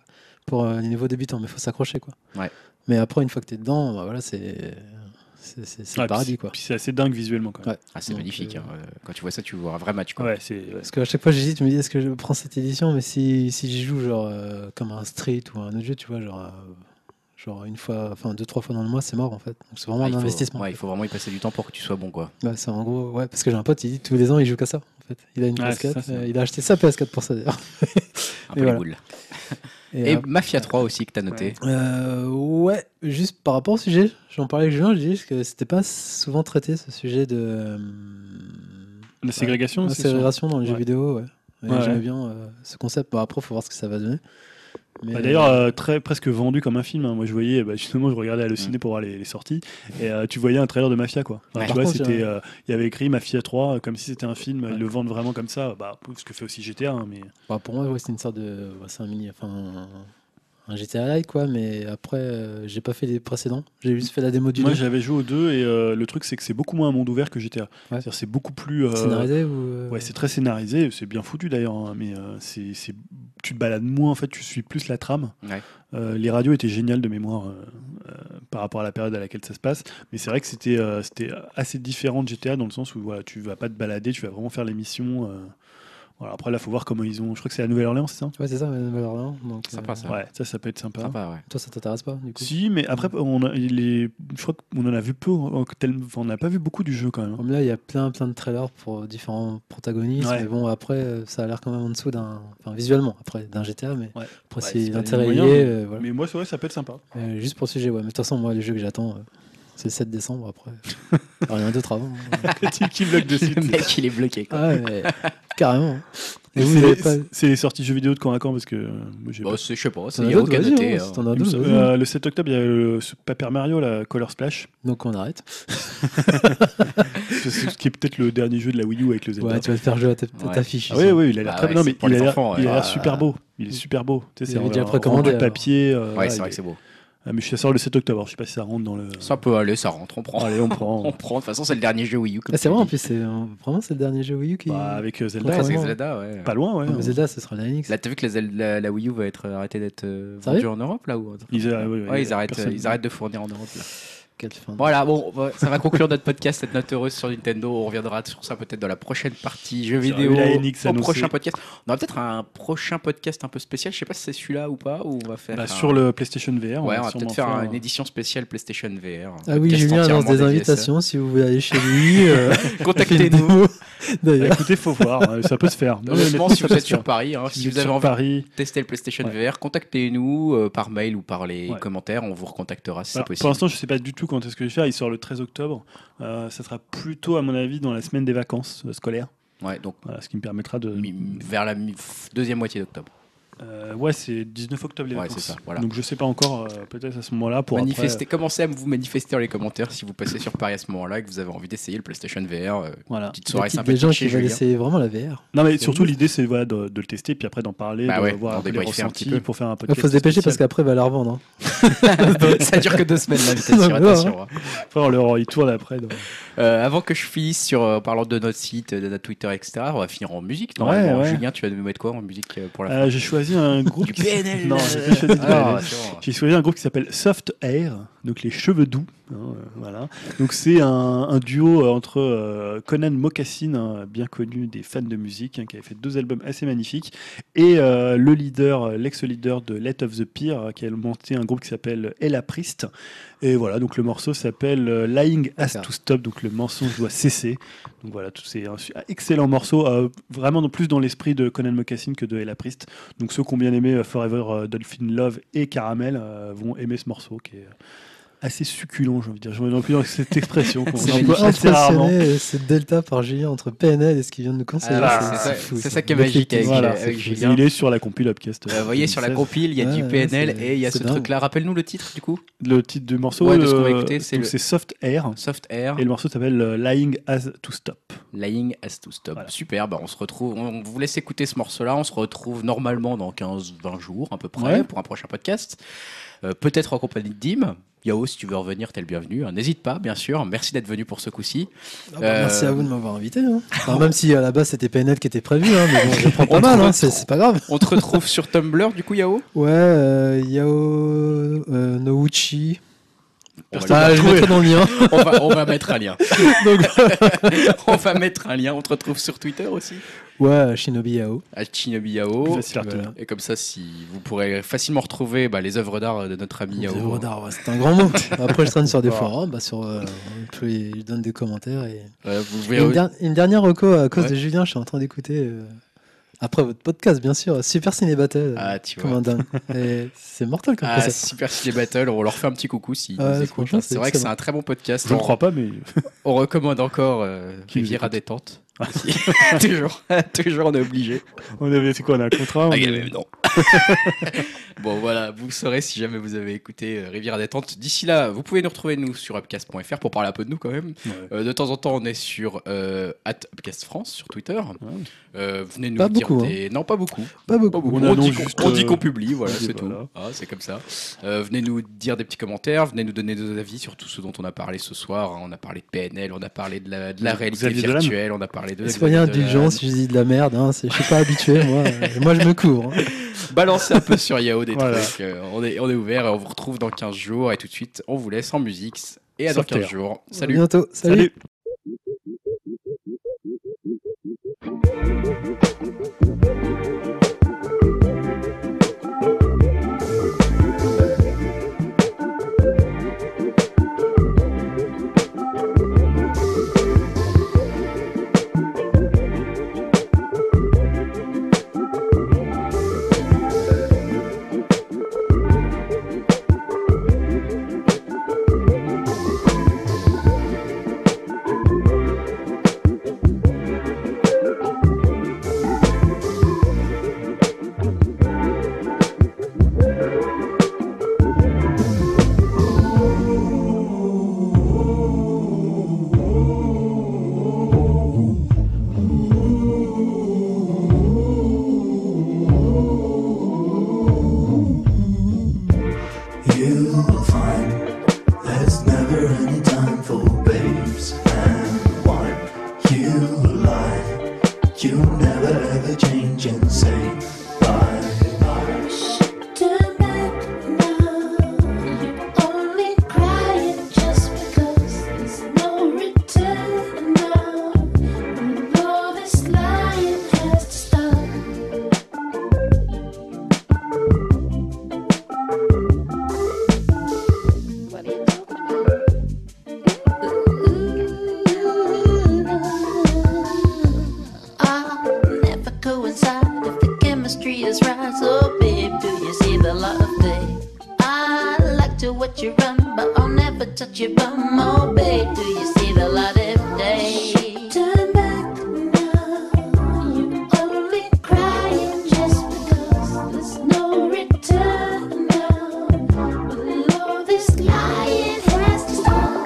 Speaker 3: pour euh, les niveaux débutants. Mais faut s'accrocher, quoi.
Speaker 1: Ouais.
Speaker 3: Mais après, une fois que t'es dedans, bah, voilà, c'est c'est c'est- c'est
Speaker 2: Ouais,
Speaker 3: le paradis,
Speaker 2: puis-
Speaker 3: quoi.
Speaker 2: puis c'est assez dingue visuellement, quand même.
Speaker 1: Ah, c'est
Speaker 3: Donc,
Speaker 1: magnifique.
Speaker 3: euh,
Speaker 1: hein. Euh, Quand tu vois ça, tu vois un vrai match. Quoi.
Speaker 2: Ouais, c'est. ouais.
Speaker 3: Parce qu'à chaque fois j'hésite, je me dis est-ce que je prends cette édition, mais si, si j'y joue genre euh, comme un street ou un autre jeu, tu vois, genre, euh, genre une fois, enfin deux, trois fois dans le mois, c'est mort en fait. Donc c'est vraiment
Speaker 1: Ah,
Speaker 3: un
Speaker 1: il faut-
Speaker 3: investissement.
Speaker 1: ouais, il faut vraiment y passer du temps pour que tu sois bon. quoi.
Speaker 3: Ouais, c'est en gros, ouais, parce que j'ai un pote, il dit tous les ans il joue qu'à ça en fait. Il a une
Speaker 2: Ouais,
Speaker 3: PS4,
Speaker 2: c'est ça,
Speaker 3: euh,
Speaker 2: c'est-
Speaker 3: il a acheté sa PS4 pour ça d'ailleurs.
Speaker 1: Un peu
Speaker 3: Et voilà.
Speaker 1: les boules.
Speaker 3: Et,
Speaker 1: Et,
Speaker 3: euh,
Speaker 1: Mafia 3 aussi que tu as noté.
Speaker 3: euh, ouais, juste par rapport au sujet, j'en parlais avec Julien, je dis que c'était pas souvent traité ce sujet de. euh,
Speaker 2: La ségrégation,
Speaker 3: La
Speaker 2: Ah, c'est sûr.
Speaker 3: ségrégation dans les jeux
Speaker 2: Ouais.
Speaker 3: vidéo, ouais. Et
Speaker 2: Ouais,
Speaker 3: J'aimais
Speaker 2: ouais.
Speaker 3: bien euh, ce concept. Bon, après, faut voir ce que ça va donner. Mais,
Speaker 2: Bah, D'ailleurs, euh, très presque vendu comme un film. hein. Moi, je voyais, bah, justement, je regardais à le ciné pour voir les, les sorties, et euh, tu voyais un trailer de Mafia, quoi. Enfin,
Speaker 1: Ouais.
Speaker 2: Tu
Speaker 3: Par
Speaker 2: vois,
Speaker 3: contre,
Speaker 2: c'était,
Speaker 3: euh,
Speaker 2: euh, il y avait écrit Mafia 3 euh, comme si c'était un film.
Speaker 3: Ouais.
Speaker 2: Ils le vendent vraiment comme ça. Bah, ce que fait aussi GTA, hein, mais
Speaker 3: Bah, pour moi, ouais, c'est une sorte de. bah, c'est un mini. Enfin, un- un GTA Like, quoi. Mais après, euh, j'ai pas fait les précédents. J'ai juste fait la démo du
Speaker 2: moi,
Speaker 3: deux.
Speaker 2: j'avais joué aux deux, et euh, le truc, c'est que c'est beaucoup moins un monde ouvert que GTA. C'est-à-dire, c'est beaucoup plus. euh,
Speaker 3: Scénarisé ou. euh,
Speaker 2: Ouais, c'est très scénarisé, c'est bien foutu d'ailleurs, hein, mais euh, c'est, c'est- tu te balades moins en fait, tu suis plus la trame.
Speaker 1: Ouais.
Speaker 2: Euh, les radios étaient géniales de mémoire euh, euh, par rapport à la période à laquelle ça se passe, mais c'est vrai que c'était, euh, c'était assez différent de GTA dans le sens où voilà, tu vas pas te balader, tu vas vraiment faire les missions. euh. Voilà, après là, faut voir comment ils ont. Je crois que c'est la Nouvelle-Orléans, c'est ça
Speaker 3: Ouais, c'est ça, la Nouvelle-Orléans. Donc, euh,
Speaker 1: Sympa, ça.
Speaker 2: Ouais, ça, ça peut être sympa.
Speaker 1: Sympa, ouais.
Speaker 3: Toi, ça t'intéresse pas, du coup
Speaker 2: Si, mais après, on a, il est- je crois qu'on en a vu peu, en- en- tel- enfin, on n'a pas vu beaucoup du jeu quand même. hein.
Speaker 3: Comme là, il y a plein, plein de trailers pour différents protagonistes.
Speaker 2: Ouais.
Speaker 3: Mais bon, après, euh, ça a l'air quand même en dessous d'un. Enfin, visuellement, après, d'un GTA. Mais
Speaker 2: Ouais. Ouais,
Speaker 3: après, si
Speaker 2: c'est pas les
Speaker 3: l'intérêt y
Speaker 2: moyens,
Speaker 3: est, euh, voilà.
Speaker 2: Mais moi, c'est vrai, ça peut être sympa.
Speaker 3: Euh, juste pour le sujet, ouais. Mais de toute façon, moi, les jeux que j'attends, euh, c'est le 7 décembre après. Alors, Il y en a d'autres avant. hein.
Speaker 2: Qui- Qui bloque dessus
Speaker 1: Le mec, il est bloqué. Quoi.
Speaker 3: Ah ouais, mais carrément. hein. Et
Speaker 2: Et
Speaker 3: vous,
Speaker 2: c'est-
Speaker 3: vous avez pas.
Speaker 2: C'est les sorties jeux vidéo de camp à camp parce que euh, moi, j'ai
Speaker 1: Bah,
Speaker 2: pas-
Speaker 1: c'est- je sais pas,
Speaker 3: T'en
Speaker 1: c'est-
Speaker 3: as
Speaker 1: il n'y a
Speaker 3: d'autres,
Speaker 1: aucun
Speaker 3: vas-y,
Speaker 1: noté.
Speaker 3: hein,
Speaker 1: hein.
Speaker 3: si t'en as
Speaker 2: Il me
Speaker 3: d'autres,
Speaker 2: semble-
Speaker 3: vas-y.
Speaker 2: euh, le 7 octobre, il y a le ce Paper Mario, la Color Splash,
Speaker 3: Donc on arrête.
Speaker 2: ce ce qui est peut-être le dernier jeu de la Wii U avec le Zelda.
Speaker 3: Ouais, tu vas te faire jouer à ta, ta
Speaker 1: Ouais.
Speaker 3: fiche.
Speaker 2: Ah oui, oui, il a l'air
Speaker 1: Bah
Speaker 2: très
Speaker 1: ouais,
Speaker 2: bien,
Speaker 1: c'est
Speaker 2: mais
Speaker 1: pour
Speaker 2: il a
Speaker 1: les
Speaker 2: l'air
Speaker 1: enfants, ouais.
Speaker 2: il a l'air
Speaker 1: Ah.
Speaker 2: super beau. Il est super beau. Tu sais,
Speaker 3: Il
Speaker 2: c'est
Speaker 3: avait
Speaker 2: en-
Speaker 3: déjà
Speaker 2: en
Speaker 3: précommandé,
Speaker 2: rendu
Speaker 3: alors.
Speaker 2: papier. euh,
Speaker 1: Ouais,
Speaker 2: voilà,
Speaker 1: c'est vrai
Speaker 2: il
Speaker 1: que c'est beau.
Speaker 2: est- Ah, mais je suis sûr le 7 octobre. Je sais pas si ça rentre dans le.
Speaker 1: Ça peut aller, ça rentre, on prend.
Speaker 2: Allez, on
Speaker 1: On
Speaker 2: prend.
Speaker 1: prend, de toute façon, c'est le dernier jeu Wii U. comme
Speaker 3: Ah, c'est
Speaker 1: tu
Speaker 3: vrai, en
Speaker 1: dis.
Speaker 3: plus, c'est euh, vraiment c'est le dernier jeu Wii U qui.
Speaker 2: Bah, avec euh,
Speaker 1: Ouais,
Speaker 2: Zelda,
Speaker 1: c'est
Speaker 3: vraiment.
Speaker 1: Zelda, ouais.
Speaker 2: pas loin, ouais. hein.
Speaker 3: Non, mais Zelda, ce sera la NX.
Speaker 1: Là, t'as vu que la, la- la Wii U va être arrêtée d'être euh,
Speaker 3: Sérieux
Speaker 1: vendue en Europe, là ou... un truc
Speaker 2: Ils, euh, ouais,
Speaker 1: Ouais,
Speaker 2: ouais,
Speaker 1: ils arrêtent,
Speaker 2: personne-
Speaker 1: ils arrêtent de fournir en Europe. Là.
Speaker 3: Quelle fin.
Speaker 1: Voilà, bon, ouais, ça va conclure notre podcast, cette note heureuse sur Nintendo. On reviendra sur ça peut-être dans la prochaine partie jeux
Speaker 2: J'aurais
Speaker 1: vidéo.
Speaker 2: vu la NX
Speaker 1: au
Speaker 2: annoncée.
Speaker 1: prochain podcast. On aura peut-être un prochain podcast un peu spécial. Je sais pas si c'est celui-là ou pas. Ou on va faire.
Speaker 2: Bah,
Speaker 1: un-
Speaker 2: Sur le PlayStation VR,
Speaker 1: Ouais, on va
Speaker 2: sûrement
Speaker 1: peut-être faire
Speaker 2: faire,
Speaker 1: une
Speaker 2: euh,
Speaker 1: édition spéciale PlayStation VR. un
Speaker 3: Ah oui,
Speaker 1: podcast
Speaker 3: Julien lance
Speaker 1: entièrement
Speaker 3: des
Speaker 1: dédié à ça.
Speaker 3: invitations si vous voulez aller chez lui. euh,
Speaker 1: Contactez-nous.
Speaker 3: faites-nous,
Speaker 2: Bah,
Speaker 3: D'ailleurs.
Speaker 2: Écoutez, faut voir. hein, Ça peut se faire. Non, mais
Speaker 1: Honnêtement,
Speaker 2: honnêtement,
Speaker 1: si vous
Speaker 2: ça
Speaker 1: êtes
Speaker 2: se
Speaker 1: sur
Speaker 2: fait.
Speaker 1: Paris, hein, si
Speaker 2: vous
Speaker 1: vous
Speaker 2: êtes
Speaker 1: avez
Speaker 2: sur
Speaker 1: envie
Speaker 2: Paris,
Speaker 1: de tester le PlayStation VR, contactez-nous euh, par mail ou par les
Speaker 2: Ouais.
Speaker 1: commentaires. On vous recontactera si
Speaker 2: Alors,
Speaker 1: c'est
Speaker 2: Bah, Pour
Speaker 1: possible.
Speaker 2: l'instant, je ne sais pas du tout quand est-ce que je vais faire. Il sort le 13 octobre. Euh, ça sera plutôt, à mon avis, dans la semaine des vacances euh, scolaires.
Speaker 1: Ouais, donc
Speaker 2: Voilà, ce qui me permettra de.
Speaker 1: mi- vers la mi- f- deuxième moitié d'octobre.
Speaker 2: Euh, ouais, c'est 19 octobre les
Speaker 1: Ouais,
Speaker 2: vacances.
Speaker 1: c'est ça, voilà.
Speaker 2: Donc je sais pas encore, euh, peut-être à ce moment-là pour après-
Speaker 1: Manifestez,
Speaker 3: euh,
Speaker 1: commencez à vous manifester dans les commentaires si vous passez sur Paris à ce moment-là et que vous avez envie d'essayer le PlayStation VR. euh,
Speaker 2: voilà.
Speaker 1: petite soirée
Speaker 3: Il y a
Speaker 1: sympathique
Speaker 3: des gens
Speaker 1: chez
Speaker 3: qui veulent
Speaker 1: Julien.
Speaker 3: essayer vraiment la VR.
Speaker 2: Non mais
Speaker 3: C'est
Speaker 2: surtout
Speaker 3: ouf.
Speaker 2: l'idée c'est voilà de, de le tester puis après d'en parler,
Speaker 1: Bah
Speaker 2: de
Speaker 1: ouais,
Speaker 2: voir
Speaker 1: d'en
Speaker 2: un peu les
Speaker 1: débriefer un petit
Speaker 2: ressentis
Speaker 1: peu.
Speaker 2: pour faire un podcast.
Speaker 3: Il faut se dépêcher parce
Speaker 2: spécial.
Speaker 3: qu'après, il va la revendre. hein.
Speaker 1: ça dure que deux semaines
Speaker 3: Non,
Speaker 1: l'invitation,
Speaker 3: mais
Speaker 1: attention. hein.
Speaker 2: Après, on leur- ils tournent après. donc.
Speaker 1: Euh, avant que je finisse sur, euh, en parlant de notre site, de notre Twitter, etc., on va finir en musique.
Speaker 2: Ouais,
Speaker 1: Normalement,
Speaker 2: ouais.
Speaker 1: Julien, tu vas nous mettre quoi en musique euh, pour la fin
Speaker 2: Euh, j'ai choisi un groupe.
Speaker 1: Du
Speaker 2: qui-
Speaker 1: PNL.
Speaker 2: Non, j'ai pas choisi de
Speaker 1: Ah,
Speaker 2: PNL.
Speaker 1: c'est bon.
Speaker 2: J'ai choisi un groupe qui s'appelle Soft Air, donc les cheveux doux. hein, euh, voilà. Donc c'est un, un duo euh, entre euh, Conan Mocassin, hein, bien connu des fans de musique, hein, qui avait fait deux albums assez magnifiques, et euh, le leader, euh, l'ex-leader de Let of the Peer, euh, qui a monté un groupe qui s'appelle Ella Priest. Et voilà, donc le morceau s'appelle euh, Lying Has
Speaker 3: D'accord.
Speaker 2: to Stop, donc le mensonge doit cesser. Donc voilà, tout- c'est un su- un excellent morceau, euh, vraiment non plus dans l'esprit de Conan Mocassin que de Ella Priest. Donc ceux qui ont bien aimé euh, Forever euh, Dolphin Love et Caramel euh, vont aimer ce morceau qui est euh, assez succulent, j'ai envie de dire. Je me plus dans cette expression qu'on
Speaker 1: C'est
Speaker 2: emploie
Speaker 1: magnifique.
Speaker 2: assez rarement.
Speaker 3: Impressionné, euh, ce delta par Julien entre PNL et ce qu'il vient de nous conseiller.
Speaker 1: Ah,
Speaker 2: c'est
Speaker 1: ça-
Speaker 3: fou,
Speaker 1: c'est ça qui est magique avec- euh,
Speaker 2: Voilà,
Speaker 1: avec
Speaker 2: c'est-
Speaker 1: Julien.
Speaker 2: il est sur la compil Upcast.
Speaker 1: Euh, Vous voyez, sur la compile, il y a du
Speaker 3: Ouais,
Speaker 1: PNL
Speaker 3: c'est-
Speaker 1: et il y a
Speaker 3: c'est
Speaker 1: ce
Speaker 3: dingue.
Speaker 1: truc-là. Rappelle-nous le titre, du coup
Speaker 2: Le titre du morceau,
Speaker 1: Ouais, de ce qu'on va
Speaker 2: euh,
Speaker 1: écouter, c'est
Speaker 2: donc
Speaker 1: le-
Speaker 2: c'est Soft Air.
Speaker 1: Soft Air,
Speaker 2: Et le morceau s'appelle euh, Lying As to Stop.
Speaker 1: Lying Has to Stop.
Speaker 2: Voilà.
Speaker 1: Super, bah, on se retrouve. On on vous laisse écouter ce morceau-là. On se retrouve normalement dans 15-20 jours, à peu près,
Speaker 2: Ouais.
Speaker 1: pour un prochain podcast. Euh, Peut-être en compagnie de Dim. Yao, si tu veux revenir, t'es le bienvenu. hein. N'hésite pas, bien sûr. Merci d'être venu pour ce coup-ci.
Speaker 3: Ah bah,
Speaker 1: Euh,
Speaker 3: Merci à vous de m'avoir invité. hein. Enfin, même si à la base c'était PNL qui était prévu, hein, mais bon, je prends
Speaker 1: On
Speaker 3: pas mal,
Speaker 1: trouve-
Speaker 3: hein, c'est c'est pas grave.
Speaker 1: On te retrouve sur Tumblr, du coup, Yao
Speaker 3: Ouais, euh, Yao euh, Nouchi.
Speaker 1: On va
Speaker 3: Ah,
Speaker 1: le
Speaker 3: je
Speaker 1: trouver.
Speaker 3: mettrai dans le lien.
Speaker 1: on, va, on va mettre un lien. on va mettre un lien. On te retrouve sur Twitter aussi.
Speaker 3: Ouais, Shinobi Yao.
Speaker 1: À Shinobi Yao.
Speaker 2: Plus facile à
Speaker 3: voilà.
Speaker 2: retenir.
Speaker 1: Et comme ça, si vous pourrez facilement retrouver bah, les œuvres d'art de notre ami
Speaker 3: Des
Speaker 1: Yao.
Speaker 3: œuvres d'art, ouais, c'est un grand mot. Après, je traîne sur des
Speaker 2: Voilà.
Speaker 3: forums, bah, sur, euh, puis je donne des commentaires. Et...
Speaker 1: Euh, vous
Speaker 3: Et
Speaker 1: verrez-
Speaker 3: une, der- une dernière reco à cause
Speaker 1: Ouais.
Speaker 3: de Julien, je suis en train d'écouter, euh, après votre podcast, bien sûr, Super Ciné Battle.
Speaker 1: Ah, tu
Speaker 3: comme
Speaker 1: vois.
Speaker 3: un dingue. Et C'est mortel comme
Speaker 1: Ah,
Speaker 3: concept.
Speaker 1: Super Ciné Battle, on leur fait un petit coucou s'ils
Speaker 3: Ouais,
Speaker 1: nous écoutent.
Speaker 3: franchement,
Speaker 1: hein. C'est
Speaker 3: c'est
Speaker 1: vrai que c'est
Speaker 3: excellent.
Speaker 1: un très bon podcast.
Speaker 2: Je ne
Speaker 1: on,
Speaker 2: crois pas, mais
Speaker 1: on recommande encore euh,
Speaker 2: Qui nous
Speaker 1: Rivière à
Speaker 2: écoute.
Speaker 1: détente. toujours, toujours, on est obligé.
Speaker 2: on avait fait quoi On a un contrat on
Speaker 1: Ah,
Speaker 2: est-
Speaker 1: mais non. bon, voilà, vous saurez si jamais vous avez écouté euh, Rivière à détente. D'ici là, vous pouvez nous retrouver nous sur upcast.fr pour parler un peu de nous quand même.
Speaker 2: Ouais.
Speaker 1: Euh, de temps en temps, on est sur euh, at upcast France sur Twitter.
Speaker 2: Ouais. hein.
Speaker 1: Euh, venez nous
Speaker 3: Pas
Speaker 1: dire
Speaker 3: beaucoup,
Speaker 1: des... non pas beaucoup.
Speaker 3: Pas beaucoup.
Speaker 1: Pas beaucoup.
Speaker 2: On
Speaker 1: On, dit
Speaker 2: annonce
Speaker 1: qu'on-
Speaker 2: juste,
Speaker 1: on dit
Speaker 2: euh,
Speaker 1: qu'on publie, voilà,
Speaker 2: oui,
Speaker 1: c'est
Speaker 2: voilà.
Speaker 1: tout. Ah, c'est comme ça. Euh, venez nous dire des petits commentaires, venez nous donner nos avis sur tout ce dont on a parlé ce soir. hein. On a parlé de PNL, on a parlé de la, de la
Speaker 2: Vous
Speaker 1: réalité
Speaker 2: aviez de l'âme
Speaker 1: virtuelle, on a parlé de. Xavier
Speaker 3: Soyez
Speaker 1: Dolan.
Speaker 3: indulgent si je dis de la merde, hein, c'est- je suis pas habitué, moi. euh, moi je me couvre. hein.
Speaker 1: Balancez un peu sur Yahoo des
Speaker 2: Voilà.
Speaker 1: trucs. euh, on, est, on est ouvert et on vous retrouve dans 15 jours. Et tout de suite, on vous laisse en musique. Et à dans
Speaker 2: Sauf
Speaker 1: 15
Speaker 2: terre.
Speaker 1: jours.
Speaker 3: À
Speaker 1: Salut.
Speaker 3: bientôt. Salut.
Speaker 2: Salut.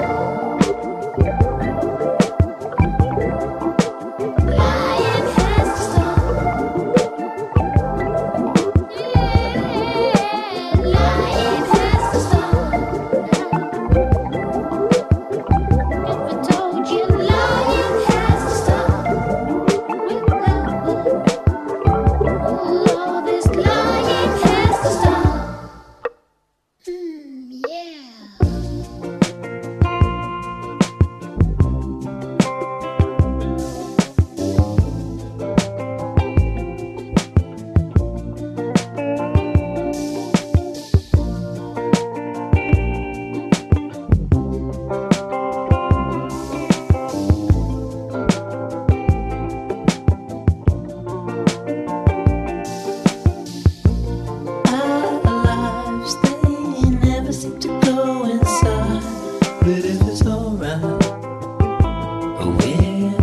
Speaker 4: Oh, Oh, life is alright. Oh, yeah.